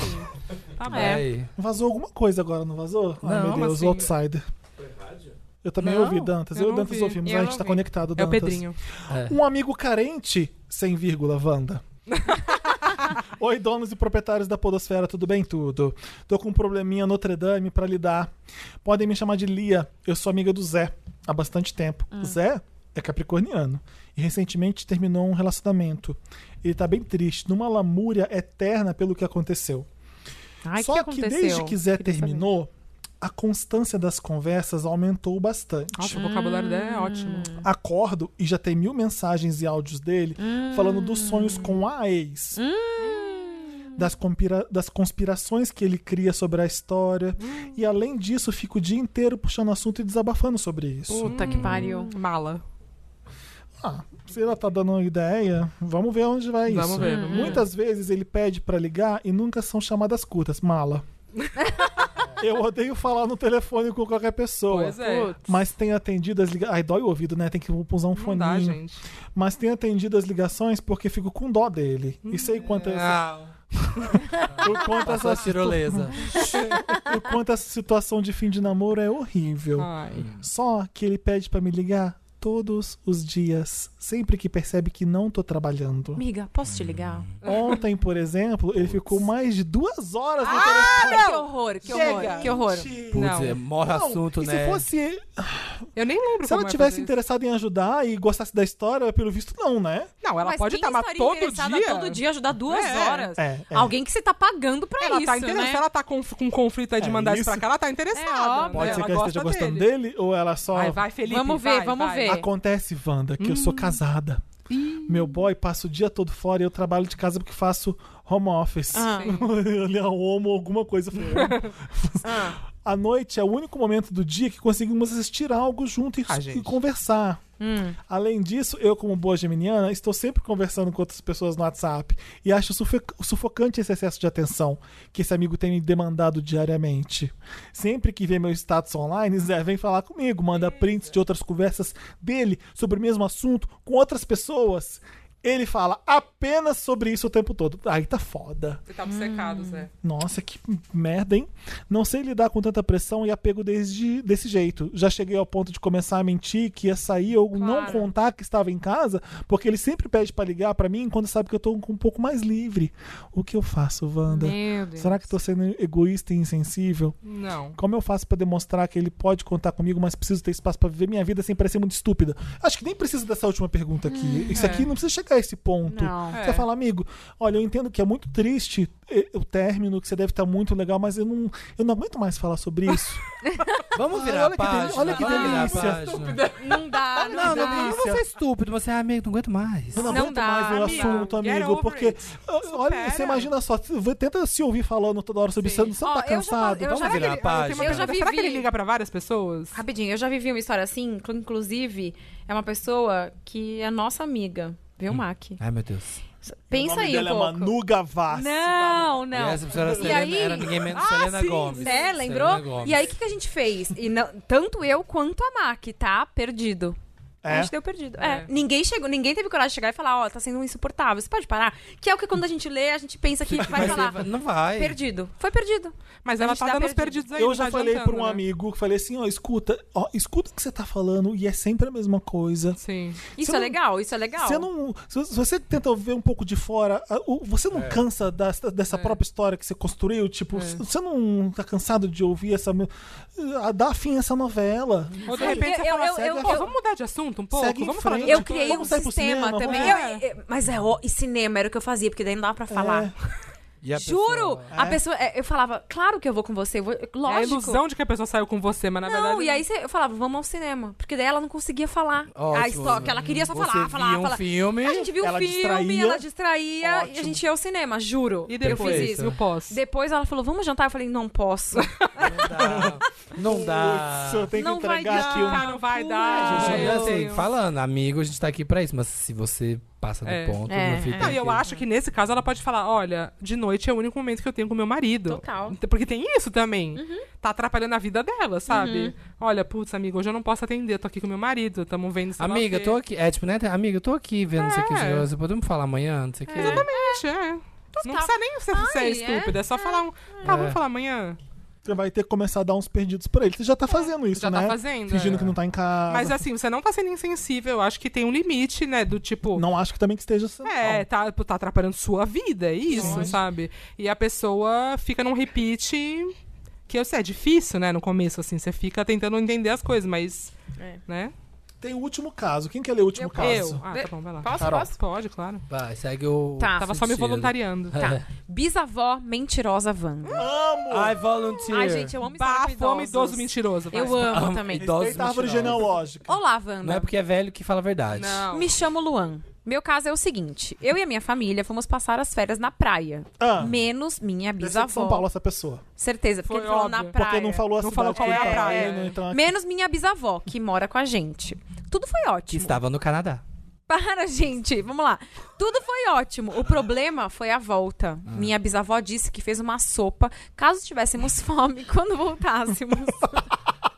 Speaker 4: Tá bom.
Speaker 1: É.
Speaker 5: É
Speaker 3: Aí.
Speaker 1: Vazou alguma coisa agora, não vazou? Ai,
Speaker 3: Não,
Speaker 1: meu
Speaker 3: mas
Speaker 1: Deus,
Speaker 3: sim.
Speaker 1: o Outsider. Eu também
Speaker 3: Não,
Speaker 1: ouvi Dantas. Eu e
Speaker 4: eu assim, não
Speaker 1: Dantas
Speaker 4: vi.
Speaker 1: ouvimos,
Speaker 5: Eu
Speaker 1: a
Speaker 5: não
Speaker 1: gente tá
Speaker 5: vi.
Speaker 1: conectado,
Speaker 4: É
Speaker 1: Dantas.
Speaker 4: o Pedrinho.
Speaker 3: É.
Speaker 1: Um amigo carente, sem vírgula, Wanda. Oi, donos e proprietários da Podosfera, tudo bem? Tudo. Tô com um probleminha Notre Dame pra lidar. Podem me chamar de Lia, eu sou amiga do Zé há bastante tempo.
Speaker 5: Ah.
Speaker 1: Zé é capricorniano e recentemente terminou um relacionamento. Ele tá bem triste, numa lamúria eterna pelo que aconteceu.
Speaker 5: Ai,
Speaker 1: Só que,
Speaker 5: aconteceu?
Speaker 1: desde que Zé
Speaker 5: Queria saber.
Speaker 1: terminou, a constância das conversas aumentou bastante
Speaker 4: Nossa, o vocabulário dela é ótimo.
Speaker 1: acordo e já tem mil mensagens e áudios dele
Speaker 4: Hum.
Speaker 1: falando dos sonhos com a ex.
Speaker 4: Hum.
Speaker 1: Das, compira- das conspirações que ele cria sobre a história.
Speaker 4: Hum.
Speaker 1: E além disso, fica o dia inteiro puxando assunto e desabafando sobre isso.
Speaker 5: Puta que pariu.
Speaker 4: Hum, Mala.
Speaker 1: Ah, se ela tá dando uma ideia, vamos ver onde vai
Speaker 4: Vamos
Speaker 1: isso.
Speaker 4: ver, vamos
Speaker 1: Muitas vezes ele pede pra ligar e nunca são chamadas curtas. Mala. Eu odeio falar no telefone com qualquer pessoa.
Speaker 4: Pois é.
Speaker 1: Mas tem atendido as ligações. Ai, dói o ouvido, né? Tem que usar um
Speaker 4: Não
Speaker 1: foninho.
Speaker 4: dá, gente.
Speaker 1: mas tenho atendido as ligações porque fico com dó dele. E sei quanto essa,
Speaker 3: Ah,
Speaker 1: o quanto
Speaker 3: passou a
Speaker 1: essa,
Speaker 3: tirolesa.
Speaker 1: o quanto essa situação de fim de namoro é horrível.
Speaker 3: Ah.
Speaker 4: Ai.
Speaker 1: Só que ele pede pra me ligar todos os dias, sempre que percebe que não tô trabalhando.
Speaker 5: Amiga, posso te ligar?
Speaker 1: Ontem, por exemplo, ele ficou mais de duas horas
Speaker 3: Ah,
Speaker 1: no
Speaker 5: Ai, que horror, que horror, que horror.
Speaker 1: telefone.
Speaker 3: Putz,
Speaker 4: Não.
Speaker 3: é, morre
Speaker 1: Não,
Speaker 3: assunto,
Speaker 1: e
Speaker 3: né?
Speaker 1: se fosse.
Speaker 4: Eu nem lembro
Speaker 1: Se ela
Speaker 4: como é
Speaker 1: tivesse
Speaker 4: fazer
Speaker 1: interessada em ajudar e gostasse da história, pelo visto, não, né?
Speaker 4: isso. Não, ela
Speaker 5: Mas
Speaker 4: pode
Speaker 5: quem
Speaker 4: estar, mas
Speaker 5: estaria
Speaker 4: todo
Speaker 5: interessada
Speaker 4: dia.
Speaker 5: todo dia ajudar duas
Speaker 4: É,
Speaker 5: horas.
Speaker 1: é, é.
Speaker 5: Alguém que você tá pagando pra
Speaker 4: Ela
Speaker 5: isso,
Speaker 4: tá interessada.
Speaker 5: né?
Speaker 4: Se ela tá com, com conflito aí de
Speaker 1: É
Speaker 4: mandar isso
Speaker 1: isso.
Speaker 4: pra cá, ela tá interessada.
Speaker 5: É óbvio.
Speaker 1: Pode
Speaker 4: né?
Speaker 1: ser
Speaker 4: Ela
Speaker 1: que ela esteja
Speaker 4: gosta
Speaker 1: gostando dele, ou ela só.
Speaker 4: Vai, vai, Felipe.
Speaker 5: Vamos ver,
Speaker 4: vai,
Speaker 5: vamos
Speaker 4: vai.
Speaker 5: ver. Hum.
Speaker 1: Acontece, Wanda, que eu sou casada. Meu boy passa o dia todo fora e eu trabalho de casa porque faço home office.
Speaker 5: Ah.
Speaker 1: Ele é homo, alguma coisa. Foi homo. A noite é o único momento do dia que conseguimos assistir algo junto e,
Speaker 4: Ah,
Speaker 1: e
Speaker 4: gente. Hum.
Speaker 1: conversar. Além disso, eu, como boa geminiana, estou sempre conversando com outras pessoas no WhatsApp e acho sufoc- sufocante esse excesso de atenção que esse amigo tem me demandado diariamente. Sempre que vê meu status online, Zé vem falar comigo, manda prints de outras conversas dele sobre o mesmo assunto com outras pessoas. Ele fala apenas sobre isso o tempo todo. Aí tá foda.
Speaker 4: Você tá obcecado, Zé.
Speaker 1: Nossa, que merda, hein? Não sei lidar com tanta pressão e apego desde desse jeito. Já cheguei ao ponto de começar a mentir que ia sair ou não contar que estava em casa, porque ele sempre pede pra ligar pra mim quando sabe que eu tô um, um pouco mais livre. O que eu faço, Wanda?
Speaker 5: Meu Deus.
Speaker 1: Será que tô sendo egoísta e insensível?
Speaker 4: Não.
Speaker 1: Como eu faço pra demonstrar que ele pode contar comigo, mas preciso ter espaço pra viver minha vida sem parecer muito estúpida? Acho que nem precisa dessa última pergunta aqui. Isso aqui não precisa chegar a esse ponto.
Speaker 5: Hum, é. Não.
Speaker 1: Você
Speaker 4: É.
Speaker 1: fala, amigo, olha, eu entendo que é muito triste eh, o término, que você deve estar muito legal, mas eu não, eu não aguento mais falar sobre isso.
Speaker 3: Vamos
Speaker 1: Ai,
Speaker 3: virar
Speaker 1: olha que deli-
Speaker 3: a página.
Speaker 1: olha que
Speaker 3: vamos virar a
Speaker 1: delícia.
Speaker 3: página.
Speaker 5: Não dá,
Speaker 3: Não,
Speaker 5: não,
Speaker 3: não,
Speaker 5: dá.
Speaker 3: não vou ser estúpido, mas você, ah, amigo, não aguento mais.
Speaker 1: Eu não,
Speaker 5: Não
Speaker 1: aguento
Speaker 5: dá,
Speaker 1: mais o
Speaker 4: amigo.
Speaker 1: assunto,
Speaker 4: Get
Speaker 1: amigo,
Speaker 4: over
Speaker 1: porque.
Speaker 4: it.
Speaker 1: ó, Olha,
Speaker 4: Supera.
Speaker 1: você imagina só, você vai- tenta se ouvir falando toda hora sobre isso, você não
Speaker 5: Ó,
Speaker 1: tá
Speaker 5: eu já falo-
Speaker 1: cansado.
Speaker 5: eu
Speaker 1: Vamos
Speaker 5: já
Speaker 3: Vamos
Speaker 1: ver.
Speaker 3: virar a página.
Speaker 5: Eu já vi-
Speaker 4: assim, Será que ele
Speaker 5: vivi-
Speaker 4: liga pra várias pessoas?
Speaker 5: Rapidinho, eu já vivi uma história assim, inclu- inclusive, é uma pessoa que é nossa amiga, viu, Mac?
Speaker 3: Ai, meu Deus.
Speaker 1: Hum. É, o
Speaker 5: Pensa
Speaker 1: nome
Speaker 5: aí um
Speaker 1: dela
Speaker 5: pouco.
Speaker 1: é Manu Gavassi.
Speaker 3: E
Speaker 5: Não,
Speaker 1: é
Speaker 5: não.
Speaker 3: essa senhora
Speaker 5: E
Speaker 3: Selena
Speaker 5: aí-
Speaker 3: era ninguém menos
Speaker 5: Ah,
Speaker 3: Selena
Speaker 5: sim,
Speaker 3: Gomes.
Speaker 5: É, lembrou?
Speaker 3: Selena Gomes.
Speaker 5: E aí, o que, que a gente fez? E não- tanto eu quanto a Mac, tá? Perdido.
Speaker 1: É?
Speaker 5: A gente deu perdido. É.
Speaker 4: É.
Speaker 5: Ninguém chegou, ninguém teve coragem de chegar e falar, ó, tá sendo insuportável, você pode parar? Que é o que quando a gente lê, a gente pensa que vai
Speaker 3: Mas
Speaker 5: falar.
Speaker 3: ele vai- não vai.
Speaker 5: Perdido. Foi perdido.
Speaker 4: Mas
Speaker 5: A
Speaker 4: ela
Speaker 5: gente
Speaker 4: tá
Speaker 5: tá
Speaker 4: dando os
Speaker 5: perdido.
Speaker 4: perdidos aí.
Speaker 1: Eu
Speaker 4: não
Speaker 1: já
Speaker 4: tá
Speaker 1: falei pra um
Speaker 4: adiantando, né?
Speaker 1: amigo, falei assim, ó, escuta, ó, escuta o que você tá falando e é sempre a mesma coisa.
Speaker 4: Sim.
Speaker 1: Você
Speaker 5: Isso é
Speaker 1: não-
Speaker 5: legal, isso é legal.
Speaker 1: Você não, se se você tenta ver um pouco de fora, a- o- você
Speaker 3: É.
Speaker 1: não cansa das- dessa
Speaker 4: É.
Speaker 1: própria história que você construiu? Tipo, c- você não tá cansado de ouvir essa. me- Ah, Dá fim a essa novela.
Speaker 4: Ou de
Speaker 5: Ai,
Speaker 4: repente
Speaker 5: eu-
Speaker 4: você fala,
Speaker 5: eu-
Speaker 4: segue
Speaker 5: eu-
Speaker 4: a-
Speaker 5: eu-
Speaker 4: Pô, vamos mudar de assunto um pouco?
Speaker 1: Segue em
Speaker 4: vamos falar de
Speaker 1: frente.
Speaker 5: Eu
Speaker 4: outra
Speaker 5: criei
Speaker 4: coisa?
Speaker 5: um
Speaker 1: Vamos sair pro
Speaker 5: sistema
Speaker 1: cinema,
Speaker 5: também.
Speaker 1: vamos-
Speaker 5: Eu- eu- mas é, ó, e cinema era o que eu fazia, porque daí não dava pra falar.
Speaker 3: E a
Speaker 5: Juro!
Speaker 3: pessoa-
Speaker 5: A pessoa, é, eu falava, claro que eu vou com você, eu vou-
Speaker 4: É a
Speaker 5: lógico.
Speaker 4: ilusão de que a pessoa saiu com você, mas na
Speaker 5: não,
Speaker 4: verdade.
Speaker 5: e aí você- eu falava, vamos ao cinema. Porque daí ela não conseguia falar
Speaker 3: Ótimo.
Speaker 5: a história, que Ah, ela queria só
Speaker 3: Você
Speaker 5: falar,
Speaker 3: via
Speaker 5: falar,
Speaker 3: um
Speaker 5: falar.
Speaker 3: filme,
Speaker 5: A gente viu
Speaker 1: ela
Speaker 5: um filme,
Speaker 1: distraía.
Speaker 5: ela distraía e a
Speaker 1: Ótimo.
Speaker 5: gente ia ao cinema, juro.
Speaker 4: E depois
Speaker 3: Eu fiz
Speaker 4: isso.
Speaker 3: isso.
Speaker 4: Eu posso.
Speaker 5: Depois ela falou, vamos jantar? Eu falei, não posso.
Speaker 3: não dá. Não dá.
Speaker 1: Você tem que
Speaker 5: não vai
Speaker 1: entregar
Speaker 5: dar.
Speaker 1: aqui um.
Speaker 4: Ah, não vai
Speaker 3: A
Speaker 4: dar.
Speaker 3: gente, olha
Speaker 4: eu
Speaker 3: assim,
Speaker 4: tenho-
Speaker 3: falando, amigo, a gente tá aqui pra isso, mas se você passa do
Speaker 4: É.
Speaker 3: ponto,
Speaker 5: É,
Speaker 3: não fica.
Speaker 5: é.
Speaker 4: Não, e eu
Speaker 3: aqui.
Speaker 4: acho que nesse caso ela pode falar: olha, de noite é o único momento que eu tenho com meu marido.
Speaker 5: Total.
Speaker 4: Então, Porque tem isso também. Tá atrapalhando a vida dela, sabe? Olha, putz, amiga, hoje eu não posso atender, tô aqui com meu marido, tamo vendo tá sei lá
Speaker 3: Amiga,
Speaker 4: o
Speaker 3: eu
Speaker 4: quê.
Speaker 3: tô aqui. É, tipo, né? Amiga, eu tô aqui vendo isso aqui.
Speaker 4: É.
Speaker 3: Você podemos falar amanhã? Não sei o quê.
Speaker 4: Exatamente, é. Não precisa nem ser, ser
Speaker 5: Ai,
Speaker 4: estúpida, é, só falar um. Tá,
Speaker 3: É.
Speaker 4: vamos falar amanhã.
Speaker 1: Você vai ter que começar a dar uns perdidos pra ele. Você já tá fazendo isso,
Speaker 4: Já
Speaker 1: né?
Speaker 4: tá fazendo.
Speaker 1: Fingindo
Speaker 4: é.
Speaker 1: que não tá em casa.
Speaker 4: Mas assim, você não tá sendo insensível, eu acho que tem um limite, né? Do tipo.
Speaker 1: Não acho que também que esteja sendo.
Speaker 4: É, tá, tá atrapalhando sua vida, é isso,
Speaker 1: Lógico.
Speaker 4: sabe? E a pessoa fica num repeat que eu sei, é difícil, né? No começo, assim, você fica tentando entender as coisas, mas.
Speaker 5: É.
Speaker 4: Né?
Speaker 1: Tem o último caso. Quem quer ler o último caso?
Speaker 4: Eu. Ah, tá bom, vai lá.
Speaker 5: Posso,
Speaker 1: Carol.
Speaker 5: posso?
Speaker 4: Pode, claro.
Speaker 3: Vai, segue o.
Speaker 5: Tá.
Speaker 4: Tava só me
Speaker 3: sentido.
Speaker 4: voluntariando.
Speaker 5: Tá. Bisavó mentirosa Wanda.
Speaker 1: Amo!
Speaker 3: I volunteer.
Speaker 5: Ai, gente, eu amo história com
Speaker 4: Bafo, homem
Speaker 5: idosos.
Speaker 4: idoso mentiroso. vai.
Speaker 5: Eu amo
Speaker 3: Amo
Speaker 5: também.
Speaker 3: idosos
Speaker 1: Respeita a árvore
Speaker 3: mentirosos.
Speaker 4: Oh,
Speaker 1: genealógica.
Speaker 5: Olá, Wanda.
Speaker 3: Não é porque é velho que fala a verdade.
Speaker 4: Não.
Speaker 5: Me chamo Luan. Meu caso é o seguinte: eu e a minha família fomos passar as férias na praia.
Speaker 1: Ah,
Speaker 5: Menos minha
Speaker 1: deve ser
Speaker 5: bisavó.
Speaker 1: de São Paulo essa pessoa.
Speaker 5: Certeza, porque
Speaker 4: Foi
Speaker 5: ele falou na
Speaker 4: óbvio.
Speaker 5: praia.
Speaker 1: Porque não falou a
Speaker 4: Não
Speaker 1: cidade
Speaker 4: falou
Speaker 1: que ele
Speaker 4: qual é a
Speaker 1: tá
Speaker 4: praia.
Speaker 1: indo, então aqui-
Speaker 5: Menos minha bisavó, que mora com a gente. Tudo foi
Speaker 3: Que
Speaker 5: ótimo.
Speaker 3: estava no Canadá.
Speaker 5: Para, gente. Vamos lá. Tudo foi ótimo. O problema foi a volta. Minha bisavó disse que fez uma sopa caso tivéssemos fome quando voltássemos.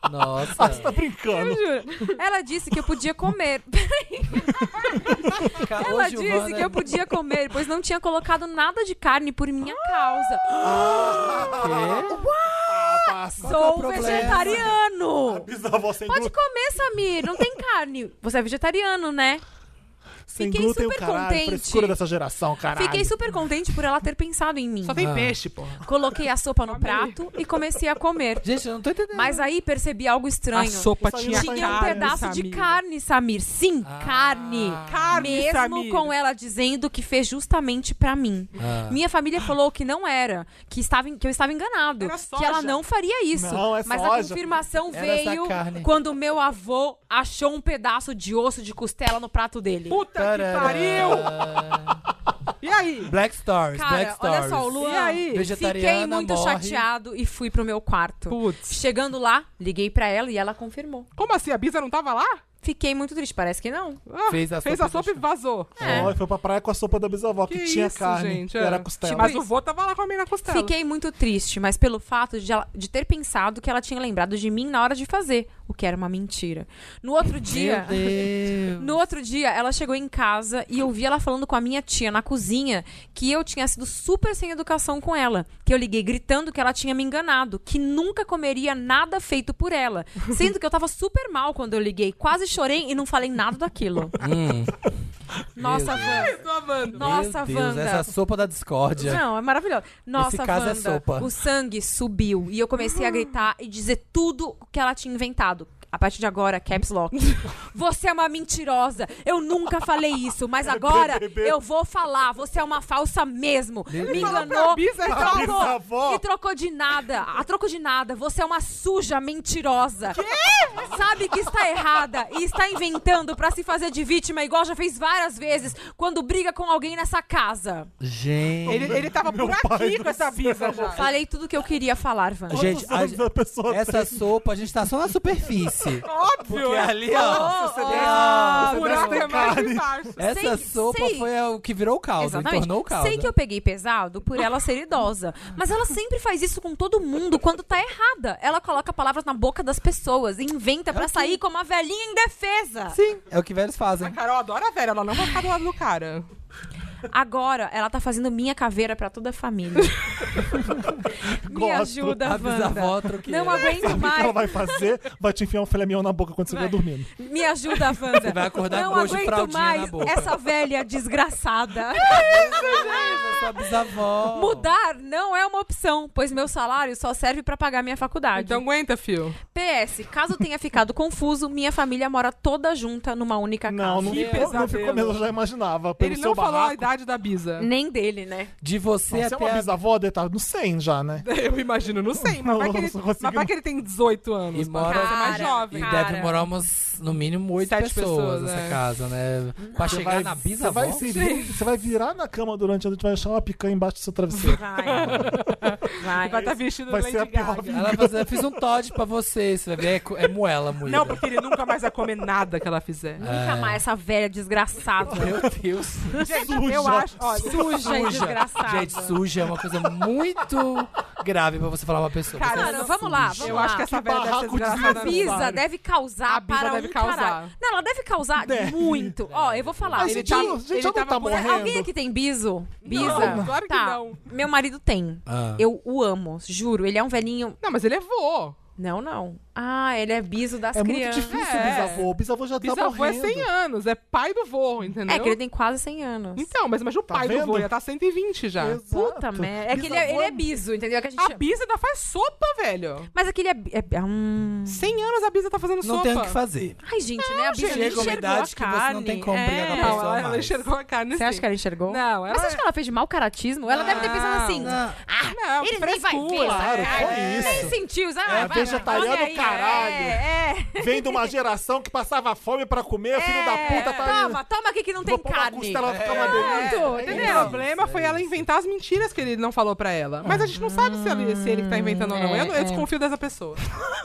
Speaker 1: Ah,
Speaker 3: Nossa.
Speaker 1: você tá brincando.
Speaker 5: Eu juro. Ela disse que eu podia comer. Peraí.
Speaker 3: tá
Speaker 5: Ela
Speaker 3: Hoje o
Speaker 5: disse
Speaker 3: Wanda-
Speaker 5: que eu podia comer, pois não tinha colocado nada de carne por minha causa.
Speaker 3: Quê?
Speaker 1: Ah, passa.
Speaker 3: é o
Speaker 5: Sou
Speaker 3: problema?
Speaker 5: vegetariano!
Speaker 1: Bisavó sem,
Speaker 5: Pode
Speaker 1: glu...
Speaker 5: comer, Samir, não tem carne. Você é vegetariano, né?
Speaker 1: sem
Speaker 5: fiquei
Speaker 1: glúten,
Speaker 5: super
Speaker 1: caralho.
Speaker 5: contente.
Speaker 1: Frescura dessa geração, caralho.
Speaker 5: Fiquei super contente por ela ter pensado em mim.
Speaker 4: Só tem
Speaker 3: Ah.
Speaker 4: peixe, porra.
Speaker 5: Coloquei a sopa no prato e comecei a comer.
Speaker 3: Gente, eu não tô entendendo.
Speaker 5: Mas aí percebi algo
Speaker 4: A
Speaker 5: estranho.
Speaker 4: sopa
Speaker 1: Isso aí
Speaker 4: tinha,
Speaker 5: Tinha um
Speaker 4: carne,
Speaker 5: pedaço de
Speaker 4: Samira.
Speaker 5: carne, Samir. Sim, carne.
Speaker 4: Carne,
Speaker 5: Mesmo
Speaker 4: Samir.
Speaker 5: com ela dizendo que fez justamente pra mim.
Speaker 3: Ah.
Speaker 5: Minha família falou que não era, que, estava, en- que eu estava enganado,
Speaker 4: Era
Speaker 5: que
Speaker 4: soja.
Speaker 5: ela não faria isso.
Speaker 1: Não, é
Speaker 5: Mas a
Speaker 1: soja.
Speaker 5: confirmação
Speaker 3: Era essa
Speaker 5: veio
Speaker 3: carne.
Speaker 5: quando meu avô achou um pedaço de osso de costela no prato dele.
Speaker 4: Puta que pariu! E aí?
Speaker 3: Black Stars, Black
Speaker 5: Cara,
Speaker 3: Stars.
Speaker 5: olha só, o Luan,
Speaker 4: E aí?
Speaker 3: Vegetariana
Speaker 5: fiquei muito
Speaker 3: morre.
Speaker 5: chateado e fui pro meu quarto.
Speaker 4: Putz.
Speaker 5: Chegando lá, liguei pra ela e ela confirmou.
Speaker 4: Como assim? A Bisa não tava lá?
Speaker 5: Fiquei muito triste, parece que não.
Speaker 4: Ah,
Speaker 3: Fez a
Speaker 4: fez
Speaker 3: sopa
Speaker 4: a sopa e
Speaker 3: do-
Speaker 4: vazou.
Speaker 1: Ó, e foi pra praia com a sopa da bisavó, que,
Speaker 4: É. Que
Speaker 1: tinha
Speaker 4: isso,
Speaker 1: carne.
Speaker 4: gente,
Speaker 1: que
Speaker 4: é.
Speaker 1: era costela.
Speaker 4: Mas
Speaker 5: Tipo
Speaker 4: o vô tava lá com a mina na
Speaker 3: Então.
Speaker 4: costela.
Speaker 5: Fiquei muito triste, mas pelo fato de, ela- de ter pensado que ela tinha lembrado de mim na hora de fazer, o que era uma mentira. No outro dia.
Speaker 3: Meu Deus.
Speaker 5: No outro dia, ela chegou em casa e eu vi ela falando com a minha tia na cozinha que eu tinha sido super sem educação com ela. Que eu liguei gritando que ela tinha me enganado, que nunca comeria nada feito por ela. Sendo que eu tava super mal quando eu liguei, quase chorei e não falei nada daquilo.
Speaker 3: Hum,
Speaker 5: Nossa,
Speaker 3: Deus.
Speaker 5: Wanda.
Speaker 4: Tô amando.
Speaker 5: Nossa,
Speaker 3: meu Deus,
Speaker 5: Wanda.
Speaker 3: essa é sopa da discórdia.
Speaker 5: Não, é maravilhoso. Nossa,
Speaker 3: caso é
Speaker 5: Wanda,
Speaker 3: sopa.
Speaker 5: o sangue subiu e eu comecei a gritar e dizer tudo o que ela tinha inventado. A partir de agora, caps lock. Você é uma mentirosa. Eu nunca falei isso, mas
Speaker 3: É
Speaker 5: agora eu vou falar. Você é uma falsa mesmo. Me enganou.
Speaker 4: Bisa,
Speaker 5: me
Speaker 4: é
Speaker 5: trocou,
Speaker 1: bisavó.
Speaker 5: me trocou de nada. A troco de nada. Você é uma suja mentirosa. Sabe que está errada e está inventando pra se fazer de vítima, igual já fez várias vezes quando briga com alguém nessa casa.
Speaker 3: Gente.
Speaker 4: Ele, ele tava por aqui com essa Bisa já.
Speaker 5: Falei tudo que eu queria falar, Van.
Speaker 3: Gente, a-
Speaker 1: Quantos anos a pessoa
Speaker 4: é
Speaker 3: essa sopa, a gente tá só na superfície.
Speaker 4: Óbvio!
Speaker 3: Porque ali, ó.
Speaker 5: Oh,
Speaker 4: o buraco é mais embaixo.
Speaker 3: Essa
Speaker 5: Sei que-
Speaker 3: sopa
Speaker 5: sei.
Speaker 3: foi o que virou o caldo,
Speaker 5: Exatamente.
Speaker 3: entornou o caldo.
Speaker 5: Sei que eu peguei pesado por ela ser idosa, mas ela sempre faz isso com todo mundo quando tá errada. Ela coloca palavras na boca das pessoas, e inventa
Speaker 8: Era pra sair como uma velhinha indefesa.
Speaker 3: Sim, é o que velhos fazem.
Speaker 4: Carol adora a velha, ela não vai ficar do lado do cara.
Speaker 5: Agora, ela tá fazendo minha caveira pra toda a família. Me
Speaker 1: Gosto.
Speaker 5: ajuda,
Speaker 3: A
Speaker 5: Wanda.
Speaker 3: bisavó troqueira.
Speaker 5: Não aguento
Speaker 1: O que ela
Speaker 5: mais.
Speaker 1: vai fazer? Vai te enfiar um filé mignon na boca quando você estiver dormindo.
Speaker 5: Me ajuda, Wanda.
Speaker 3: Você vai acordar
Speaker 5: Não
Speaker 3: com gosto de
Speaker 5: aguento
Speaker 3: fraldinha
Speaker 5: mais
Speaker 3: na boca.
Speaker 5: essa velha desgraçada.
Speaker 3: Sua bisavó.
Speaker 5: Mudar não é uma opção, pois meu salário só serve pra pagar minha faculdade.
Speaker 4: Então aguenta, fio.
Speaker 5: PS, caso tenha ficado confuso, minha família mora toda junta numa única casa.
Speaker 1: Não, não
Speaker 4: Que
Speaker 1: ficou, não
Speaker 4: pesadelo.
Speaker 1: ficou mesmo, eu já imaginava. Pelo
Speaker 4: Ele
Speaker 1: seu
Speaker 4: não falou a
Speaker 1: barraco.
Speaker 4: idade da Bisa.
Speaker 5: Nem dele, né?
Speaker 3: De você
Speaker 1: Nossa, é
Speaker 3: até
Speaker 1: uma
Speaker 3: a
Speaker 1: bisavó, deve estar no 100 já, né?
Speaker 4: Eu imagino, não sei, mas vai que ele,
Speaker 1: Nossa,
Speaker 4: mas vai
Speaker 1: conseguiu.
Speaker 4: que ele tem 18 anos.
Speaker 3: E mora-
Speaker 4: Você é mais
Speaker 5: Cara,
Speaker 4: jovem.
Speaker 3: E
Speaker 5: Cara.
Speaker 3: deve morar umas, no mínimo, oito
Speaker 4: Sete
Speaker 3: pessoas,
Speaker 4: pessoas,
Speaker 3: nessa
Speaker 4: é.
Speaker 3: casa, né? Pra chegar na
Speaker 1: Você
Speaker 3: bisavó.
Speaker 1: vai, se vir- você vai virar na cama durante a noite, vai achar uma picanha embaixo do seu travesseiro.
Speaker 5: Vai. Vai. tá-
Speaker 4: Vai estar vestido
Speaker 1: Vai
Speaker 4: de Lady
Speaker 1: ser a pior
Speaker 4: Gaga.
Speaker 3: Ela vai fazer, fiz um Todd pra você. Você vai ver, é, co- é moela, mulher.
Speaker 4: Não, porque ele nunca mais vai comer nada que ela fizer.
Speaker 3: É.
Speaker 5: Nunca mais essa velha desgraçada.
Speaker 3: Meu Deus.
Speaker 1: Suja.
Speaker 4: Eu acho, olha,
Speaker 5: Suja e desgraçada.
Speaker 3: Gente, suja é uma coisa muito grave pra você falar uma pessoa.
Speaker 4: Cara,
Speaker 3: Você-
Speaker 5: Mano, vamos lá, vamos
Speaker 4: eu
Speaker 5: lá.
Speaker 4: acho que essa velha deve ser
Speaker 1: barraco
Speaker 4: desgraçada.
Speaker 5: A
Speaker 4: no
Speaker 5: Bisa
Speaker 4: bar.
Speaker 5: deve causar
Speaker 4: A Bisa
Speaker 5: para
Speaker 4: deve
Speaker 5: um
Speaker 4: causar.
Speaker 5: caralho. Não, ela deve causar muito. Ó, eu vou falar.
Speaker 1: Mas,
Speaker 4: ele
Speaker 1: gente,
Speaker 4: tá-
Speaker 1: eu- gente,
Speaker 4: ele
Speaker 1: eu não
Speaker 4: tava
Speaker 1: tá
Speaker 4: com-
Speaker 1: morrendo.
Speaker 5: Alguém aqui tem biso? Bisa?
Speaker 4: Não, claro que
Speaker 5: tá.
Speaker 4: não.
Speaker 5: Meu marido tem.
Speaker 3: Ah.
Speaker 5: Eu o amo, juro. Ele é um velhinho.
Speaker 4: Não, mas ele é vô.
Speaker 5: Não, não. Ah, ele é biso das
Speaker 1: É muito
Speaker 5: crianças.
Speaker 1: difícil o
Speaker 4: É.
Speaker 1: bisavô. O bisavô já tá
Speaker 4: Bisavô é
Speaker 1: morrendo.
Speaker 4: 100 anos, é pai do vô, entendeu?
Speaker 5: É que ele tem quase 100 anos.
Speaker 4: Então, mas imagina o
Speaker 1: Tá
Speaker 4: pai do vô,
Speaker 1: vendo?
Speaker 4: ele tá 120 já.
Speaker 5: Puta
Speaker 1: Exato.
Speaker 5: merda. É que ele é,
Speaker 1: Bisavô
Speaker 5: ele é biso, entendeu? É que a gente
Speaker 4: A
Speaker 5: chama.
Speaker 4: Bisa ainda faz sopa, velho.
Speaker 5: Mas aquele é. bi- é- é um...
Speaker 4: 100 anos a Bisa tá fazendo
Speaker 3: Não
Speaker 4: sopa.
Speaker 3: tem o que fazer.
Speaker 5: Ai, gente, né? A bicha
Speaker 4: gente.
Speaker 5: nem
Speaker 3: Chega uma
Speaker 5: enxergou
Speaker 3: idade
Speaker 5: a
Speaker 3: que você não
Speaker 5: carne.
Speaker 3: tem como brigar com a
Speaker 5: É.
Speaker 4: Não,
Speaker 3: pessoa.
Speaker 4: ela, ela
Speaker 3: mais.
Speaker 4: enxergou a carne.
Speaker 5: Você acha
Speaker 4: sim.
Speaker 5: que ela enxergou?
Speaker 4: Não, ela... é-
Speaker 5: Mas
Speaker 4: Ah,
Speaker 5: você acha que ela fez de mau caratismo? Ela deve ter pensado assim.
Speaker 4: Não,
Speaker 5: Ele nem vai
Speaker 4: frescura.
Speaker 5: ter.
Speaker 1: Claro,
Speaker 5: Ah,
Speaker 1: foi
Speaker 5: ele
Speaker 1: isso.
Speaker 5: Nem sentiu. Ah,
Speaker 1: É
Speaker 5: vai, vai,
Speaker 1: vegetariano,
Speaker 5: come aí,
Speaker 1: caralho.
Speaker 5: É, é.
Speaker 1: Vem de uma geração que passava fome pra comer, filho da puta tá aí.
Speaker 5: é. Toma, toma aqui que não
Speaker 1: Vou
Speaker 5: tem
Speaker 1: pôr uma
Speaker 5: carne.
Speaker 3: É.
Speaker 1: costela na cama dele.
Speaker 5: Pronto,
Speaker 4: O
Speaker 5: entendeu?
Speaker 4: problema foi ela inventar as mentiras que ele não falou pra ela. Mas a gente não sabe se ele, se ele que tá inventando ou não.
Speaker 5: É,
Speaker 4: Eu, eu desconfio dessa pessoa.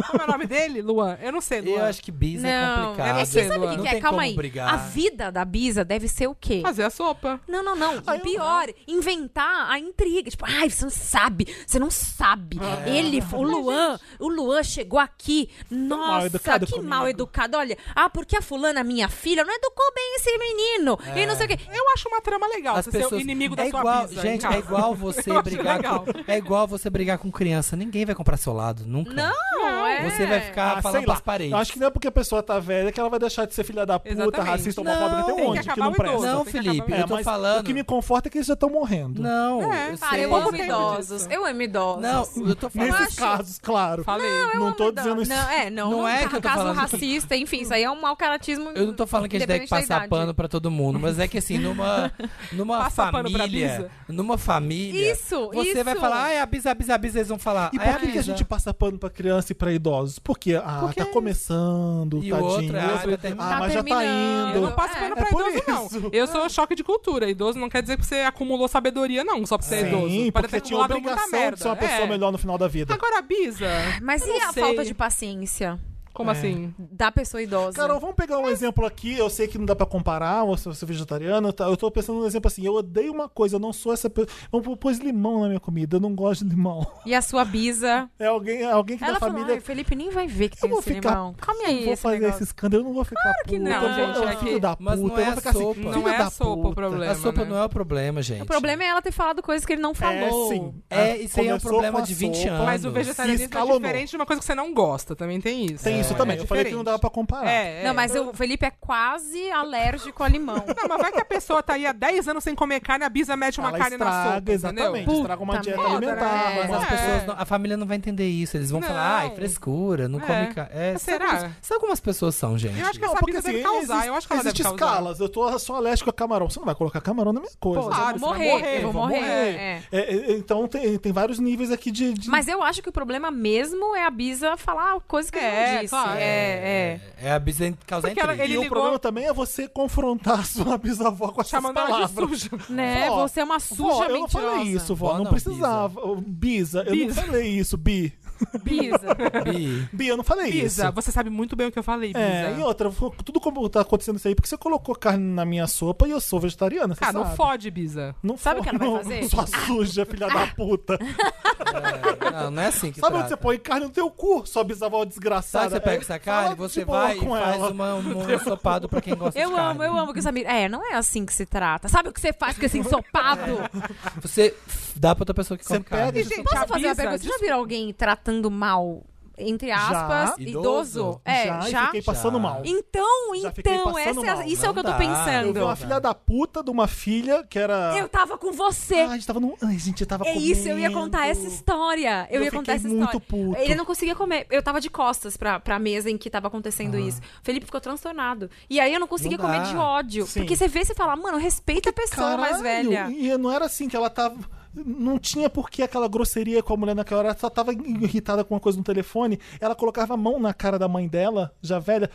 Speaker 4: Como é o nome dele? Luan? Eu não sei, Luan.
Speaker 3: Eu acho que bis é
Speaker 5: Não,
Speaker 3: complicado.
Speaker 5: é que sabe o
Speaker 3: Não
Speaker 5: que, que
Speaker 3: tem
Speaker 5: é? Calma
Speaker 3: como
Speaker 5: aí.
Speaker 3: brigar.
Speaker 5: A vida da Bisa deve ser o quê?
Speaker 4: Fazer a sopa.
Speaker 5: Não, não, não. E pior, inventar a intriga. Tipo, ai, você não sabe, você não sabe.
Speaker 3: Ah.
Speaker 5: É. Ele, o Luan, o Luan chegou aqui. Nossa,
Speaker 1: mal educado
Speaker 5: que
Speaker 1: comigo.
Speaker 5: mal educado. Olha, ah, porque a fulana, minha filha, não educou bem esse menino. E não sei o quê.
Speaker 3: É.
Speaker 4: Eu acho uma trama legal.
Speaker 3: As
Speaker 4: você
Speaker 3: pessoas...
Speaker 4: ser o inimigo da
Speaker 3: é
Speaker 4: sua
Speaker 3: igual,
Speaker 4: pizza em
Speaker 3: Gente, é
Speaker 4: casa.
Speaker 3: igual você
Speaker 4: Eu acho
Speaker 3: brigar
Speaker 4: legal.
Speaker 3: com... É igual você brigar com criança. Ninguém vai comprar seu lado, nunca.
Speaker 5: Não, é.
Speaker 3: Você vai ficar
Speaker 1: Ah,
Speaker 3: falando
Speaker 1: sei lá.
Speaker 3: pras paredes.
Speaker 1: Eu acho que não é porque a pessoa tá velha que ela vai deixar de ser filha da puta,
Speaker 4: Exatamente.
Speaker 1: racista,
Speaker 3: Não,
Speaker 1: homofóbica. Tem um
Speaker 3: tem que
Speaker 1: monte que,
Speaker 4: acabar
Speaker 1: não
Speaker 4: o
Speaker 1: presta.
Speaker 4: idoso.
Speaker 3: Não,
Speaker 4: tem que
Speaker 3: Felipe,
Speaker 4: acabar-
Speaker 3: eu tô
Speaker 1: mas O
Speaker 3: falando...
Speaker 1: que me conforta é que eles já estão morrendo.
Speaker 3: Não,
Speaker 4: É,
Speaker 3: eu
Speaker 4: para,
Speaker 5: Cara,
Speaker 3: sei.
Speaker 5: eu amo
Speaker 4: tempo
Speaker 5: idosos.
Speaker 4: disso.
Speaker 5: Eu amo idosos.
Speaker 3: Não, eu tô falando...
Speaker 1: Nesses
Speaker 5: acho-
Speaker 1: casos, claro.
Speaker 4: Falei.
Speaker 1: Não, tô dizendo isso.
Speaker 5: Não, é, não.
Speaker 3: Não
Speaker 5: não
Speaker 3: é
Speaker 5: tá
Speaker 3: que eu tô
Speaker 5: caso
Speaker 3: falando.
Speaker 5: racista, enfim, isso aí é um mau caratismo.
Speaker 3: Eu não tô falando que a gente tem que
Speaker 5: independente da
Speaker 3: passar
Speaker 5: idade.
Speaker 3: pano pra todo mundo, mas é que assim, numa, numa
Speaker 4: Passa pano pra
Speaker 3: família,
Speaker 4: Bisa.
Speaker 3: numa família,
Speaker 5: Isso,
Speaker 3: você vai
Speaker 5: isso.
Speaker 3: falar, ai, a Bisa, a Bisa, a Bisa, eles vão falar.
Speaker 1: E
Speaker 3: "Ai,
Speaker 1: por que, que a
Speaker 3: Bisa."
Speaker 1: gente passa pano pra criança e pra idosos? Porque, ah,
Speaker 3: Porque-
Speaker 1: tá começando,
Speaker 3: E o
Speaker 1: tadinho.
Speaker 3: outro, ah, tá
Speaker 1: ah,
Speaker 3: terminando.
Speaker 1: mas
Speaker 5: Tá
Speaker 1: já tá
Speaker 5: terminando.
Speaker 1: indo.
Speaker 4: Eu não passo
Speaker 5: É,
Speaker 4: pena
Speaker 1: é
Speaker 4: pra
Speaker 1: por
Speaker 4: idoso,
Speaker 1: isso.
Speaker 4: não. Eu sou choque de cultura. Idoso não quer dizer que você acumulou sabedoria, não, só porque você é idoso.
Speaker 1: Sim,
Speaker 4: Pode
Speaker 1: porque
Speaker 4: ter
Speaker 1: tinha
Speaker 4: acumulado muita
Speaker 1: obrigação de ser uma
Speaker 4: merda.
Speaker 1: pessoa
Speaker 4: É.
Speaker 1: melhor no final da vida.
Speaker 4: Agora, Bisa,
Speaker 5: Mas
Speaker 4: Eu
Speaker 5: e
Speaker 4: não
Speaker 5: a falta
Speaker 4: sei.
Speaker 5: de paciência
Speaker 1: É.
Speaker 4: como assim?
Speaker 5: da pessoa idosa?
Speaker 1: Carol, vamos pegar um exemplo aqui. Eu sei que não dá pra comparar, ou se você é vegetariano, tá? eu tô pensando num exemplo assim. Eu odeio uma coisa, eu não sou essa pessoa. Vamos pôr pôs limão na minha comida, eu não gosto de limão.
Speaker 5: E a sua bisa?
Speaker 1: É alguém, é alguém que
Speaker 5: Ela
Speaker 1: da
Speaker 5: falou,
Speaker 1: família.
Speaker 5: ai, o Felipe nem vai ver que
Speaker 1: eu
Speaker 5: tem
Speaker 1: vou
Speaker 5: esse
Speaker 1: ficar.
Speaker 5: limão. Come aí
Speaker 1: vou
Speaker 5: esse
Speaker 1: fazer
Speaker 5: negócio.
Speaker 1: esse escândalo, eu não vou ficar claro
Speaker 5: que não,
Speaker 4: gente, é
Speaker 1: um filho
Speaker 4: que-
Speaker 1: da
Speaker 3: mas não
Speaker 1: puta,
Speaker 3: é
Speaker 1: eu vou
Speaker 3: a
Speaker 1: ficar assim,
Speaker 3: sopa.
Speaker 1: filho
Speaker 4: Não é
Speaker 1: da
Speaker 4: a sopa o
Speaker 1: puta.
Speaker 4: problema.
Speaker 3: A sopa
Speaker 4: né?
Speaker 3: não é o problema, gente.
Speaker 5: O problema é ela ter falado coisas que ele não falou.
Speaker 1: É, sim.
Speaker 3: É, isso aí é um
Speaker 1: Começou
Speaker 3: problema
Speaker 1: com a
Speaker 3: de 20
Speaker 1: sopa,
Speaker 3: anos.
Speaker 4: Mas o vegetarianismo é
Speaker 1: Ah, escalonou.
Speaker 4: diferente de uma coisa que você não gosta, também tem isso.
Speaker 1: Tem isso
Speaker 4: É,
Speaker 1: também.
Speaker 4: é
Speaker 1: eu falei que não dava pra comparar.
Speaker 4: É, é.
Speaker 5: Não, mas o Felipe é quase alérgico a limão.
Speaker 4: Não, mas vai que a pessoa tá aí há 10 anos sem comer carne, a Bisa mete uma
Speaker 1: Ela
Speaker 4: carne na sopa,
Speaker 1: estraga, exatamente.
Speaker 4: entendeu?
Speaker 1: Estraga uma
Speaker 5: Puta
Speaker 1: dieta
Speaker 5: merda,
Speaker 1: alimentar.
Speaker 5: né?
Speaker 1: mas
Speaker 3: Mas
Speaker 1: as
Speaker 3: as
Speaker 4: É.
Speaker 3: pessoas não- a família não vai entender isso. Eles vão
Speaker 4: Não.
Speaker 3: falar, ai, frescura, não
Speaker 4: É.
Speaker 3: come carne. É, sabe
Speaker 4: Será?
Speaker 3: como- Sabe como as pessoas são, gente?
Speaker 4: Eu acho que
Speaker 1: Não,
Speaker 4: essa
Speaker 1: porque
Speaker 4: Bisa
Speaker 1: assim,
Speaker 4: deve causar, eu acho que ela deve
Speaker 1: existe
Speaker 4: causar.
Speaker 1: escalas. Eu tô só alérgico a camarão. Você não vai colocar camarão na minha coisa.
Speaker 4: Pô,
Speaker 1: né?
Speaker 4: claro,
Speaker 5: eu
Speaker 4: você
Speaker 5: vou
Speaker 4: vai
Speaker 5: morrer, eu vou morrer. é.
Speaker 1: É, é, então tem, tem vários níveis aqui de. de-
Speaker 5: Mas eu acho que o problema mesmo é a Bisa falar coisas que ele não
Speaker 4: É,
Speaker 5: disse.
Speaker 4: claro.
Speaker 5: É, é.
Speaker 3: É a bisa causar
Speaker 4: Porque ela-
Speaker 3: intriga.
Speaker 1: e
Speaker 4: ele
Speaker 1: o
Speaker 4: ligou-
Speaker 1: problema também é você confrontar a sua bisavó com essas
Speaker 4: Tá Chamando ela de
Speaker 1: palavras.
Speaker 4: suja.
Speaker 5: Né?
Speaker 1: Vó,
Speaker 5: Você é uma
Speaker 1: Vó,
Speaker 5: suja
Speaker 1: eu não
Speaker 5: mentirosa.
Speaker 1: falei isso, vó.
Speaker 3: Vó
Speaker 1: não,
Speaker 3: não,
Speaker 1: precisava. Bisa, eu
Speaker 4: Bisa.
Speaker 1: não falei isso, Bi.
Speaker 5: Bisa.
Speaker 3: Bi.
Speaker 1: Bia, eu não
Speaker 4: É
Speaker 1: falei isso.
Speaker 4: Bisa, você sabe muito bem o que eu falei, Bisa.
Speaker 1: É, e outra, fo- tudo como tá acontecendo isso aí, porque você colocou carne na minha sopa e eu sou vegetariana, você
Speaker 4: ah,
Speaker 1: sabe.
Speaker 4: não fode, Bisa.
Speaker 1: Não
Speaker 5: Sabe o
Speaker 1: fo-
Speaker 5: que ela vai
Speaker 1: não-
Speaker 5: fazer?
Speaker 1: Sua suja, filha da puta.
Speaker 3: É, não, não é assim que
Speaker 1: Sabe
Speaker 3: trata.
Speaker 1: onde você põe carne no teu cu, sua bisavó desgraçada?
Speaker 3: Sabe, você pega essa
Speaker 1: fala
Speaker 3: carne,
Speaker 1: de
Speaker 3: você
Speaker 1: boa
Speaker 3: vai e
Speaker 1: com
Speaker 3: faz
Speaker 1: ela.
Speaker 3: uma, um ensopado pra quem gosta de
Speaker 5: Eu
Speaker 3: carne.
Speaker 5: amo, eu amo que o Samir. É, não é assim que se trata. Sabe o que você faz com esse ensopado?
Speaker 3: Você f- dá pra outra pessoa que
Speaker 1: Você
Speaker 3: come carne.
Speaker 1: pega,
Speaker 4: gente,
Speaker 5: Posso
Speaker 4: a
Speaker 5: fazer uma
Speaker 4: Bisa,
Speaker 5: pergunta? Você já
Speaker 4: desculpa.
Speaker 5: viram alguém tratando mal, entre aspas,
Speaker 3: Idoso?
Speaker 5: idoso? É,
Speaker 1: já, e
Speaker 5: já.
Speaker 1: fiquei passando
Speaker 3: Já.
Speaker 1: mal.
Speaker 5: Então,
Speaker 1: Já fiquei
Speaker 5: então,
Speaker 1: passando
Speaker 5: essa é a-
Speaker 1: mal.
Speaker 5: isso é
Speaker 3: Não
Speaker 5: o que eu
Speaker 3: dá.
Speaker 5: tô
Speaker 1: Eu vi
Speaker 5: pensando.
Speaker 1: uma filha da puta de uma filha que era...
Speaker 5: Eu tava com você.
Speaker 1: Ah, a gente tava num... Ai, gente, eu tava
Speaker 5: é isso, eu ia
Speaker 1: comendo.
Speaker 5: contar essa história. Eu,
Speaker 1: Eu
Speaker 5: ia contar essa
Speaker 1: fiquei
Speaker 5: história.
Speaker 1: muito puto.
Speaker 5: Ele não conseguia comer. Eu tava de costas pra, pra mesa em que tava acontecendo
Speaker 1: Ah.
Speaker 5: isso. O Felipe ficou transtornado. E aí eu não conseguia
Speaker 3: Não dá.
Speaker 5: comer de ódio.
Speaker 1: Sim.
Speaker 5: Porque você vê e você fala, mano, respeita a pessoa mais
Speaker 1: Caralho,
Speaker 5: velha.
Speaker 1: E não era assim que ela tava. Não tinha por que aquela grosseria com a mulher naquela hora. Ela só tava irritada com uma coisa no telefone. Ela colocava a mão na cara da mãe dela, já velha,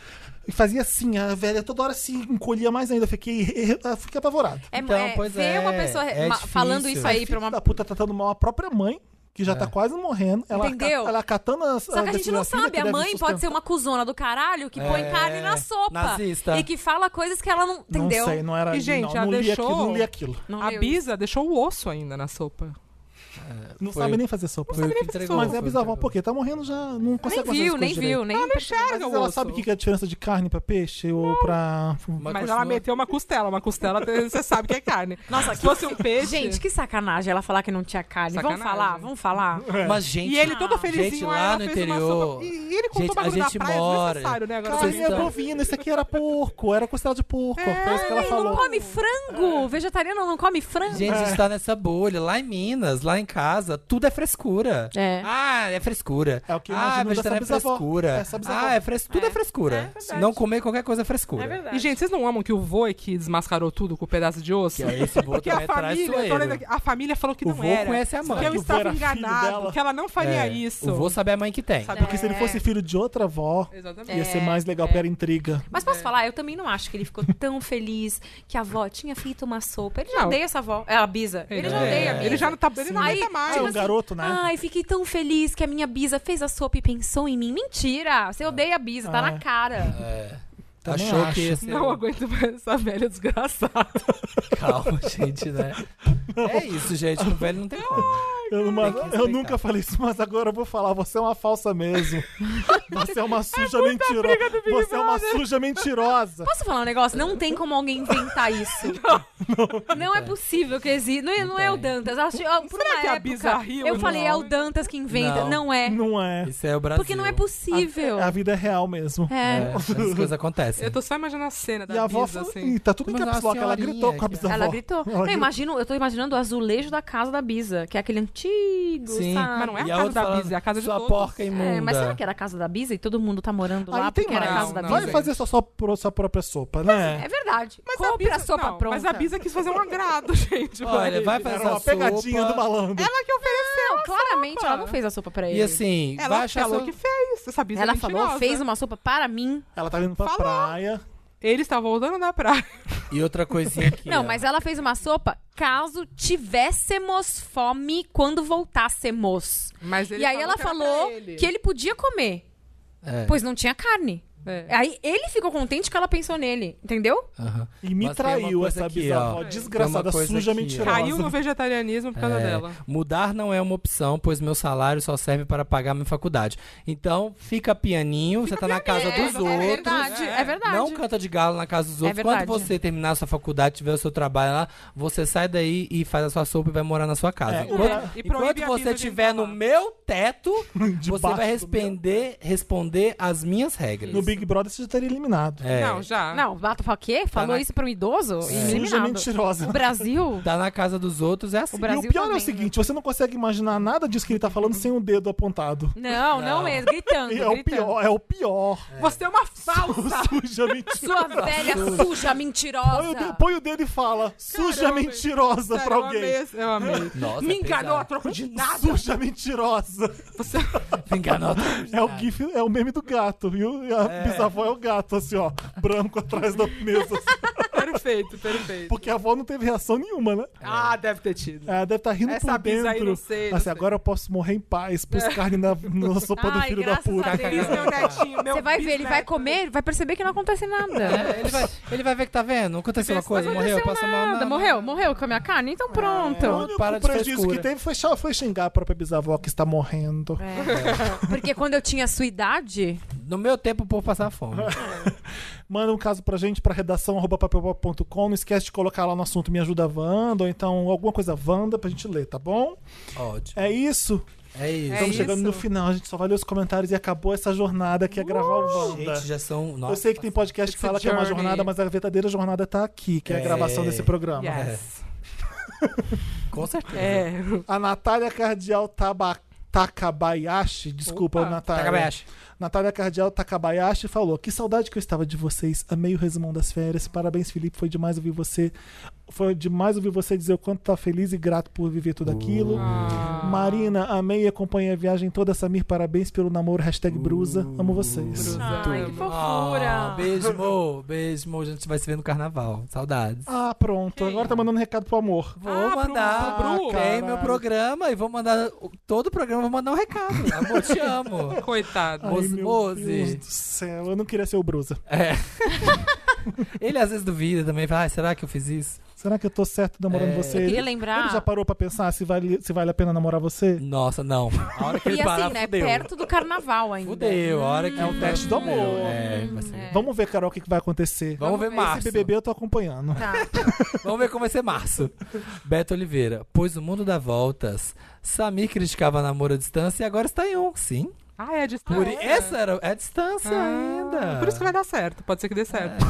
Speaker 1: e fazia assim. A velha toda hora se encolhia mais ainda. Eu fiquei, eu fiquei apavorado.
Speaker 5: É,
Speaker 3: Então,
Speaker 5: é,
Speaker 3: pois
Speaker 5: ver
Speaker 3: é,
Speaker 5: uma pessoa
Speaker 3: é
Speaker 5: ma-
Speaker 3: difícil.
Speaker 5: falando isso aí pra
Speaker 1: Filho
Speaker 5: uma.
Speaker 1: da puta tratando mal a própria mãe, que
Speaker 3: É.
Speaker 1: já tá quase morrendo. Ela,
Speaker 5: Entendeu?
Speaker 1: ca- Ela catando as.
Speaker 5: Só que a gente não sabe, a mãe pode ser uma cuzona do caralho que põe
Speaker 3: É,
Speaker 5: carne na sopa.
Speaker 3: nazista.
Speaker 5: E que fala coisas que ela não. Entendeu?
Speaker 1: Não sei, não era.
Speaker 4: E, gente,
Speaker 1: não,
Speaker 4: ela
Speaker 1: não li
Speaker 4: deixou-
Speaker 1: aquilo, não li aquilo.
Speaker 5: Não
Speaker 4: a
Speaker 5: leu
Speaker 4: Bisa deixou o osso ainda na sopa.
Speaker 1: Não
Speaker 3: Foi-
Speaker 1: sabe nem fazer sopa.
Speaker 3: Foi o que entregou.
Speaker 1: Mas é
Speaker 3: foi o que
Speaker 1: bisavó,
Speaker 3: entregou.
Speaker 1: porque tá morrendo já. Não
Speaker 5: isso.
Speaker 1: consegue
Speaker 5: Nem viu, nem
Speaker 1: direito.
Speaker 5: viu, nem.
Speaker 1: Às
Speaker 4: enxerga
Speaker 1: vezes ela sabe o que que é a diferença de carne pra peixe ou pra.
Speaker 4: Mas, ela
Speaker 3: continua-
Speaker 4: meteu é uma costela. Uma costela, você sabe que é carne. Nossa, Se fosse um peixe...
Speaker 5: Gente, que sacanagem ela falar que não tinha carne.
Speaker 4: Sacanagem.
Speaker 5: Vamos falar, vamos falar.
Speaker 3: Mas, gente,
Speaker 4: E ele todo
Speaker 5: Ah,
Speaker 4: felizinho,
Speaker 3: gente,
Speaker 4: aí
Speaker 3: lá
Speaker 4: ela
Speaker 3: no
Speaker 4: fez
Speaker 3: interior-
Speaker 4: uma sopa. E ele
Speaker 3: gente,
Speaker 4: contou o
Speaker 3: a
Speaker 4: bagulho da
Speaker 3: gente
Speaker 4: praia,
Speaker 3: mora-
Speaker 4: é desnecessário, né? Agora,
Speaker 3: Vocês
Speaker 1: Carne é
Speaker 3: estão-
Speaker 1: bovina, isso aqui era porco, era considerado de porco. foi isso que ela
Speaker 5: Ai, não
Speaker 1: falou.
Speaker 5: come frango. Vegetariano não come frango.
Speaker 3: Gente,
Speaker 1: É.
Speaker 3: a gente tá nessa bolha. Lá em Minas, lá em casa, tudo é frescura.
Speaker 5: É.
Speaker 3: Ah, é frescura.
Speaker 1: É o que eu
Speaker 3: ah,
Speaker 1: imagino da
Speaker 3: vegetariano é
Speaker 1: sua bisavó.
Speaker 3: frescura.
Speaker 1: É, sua bisavó.
Speaker 3: ah, é fres... tudo é, frescura. não comer qualquer coisa é frescura. É
Speaker 4: E, gente, vocês não amam que o Voi que desmascarou tudo com o pedaço de osso?
Speaker 3: Que aí esse vô
Speaker 4: Porque a
Speaker 3: também é
Speaker 4: família, eu tô
Speaker 3: traiçoeiro.
Speaker 4: olhando aqui, a família falou que
Speaker 3: O
Speaker 4: não
Speaker 3: vô
Speaker 4: era.
Speaker 3: conhece a
Speaker 4: Que
Speaker 3: mãe.
Speaker 4: eu
Speaker 1: Que o vô
Speaker 4: estava
Speaker 1: era filho
Speaker 4: enganado,
Speaker 1: dela.
Speaker 4: que ela não faria
Speaker 3: É,
Speaker 4: isso.
Speaker 3: O vô sabe a mãe que tem.
Speaker 5: É,
Speaker 4: Sabe?
Speaker 1: Porque se ele fosse filho de outra avó,
Speaker 4: Exatamente.
Speaker 1: ia ser mais legal, porque era intriga.
Speaker 5: Mas posso falar? Eu também não acho que ele ficou tão feliz que a avó tinha feito uma sopa. Ele já
Speaker 4: Não.
Speaker 5: odeia essa avó. É a Bisa. Ele já
Speaker 4: É.
Speaker 5: odeia a Bisa.
Speaker 4: Ele já não tá, ele não
Speaker 5: Aí, tipo
Speaker 4: aguenta mais.
Speaker 1: Ah, o garoto, né?
Speaker 5: Ai, fiquei tão feliz que a minha Bisa fez a sopa e pensou em mim. Mentira! Você odeia a Bisa, tá
Speaker 1: Ah,
Speaker 5: na
Speaker 1: é.
Speaker 5: cara.
Speaker 3: É.
Speaker 1: Também
Speaker 3: Achou
Speaker 1: acho.
Speaker 3: que
Speaker 5: assim,
Speaker 3: ia ser-
Speaker 4: Não aguento mais essa velha desgraçada.
Speaker 3: Calma, gente, né? É isso, gente. Com o velho não tem como.
Speaker 1: Eu, não-
Speaker 3: Tem que
Speaker 1: eu
Speaker 3: respeitar.
Speaker 1: nunca falei isso, mas agora eu vou falar. Você é uma falsa mesmo. Você é uma suja mentirosa. Você é uma suja mentirosa.
Speaker 5: Posso falar um negócio? Não tem como alguém inventar isso. não, é possível que exista. Não, é- não é o
Speaker 3: tem.
Speaker 5: Dantas. Eu acho- eu- por
Speaker 4: Será
Speaker 5: uma
Speaker 4: que é a
Speaker 5: época,
Speaker 4: Bisa riu?
Speaker 5: Eu
Speaker 4: Não.
Speaker 5: falei, é o Dantas que inventa.
Speaker 3: Não.
Speaker 5: Não, é.
Speaker 1: Não é.
Speaker 3: Isso é o Brasil.
Speaker 5: Porque não é possível.
Speaker 1: A, a vida é real mesmo.
Speaker 5: É.
Speaker 3: É, essas coisas acontecem.
Speaker 4: Eu tô só imaginando a cena da
Speaker 1: E a avó
Speaker 4: Bisa,
Speaker 1: falou,
Speaker 4: assim.
Speaker 1: "Ih, tá tudo em
Speaker 3: Mas é uma
Speaker 1: caps lock. Ela
Speaker 3: senhorinha
Speaker 1: gritou com a
Speaker 3: que-
Speaker 1: bisavó.
Speaker 5: Ela gritou.
Speaker 1: Ela
Speaker 5: Não, imagino, eu tô imaginando o azulejo da casa da Bisa, que é aquele antigo,
Speaker 3: Sim.
Speaker 5: sabe?
Speaker 4: Mas não é a
Speaker 3: E
Speaker 4: casa
Speaker 3: outra
Speaker 4: da
Speaker 3: falando,
Speaker 4: Bisa, é a casa de
Speaker 3: Sua
Speaker 4: todos.
Speaker 3: porca imunda.
Speaker 5: É, mas será que era a casa da Bisa e todo mundo tá morando
Speaker 1: Aí
Speaker 5: lá
Speaker 1: tem
Speaker 5: porque era a
Speaker 1: mais.
Speaker 5: casa da
Speaker 4: Não,
Speaker 5: Bisa?
Speaker 1: Vai fazer sua, sua, sua própria sopa, né?
Speaker 5: É verdade.
Speaker 4: Mas a
Speaker 5: Compre
Speaker 4: Bisa,
Speaker 5: a sopa
Speaker 4: não,
Speaker 5: pronta.
Speaker 4: Mas a Bisa quis fazer um agrado, gente.
Speaker 3: Olha, vai fazer
Speaker 1: Era
Speaker 3: a
Speaker 1: uma pegadinha
Speaker 3: sopa.
Speaker 1: do malandro.
Speaker 4: é Ela que ofereceu.
Speaker 5: Não, claramente
Speaker 4: sopa.
Speaker 5: ela não fez a sopa pra ele.
Speaker 3: E assim,
Speaker 4: Ela
Speaker 3: vai achar
Speaker 4: falou
Speaker 3: sua-
Speaker 4: que fez. Essa Bisa é
Speaker 5: ela
Speaker 4: mentirosa.
Speaker 5: falou, fez um- uma sopa para mim.
Speaker 1: Ela tá indo pra
Speaker 4: Falou.
Speaker 1: praia.
Speaker 4: Ele está voltando da praia.
Speaker 3: E outra coisinha aqui.
Speaker 5: não,
Speaker 1: é.
Speaker 3: ó.
Speaker 5: mas ela fez uma sopa caso tivéssemos fome quando voltássemos.
Speaker 4: Mas ele
Speaker 5: e aí ela falou
Speaker 4: que era pra ele.
Speaker 5: que ele podia comer,
Speaker 3: É,
Speaker 5: pois não tinha carne.
Speaker 4: É.
Speaker 5: Aí ele ficou contente que ela pensou nele, entendeu?
Speaker 3: aham.
Speaker 1: E me
Speaker 3: Mas tem uma
Speaker 1: traiu
Speaker 3: coisa
Speaker 1: essa
Speaker 3: aqui,
Speaker 1: bisavó
Speaker 3: ó. Tem uma
Speaker 1: desgraçada,
Speaker 3: coisa
Speaker 1: suja,
Speaker 3: aqui, ó.
Speaker 1: mentirosa.
Speaker 4: Caiu no vegetarianismo por causa
Speaker 3: É,
Speaker 4: dela.
Speaker 3: Mudar não é uma opção, pois meu salário só serve para pagar minha faculdade. Então, fica pianinho, você tá na casa
Speaker 5: É,
Speaker 3: dos outros.
Speaker 5: É verdade, é, verdade.
Speaker 3: Não canta de galo na casa dos
Speaker 5: É
Speaker 3: outros. Quando
Speaker 5: verdade.
Speaker 3: você terminar a sua faculdade, tiver o seu trabalho lá, você sai daí e faz a sua sopa e vai morar na sua casa.
Speaker 1: É,
Speaker 3: enquanto
Speaker 4: E
Speaker 3: enquanto
Speaker 4: proíbe a
Speaker 3: você
Speaker 4: vida de
Speaker 3: estiver no
Speaker 4: entrar lá.
Speaker 3: meu teto, você
Speaker 1: Debaixo
Speaker 3: vai
Speaker 1: do
Speaker 3: responder, responder às minhas regras.
Speaker 1: No Big Brother você já teria eliminado.
Speaker 3: É,
Speaker 4: Não, já.
Speaker 5: Não, Bato falou o quê? Falou
Speaker 3: na-
Speaker 5: isso pra um idoso?
Speaker 1: Suja,
Speaker 5: Eliminado.
Speaker 1: mentirosa.
Speaker 5: O Brasil?
Speaker 3: Tá na casa dos outros, é assim.
Speaker 5: Brasil
Speaker 1: e o pior é o
Speaker 5: também,
Speaker 1: seguinte, você não consegue imaginar nada disso que ele tá falando sem o dedo apontado.
Speaker 5: Não, não mesmo, gritando,
Speaker 1: E é o
Speaker 5: gritando.
Speaker 1: pior, é o pior.
Speaker 4: Você é uma falsa.
Speaker 1: Suja, mentirosa.
Speaker 5: Sua velha suja
Speaker 1: Põe o,
Speaker 5: mentirosa.
Speaker 1: dedo, põe o dedo e fala, suja,
Speaker 4: Caramba.
Speaker 1: mentirosa pra
Speaker 4: Eu amei,
Speaker 1: alguém.
Speaker 4: esse- eu amei.
Speaker 3: Nossa,
Speaker 4: Me
Speaker 3: é
Speaker 4: enganou a
Speaker 3: pesado.
Speaker 4: troco de nada.
Speaker 1: Suja, mentirosa.
Speaker 4: Você...
Speaker 3: Me enganou.
Speaker 1: É o gif, é o meme do gato, viu? E a bisavó é o gato, assim, ó. Branco atrás da mesa. assim.
Speaker 4: Era o Perfeito, perfeito.
Speaker 1: Porque a avó não teve reação nenhuma, né? É,
Speaker 4: Ah, deve ter tido.
Speaker 1: Ela deve estar rindo
Speaker 4: Essa
Speaker 1: por
Speaker 4: brisa
Speaker 1: dentro.
Speaker 4: aí não sei, não
Speaker 1: assim,
Speaker 4: sei.
Speaker 1: agora eu posso morrer em paz, pus carne na, na sopa do
Speaker 5: Ai,
Speaker 1: filho da
Speaker 5: graças a
Speaker 1: puta.
Speaker 4: Feliz meu netinho, meu
Speaker 5: é um Você vai ver, ele vai
Speaker 4: bisneto.
Speaker 5: comer, vai perceber que não acontece nada.
Speaker 3: É, ele, vai, ele vai ver que tá vendo. Aconteceu uma coisa,
Speaker 5: Não
Speaker 3: morreu,
Speaker 5: aconteceu
Speaker 3: passou mal.
Speaker 5: nada.
Speaker 3: não.
Speaker 5: Morreu, morreu com a minha carne? Então
Speaker 1: O
Speaker 5: pronto.
Speaker 1: único
Speaker 3: para de
Speaker 1: prejuízo
Speaker 3: frescura.
Speaker 1: que teve foi, xa- foi xingar a própria bisavó que está morrendo.
Speaker 5: É. Porque quando eu tinha a sua idade,
Speaker 3: No meu tempo, o povo passava fome.
Speaker 1: Manda um caso pra gente, pra redação arroba papelpop.com. Não esquece de colocar lá no assunto Me Ajuda Wanda, ou então alguma coisa Wanda pra gente ler, tá bom?
Speaker 3: Ótimo.
Speaker 1: É isso.
Speaker 3: É isso.
Speaker 1: Estamos chegando no final, a gente só vai ler os comentários e acabou essa jornada que é gravar o Wanda.
Speaker 3: Uh, Gente, já são.
Speaker 1: Eu sei que tem podcast que
Speaker 4: It's a
Speaker 1: fala que é uma
Speaker 4: journey.
Speaker 1: jornada, mas a verdadeira jornada tá aqui, que é a
Speaker 3: É.
Speaker 1: gravação desse programa.
Speaker 4: Yes.
Speaker 3: Com certeza.
Speaker 4: É.
Speaker 1: A Natália Cardial Taba- Takabayashi, desculpa, Natália.
Speaker 3: Takabayashi.
Speaker 1: Natália Cardial Takabayashi falou: Que saudade que eu estava de vocês. Amei o resumão das férias. Parabéns, Felipe. Foi demais ouvir você. Foi demais ouvir você dizer o quanto tá feliz e grato por viver tudo aquilo. Marina, amei e acompanhei a viagem toda. Samir, parabéns pelo namoro. Hashtag Brusa. Amo vocês.
Speaker 5: Ai, que
Speaker 3: Ah,
Speaker 5: fofura.
Speaker 3: beijo, mo, beijo, mo. A gente vai se ver no carnaval. Saudades.
Speaker 1: Ah, pronto. Agora tá mandando recado pro amor.
Speaker 3: Vou
Speaker 4: Ah, pro-
Speaker 3: mandar.
Speaker 1: pro Bru.
Speaker 3: Tem meu
Speaker 1: Caralho.
Speaker 3: programa e vou mandar. Todo o programa vou mandar um recado. Amor, te amo.
Speaker 4: Coitado.
Speaker 3: Moze-
Speaker 1: meu
Speaker 3: Moze.
Speaker 1: Deus do céu. Eu não queria ser o Brusa.
Speaker 3: É. Ele às vezes duvida também, fala, "Ai, será que eu fiz isso?
Speaker 1: Será que eu tô certo namorando
Speaker 3: É.
Speaker 1: você?
Speaker 5: eu queria
Speaker 1: Ele-
Speaker 5: lembrar.
Speaker 1: Ele já parou pra pensar se vale, se vale a pena namorar você?
Speaker 3: Nossa, não. A hora que ele
Speaker 5: E
Speaker 3: parar,
Speaker 5: assim, né?
Speaker 3: fudeu.
Speaker 5: Perto do carnaval ainda.
Speaker 3: Fudeu, a hora que
Speaker 1: É um teste do
Speaker 3: fudeu.
Speaker 1: amor.
Speaker 3: Hum. É, vai ser.
Speaker 1: Vamos ver, Carol, o que, que vai acontecer.
Speaker 3: Vamos ver
Speaker 1: Esse
Speaker 3: março.
Speaker 1: BBB eu tô acompanhando.
Speaker 5: Tá.
Speaker 3: Vamos ver como vai ser março. Beto Oliveira, pois o mundo dá voltas. Samir criticava namoro à distância e agora está em um. Sim.
Speaker 4: Ah, é a distância.
Speaker 3: Por essa era é a distância ainda.
Speaker 4: Por isso que vai dar certo. Pode ser que dê certo.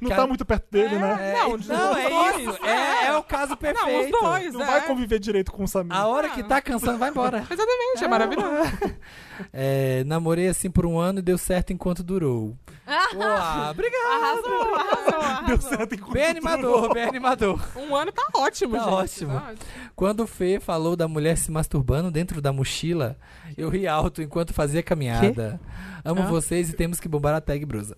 Speaker 1: Não
Speaker 3: Cara-
Speaker 1: tá muito perto dele, né?
Speaker 3: É,
Speaker 4: "Ah, Não,
Speaker 3: não,
Speaker 4: de-
Speaker 3: é
Speaker 4: os dois, assim, né?"
Speaker 3: isso. É, é o caso
Speaker 4: Não, os
Speaker 3: perfeito.
Speaker 4: dois,
Speaker 1: Não
Speaker 4: é.
Speaker 1: vai conviver direito com o Samir.
Speaker 3: A hora que tá cansando, vai embora.
Speaker 4: Exatamente, é maravilhoso.
Speaker 3: É, namorei assim por um ano e deu certo enquanto durou. Uau, obrigado.
Speaker 5: Arrasou, arrasou.
Speaker 1: Deu certo
Speaker 4: Ah,
Speaker 1: enquanto
Speaker 3: Bem animador, bem animador.
Speaker 4: Um ano tá ótimo,
Speaker 3: Tá
Speaker 4: gente.
Speaker 3: ótimo.
Speaker 4: Tá ótimo.
Speaker 3: Quando o Fê falou da mulher se masturbando dentro da mochila, eu ri alto enquanto fazia caminhada. Amo vocês e temos que bombar a tag brusa.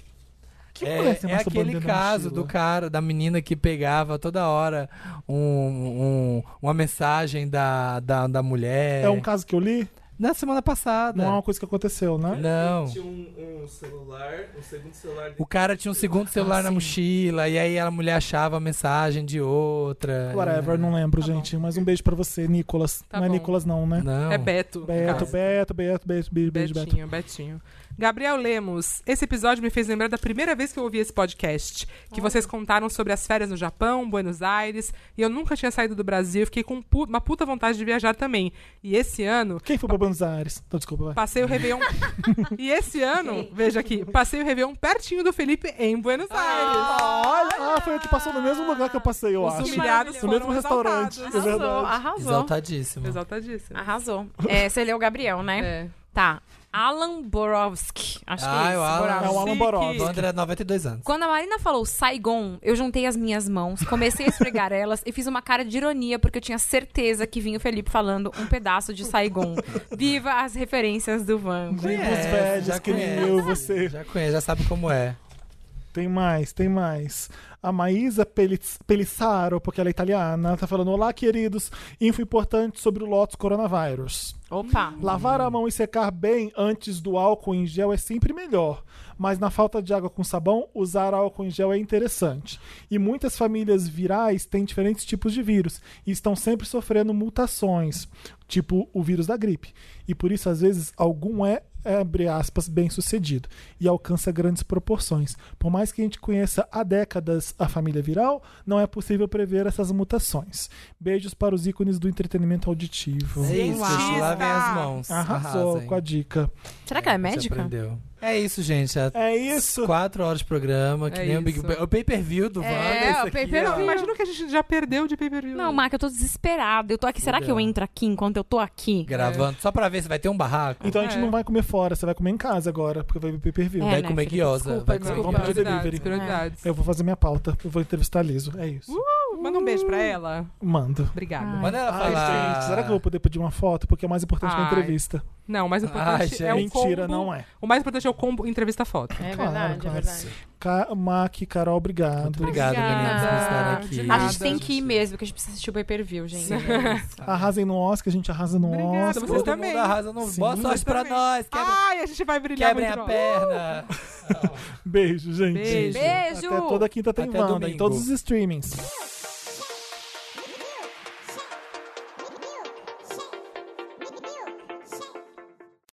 Speaker 1: Que mulher
Speaker 3: É,
Speaker 1: se
Speaker 3: é
Speaker 1: masturbando
Speaker 3: aquele
Speaker 1: dentro da
Speaker 3: caso
Speaker 1: mochila?
Speaker 3: do cara, da menina que pegava toda hora um, um- uma mensagem da, da, da mulher.
Speaker 1: É um caso que eu li,
Speaker 3: Na semana passada.
Speaker 1: não é uma coisa que aconteceu, né?
Speaker 3: Não.
Speaker 9: Tinha um, um celular, um segundo celular
Speaker 3: O cara tinha um
Speaker 1: Ah,
Speaker 3: segundo celular na mochila, e aí a mulher achava a mensagem de outra.
Speaker 1: Whatever, não lembro,
Speaker 3: Tá
Speaker 1: gente. Mas um beijo pra você, Nicolas.
Speaker 4: Tá
Speaker 1: não é
Speaker 4: bom.
Speaker 1: Nicolas, não, né?
Speaker 3: Não.
Speaker 4: É Beto.
Speaker 1: Beto, Beto, Beto, Beto, beijo, beijo, Beto.
Speaker 4: Betinho, Betinho. Gabriel Lemos, esse episódio me fez lembrar da primeira vez que eu ouvi esse podcast, que vocês contaram sobre as férias no Japão, Buenos Aires, e eu nunca tinha saído do Brasil, eu fiquei com um pu- uma puta vontade de viajar também. E esse ano,
Speaker 1: Quem foi pra Buenos Aires? Então, desculpa, vai.
Speaker 4: passei o Réveillon... e esse ano, veja aqui, passei o Réveillon pertinho do Felipe em Buenos Aires.
Speaker 1: Olha, ah, foi o que passou no mesmo lugar que eu passei, eu
Speaker 4: Os
Speaker 1: acho.
Speaker 4: humilhados
Speaker 1: No mesmo
Speaker 4: foram
Speaker 1: restaurante.
Speaker 4: exaltados.
Speaker 1: É verdade.
Speaker 5: Arrasou, arrasou.
Speaker 3: Exaltadíssimo.
Speaker 4: Exaltadíssimo.
Speaker 5: Arrasou. É, você leu o Gabriel, né?
Speaker 4: É.
Speaker 5: Tá. Alan Borowski. Acho
Speaker 3: Ah,
Speaker 5: que é
Speaker 3: o
Speaker 5: isso.
Speaker 1: É
Speaker 3: Alan.
Speaker 1: o
Speaker 5: Borowski.
Speaker 1: Alan
Speaker 4: Chique.
Speaker 1: Borovski.
Speaker 3: Wander é 92 anos.
Speaker 5: Quando a Marina falou Saigon, eu juntei as minhas mãos, comecei a esfregar elas e fiz uma cara de ironia, porque eu tinha certeza que vinha o Felipe falando um pedaço de Saigon. Viva as referências do Van.
Speaker 1: Os
Speaker 3: Conhece,
Speaker 1: velhos
Speaker 3: já
Speaker 1: que nem
Speaker 3: conhece.
Speaker 1: eu, você.
Speaker 3: Já conhece, já sabe como é.
Speaker 1: Tem mais, tem mais. A Maísa Pelitz- Pelissaro, porque ela é italiana, ela tá falando: Olá, queridos. Info importante sobre o Lotus Coronavírus.
Speaker 5: Opa.
Speaker 1: Lavar a mão e secar bem antes do álcool em gel é sempre melhor, mas na falta de água com sabão, usar álcool em gel é interessante. E muitas famílias virais têm diferentes tipos de vírus e estão sempre sofrendo mutações, tipo o vírus da gripe. E por isso, às vezes, algum é abre aspas, bem sucedido e alcança grandes proporções. Por mais que a gente conheça há décadas a família viral, não é possível prever essas mutações. Beijos para os ícones do entretenimento auditivo.
Speaker 3: É isso, gente. Lavem as mãos.
Speaker 1: Arrasou
Speaker 3: Arrasem.
Speaker 1: com a dica.
Speaker 5: Será que ela é
Speaker 3: Você
Speaker 5: médica?
Speaker 3: aprendeu. É isso, gente. É
Speaker 1: É isso.
Speaker 3: Quatro horas de programa, que
Speaker 4: É
Speaker 3: nem o Big
Speaker 4: isso.
Speaker 3: Bang. O pay-per-view do Wanda. isso
Speaker 5: É, o
Speaker 3: aqui,
Speaker 5: pay-per-view.
Speaker 3: ó.
Speaker 4: Não, imagina o que a gente já perdeu de pay-per-view.
Speaker 5: Não, Marca, eu tô desesperada. Eu tô aqui. Será que eu entro aqui enquanto eu tô aqui?
Speaker 3: Gravando, só pra ver se vai ter um barraco.
Speaker 1: Então a gente
Speaker 4: É.
Speaker 1: não vai comer fora, você vai comer em casa agora, porque vai ver pay per view.
Speaker 5: É,
Speaker 3: vai
Speaker 5: né,
Speaker 3: comer
Speaker 5: Felipe?
Speaker 3: guiosa.
Speaker 1: Desculpa,
Speaker 3: vai
Speaker 1: desculpa.
Speaker 3: comer
Speaker 1: Vamos pedir
Speaker 4: prioridades,
Speaker 1: delivery.
Speaker 4: prioridades.
Speaker 1: Eu vou fazer minha pauta, eu vou entrevistar a Liso. né? É isso.
Speaker 4: Manda um beijo pra ela.
Speaker 1: Mando.
Speaker 4: Obrigada.
Speaker 3: Manda ela
Speaker 1: Ai,
Speaker 3: falar.
Speaker 1: gente, será que eu vou poder pedir uma foto? Porque é mais importante que a
Speaker 4: Ai,
Speaker 1: entrevista.
Speaker 4: Não, o mais importante
Speaker 3: Ai,
Speaker 4: é o
Speaker 3: gente.
Speaker 1: Mentira,
Speaker 4: combo.
Speaker 1: não é.
Speaker 4: O mais importante é o combo entrevista-foto.
Speaker 5: É
Speaker 1: Claro,
Speaker 5: verdade, é
Speaker 1: claro.
Speaker 5: verdade.
Speaker 1: Ca Mac, Carol, obrigado.
Speaker 3: Muito obrigado, meninas, por estar
Speaker 5: Obrigada.
Speaker 3: aqui.
Speaker 5: A gente tem que ir mesmo, que a gente precisa assistir o pay-per-view, gente.
Speaker 1: Arrasem no Oscar, a gente arrasa no
Speaker 4: Obrigada,
Speaker 1: Oscar.
Speaker 4: vocês
Speaker 3: Todo
Speaker 4: também.
Speaker 3: mundo arrasa no...
Speaker 1: Sim.
Speaker 3: Boa sorte pra
Speaker 4: Também.
Speaker 3: nós.
Speaker 5: Ah,
Speaker 3: Quebra,
Speaker 4: Ai, a gente vai brilhar
Speaker 3: quebrem
Speaker 4: muito.
Speaker 3: a
Speaker 5: Uh!
Speaker 3: perna.
Speaker 1: Beijo, gente.
Speaker 4: Beijo.
Speaker 5: Beijo!
Speaker 1: Até toda quinta tem
Speaker 3: Até
Speaker 1: Wanda,
Speaker 3: domingo.
Speaker 1: em todos os streamings.
Speaker 4: Beijo.